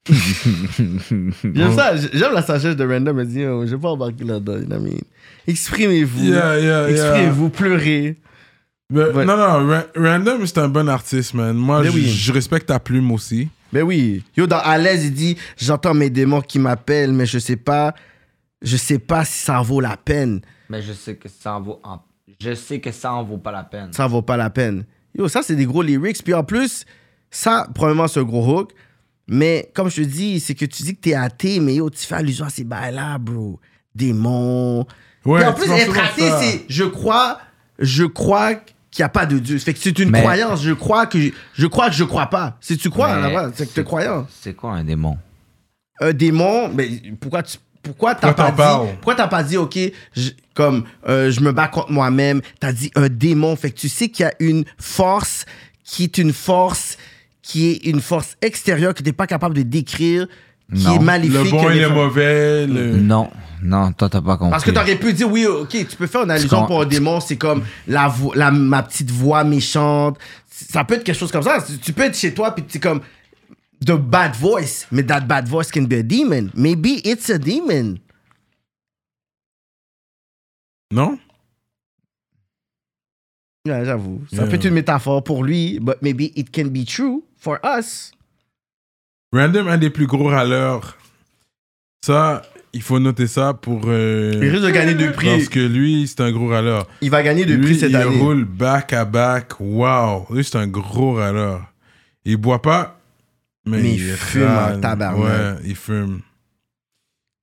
[SPEAKER 3] J'aime ça, j'aime la sagesse de Random. Elle dit, oh, je vais pas embarquer là-dedans, you know what I mean? Exprimez-vous.
[SPEAKER 1] Yeah, yeah, yeah.
[SPEAKER 3] Exprimez-vous, pleurez.
[SPEAKER 1] But-
[SPEAKER 3] Ouais.
[SPEAKER 1] Non, non, Ra- Random, c'est un bon artiste, man. Moi,
[SPEAKER 3] Mais
[SPEAKER 1] je-
[SPEAKER 3] oui.
[SPEAKER 1] je respecte ta plume aussi.
[SPEAKER 3] Ben oui. Yo, dans À l'aise, il dit J'entends mes démons qui m'appellent, mais je sais pas. Je sais pas si ça en vaut la peine.
[SPEAKER 2] Mais je sais que ça en vaut. en- Je sais que ça en vaut pas la peine.
[SPEAKER 3] Ça en vaut pas la peine. Yo, ça, c'est des gros lyrics. Puis en plus, ça, probablement, c'est un gros hook. Mais comme je te dis, c'est que tu dis que t'es athée, mais yo, tu fais allusion à ces bails-là, bro. Démons.
[SPEAKER 1] Ouais,
[SPEAKER 3] Puis en
[SPEAKER 1] tu
[SPEAKER 3] plus,
[SPEAKER 1] penses
[SPEAKER 3] être
[SPEAKER 1] souvent
[SPEAKER 3] athée,
[SPEAKER 1] ça.
[SPEAKER 3] c'est je crois, je crois qu'il n'y a pas de Dieu. Fait que c'est une
[SPEAKER 2] Mais-
[SPEAKER 3] croyance. Je crois que je, je crois que je crois pas. Si tu crois,
[SPEAKER 2] Mais-
[SPEAKER 3] là-bas, c'est que t'es croyant.
[SPEAKER 2] C'est quoi un démon?
[SPEAKER 3] un démon, mais pourquoi tu pourquoi t'as
[SPEAKER 1] Pourquoi t'en
[SPEAKER 3] pas
[SPEAKER 1] parles?
[SPEAKER 3] dit pourquoi t'as pas dit ok je- comme euh, je me bats contre moi-même t'as dit un démon fait que tu sais qu'il y a une force qui est une force qui est une force extérieure que t'es pas capable de décrire qui
[SPEAKER 2] Non.
[SPEAKER 3] est maléfique Mm-hmm.
[SPEAKER 1] Le bon
[SPEAKER 3] que
[SPEAKER 1] et
[SPEAKER 3] les
[SPEAKER 1] le
[SPEAKER 3] gens-
[SPEAKER 1] mauvais. le-
[SPEAKER 2] Non, non, toi t'as pas compris.
[SPEAKER 3] Euh. parce que t'aurais pu dire oui ok tu peux faire une allusion
[SPEAKER 2] comprends-
[SPEAKER 3] pour un démon c'est comme la, vo- la ma petite voix méchante ça peut être quelque chose comme ça Tu- tu peux être chez toi puis tu es comme the bad voice mais that bad voice can be a demon maybe it's a demon
[SPEAKER 1] Non?
[SPEAKER 3] Ouais, j'avoue. Ça
[SPEAKER 1] Yeah.
[SPEAKER 3] peut être une métaphore pour lui, but maybe it can be true for us.
[SPEAKER 1] Random, un des plus gros râleurs. Ça, il faut noter ça pour. euh,
[SPEAKER 3] Il risque de gagner deux prix.
[SPEAKER 1] Parce que lui, c'est un gros râleur.
[SPEAKER 3] Il va gagner deux
[SPEAKER 1] Lui,
[SPEAKER 3] prix cette
[SPEAKER 1] il
[SPEAKER 3] année.
[SPEAKER 1] roule back à back. Wow. Lui, c'est un gros râleur. Il boit pas, mais,
[SPEAKER 3] Mais il fume
[SPEAKER 1] râle.
[SPEAKER 3] en tabarnak.
[SPEAKER 1] Ouais, il fume.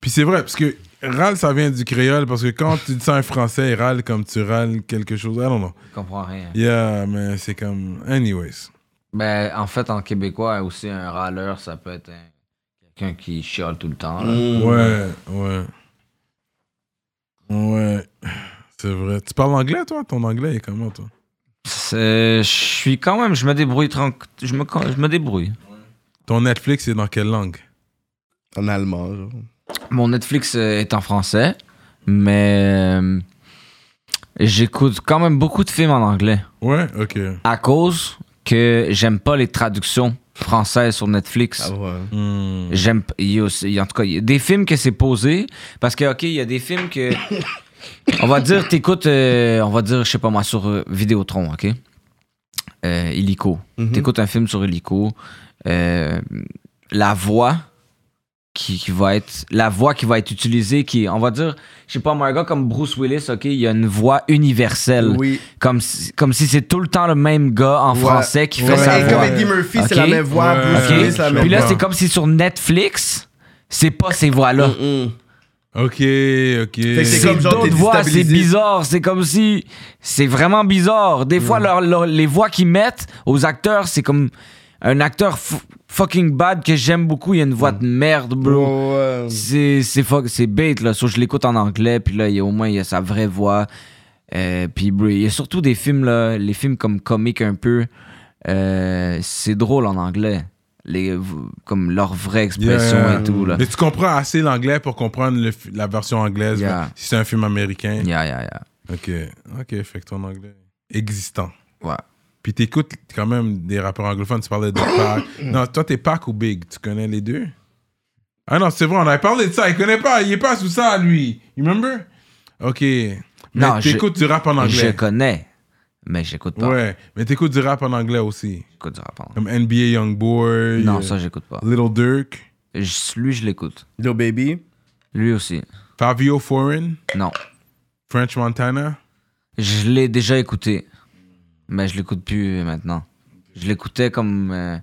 [SPEAKER 1] Puis c'est vrai, parce que râle, ça vient du créole, parce que quand tu dis ça en français, il râle comme tu râles quelque chose. I don't know.
[SPEAKER 2] Je comprends rien.
[SPEAKER 1] Yeah, mais c'est comme. Anyways.
[SPEAKER 2] Ben, en fait, en québécois, aussi un râleur, ça peut être un- quelqu'un qui chiale tout le temps.
[SPEAKER 3] Euh.
[SPEAKER 2] là.
[SPEAKER 1] Ouais, ouais. Ouais. C'est vrai. Tu parles anglais, toi Ton anglais est comment, toi
[SPEAKER 2] C'est- Je suis quand même, je me débrouille tranquille. Je me, je me débrouille.
[SPEAKER 1] Ton Netflix est dans quelle langue
[SPEAKER 3] En allemand, genre.
[SPEAKER 2] Mon Netflix euh, est en français, mais euh, j'écoute quand même beaucoup de films en anglais.
[SPEAKER 1] Ouais, ok.
[SPEAKER 2] À cause que j'aime pas les traductions françaises sur Netflix.
[SPEAKER 3] Ah ouais.
[SPEAKER 1] Hmm.
[SPEAKER 2] J'aime. il y a aussi- En tout cas, il y a des films que c'est posé. Parce que, OK, il y a des films que. on va dire, t'écoutes. euh, on va dire, je sais pas moi, sur euh, Vidéotron, OK? Euh, Illico.
[SPEAKER 3] Mhm.
[SPEAKER 2] T'écoutes un film sur Illico. euh, la voix qui, qui va être. La voix qui va être utilisée, qui est, On va dire, je sais pas moi, un gars comme Bruce Willis, OK? Il y a une voix universelle.
[SPEAKER 3] Oui.
[SPEAKER 2] Comme si, comme si c'est tout le temps le même gars en
[SPEAKER 3] Ouais.
[SPEAKER 2] français qui fait
[SPEAKER 3] Comme,
[SPEAKER 2] sa
[SPEAKER 3] et
[SPEAKER 2] voix.
[SPEAKER 3] comme Eddie Murphy, c'est la
[SPEAKER 2] Ok.
[SPEAKER 3] même voix.
[SPEAKER 1] Ouais.
[SPEAKER 3] Bruce
[SPEAKER 1] Ok.
[SPEAKER 3] Willis, c'est la même
[SPEAKER 2] Puis là,
[SPEAKER 3] voix.
[SPEAKER 2] c'est comme si sur Netflix, c'est pas ces voix-là.
[SPEAKER 3] Mm-mm.
[SPEAKER 1] Ok,
[SPEAKER 3] que c'est
[SPEAKER 1] ok.
[SPEAKER 2] C'est
[SPEAKER 3] comme genre, t'es
[SPEAKER 2] d'autres voix, c'est
[SPEAKER 3] déstabilisé.
[SPEAKER 2] bizarre. C'est comme si. C'est vraiment bizarre. Des fois, leur- leur- les voix qu'ils mettent aux acteurs, c'est comme un acteur f- fucking bad que j'aime beaucoup. Il y a une voix de merde, bro.
[SPEAKER 3] Ouais.
[SPEAKER 2] C'est C'est fuck- c'est bête, là. Sauf que je l'écoute en anglais, puis là, il y a, au moins, il y a sa vraie voix. Euh, puis, bro, il y a surtout des films, là, les films comme comiques un peu. euh, c'est drôle en anglais. Les, comme leur vraie expression
[SPEAKER 1] Yeah.
[SPEAKER 2] et tout, là.
[SPEAKER 1] Mais tu comprends assez l'anglais pour comprendre le fi- la version anglaise
[SPEAKER 2] Yeah.
[SPEAKER 1] mais si c'est un film américain.
[SPEAKER 2] Yeah, yeah, yeah.
[SPEAKER 1] Ok, ok, fait que ton anglais existant.
[SPEAKER 2] Ouais.
[SPEAKER 1] Puis t'écoutes quand même des rappeurs anglophones, tu parlais de Pac. non, toi t'es Pac ou Big, tu connais les deux Ah non, c'est vrai, on avait parlé de ça, il connaît pas, il est pas sous ça lui. You remember Ok. Mais
[SPEAKER 2] Non, je-
[SPEAKER 1] t'écoutes du rap en
[SPEAKER 2] Je
[SPEAKER 1] anglais.
[SPEAKER 2] connais, mais j'écoute pas.
[SPEAKER 1] Ouais, mais t'écoutes du rap en anglais aussi.
[SPEAKER 2] J'écoute du rap en anglais.
[SPEAKER 1] Comme NBA Youngboy,
[SPEAKER 2] Non,
[SPEAKER 1] euh,
[SPEAKER 2] ça, j'écoute pas.
[SPEAKER 1] Little Dirk,
[SPEAKER 2] Je- lui, je l'écoute.
[SPEAKER 3] Lil Baby.
[SPEAKER 2] Lui aussi.
[SPEAKER 1] Fabio Foreign,
[SPEAKER 2] Non.
[SPEAKER 1] French Montana.
[SPEAKER 2] Je l'ai déjà écouté, mais je l'écoute plus maintenant. Je l'écoutais comme euh,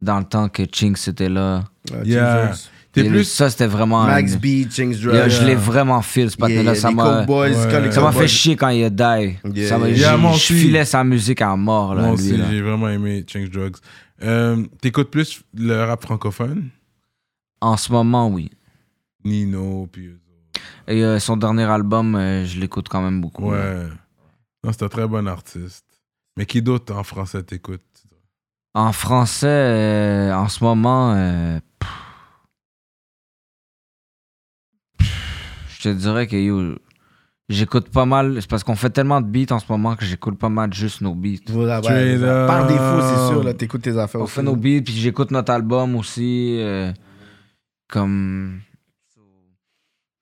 [SPEAKER 2] dans le temps que Chinks était là.
[SPEAKER 3] Ah,
[SPEAKER 1] Yeah.
[SPEAKER 3] James
[SPEAKER 1] T'es
[SPEAKER 2] Et
[SPEAKER 1] plus.
[SPEAKER 2] Ça, c'était vraiment.
[SPEAKER 3] Max
[SPEAKER 2] une-
[SPEAKER 3] B, Ching's
[SPEAKER 2] Yo,
[SPEAKER 3] Drug.
[SPEAKER 2] Je l'ai vraiment feel, ce
[SPEAKER 3] Yeah,
[SPEAKER 2] patin-là.
[SPEAKER 3] yeah,
[SPEAKER 2] ça
[SPEAKER 3] les
[SPEAKER 2] m'a.
[SPEAKER 3] Cowboys,
[SPEAKER 1] Ouais.
[SPEAKER 3] quand les
[SPEAKER 1] Ça
[SPEAKER 2] Ça m'a fait
[SPEAKER 3] Cowboys-
[SPEAKER 2] chier quand il a die.
[SPEAKER 3] Yeah,
[SPEAKER 2] ça m'a-
[SPEAKER 3] yeah.
[SPEAKER 2] je-
[SPEAKER 1] Yeah, moi
[SPEAKER 2] je,
[SPEAKER 1] aussi.
[SPEAKER 2] filais sa musique à mort, là,
[SPEAKER 1] Moi
[SPEAKER 2] lui,
[SPEAKER 1] aussi,
[SPEAKER 2] là.
[SPEAKER 1] j'ai vraiment aimé Change Drugs. Euh, T'écoutes plus le rap francophone
[SPEAKER 2] En ce moment, oui.
[SPEAKER 1] Nino, puis eux autres.
[SPEAKER 2] Et euh, son dernier album, euh, je l'écoute quand même beaucoup. là.
[SPEAKER 1] Ouais. Non, c'est un très bon artiste. Mais qui d'autre en français t'écoute
[SPEAKER 2] En français, euh, en ce moment, euh, pff. Pff, je te dirais que yo, j'écoute pas mal. C'est parce qu'on fait tellement de beats en ce moment que j'écoute pas mal juste nos beats.
[SPEAKER 3] Voilà, ouais.
[SPEAKER 1] Straight up.
[SPEAKER 3] Par défaut, c'est sûr, là, t'écoutes tes affaires
[SPEAKER 2] On
[SPEAKER 3] aussi.
[SPEAKER 2] fait nos beats, puis j'écoute notre album aussi. euh, comme.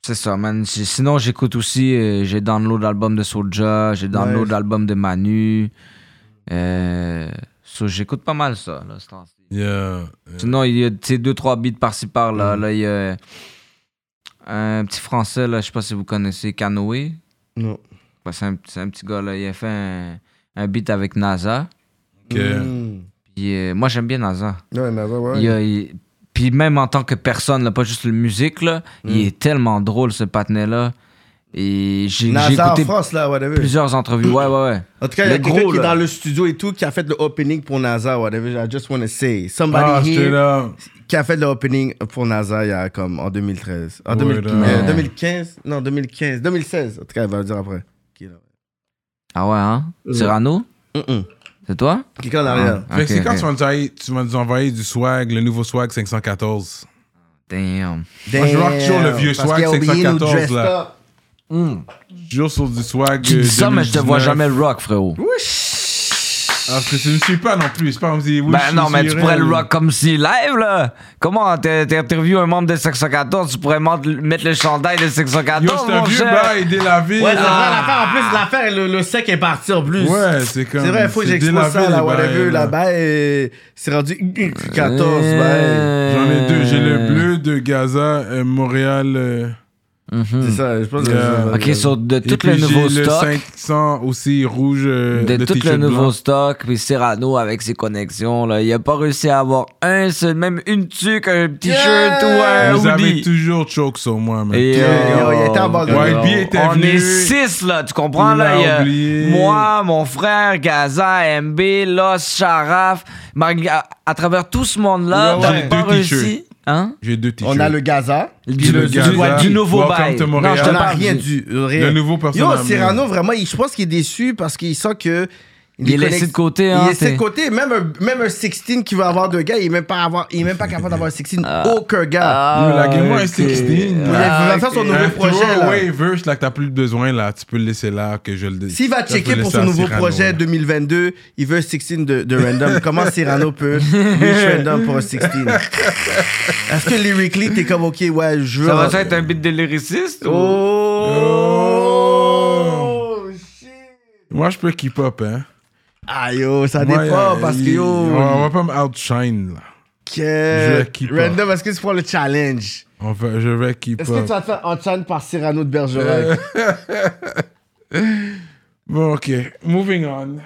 [SPEAKER 2] C'est ça, man. Si- Sinon, j'écoute aussi. euh, j'ai download l'album de Soulja, j'ai download
[SPEAKER 3] Nice.
[SPEAKER 2] l'album de Manu. Euh, so, j'écoute pas mal ça, là, ce temps-ci.
[SPEAKER 1] Yeah.
[SPEAKER 2] Sinon, il y a tu sais, deux, trois beats par-ci par-là. Là, il y a un petit français, là, je sais pas si vous connaissez Canoë.
[SPEAKER 3] Non.
[SPEAKER 2] Bah, c'est, un, c'est un petit gars, là. Il a fait un, un beat avec NASA.
[SPEAKER 1] Ok.
[SPEAKER 3] Mm.
[SPEAKER 2] Puis, euh, moi, j'aime bien NASA.
[SPEAKER 3] Ouais, mais ouais, ouais.
[SPEAKER 2] Il a- il- puis même en tant que personne, là, pas juste le musique, là, il est tellement drôle, ce patinet-là. Et j'ai, j'ai
[SPEAKER 3] NASA en
[SPEAKER 2] écouté
[SPEAKER 3] France, là, whatever.
[SPEAKER 2] plusieurs entrevues. Ouais, ouais, ouais.
[SPEAKER 3] En tout cas, il y a
[SPEAKER 2] Le
[SPEAKER 3] quelqu'un
[SPEAKER 2] gros,
[SPEAKER 3] qui est
[SPEAKER 2] là.
[SPEAKER 3] dans le studio et tout qui a fait le opening pour NASA, whatever. I just want to say. Somebody
[SPEAKER 1] Ah, j'étais
[SPEAKER 3] here
[SPEAKER 1] là.
[SPEAKER 3] qui a fait le opening pour NASA il y a comme en 2013. En
[SPEAKER 1] Ouais,
[SPEAKER 3] 2000
[SPEAKER 1] là.
[SPEAKER 3] euh, 2015 Non, 2015. 2016. En tout cas, elle va le dire après. Qui est là?
[SPEAKER 2] Ah ouais, hein? Cyrano?
[SPEAKER 3] Mm-mm.
[SPEAKER 2] C'est toi?
[SPEAKER 3] Quelqu'un derrière.
[SPEAKER 2] Ah,
[SPEAKER 1] Fait
[SPEAKER 2] ok,
[SPEAKER 1] que c'est quand
[SPEAKER 2] ok.
[SPEAKER 1] tu vas nous envoyer- tu vas nous envoyer du swag, le nouveau swag 514
[SPEAKER 2] Damn.
[SPEAKER 1] Moi, je rock toujours le vieux
[SPEAKER 3] Parce
[SPEAKER 1] swag
[SPEAKER 3] qu'il a oublié
[SPEAKER 1] 714,
[SPEAKER 3] nos dressed
[SPEAKER 1] là.
[SPEAKER 3] up.
[SPEAKER 1] Toujours sur du swag.
[SPEAKER 2] Tu
[SPEAKER 1] euh,
[SPEAKER 2] dis ça, mais je te vois
[SPEAKER 1] 2019.
[SPEAKER 2] jamais le rock, frérot.
[SPEAKER 1] Ah, parce que je ne suis pas non plus. C'est pas comme si. oui, je
[SPEAKER 2] Ben
[SPEAKER 1] suis
[SPEAKER 2] non, mais tu
[SPEAKER 1] sur
[SPEAKER 2] pourrais
[SPEAKER 1] elle.
[SPEAKER 2] le rock comme si live, là. Comment hein, t'interviews un membre de 514, tu pourrais mon- mettre le chandail de
[SPEAKER 1] Yo,
[SPEAKER 2] 514,
[SPEAKER 1] c'est un
[SPEAKER 2] mon
[SPEAKER 1] vieux
[SPEAKER 2] cher.
[SPEAKER 1] bail délavé.
[SPEAKER 3] Ouais, c'est
[SPEAKER 1] là.
[SPEAKER 3] vrai, l'affaire. En plus, l'affaire, le, le sec est parti en plus.
[SPEAKER 1] Ah. Ouais, c'est comme.
[SPEAKER 3] C'est vrai, il faut que
[SPEAKER 1] c'est
[SPEAKER 3] j'expose
[SPEAKER 1] délavé,
[SPEAKER 3] ça, là,
[SPEAKER 1] les
[SPEAKER 3] whatever.
[SPEAKER 1] bails, là.
[SPEAKER 3] Là-bas, euh, c'est rendu 14, ben.
[SPEAKER 2] Euh,
[SPEAKER 1] J'en ai deux. J'ai le bleu de Gaza, euh, Montréal. euh,
[SPEAKER 2] Mhm.
[SPEAKER 3] C'est ça, je pense que
[SPEAKER 1] Yeah.
[SPEAKER 3] je-
[SPEAKER 2] Ok, sur de
[SPEAKER 1] euh, et
[SPEAKER 2] tout
[SPEAKER 1] puis
[SPEAKER 2] le nouveau
[SPEAKER 1] j'ai
[SPEAKER 2] stock.
[SPEAKER 1] le 500 aussi rouge. euh,
[SPEAKER 2] de
[SPEAKER 1] le
[SPEAKER 2] tout le
[SPEAKER 1] t-shirt
[SPEAKER 2] nouveau
[SPEAKER 1] blanc.
[SPEAKER 2] stock, puis Serrano avec ses connexions, là, il a pas réussi à avoir un seul, même une tuque, un t-shirt ou un
[SPEAKER 3] Eh,
[SPEAKER 1] Vous avez
[SPEAKER 2] hoodie.
[SPEAKER 1] toujours choke sur moi, man.
[SPEAKER 2] Et, euh,
[SPEAKER 3] Yo, il était en bas de-
[SPEAKER 1] White B était
[SPEAKER 2] On
[SPEAKER 1] venu.
[SPEAKER 2] est six, là, tu comprends,
[SPEAKER 1] Il
[SPEAKER 2] là?
[SPEAKER 1] a
[SPEAKER 2] il y a
[SPEAKER 1] oublié.
[SPEAKER 2] moi, mon frère, Gaza, MB, Los, Sharaf, Mar- à, à travers tout ce monde-là,
[SPEAKER 1] Ouais,
[SPEAKER 2] t'as
[SPEAKER 1] ouais.
[SPEAKER 2] pas
[SPEAKER 1] Deux
[SPEAKER 2] réussi.
[SPEAKER 1] t-shirts.
[SPEAKER 2] Hein?
[SPEAKER 1] J'ai deux t-shirts.
[SPEAKER 3] On a le Gaza.
[SPEAKER 2] Du,
[SPEAKER 1] le
[SPEAKER 2] du-
[SPEAKER 1] Gaza.
[SPEAKER 2] du nouveau
[SPEAKER 1] Welcome
[SPEAKER 2] bail.
[SPEAKER 1] to
[SPEAKER 2] Non,
[SPEAKER 1] Montréal.
[SPEAKER 2] je
[SPEAKER 3] Je
[SPEAKER 2] te
[SPEAKER 1] Ah,
[SPEAKER 3] n'a
[SPEAKER 2] parle.
[SPEAKER 3] rien
[SPEAKER 2] du-
[SPEAKER 3] du
[SPEAKER 1] Le
[SPEAKER 3] rien.
[SPEAKER 1] nouveau personnage.
[SPEAKER 3] Yo, Cyrano, vraiment, il- je pense qu'il est déçu parce qu'il sent que.
[SPEAKER 2] Il est
[SPEAKER 3] les
[SPEAKER 2] laissé
[SPEAKER 3] connex-
[SPEAKER 2] de côté,
[SPEAKER 3] Il
[SPEAKER 2] hein,
[SPEAKER 3] est laissé
[SPEAKER 2] t'es-
[SPEAKER 3] de côté. Même un, même un 16 qui va avoir deux gars, il est même pas, avoir, il est même pas capable d'avoir un 16.
[SPEAKER 2] Ah.
[SPEAKER 3] aucun gars.
[SPEAKER 1] Yo, la game, ouais,
[SPEAKER 2] ok.
[SPEAKER 1] 16.
[SPEAKER 3] il va- il va faire son nouveau
[SPEAKER 1] Un
[SPEAKER 3] projet. là.
[SPEAKER 1] throwaway verse, là, que t'as plus besoin, là, tu peux le laisser là, que je le dise.
[SPEAKER 3] S'il va checker pour son nouveau projet 2022, il veut un 16 de, de random. Comment Cyrano peut reach random pour un 16 Est-ce que lyrically, t'es comme, ok, ouais, je veux.
[SPEAKER 2] Ça va être un beat de lyriciste? ou-
[SPEAKER 3] Oh! shit.
[SPEAKER 1] Moi, je peux keep up, hein.
[SPEAKER 3] Ah yo, ça
[SPEAKER 1] Moi,
[SPEAKER 3] dépend
[SPEAKER 1] euh,
[SPEAKER 3] parce que
[SPEAKER 1] il-
[SPEAKER 3] yo.
[SPEAKER 1] On va pas me outshine, là. Je vais
[SPEAKER 3] Que...
[SPEAKER 1] keep
[SPEAKER 3] Random, est-ce que tu prends le challenge?
[SPEAKER 1] On va- je vais keep
[SPEAKER 3] Est-ce que tu vas
[SPEAKER 1] up.
[SPEAKER 3] te faire enchant par Cyrano de
[SPEAKER 1] Euh.
[SPEAKER 3] Bergerac?
[SPEAKER 1] Bon, ok. Moving on.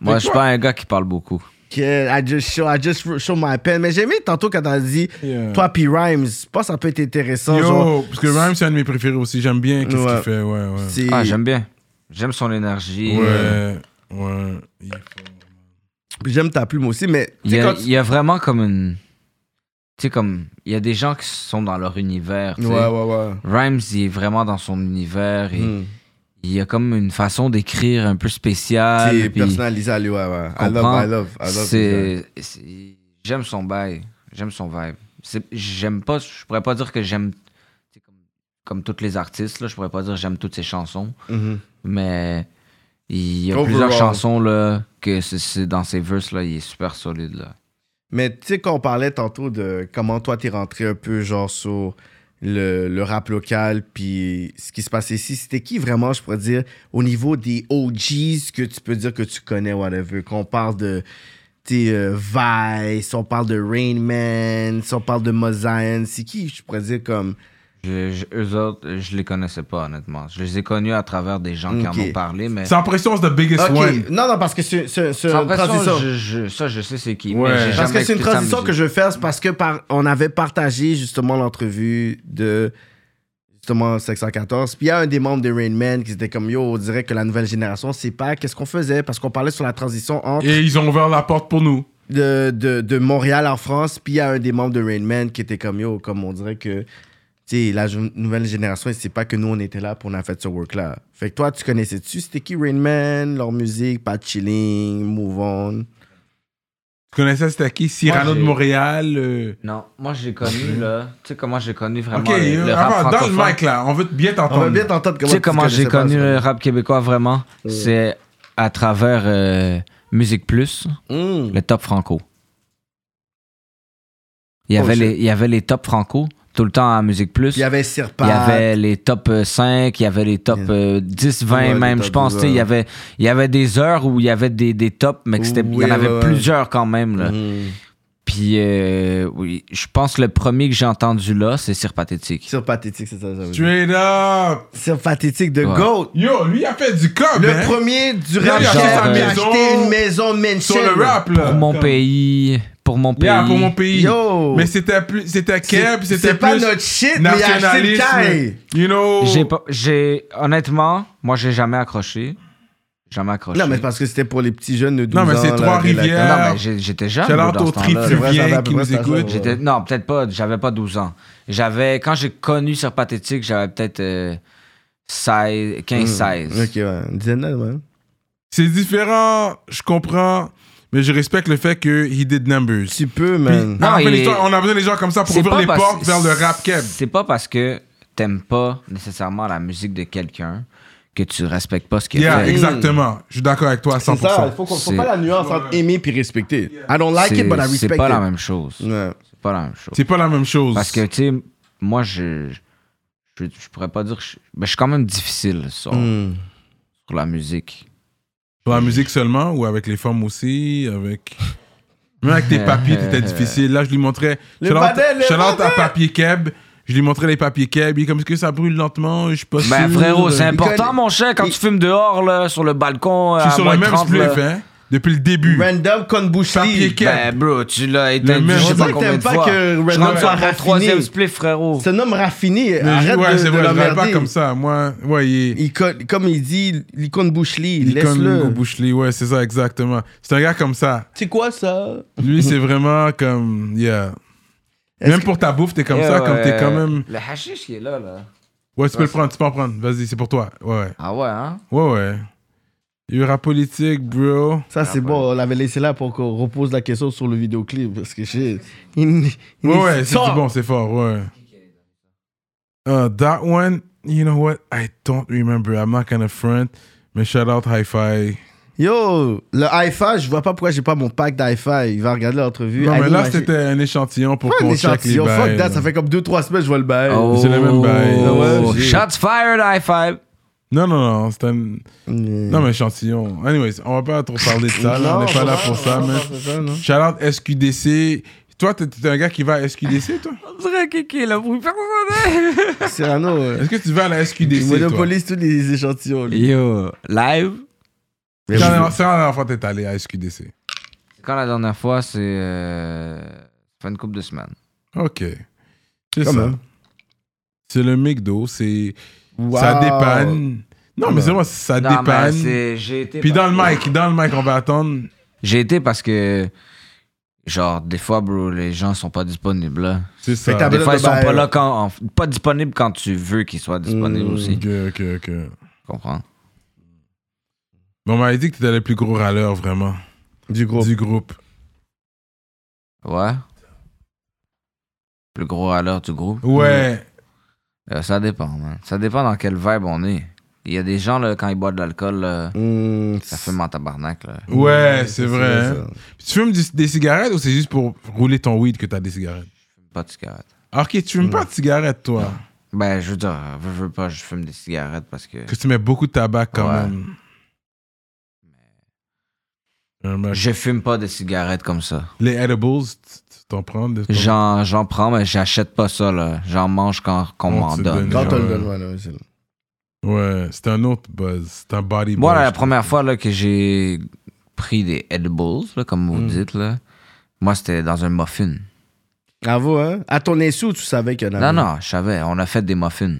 [SPEAKER 2] Moi, je suis pas un gars qui parle beaucoup.
[SPEAKER 3] que I just show, I just show my pen. Mais j'ai aimé tantôt quand t'as dit
[SPEAKER 1] Yeah.
[SPEAKER 3] toi puis Rhymes. Je pense que ça peut être intéressant.
[SPEAKER 1] Yo,
[SPEAKER 3] genre,
[SPEAKER 1] parce que Rhyme, c'est un de mes préférés aussi. J'aime bien qu'est-ce
[SPEAKER 3] Ouais.
[SPEAKER 1] qu'il fait, ouais, ouais.
[SPEAKER 3] c'est-
[SPEAKER 2] Ah, j'aime bien. J'aime son énergie. euh,
[SPEAKER 1] Ouais, ouais. Il faut-
[SPEAKER 3] J'aime ta plume aussi, mais tu
[SPEAKER 2] Il
[SPEAKER 3] sais,
[SPEAKER 2] y, a,
[SPEAKER 3] quand tu-
[SPEAKER 2] il y a vraiment comme une. Tu sais, comme. Il y a des gens qui sont dans leur univers. tu sais.
[SPEAKER 3] Ouais, ouais, ouais.
[SPEAKER 2] Rhymes, il est vraiment dans son univers. Et
[SPEAKER 3] Hmm.
[SPEAKER 2] Il y a comme une façon d'écrire un peu spéciale.
[SPEAKER 3] C'est
[SPEAKER 2] Ah, puis
[SPEAKER 3] personnalisé à lui, ouais, ouais. I love,
[SPEAKER 2] comprends.
[SPEAKER 3] I love, I love.
[SPEAKER 2] c'est- c'est- J'aime son bail. J'aime son vibe. C'est- J'aime pas. Je pourrais pas dire que j'aime. tu sais, Comme, comme tous les artistes, là, je pourrais pas dire j'aime toutes ses chansons.
[SPEAKER 3] Mhm.
[SPEAKER 2] Mais il y a
[SPEAKER 3] Overall.
[SPEAKER 2] plusieurs chansons là, que c'est- c'est dans ses verses là, il est super solide là.
[SPEAKER 3] Mais tu sais, quand on parlait tantôt de comment toi t'es rentré un peu genre sur le, le rap local, puis ce qui se passe ici, c'était qui vraiment, je pourrais dire, au niveau des OGs que tu peux dire que tu connais, whatever, qu'on parle de t'es euh, Vice, on parle de Rain Man, si on parle de Mozaïen, c'est qui, je pourrais dire, comme...
[SPEAKER 2] Je, je- eux autres, je les connaissais pas honnêtement. Je les ai connus à travers des gens qui en
[SPEAKER 3] Ok.
[SPEAKER 2] ont parlé, mais
[SPEAKER 1] Sans pression, c'est the biggest
[SPEAKER 3] Ok,
[SPEAKER 1] one.
[SPEAKER 3] non, non, parce que c'est c'est- c'est
[SPEAKER 2] Sans
[SPEAKER 3] une
[SPEAKER 2] pression,
[SPEAKER 3] transition.
[SPEAKER 2] je- je- ça je sais c'est qui.
[SPEAKER 1] Ouais.
[SPEAKER 2] mais j'ai
[SPEAKER 3] Parce
[SPEAKER 2] jamais
[SPEAKER 3] que c'est une
[SPEAKER 2] écouté sa
[SPEAKER 3] transition
[SPEAKER 2] musique.
[SPEAKER 3] que je veux faire, c'est parce que par, on avait partagé justement l'entrevue de justement 514. Puis il y a un des membres de Rain Man qui était comme yo, on dirait que la nouvelle génération, c'est pas qu'est-ce qu'on faisait parce qu'on parlait sur la transition entre
[SPEAKER 1] Et ils ont ouvert la porte pour nous.
[SPEAKER 3] de, de, de Montréal en France. Puis il y a un des membres de Rain Man qui était comme yo, comme on dirait que tu sais, la jou- nouvelle génération, c'est pas que nous on était là pour on a fait ce work là. Fait que toi, tu connaissais-tu c'était qui Rain Man, leur musique, pas de chilling, move on.
[SPEAKER 1] Tu connaissais c'était qui Cyrano
[SPEAKER 2] Moi,
[SPEAKER 1] de
[SPEAKER 2] j'ai-
[SPEAKER 1] Montréal. euh,
[SPEAKER 2] Non, moi j'ai connu là. Tu sais comment j'ai connu vraiment
[SPEAKER 1] Ok,
[SPEAKER 2] le, le
[SPEAKER 1] euh,
[SPEAKER 2] rap
[SPEAKER 1] avant, dans le
[SPEAKER 2] francophone?
[SPEAKER 1] mic là, on veut bien
[SPEAKER 3] On va
[SPEAKER 1] t'entendre.
[SPEAKER 3] bien t'entendre
[SPEAKER 2] Tu
[SPEAKER 3] comment
[SPEAKER 2] sais comment
[SPEAKER 3] connaissais
[SPEAKER 2] j'ai
[SPEAKER 3] pas
[SPEAKER 2] connu
[SPEAKER 3] ce-
[SPEAKER 2] le rap québécois vraiment C'est à travers euh, Musique Plus,
[SPEAKER 3] Mm.
[SPEAKER 2] le top franco. Il y,
[SPEAKER 3] Oh,
[SPEAKER 2] avait
[SPEAKER 3] shit.
[SPEAKER 2] les, il y avait les top franco tout le temps à Musique Plus.
[SPEAKER 3] Puis il y avait Sirpa.
[SPEAKER 2] Il y avait les top euh, 5, il y avait les top
[SPEAKER 3] Yeah.
[SPEAKER 2] euh, 10, 20
[SPEAKER 3] Ouais, les
[SPEAKER 2] même,
[SPEAKER 3] top
[SPEAKER 2] je pense. tu sais, Il
[SPEAKER 3] 12,
[SPEAKER 2] y, avait, il y avait des heures où il y avait des, des tops, mais que c'était- il
[SPEAKER 3] Oui,
[SPEAKER 2] y en avait
[SPEAKER 3] ouais, Mm-hmm. ouais.
[SPEAKER 2] plusieurs quand même. Là.
[SPEAKER 3] Mm.
[SPEAKER 2] Puis, euh, oui, je pense que le premier que j'ai entendu là, c'est Sir Pathétique.
[SPEAKER 3] Sur Pathétique, c'est ça, j'avais dit.
[SPEAKER 1] Straight up.
[SPEAKER 3] Sur Pathétique de
[SPEAKER 2] Ouais.
[SPEAKER 3] GOAT.
[SPEAKER 1] Yo, lui il a fait du cop,
[SPEAKER 3] Le
[SPEAKER 1] hein,
[SPEAKER 3] premier du
[SPEAKER 1] Là,
[SPEAKER 3] rap
[SPEAKER 2] il a
[SPEAKER 3] qui
[SPEAKER 2] acheté sa
[SPEAKER 3] a
[SPEAKER 1] maison
[SPEAKER 3] acheté une maison mansion.
[SPEAKER 1] sur le rap là.
[SPEAKER 2] Pour mon
[SPEAKER 1] Comme-
[SPEAKER 2] pays, pour mon pays.
[SPEAKER 1] Yeah, pour mon pays.
[SPEAKER 3] Yo.
[SPEAKER 1] Mais c'était plus, c'était Keb,
[SPEAKER 3] C'est-
[SPEAKER 1] c'était
[SPEAKER 3] C'est
[SPEAKER 1] plus
[SPEAKER 3] pas notre shit, mais il a acheté le caille.
[SPEAKER 1] nationalisme. You know.
[SPEAKER 2] J'ai pas- j'ai- honnêtement, moi j'ai jamais accroché. Jamais accroché.
[SPEAKER 3] Non, mais parce que c'était pour les petits jeunes de 12 ans.
[SPEAKER 1] Non, mais c'est
[SPEAKER 3] là, hein.
[SPEAKER 1] Trois-Rivières.
[SPEAKER 3] de la-
[SPEAKER 2] Non, mais j'ai- j'étais jeune.
[SPEAKER 1] Shout
[SPEAKER 2] moi,
[SPEAKER 1] out
[SPEAKER 2] dans
[SPEAKER 1] aux
[SPEAKER 2] ce temps-là.
[SPEAKER 3] C'est vrai, ça va
[SPEAKER 1] Triviens
[SPEAKER 3] à peu
[SPEAKER 1] qui
[SPEAKER 3] près
[SPEAKER 1] nous
[SPEAKER 3] cet âge-là,
[SPEAKER 1] écoutent.
[SPEAKER 3] ouais.
[SPEAKER 2] J'étais- Non, peut-être pas. J'avais pas 12 ans. J'avais quand j'ai connu sur Pathétique, j'avais peut-être euh, 16, 15,
[SPEAKER 1] Hmm,
[SPEAKER 2] 16.
[SPEAKER 3] Mm. Ok, ouais. Une dizaine d'années, ouais.
[SPEAKER 1] C'est différent, je comprends, mais je respecte le fait que he did numbers.
[SPEAKER 3] Tu peux,
[SPEAKER 1] Puis-
[SPEAKER 3] man.
[SPEAKER 2] Non,
[SPEAKER 1] on, a besoin
[SPEAKER 2] il
[SPEAKER 1] des
[SPEAKER 2] est-
[SPEAKER 1] gens- on a besoin des gens comme ça pour ouvrir les
[SPEAKER 2] parce-
[SPEAKER 1] portes vers le rap Keb.
[SPEAKER 2] C'est pas parce que t'aimes pas nécessairement la musique de quelqu'un que tu respectes pas ce qu'il
[SPEAKER 1] Yeah,
[SPEAKER 2] fait.
[SPEAKER 1] exactement. Je suis d'accord avec toi à 100%.
[SPEAKER 3] C'est ça, il faut, qu'on- faut
[SPEAKER 2] C'est-
[SPEAKER 3] pas la nuance entre aimer puis respecter. I don't like
[SPEAKER 2] C'est
[SPEAKER 3] it, but I respect
[SPEAKER 2] c'est
[SPEAKER 3] it.
[SPEAKER 2] pas la même chose.
[SPEAKER 3] Ouais.
[SPEAKER 2] C'est pas la même chose.
[SPEAKER 1] C'est pas la même chose.
[SPEAKER 2] Parce que, tu sais, moi, je, je, je pourrais pas dire. que Je, mais je suis quand même difficile sur,
[SPEAKER 3] Hmm.
[SPEAKER 2] sur la musique.
[SPEAKER 1] Pour la musique seulement ou avec les femmes aussi, avec. Même avec tes papiers, t'étais difficile. Là, je lui montrais.
[SPEAKER 3] Le
[SPEAKER 1] je
[SPEAKER 3] bordel, le
[SPEAKER 1] à papier Keb. Je lui montrais les papiers Keb. Il est comme est-ce que ça brûle lentement, je suis pas
[SPEAKER 2] Ben,
[SPEAKER 1] sûr.
[SPEAKER 2] frérot, c'est
[SPEAKER 3] il
[SPEAKER 2] important,
[SPEAKER 3] connaît-
[SPEAKER 2] mon chien, quand
[SPEAKER 3] il-
[SPEAKER 2] tu fumes dehors, là, sur le balcon.
[SPEAKER 1] Je suis
[SPEAKER 2] à
[SPEAKER 1] sur
[SPEAKER 2] moins
[SPEAKER 1] le même
[SPEAKER 2] 30, là.
[SPEAKER 1] spliff, hein, depuis le début.
[SPEAKER 3] Random con
[SPEAKER 1] Papier
[SPEAKER 3] Bushli.
[SPEAKER 1] Keb.
[SPEAKER 2] Ben, bro, tu l'as éteint.
[SPEAKER 1] même-
[SPEAKER 2] Je
[SPEAKER 1] On
[SPEAKER 2] sais
[SPEAKER 1] dirait
[SPEAKER 2] pas
[SPEAKER 3] que
[SPEAKER 2] combien
[SPEAKER 3] t'aimes
[SPEAKER 2] de
[SPEAKER 3] pas
[SPEAKER 2] fois.
[SPEAKER 3] que
[SPEAKER 2] Je
[SPEAKER 3] Random
[SPEAKER 2] rentre sur
[SPEAKER 3] soit
[SPEAKER 2] mon
[SPEAKER 3] raffiné.
[SPEAKER 2] troisième split, frérot.
[SPEAKER 3] C'est un homme raffiné.
[SPEAKER 1] Mais je-
[SPEAKER 3] Arrête
[SPEAKER 1] ouais,
[SPEAKER 3] de,
[SPEAKER 1] c'est
[SPEAKER 3] de
[SPEAKER 1] vrai, je travaille pas
[SPEAKER 3] l'emmerder.
[SPEAKER 1] comme ça. Moi, ouais, il est.
[SPEAKER 3] Il co- comme il dit, l'icône Bouchli,
[SPEAKER 1] il est comme Hugo
[SPEAKER 3] laisse-le.
[SPEAKER 1] Bouchely, ouais, c'est ça, exactement. C'est un gars comme ça.
[SPEAKER 3] C'est quoi ça?
[SPEAKER 1] Lui, c'est vraiment comme. Yeah.
[SPEAKER 3] Est-ce
[SPEAKER 1] Même
[SPEAKER 3] que-
[SPEAKER 1] pour ta bouffe, t'es comme
[SPEAKER 2] Yeah,
[SPEAKER 1] ça, comme
[SPEAKER 2] Eh ouais.
[SPEAKER 1] t'es quand même.
[SPEAKER 2] Le hashish, il est là, là.
[SPEAKER 1] Ouais, tu peux
[SPEAKER 2] Ouais,
[SPEAKER 1] le prendre, tu peux en prendre. Vas-y, c'est pour toi. Ouais, ouais.
[SPEAKER 2] Ah ouais, hein?
[SPEAKER 1] Ouais, ouais. Il y aura politique, bro.
[SPEAKER 3] Ça, c'est bon. On l'avait laissé là pour qu'on repose la question sur le vidéoclip. Parce que j'ai. il- il-
[SPEAKER 1] Ouais, ouais, c'est
[SPEAKER 3] sort.
[SPEAKER 1] du bon, c'est fort, ouais. Uh, that one, you know what? I don't remember. I'm not gonna front. Mais shout out Hi-Fi.
[SPEAKER 3] Yo, le hi-fi, je vois pas pourquoi j'ai pas mon pack d'hi-fi. Il va regarder l'entrevue.
[SPEAKER 1] Non, mais
[SPEAKER 3] Ali
[SPEAKER 1] là,
[SPEAKER 3] m'a-
[SPEAKER 1] c'était un échantillon pour
[SPEAKER 3] Pas un
[SPEAKER 1] qu'on check les
[SPEAKER 3] échantillon.
[SPEAKER 1] bails.
[SPEAKER 3] Fuck that, ça fait comme 2-3 semaines je vois le bail.
[SPEAKER 2] Ah
[SPEAKER 1] C'est le même bail.
[SPEAKER 3] Ouais, j'ai-
[SPEAKER 2] Oh. Shots fired, high five.
[SPEAKER 1] Non, non, non, c'était un...
[SPEAKER 3] Mais-
[SPEAKER 1] Non, mais échantillon. Anyways, on va pas trop parler de ça. là. on n'est pas là pour ça, mais... Shout out SQDC. Toi, t'es t'es un gars qui va à SQDC, toi?
[SPEAKER 2] On dirait Kiki, là, pour personnel.
[SPEAKER 3] Cyrano, euh,
[SPEAKER 1] Est-ce que tu vas à la
[SPEAKER 3] tu
[SPEAKER 1] SQDC, toi?
[SPEAKER 3] monopolises tous les échantillons. lui.
[SPEAKER 2] Yo, live.
[SPEAKER 1] C'est quand la c'est quand la dernière fois que t'es allé à SQDC.
[SPEAKER 2] Quand la dernière fois, c'est. Euh, ça fait une couple de semaines.
[SPEAKER 1] OK. C'est
[SPEAKER 3] Quand
[SPEAKER 1] ça.
[SPEAKER 3] même.
[SPEAKER 1] C'est le McDo, c'est...
[SPEAKER 3] Wow.
[SPEAKER 1] Ça dépanne. Non, mais c'est vrai, ça
[SPEAKER 2] Non, mais
[SPEAKER 1] dépanne.
[SPEAKER 2] c'est- J'ai été.
[SPEAKER 1] Puis dans
[SPEAKER 2] parce
[SPEAKER 1] le
[SPEAKER 2] que-
[SPEAKER 1] mic, dans le mic, on va attendre.
[SPEAKER 2] J'ai été parce que. Genre, des fois, bro, les gens sont pas disponibles là.
[SPEAKER 1] C'est
[SPEAKER 3] Fait que
[SPEAKER 1] ça.
[SPEAKER 3] t'as
[SPEAKER 2] Des
[SPEAKER 3] Là,
[SPEAKER 2] fois,
[SPEAKER 3] de
[SPEAKER 2] ils sont
[SPEAKER 3] bail.
[SPEAKER 2] pas là quand. en- pas disponibles quand tu veux qu'ils soient disponibles
[SPEAKER 3] Mmh.
[SPEAKER 2] aussi.
[SPEAKER 1] Ok, ok, ok.
[SPEAKER 2] Tu comprends?
[SPEAKER 1] Mais on m'avait dit que t'étais le plus gros râleur, vraiment,
[SPEAKER 3] Du gros.
[SPEAKER 1] du groupe.
[SPEAKER 2] Ouais. Plus gros à l'heure du groupe.
[SPEAKER 1] Ouais.
[SPEAKER 2] Euh, ça dépend, man. Ça dépend dans quel vibe on est. Il y a des gens, là, quand ils boivent de l'alcool, là,
[SPEAKER 3] Mmh,
[SPEAKER 2] ça fume en tabarnak, là.
[SPEAKER 3] Mm.
[SPEAKER 1] Ouais, c'est vrai.
[SPEAKER 3] ça.
[SPEAKER 1] hein. Tu fumes du- des cigarettes ou c'est juste pour rouler ton weed que t'as des cigarettes?
[SPEAKER 2] Pas de cigarette.
[SPEAKER 1] Ah, Ok, tu fumes pas de cigarettes, toi.
[SPEAKER 2] Ben, je veux dire, veux, veux pas, je fume des cigarettes parce que...
[SPEAKER 1] Que tu mets beaucoup de tabac quand
[SPEAKER 2] Ouais.
[SPEAKER 1] même. Un mec.
[SPEAKER 2] Je fume pas des cigarettes comme ça.
[SPEAKER 1] Les edibles, tu tu t'en prends? de ton-
[SPEAKER 2] J'en, j'en prends, mais j'achète pas ça, là. J'en mange quand qu'on
[SPEAKER 1] On
[SPEAKER 2] m'en
[SPEAKER 1] te
[SPEAKER 2] donne.
[SPEAKER 1] donne.
[SPEAKER 3] Quand
[SPEAKER 1] Genre,
[SPEAKER 3] on le
[SPEAKER 1] euh,
[SPEAKER 3] donne, ouais, ouais, c'est là.
[SPEAKER 1] Ouais, c'est un autre buzz. C'est un body
[SPEAKER 2] Moi,
[SPEAKER 1] buzz,
[SPEAKER 2] là, la
[SPEAKER 1] je
[SPEAKER 2] première fois là, que j'ai pris des edibles, là, comme
[SPEAKER 3] Hmm.
[SPEAKER 2] vous dites, là, moi, c'était dans un muffin.
[SPEAKER 3] Bravo, hein. À ton insu, tu savais qu'il y en avait.
[SPEAKER 2] Non, non, je savais, on a fait des muffins.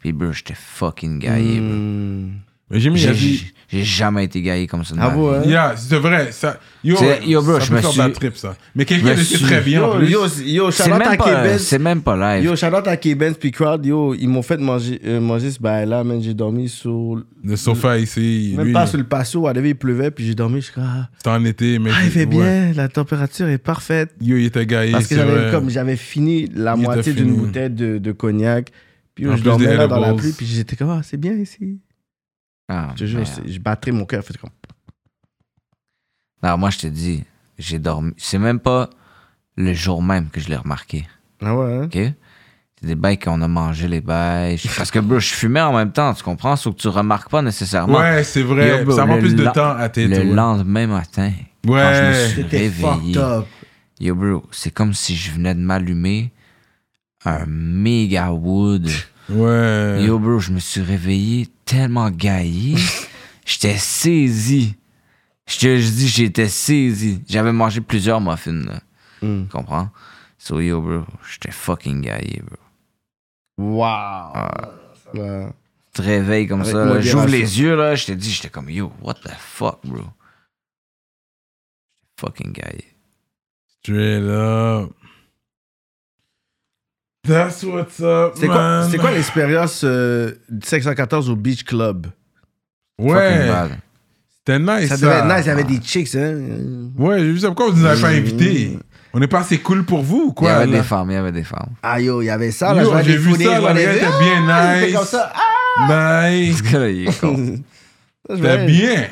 [SPEAKER 2] Puis, bro, j'étais fucking gaillé, bro.
[SPEAKER 3] Mmh.
[SPEAKER 1] Mais j'ai mis
[SPEAKER 2] J'ai,
[SPEAKER 1] la vie.
[SPEAKER 2] j'ai jamais été gaillé comme ça. de ma
[SPEAKER 3] Bravo,
[SPEAKER 2] vie.
[SPEAKER 3] hein.
[SPEAKER 1] Yeah, c'est vrai. Ça, yo,
[SPEAKER 2] C'est- yo, bro,
[SPEAKER 1] ça
[SPEAKER 2] je
[SPEAKER 1] peut
[SPEAKER 2] me
[SPEAKER 1] faire de
[SPEAKER 2] suis-
[SPEAKER 1] la trip, ça. Mais quelqu'un
[SPEAKER 2] me
[SPEAKER 1] le sait
[SPEAKER 2] suis-
[SPEAKER 1] très bien, en
[SPEAKER 3] Yo,
[SPEAKER 1] plus.
[SPEAKER 3] yo, yo, shout
[SPEAKER 2] C'est,
[SPEAKER 3] out
[SPEAKER 2] même
[SPEAKER 3] à
[SPEAKER 2] pas,
[SPEAKER 3] Québec.
[SPEAKER 2] c'est même pas live.
[SPEAKER 3] Yo, shout out à K-Benz puis Crowd, yo, ils m'ont fait manger, euh, manger ce bail-là, man. J'ai dormi sur.
[SPEAKER 1] Le sofa ici,
[SPEAKER 3] Même
[SPEAKER 1] lui,
[SPEAKER 3] pas sur le patio, à lever, il pleuvait, puis j'ai dormi jusqu'à. Ah,
[SPEAKER 1] c'était en été, mais...
[SPEAKER 3] il fait
[SPEAKER 1] ouais.
[SPEAKER 3] bien, la température est parfaite.
[SPEAKER 1] Yo, il était gaillé,
[SPEAKER 3] Parce que
[SPEAKER 1] c'est
[SPEAKER 3] j'avais,
[SPEAKER 1] vrai.
[SPEAKER 3] comme j'avais fini la
[SPEAKER 1] Il t'a
[SPEAKER 3] moitié
[SPEAKER 1] fini.
[SPEAKER 3] d'une bouteille de, de cognac, puis yo,
[SPEAKER 1] En
[SPEAKER 3] je
[SPEAKER 1] plus des
[SPEAKER 3] dormais là dans la
[SPEAKER 1] edibles.
[SPEAKER 3] pluie, puis j'étais comme, ah, c'est bien ici.
[SPEAKER 2] Ah,
[SPEAKER 3] Je te jure,
[SPEAKER 2] merde.
[SPEAKER 3] c'est- je battrais mon cœur, fait comme.
[SPEAKER 2] Non, moi, je te dis, j'ai dormi. C'est même pas le jour même que je l'ai remarqué.
[SPEAKER 3] Ah ouais, hein?
[SPEAKER 2] OK? C'est des bails qu'on a mangé, les bails. Je- Parce que, bro, je fumais en même temps, tu comprends? Sauf que tu remarques pas nécessairement.
[SPEAKER 1] Ouais, c'est vrai.
[SPEAKER 2] Yo, bro,
[SPEAKER 1] ça prend
[SPEAKER 2] le
[SPEAKER 1] plus de
[SPEAKER 2] lan-
[SPEAKER 1] temps à tête.
[SPEAKER 2] Le lendemain matin, quand je me
[SPEAKER 1] Ouais.
[SPEAKER 2] suis
[SPEAKER 3] C'était fucked
[SPEAKER 2] réveillé,
[SPEAKER 3] up.
[SPEAKER 2] yo, bro, c'est comme si je venais de m'allumer un méga wood.
[SPEAKER 1] Ouais.
[SPEAKER 2] Yo, bro, je me suis réveillé tellement gaillé. J'étais saisi. Je te je dis, j'étais saisi. J'avais mangé plusieurs muffins, là.
[SPEAKER 3] Mm.
[SPEAKER 2] Tu comprends? So, yo, bro, j'étais fucking gaillé, bro.
[SPEAKER 3] Wow.
[SPEAKER 1] Ah.
[SPEAKER 3] Ouais.
[SPEAKER 2] Tu te réveilles comme
[SPEAKER 3] Avec
[SPEAKER 2] ça, là,
[SPEAKER 3] modération.
[SPEAKER 2] j'ouvre les yeux, là, je te dis, j'étais comme, yo, what the fuck, bro? J'étais fucking gaillé.
[SPEAKER 1] Straight up. That's what's up,
[SPEAKER 3] C'est quoi,
[SPEAKER 1] man.
[SPEAKER 3] c'est quoi l'expérience euh, du 514 au Beach Club?
[SPEAKER 2] Fucking
[SPEAKER 1] Ouais,
[SPEAKER 2] bad.
[SPEAKER 1] c'était nice, ça.
[SPEAKER 3] Ça
[SPEAKER 1] Ah.
[SPEAKER 3] devait être nice, il y avait des chicks, hein?
[SPEAKER 1] Ouais, j'ai vu ça. Pourquoi vous nous avez pas
[SPEAKER 3] Mm.
[SPEAKER 1] invités? On n'est pas assez cool pour vous ou
[SPEAKER 2] Il y
[SPEAKER 1] quoi?
[SPEAKER 2] avait
[SPEAKER 1] là?
[SPEAKER 2] des femmes, il y avait des femmes.
[SPEAKER 3] Ah yo, il y avait ça, là,
[SPEAKER 1] Yo,
[SPEAKER 3] je vois
[SPEAKER 1] j'ai
[SPEAKER 3] des
[SPEAKER 1] vu
[SPEAKER 3] fournées,
[SPEAKER 1] ça,
[SPEAKER 3] je
[SPEAKER 1] la
[SPEAKER 3] vois des-
[SPEAKER 1] gars était
[SPEAKER 3] Ah,
[SPEAKER 1] bien
[SPEAKER 3] il était
[SPEAKER 1] nice.
[SPEAKER 3] comme ça. Ah,
[SPEAKER 2] Ce
[SPEAKER 1] Nice.
[SPEAKER 2] gars-là, il est con.
[SPEAKER 3] je
[SPEAKER 1] C'était
[SPEAKER 3] voyais-
[SPEAKER 1] bien.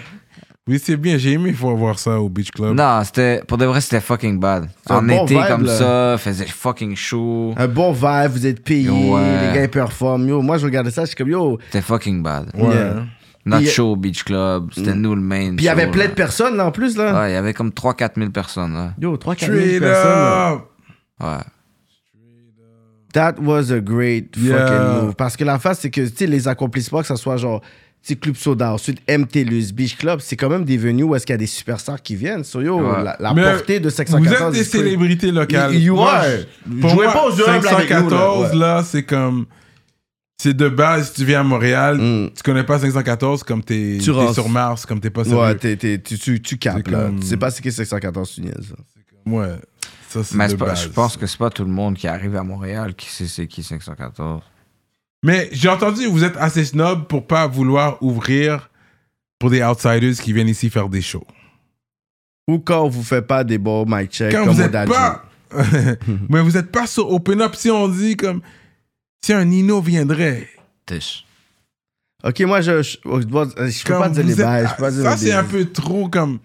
[SPEAKER 1] Oui, c'est bien. J'ai aimé faut voir ça au Beach Club.
[SPEAKER 2] non, c'était, pour de vrai, c'était fucking bad.
[SPEAKER 3] C'est un
[SPEAKER 2] En
[SPEAKER 3] bon
[SPEAKER 2] été,
[SPEAKER 3] vibe,
[SPEAKER 2] comme
[SPEAKER 3] là.
[SPEAKER 2] ça, faisait fucking chaud.
[SPEAKER 3] Un bon vibe, vous êtes payé,
[SPEAKER 2] Ouais.
[SPEAKER 3] les gars ils performent. Yo, moi je regardais ça, je suis comme yo.
[SPEAKER 2] C'était fucking bad.
[SPEAKER 1] Ouais.
[SPEAKER 3] Yeah.
[SPEAKER 2] Notre
[SPEAKER 3] Puis- euh, Mm.
[SPEAKER 2] show au Beach Club, c'était nous le main.
[SPEAKER 3] Puis il y avait
[SPEAKER 2] show,
[SPEAKER 3] plein
[SPEAKER 2] là.
[SPEAKER 3] de personnes là en plus là.
[SPEAKER 2] Ouais, il y avait comme 3-4 000 personnes, là.
[SPEAKER 3] Yo, 3 4
[SPEAKER 1] Straight
[SPEAKER 3] personnes. là.
[SPEAKER 1] up.
[SPEAKER 2] Ouais.
[SPEAKER 3] That was a great fucking
[SPEAKER 1] Yeah.
[SPEAKER 3] move. Parce que la face, c'est que tu sais, les accomplissements, que ça soit genre tu sais, Club Soda, ensuite MTLUS, Beach Club, c'est quand même des venues où est-ce qu'il y a des superstars qui viennent. So yo,
[SPEAKER 2] Ouais.
[SPEAKER 3] la, la
[SPEAKER 1] Mais
[SPEAKER 3] portée de 514.
[SPEAKER 1] Vous êtes des
[SPEAKER 3] is crazy.
[SPEAKER 1] célébrités locales.
[SPEAKER 3] You- you
[SPEAKER 1] Moi,
[SPEAKER 3] are.
[SPEAKER 1] je- Pour
[SPEAKER 3] Jouez
[SPEAKER 1] moi,
[SPEAKER 3] pas aux humbles avec nous, là.
[SPEAKER 1] 514,
[SPEAKER 3] Ouais.
[SPEAKER 1] là, c'est comme. C'est de base, tu viens à Montréal,
[SPEAKER 3] Mm.
[SPEAKER 1] tu connais pas 514 comme t'es
[SPEAKER 3] Tu
[SPEAKER 1] t'es
[SPEAKER 3] rentres.
[SPEAKER 1] sur Mars, comme t'es pas sur
[SPEAKER 3] Ouais, t'es- t'es- tu, tu, tu capes
[SPEAKER 1] C'est
[SPEAKER 3] là.
[SPEAKER 1] comme-
[SPEAKER 3] Tu sais pas ce qu'est 514 Tunis. là.
[SPEAKER 1] Ouais. Ça, Ça, c'est
[SPEAKER 2] Mais
[SPEAKER 1] de
[SPEAKER 2] c'est pas-
[SPEAKER 1] base.
[SPEAKER 2] je pense que c'est pas tout le monde qui arrive à Montréal qui sait c'est qui 514.
[SPEAKER 1] Mais j'ai entendu que vous êtes assez snob pour pas vouloir ouvrir pour des outsiders qui viennent ici faire des shows.
[SPEAKER 3] Ou quand on vous fait pas des bons mic checks
[SPEAKER 1] Quand
[SPEAKER 3] comme
[SPEAKER 1] vous
[SPEAKER 3] on
[SPEAKER 1] êtes
[SPEAKER 3] a
[SPEAKER 1] pas... Mais vous êtes pas sur Open Up si on dit comme... Si un Nino viendrait...
[SPEAKER 2] Tish.
[SPEAKER 3] dit. Ok, moi, je, je, je dois- je peux
[SPEAKER 1] comme
[SPEAKER 3] pas dire
[SPEAKER 1] vous
[SPEAKER 3] les
[SPEAKER 1] êtes- Ah,
[SPEAKER 3] bails. Je peux pas dire
[SPEAKER 1] Ça,
[SPEAKER 3] les
[SPEAKER 1] c'est un
[SPEAKER 3] bails.
[SPEAKER 1] peu trop comme...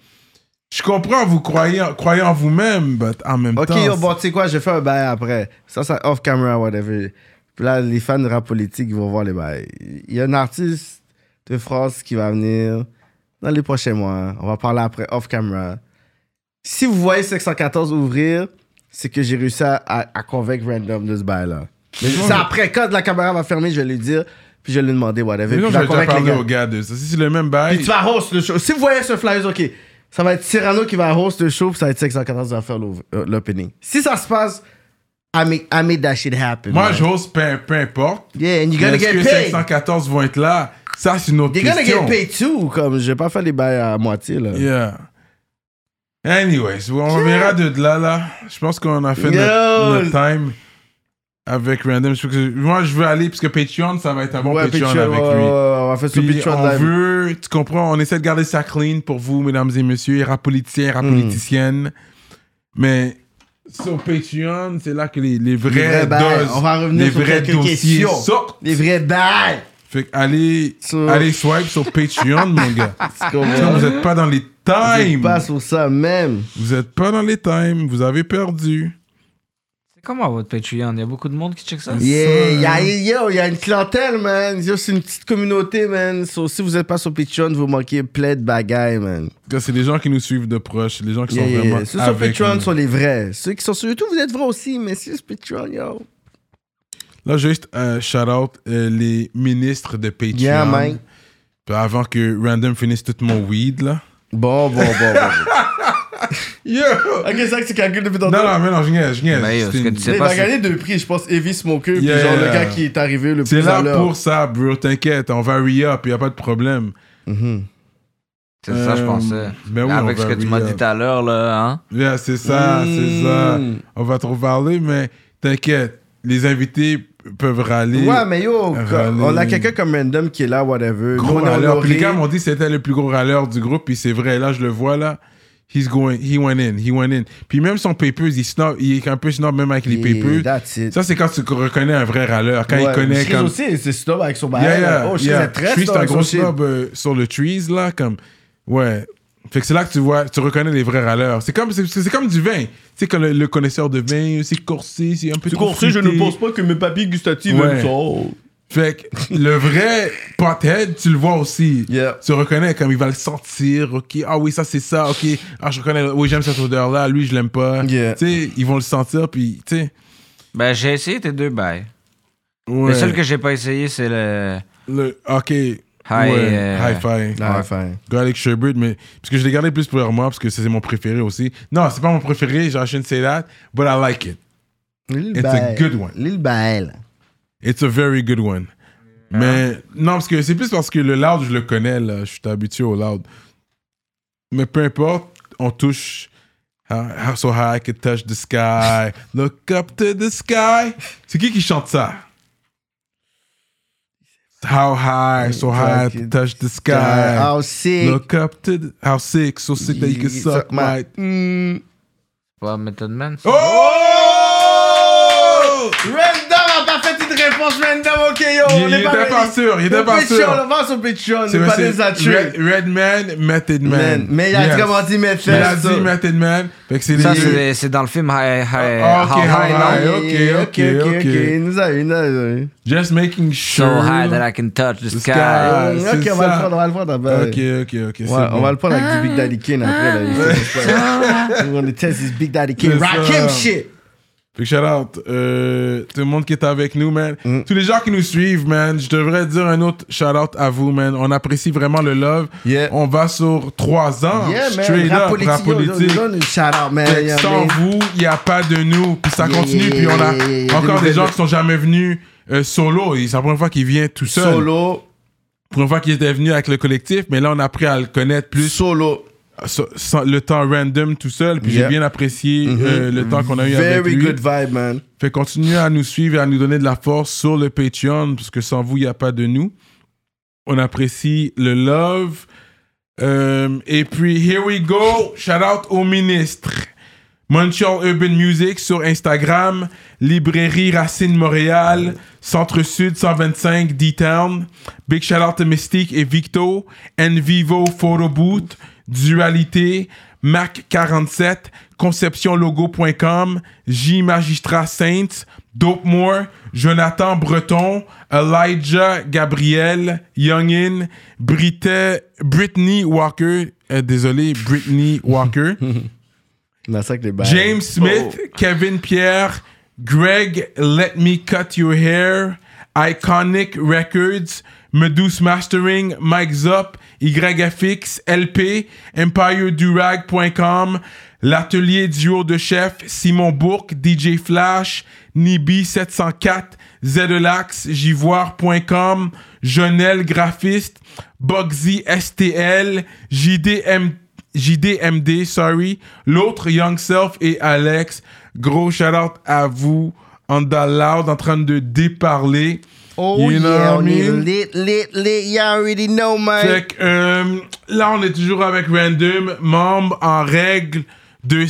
[SPEAKER 1] Je comprends, vous croyez, croyez en vous-même, mais en même
[SPEAKER 3] Ok,
[SPEAKER 1] temps...
[SPEAKER 3] yo, bon, tu sais quoi, je fais un bail après. Ça, ça off camera, whatever. Puis là, les fans de rap politique, ils vont voir les bails. Il y a un artiste de France qui va venir dans les prochains mois. On va parler après, off camera. Si vous voyez 514 ouvrir, c'est que j'ai réussi à, à- à convaincre Random de ce bail-là. Mais c'est après, quand la caméra va fermer, je vais lui dire, puis je vais lui demander, whatever. Puis
[SPEAKER 1] Mais non,
[SPEAKER 3] il
[SPEAKER 1] je
[SPEAKER 3] va
[SPEAKER 1] vais déjà
[SPEAKER 3] convaincre les
[SPEAKER 1] parler
[SPEAKER 3] gars.
[SPEAKER 1] aux gars de ça. Si c'est le même bail...
[SPEAKER 3] Puis tu vas host le show. Si vous voyez ce flyers, ok. Ça va être Cyrano qui va host le show, puis ça va être 614 qui va faire l'ov- euh, l'opening. Si ça se passe, I make, I make that shit happen.
[SPEAKER 1] Moi,
[SPEAKER 3] man.
[SPEAKER 1] je hausse peu, peu importe.
[SPEAKER 3] Yeah, and you're
[SPEAKER 1] Mais
[SPEAKER 3] gonna
[SPEAKER 1] Est-ce
[SPEAKER 3] get
[SPEAKER 1] que
[SPEAKER 3] paid.
[SPEAKER 1] 514 vont être là? Ça, c'est une autre
[SPEAKER 3] You're
[SPEAKER 1] question.
[SPEAKER 3] gonna get paid too. Comme, je vais pas faire les bails à moitié, là.
[SPEAKER 1] Yeah. Anyways, on verra de de là, là. Je pense qu'on a fait
[SPEAKER 3] Yo.
[SPEAKER 1] notre, notre time avec Random. Je pense que- moi, je veux aller, parce que Patreon, ça va être un bon
[SPEAKER 3] Ouais,
[SPEAKER 1] Patreon,
[SPEAKER 3] Patreon,
[SPEAKER 1] avec
[SPEAKER 3] ouais,
[SPEAKER 1] lui.
[SPEAKER 3] ouais, ouais, on va faire sur
[SPEAKER 1] Puis
[SPEAKER 3] Patreon
[SPEAKER 1] on
[SPEAKER 3] live.
[SPEAKER 1] veut, tu comprends, on essaie de garder ça clean pour vous, mesdames et messieurs, rap politiciens,
[SPEAKER 3] Hmm.
[SPEAKER 1] rap politiciennes. Mais sur Patreon, c'est là que les, les
[SPEAKER 3] Les
[SPEAKER 1] vrais
[SPEAKER 3] vrais bails.
[SPEAKER 1] doses,
[SPEAKER 3] On va revenir
[SPEAKER 1] les
[SPEAKER 3] sur
[SPEAKER 1] vrais
[SPEAKER 3] quelques
[SPEAKER 1] dossiers
[SPEAKER 3] questions.
[SPEAKER 1] sortent.
[SPEAKER 3] Les vrais bails.
[SPEAKER 1] Fait que allez,
[SPEAKER 3] Sur-
[SPEAKER 1] allez swipe sur Patreon, mon gars.
[SPEAKER 3] Tu comprends?
[SPEAKER 1] Sinon, vous n'êtes pas dans les
[SPEAKER 3] Je
[SPEAKER 1] times.
[SPEAKER 3] passe sur ça même.
[SPEAKER 1] Vous n'êtes pas dans les times. Vous avez perdu.
[SPEAKER 2] C'est comment votre Patreon? Il y a beaucoup de monde qui check ça?
[SPEAKER 3] Yeah, y a,
[SPEAKER 1] hein.
[SPEAKER 3] yo, y a une clientèle, man. Yo, c'est une petite communauté, man. So, si vous êtes pas sur Patreon, vous manquez plein de bagailles, man.
[SPEAKER 1] Parce que C'est les gens qui nous suivent de proche. C'est les gens qui
[SPEAKER 3] Yeah,
[SPEAKER 1] sont
[SPEAKER 3] yeah,
[SPEAKER 1] vraiment
[SPEAKER 3] yeah. Ceux sur
[SPEAKER 1] avec
[SPEAKER 3] Patreon
[SPEAKER 1] nous.
[SPEAKER 3] sont les vrais. Ceux qui sont sur YouTube, vous êtes vrais aussi, mais c'est sur Patreon, yo.
[SPEAKER 1] Là, juste euh, shout out euh, les ministres de Patreon.
[SPEAKER 3] Yeah, man.
[SPEAKER 1] Puis avant que Random finisse tout mon weed, là.
[SPEAKER 3] Bon, bon, bon. bon.
[SPEAKER 1] Yo!
[SPEAKER 3] ok, c'est vrai que tu calcules depuis
[SPEAKER 1] Non, non, mais non, je niaise, je niaise.
[SPEAKER 2] Mais yo,
[SPEAKER 1] C'est
[SPEAKER 2] ce que
[SPEAKER 1] une-
[SPEAKER 2] tu sais
[SPEAKER 3] Il
[SPEAKER 2] pas,
[SPEAKER 3] va
[SPEAKER 2] c'est
[SPEAKER 3] gagner deux prix, je pense. Evis Smoker,
[SPEAKER 1] Yeah.
[SPEAKER 3] puis genre le gars qui est arrivé le
[SPEAKER 1] C'est
[SPEAKER 3] plus à
[SPEAKER 1] là
[SPEAKER 3] l'heure.
[SPEAKER 1] pour ça, bro. T'inquiète, on va re-up. Il n'y a pas de problème.
[SPEAKER 3] Mhm.
[SPEAKER 2] c'est ça, je
[SPEAKER 1] Euh,
[SPEAKER 2] pensais.
[SPEAKER 1] ben oui,
[SPEAKER 2] Avec
[SPEAKER 1] on
[SPEAKER 2] ce
[SPEAKER 1] va
[SPEAKER 2] que tu m'as
[SPEAKER 1] re-up.
[SPEAKER 3] euh.
[SPEAKER 2] dit tout à l'heure, là, hein?
[SPEAKER 1] Yeah, c'est ça, c'est ça.
[SPEAKER 3] Mm.
[SPEAKER 1] On va trop parler, mais t'inquiète, les invités peuvent râler.
[SPEAKER 3] Ouais, mais yo,
[SPEAKER 1] Râler.
[SPEAKER 3] on a quelqu'un comme Random qui est là, whatever. Nous,
[SPEAKER 1] Gros
[SPEAKER 3] on est
[SPEAKER 1] râleur. Puis les
[SPEAKER 3] honorés.
[SPEAKER 1] gars m'ont dit que c'était le plus gros râleur du groupe, puis c'est vrai, là, je le vois, là. He's going, he went in, he went in. Puis même son papers, il, snob, il est un peu snob même avec les
[SPEAKER 3] Yeah,
[SPEAKER 1] papers.
[SPEAKER 3] that's it.
[SPEAKER 1] Ça, c'est quand tu reconnais un vrai râleur, quand il
[SPEAKER 3] Ouais,
[SPEAKER 1] connaît
[SPEAKER 3] Shreeze
[SPEAKER 1] comme...
[SPEAKER 3] aussi, c'est snob avec son bail.
[SPEAKER 1] Yeah, yeah,
[SPEAKER 3] oh, Shreeze
[SPEAKER 1] yeah.
[SPEAKER 3] est très snob
[SPEAKER 1] Shreeze, c'est un
[SPEAKER 3] avec
[SPEAKER 1] gros
[SPEAKER 3] son shit.
[SPEAKER 1] snob euh, sur le trees, là, comme... Ouais. Fait que c'est là que tu vois, tu reconnais les vrais râleurs. C'est comme, c'est, c'est comme du vin. Tu sais, quand le, le connaisseur de vin, c'est coursé, c'est un peu trop fruité.
[SPEAKER 3] pas que mes papilles gustatives
[SPEAKER 1] Ouais.
[SPEAKER 3] aiment ça.
[SPEAKER 1] Fait que le vrai pothead, tu le vois aussi.
[SPEAKER 3] Yeah.
[SPEAKER 1] Tu reconnais comme il va le sentir. Ok, ah oui, ça c'est ça. Ok, ah je reconnais. Oui, j'aime cette odeur-là. Lui, je l'aime pas.
[SPEAKER 3] Yeah.
[SPEAKER 1] Tu sais, ils vont le sentir. Puis, tu sais.
[SPEAKER 2] Ben, j'ai essayé tes deux bails.
[SPEAKER 1] Ouais.
[SPEAKER 2] Le seul que j'ai pas essayé, c'est le.
[SPEAKER 1] Le- ok. High,
[SPEAKER 2] euh,
[SPEAKER 1] High five.
[SPEAKER 3] Ah, enfin.
[SPEAKER 1] Garlic sherbet, mais. Parce que je l'ai gardé plus pour moi, parce que c'est mon préféré aussi. Non, c'est pas mon préféré. J'ai acheté une say that, but I like it.
[SPEAKER 3] Lil
[SPEAKER 1] It's a
[SPEAKER 3] Bael.
[SPEAKER 1] good one.
[SPEAKER 3] Lil Bael.
[SPEAKER 1] It's a very good one. Mais non, parce que c'est plus parce que le loud, je le connais, là. Je suis habitué au loud. Mais peu importe, on touche. How, how so high I could touch the sky. Look up to the sky. C'est qui qui chante ça? How high, so high I could touch the sky.
[SPEAKER 3] How sick.
[SPEAKER 1] Look up to the, how sick, so sick that you can suck my.
[SPEAKER 3] Mm.
[SPEAKER 2] Pas Method Man? ça?
[SPEAKER 1] Oh!
[SPEAKER 3] Random a pas fait une réponse random, ok yo.
[SPEAKER 1] Il-
[SPEAKER 3] on
[SPEAKER 1] il
[SPEAKER 3] est
[SPEAKER 1] était pas
[SPEAKER 3] ready.
[SPEAKER 1] sûr, il était
[SPEAKER 3] Le
[SPEAKER 1] pas
[SPEAKER 3] Patreon,
[SPEAKER 1] sûr.
[SPEAKER 3] On va sur Patreon,
[SPEAKER 1] C'est
[SPEAKER 3] c'est pas des
[SPEAKER 1] Red,
[SPEAKER 3] attributs.
[SPEAKER 1] Redman, Method Man.
[SPEAKER 3] Man, Mais il a
[SPEAKER 1] Yes.
[SPEAKER 3] dit comment dit mes
[SPEAKER 1] Mais la
[SPEAKER 3] fesses.
[SPEAKER 1] dit Method Man. Fait que c'est les
[SPEAKER 2] Ça,
[SPEAKER 1] deux.
[SPEAKER 2] c'est c'est dans le film High. High
[SPEAKER 1] Ah, ok,
[SPEAKER 2] How High,
[SPEAKER 1] How
[SPEAKER 2] non?
[SPEAKER 1] High. ok, ok, ok.
[SPEAKER 3] Il nous a eu, il nous a eu.
[SPEAKER 1] Just making
[SPEAKER 2] So
[SPEAKER 1] sure.
[SPEAKER 2] high that I can touch the
[SPEAKER 1] sky.
[SPEAKER 2] sky.
[SPEAKER 1] Ah, c'est
[SPEAKER 3] Hmm, Ok, on va
[SPEAKER 1] ça.
[SPEAKER 3] le prendre, on va le prendre d'abord.
[SPEAKER 1] Ok, ok, ok. c'est
[SPEAKER 3] Ouais, on
[SPEAKER 1] bon. Ah.
[SPEAKER 3] va le prendre avec du Big Daddy Kane après. Là, We're gonna test this Big Daddy Kane.
[SPEAKER 1] C'est
[SPEAKER 3] Rock
[SPEAKER 1] ça.
[SPEAKER 3] him shit!
[SPEAKER 1] Fait que shout out euh, tout le monde qui est avec nous, man.
[SPEAKER 3] Mm.
[SPEAKER 1] Tous les gens qui nous suivent, man. Je devrais dire un autre shout out à vous, man. On apprécie vraiment le love.
[SPEAKER 3] Yeah.
[SPEAKER 1] On va sur trois ans.
[SPEAKER 3] Yeah, man.
[SPEAKER 1] Straight
[SPEAKER 3] rap
[SPEAKER 1] up,
[SPEAKER 3] politique.
[SPEAKER 1] rap
[SPEAKER 3] yo, yo,
[SPEAKER 1] politique.
[SPEAKER 3] donne une shout out, man.
[SPEAKER 1] Fait que
[SPEAKER 3] Yeah,
[SPEAKER 1] sans
[SPEAKER 3] man.
[SPEAKER 1] vous, il n'y a pas de nous. Puis ça
[SPEAKER 3] Yeah,
[SPEAKER 1] continue.
[SPEAKER 3] yeah,
[SPEAKER 1] puis on
[SPEAKER 3] yeah,
[SPEAKER 1] a
[SPEAKER 3] yeah, yeah.
[SPEAKER 1] encore
[SPEAKER 3] Des
[SPEAKER 1] des gens
[SPEAKER 3] nouvelles-
[SPEAKER 1] qui sont jamais venus euh, solo. Et C'est la première fois qu'il vient tout seul.
[SPEAKER 3] Solo.
[SPEAKER 1] Première fois qu'il était venu avec le collectif. Mais là, on a appris à le connaître plus.
[SPEAKER 3] Solo.
[SPEAKER 1] so- sans- le temps random tout seul. Puis j'ai
[SPEAKER 3] Yeah. Mm-hmm.
[SPEAKER 1] bien apprécié euh, le temps qu'on a eu avec
[SPEAKER 3] Very
[SPEAKER 1] lui.
[SPEAKER 3] good vibe, man.
[SPEAKER 1] Fait continuer à nous suivre et à nous donner de la force sur le Patreon, parce que sans vous, il n'y a pas de nous. On apprécie le love. Euh, et puis, here we go. Shout out au ministre. Montreal Urban Music sur Instagram, Librairie Racine Montréal, Centre-Sud 125 D-Town, Big Shout Out to Mystique et Victo, Envivo Photo Boot, Dualité, Mac47, ConceptionLogo.com, J Magistrat Saints, Dope Moore, Jonathan Breton, Elijah Gabriel, Youngin, Brita- Brittany Walker, euh, désolé, Brittany Walker.
[SPEAKER 3] Massacre les balles.
[SPEAKER 1] James Smith, Kevin Pierre, Greg Let Me Cut Your Hair, Iconic Records, Meduse Mastering, Mike Zop, YFX, LP, EmpireDurag.com, L'Atelier Duo de Chef, Simon Bourque, DJ Flash, Nibi704, Zelax, Jivoire.com, Jonel Graphiste, Bugsy STL, JDM JDMD, sorry. L'autre, Young Self et Alex. Gros shout out à vous. On the loud, en train de déparler.
[SPEAKER 3] Oh
[SPEAKER 1] You know
[SPEAKER 3] yeah,
[SPEAKER 1] what I
[SPEAKER 3] on est
[SPEAKER 1] mean?
[SPEAKER 3] lit, lit, lit. You already know, man.
[SPEAKER 1] Fait que, euh, là, on est toujours avec Random, membre en règle de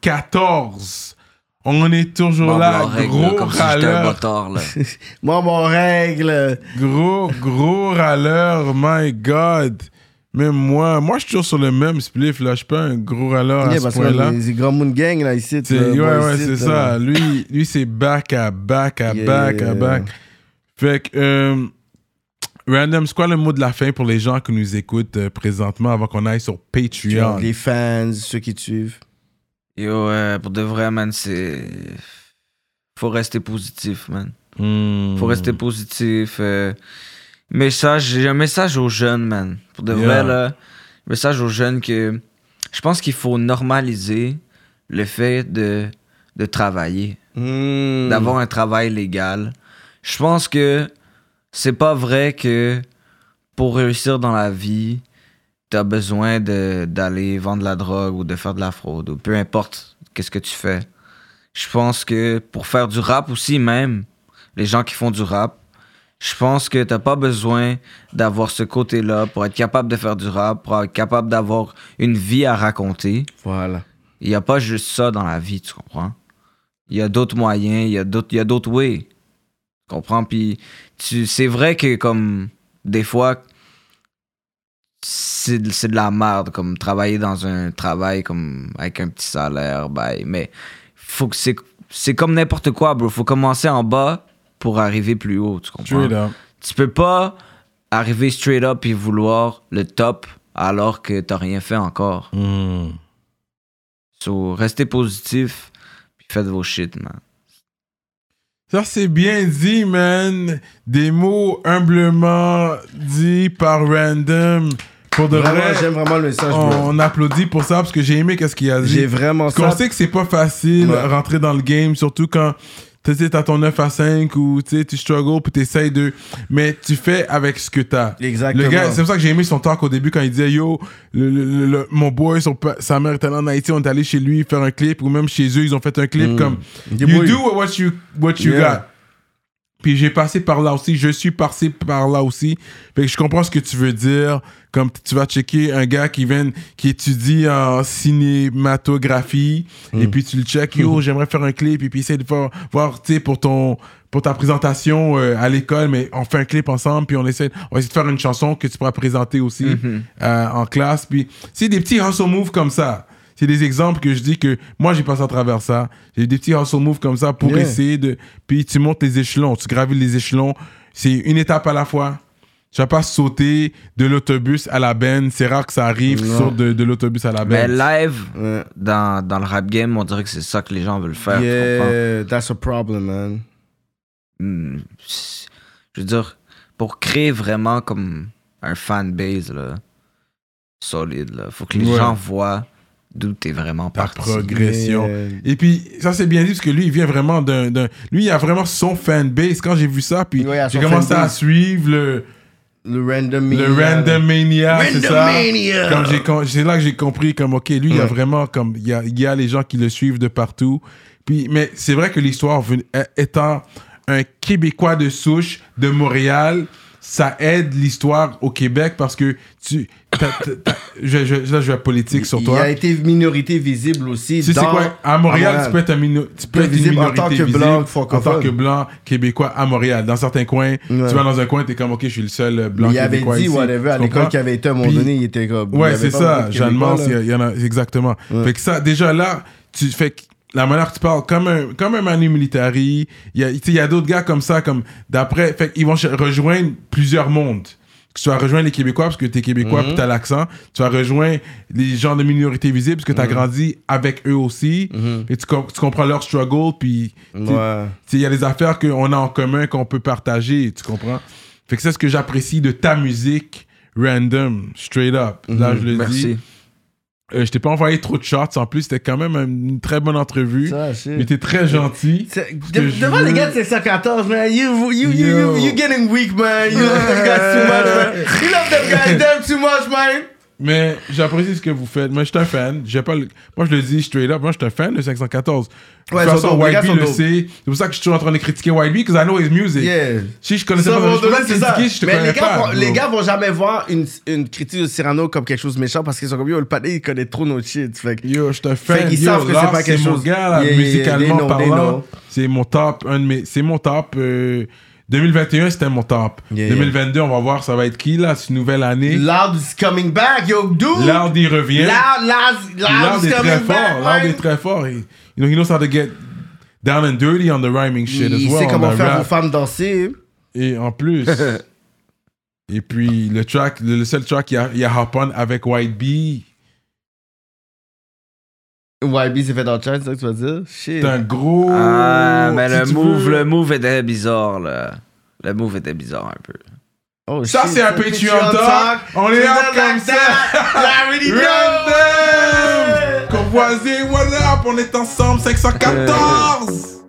[SPEAKER 1] 514. On est toujours
[SPEAKER 2] Bon,
[SPEAKER 1] là,
[SPEAKER 2] bon, règle,
[SPEAKER 1] oh, gros
[SPEAKER 2] comme si j'étais un
[SPEAKER 1] râleur.
[SPEAKER 2] bâtard, là.
[SPEAKER 3] Moi, mon règle.
[SPEAKER 1] Gros, gros râleur, my God. Même moi, moi, je suis toujours sur le même spliff, là. Je suis pas un gros râleur à
[SPEAKER 3] Yeah,
[SPEAKER 1] ce
[SPEAKER 3] parce que
[SPEAKER 1] point-là.
[SPEAKER 3] les les Grand Moon Gang, là, ici.
[SPEAKER 1] C'est-
[SPEAKER 3] là,
[SPEAKER 1] ouais,
[SPEAKER 3] moi,
[SPEAKER 1] ouais,
[SPEAKER 3] ici,
[SPEAKER 1] c'est
[SPEAKER 3] là.
[SPEAKER 1] ça. Lui, lui c'est back à back à
[SPEAKER 3] Yeah.
[SPEAKER 1] back à back. Fait que, euh, Random, c'est quoi le mot de la fin pour les gens qui nous écoutent euh, présentement avant qu'on aille sur Patreon?
[SPEAKER 3] Les fans, ceux qui suivent.
[SPEAKER 2] Yo, euh, pour de vrai, man, c'est. Faut rester positif, man.
[SPEAKER 1] Hmm.
[SPEAKER 2] Faut rester positif. euh, Message, j'ai un message aux jeunes, man. Pour de vrai,
[SPEAKER 1] Yeah.
[SPEAKER 2] là. Message aux jeunes que je pense qu'il faut normaliser le fait de, de travailler,
[SPEAKER 3] Hmm.
[SPEAKER 2] d'avoir un travail légal. Je pense que c'est pas vrai que pour réussir dans la vie, t'as besoin de- d'aller vendre la drogue ou de faire de la fraude ou peu importe qu'est-ce que tu fais. Je pense que pour faire du rap aussi même, les gens qui font du rap, je pense que t'as pas besoin d'avoir ce côté-là pour être capable de faire du rap, pour être capable d'avoir une vie à raconter.
[SPEAKER 3] Voilà.
[SPEAKER 2] Il n'y a pas juste ça dans la vie, tu comprends? Il y a d'autres moyens, il y a d'autres, il y a d'autres ways. Tu comprends? Puis tu, c'est vrai que, comme, des fois, c'est, de- c'est de la merde, comme, travailler dans un travail, comme, avec un petit salaire, bye. Mais faut que c'est, c'est comme n'importe quoi, bro. Faut commencer en bas pour arriver plus haut, tu comprends?
[SPEAKER 1] Straight up.
[SPEAKER 2] Tu peux pas arriver straight up et vouloir le top alors que t'as rien fait encore.
[SPEAKER 1] Hmm.
[SPEAKER 2] So, restez positif, puis faites vos shit, man.
[SPEAKER 1] Ça, c'est bien dit, man. Des mots humblement dits par Random. Pour de
[SPEAKER 3] Vraiment,
[SPEAKER 1] vrai, Oh,
[SPEAKER 3] j'aime vraiment le message, bro.
[SPEAKER 1] on applaudit pour ça parce que j'ai aimé qu'est-ce qu'il a dit.
[SPEAKER 3] J'ai vraiment
[SPEAKER 1] Parce qu'on
[SPEAKER 3] ça.
[SPEAKER 1] sait que c'est pas facile
[SPEAKER 3] Ouais.
[SPEAKER 1] rentrer dans le game, surtout quand tu sais, t'as ton 9 à 5 ou tu sais, tu struggles puis t'essayes de. Mais tu fais avec ce que t'as.
[SPEAKER 3] Exactement.
[SPEAKER 1] Le gars, c'est pour ça que j'ai aimé son talk au début quand il disait Yo, le- le- le- le- mon boy, son pa- sa mère est allée en Haïti, on est allé chez lui faire un clip ou même chez eux, ils ont fait un clip comme You
[SPEAKER 3] Débrouille.
[SPEAKER 1] do what you, what you
[SPEAKER 3] Mm. Yeah.
[SPEAKER 1] got. Puis j'ai passé par là aussi, je suis passé par là aussi. Fait que je comprends ce que tu veux dire. Comme t- tu vas checker un gars qui vient, qui étudie en cinématographie, et puis tu le check, yo, j'aimerais faire un clip, et puis essayer de voir, voir tu sais, pour ton, pour ta présentation euh, à l'école, mais on fait un clip ensemble, puis on essaie, on essaie de faire une chanson que tu pourras présenter aussi euh, en classe. Puis c'est des petits hustle moves comme ça. C'est des exemples que je dis que moi j'ai passé à travers ça. J'ai eu des petits hustle moves comme ça pour
[SPEAKER 3] Yeah.
[SPEAKER 1] essayer de. Puis tu montes les échelons, tu gravis les échelons. C'est une étape à la fois. Tu vas pas sauter de l'autobus à la benne. C'est rare que ça arrive, tu
[SPEAKER 3] Non.
[SPEAKER 1] sautes de, de l'autobus à la
[SPEAKER 2] Mais
[SPEAKER 1] benne.
[SPEAKER 2] live,
[SPEAKER 3] Ouais.
[SPEAKER 2] dans, dans le rap game, on dirait que c'est ça que les gens veulent faire. tu comprends?
[SPEAKER 3] Yeah, that's a problem, man.
[SPEAKER 2] Hmm, c'est- Je veux dire, pour créer vraiment comme un fanbase, là, solide, là, faut que les
[SPEAKER 1] Ouais.
[SPEAKER 2] gens voient d'où t'es vraiment
[SPEAKER 1] Ta
[SPEAKER 2] parti.
[SPEAKER 1] progression.
[SPEAKER 3] Yeah.
[SPEAKER 1] Et puis, ça, c'est bien dit parce que lui, il vient vraiment d'un. d'un- Lui, il a vraiment son fanbase. Quand j'ai vu ça, puis
[SPEAKER 3] Ouais, il a
[SPEAKER 1] j'ai
[SPEAKER 3] son
[SPEAKER 1] commencé à
[SPEAKER 3] fanbase.
[SPEAKER 1] suivre le.
[SPEAKER 3] Le random
[SPEAKER 1] Le
[SPEAKER 3] mania,
[SPEAKER 1] Random
[SPEAKER 3] là.
[SPEAKER 1] Mania, c'est ça.
[SPEAKER 3] Randomania.
[SPEAKER 1] Comme j'ai con- C'est là que j'ai compris, comme, OK, lui, il y a
[SPEAKER 3] Ouais.
[SPEAKER 1] vraiment, comme, il y a, il y a les gens qui le suivent de partout. Puis, mais c'est vrai que l'histoire, ven- euh, étant un Québécois de souche de Montréal, ça aide l'histoire au Québec parce que tu. t'as- t'as- t'as- je, je, là, je vais à politique sur
[SPEAKER 3] Il
[SPEAKER 1] toi.
[SPEAKER 3] a été minorité visible aussi.
[SPEAKER 1] Tu sais
[SPEAKER 3] dans-
[SPEAKER 1] quoi À Montréal, tu peux être, un mino- tu peux être une
[SPEAKER 3] Visible en
[SPEAKER 1] minorité
[SPEAKER 3] tant que
[SPEAKER 1] visible
[SPEAKER 3] blanc
[SPEAKER 1] en
[SPEAKER 3] francophone.
[SPEAKER 1] tant que blanc québécois à Montréal. Dans certains coins, tu vas dans un coin, t'es comme ok, je suis le seul euh, blanc
[SPEAKER 3] Il avait
[SPEAKER 1] québécois
[SPEAKER 3] dit,
[SPEAKER 1] ici.
[SPEAKER 3] whatever, à
[SPEAKER 1] Tu
[SPEAKER 3] l'école
[SPEAKER 1] comprends?
[SPEAKER 3] qu'il avait été à un moment
[SPEAKER 1] Puis-
[SPEAKER 3] donné, il était comme. il y
[SPEAKER 1] Ouais,
[SPEAKER 3] avait
[SPEAKER 1] c'est
[SPEAKER 3] pas
[SPEAKER 1] ça.
[SPEAKER 3] beaucoup de
[SPEAKER 1] Jeanne
[SPEAKER 3] Québécois,
[SPEAKER 1] Mance,
[SPEAKER 3] là.
[SPEAKER 1] il y, en a exactement. Fait que ça, déjà là, tu fais que la manière que tu parles, comme un, comme un Manu Militari, il y a, tu sais, il y a d'autres gars comme ça, comme d'après, fait qu'ils vont ch- rejoindre plusieurs mondes. Que tu vas rejoindre les Québécois parce que t'es
[SPEAKER 3] Mhm.
[SPEAKER 1] Québécois puis t'as l'accent. Tu vas rejoindre les gens de minorité visible parce que
[SPEAKER 3] Mhm.
[SPEAKER 1] t'as grandi avec eux aussi. Et tu, com- tu comprends leur struggle puis tu-
[SPEAKER 3] Ouais.
[SPEAKER 1] tu sais, il y a des affaires qu'on a en commun qu'on peut partager, tu comprends? Fait que c'est ce que j'apprécie de ta musique random, straight up.
[SPEAKER 3] Mhm,
[SPEAKER 1] Là, je le
[SPEAKER 2] Merci.
[SPEAKER 1] dis. Euh, je t'ai pas envoyé trop de shots en plus, c'était quand même une très bonne entrevue.
[SPEAKER 3] Ça, shit.
[SPEAKER 1] Mais t'es très gentil.
[SPEAKER 3] C'est-
[SPEAKER 1] Parce
[SPEAKER 3] de-
[SPEAKER 1] que je
[SPEAKER 3] devant
[SPEAKER 1] veux-
[SPEAKER 3] les gars de 614, man, you, you, you,
[SPEAKER 1] Yo.
[SPEAKER 3] you, you getting weak, man. You love them guys too much, man. You love them guys damn too much, man.
[SPEAKER 1] Mais j'apprécie ce que vous faites. Moi, je suis un fan. J'ai pas le- Moi, je le dis straight up. Moi, je suis un fan de 514. De
[SPEAKER 3] Ouais,
[SPEAKER 1] toute
[SPEAKER 3] ils sont
[SPEAKER 1] façon,
[SPEAKER 3] dope. Les gars
[SPEAKER 1] YB
[SPEAKER 3] sont
[SPEAKER 1] le
[SPEAKER 3] dope.
[SPEAKER 1] sait. C'est pour ça que je suis toujours en train de critiquer YB, because I know his music.
[SPEAKER 3] Yeah.
[SPEAKER 1] Si je connaissais
[SPEAKER 3] Ça,
[SPEAKER 1] pas,
[SPEAKER 3] bon,
[SPEAKER 1] je peux
[SPEAKER 3] de-
[SPEAKER 1] pas
[SPEAKER 3] c'est ça.
[SPEAKER 1] critiquer, je te
[SPEAKER 3] Mais
[SPEAKER 1] connais
[SPEAKER 3] les gars,
[SPEAKER 1] pas.
[SPEAKER 3] vont, les
[SPEAKER 1] bro.
[SPEAKER 3] gars vont jamais voir une, une critique de Cyrano comme quelque chose de méchant parce qu'ils sont comme yo, le palais il connaît trop notre shit. Fait que-
[SPEAKER 1] Yo, je te fais.
[SPEAKER 3] Fait qu'ils
[SPEAKER 1] yo,
[SPEAKER 3] savent que
[SPEAKER 1] là,
[SPEAKER 3] c'est pas quelque
[SPEAKER 1] mon
[SPEAKER 3] chose.
[SPEAKER 1] gars, là,
[SPEAKER 3] Yeah, yeah, yeah,
[SPEAKER 1] musicalement
[SPEAKER 3] they know, they
[SPEAKER 1] parlant,
[SPEAKER 3] know.
[SPEAKER 1] c'est mon top. un de mes- C'est mon top. euh, 2021, c'était mon top.
[SPEAKER 3] Yeah, yeah.
[SPEAKER 1] 2022, on va voir, ça va être qui, là, cette nouvelle année.
[SPEAKER 3] Loud is coming back, yo, dude.
[SPEAKER 1] Loud, il revient.
[SPEAKER 3] Loud, loud, loud
[SPEAKER 1] Loud
[SPEAKER 3] is
[SPEAKER 1] est très
[SPEAKER 3] coming back.
[SPEAKER 1] fort.
[SPEAKER 3] man.
[SPEAKER 1] Loud est très fort. He, you know, he knows how to get down and dirty on the rhyming shit
[SPEAKER 3] Il
[SPEAKER 1] as well.
[SPEAKER 3] sait comment
[SPEAKER 1] on the
[SPEAKER 3] faire
[SPEAKER 1] rap.
[SPEAKER 3] vos femmes danser.
[SPEAKER 1] Et en plus. et puis, le track, le, le seul track, il y a, il y a Hop On avec White Bee.
[SPEAKER 3] YB s'est fait dans le chat, c'est ça que tu vas dire? Shit.
[SPEAKER 1] C'est un gros.
[SPEAKER 2] Ah, mais
[SPEAKER 1] Oh, si
[SPEAKER 2] le
[SPEAKER 1] tu
[SPEAKER 2] move,
[SPEAKER 1] veux-
[SPEAKER 2] le move était bizarre, là. Le move était bizarre un peu.
[SPEAKER 3] Oh,
[SPEAKER 1] Ça,
[SPEAKER 3] shit,
[SPEAKER 1] c'est un
[SPEAKER 3] ça,
[SPEAKER 1] Patreon
[SPEAKER 3] Patreon
[SPEAKER 1] talk. On est
[SPEAKER 3] Tout
[SPEAKER 1] up
[SPEAKER 3] ça,
[SPEAKER 1] comme
[SPEAKER 3] like that. I already know.
[SPEAKER 1] Random! Courvoisier, what up? On est ensemble, 514!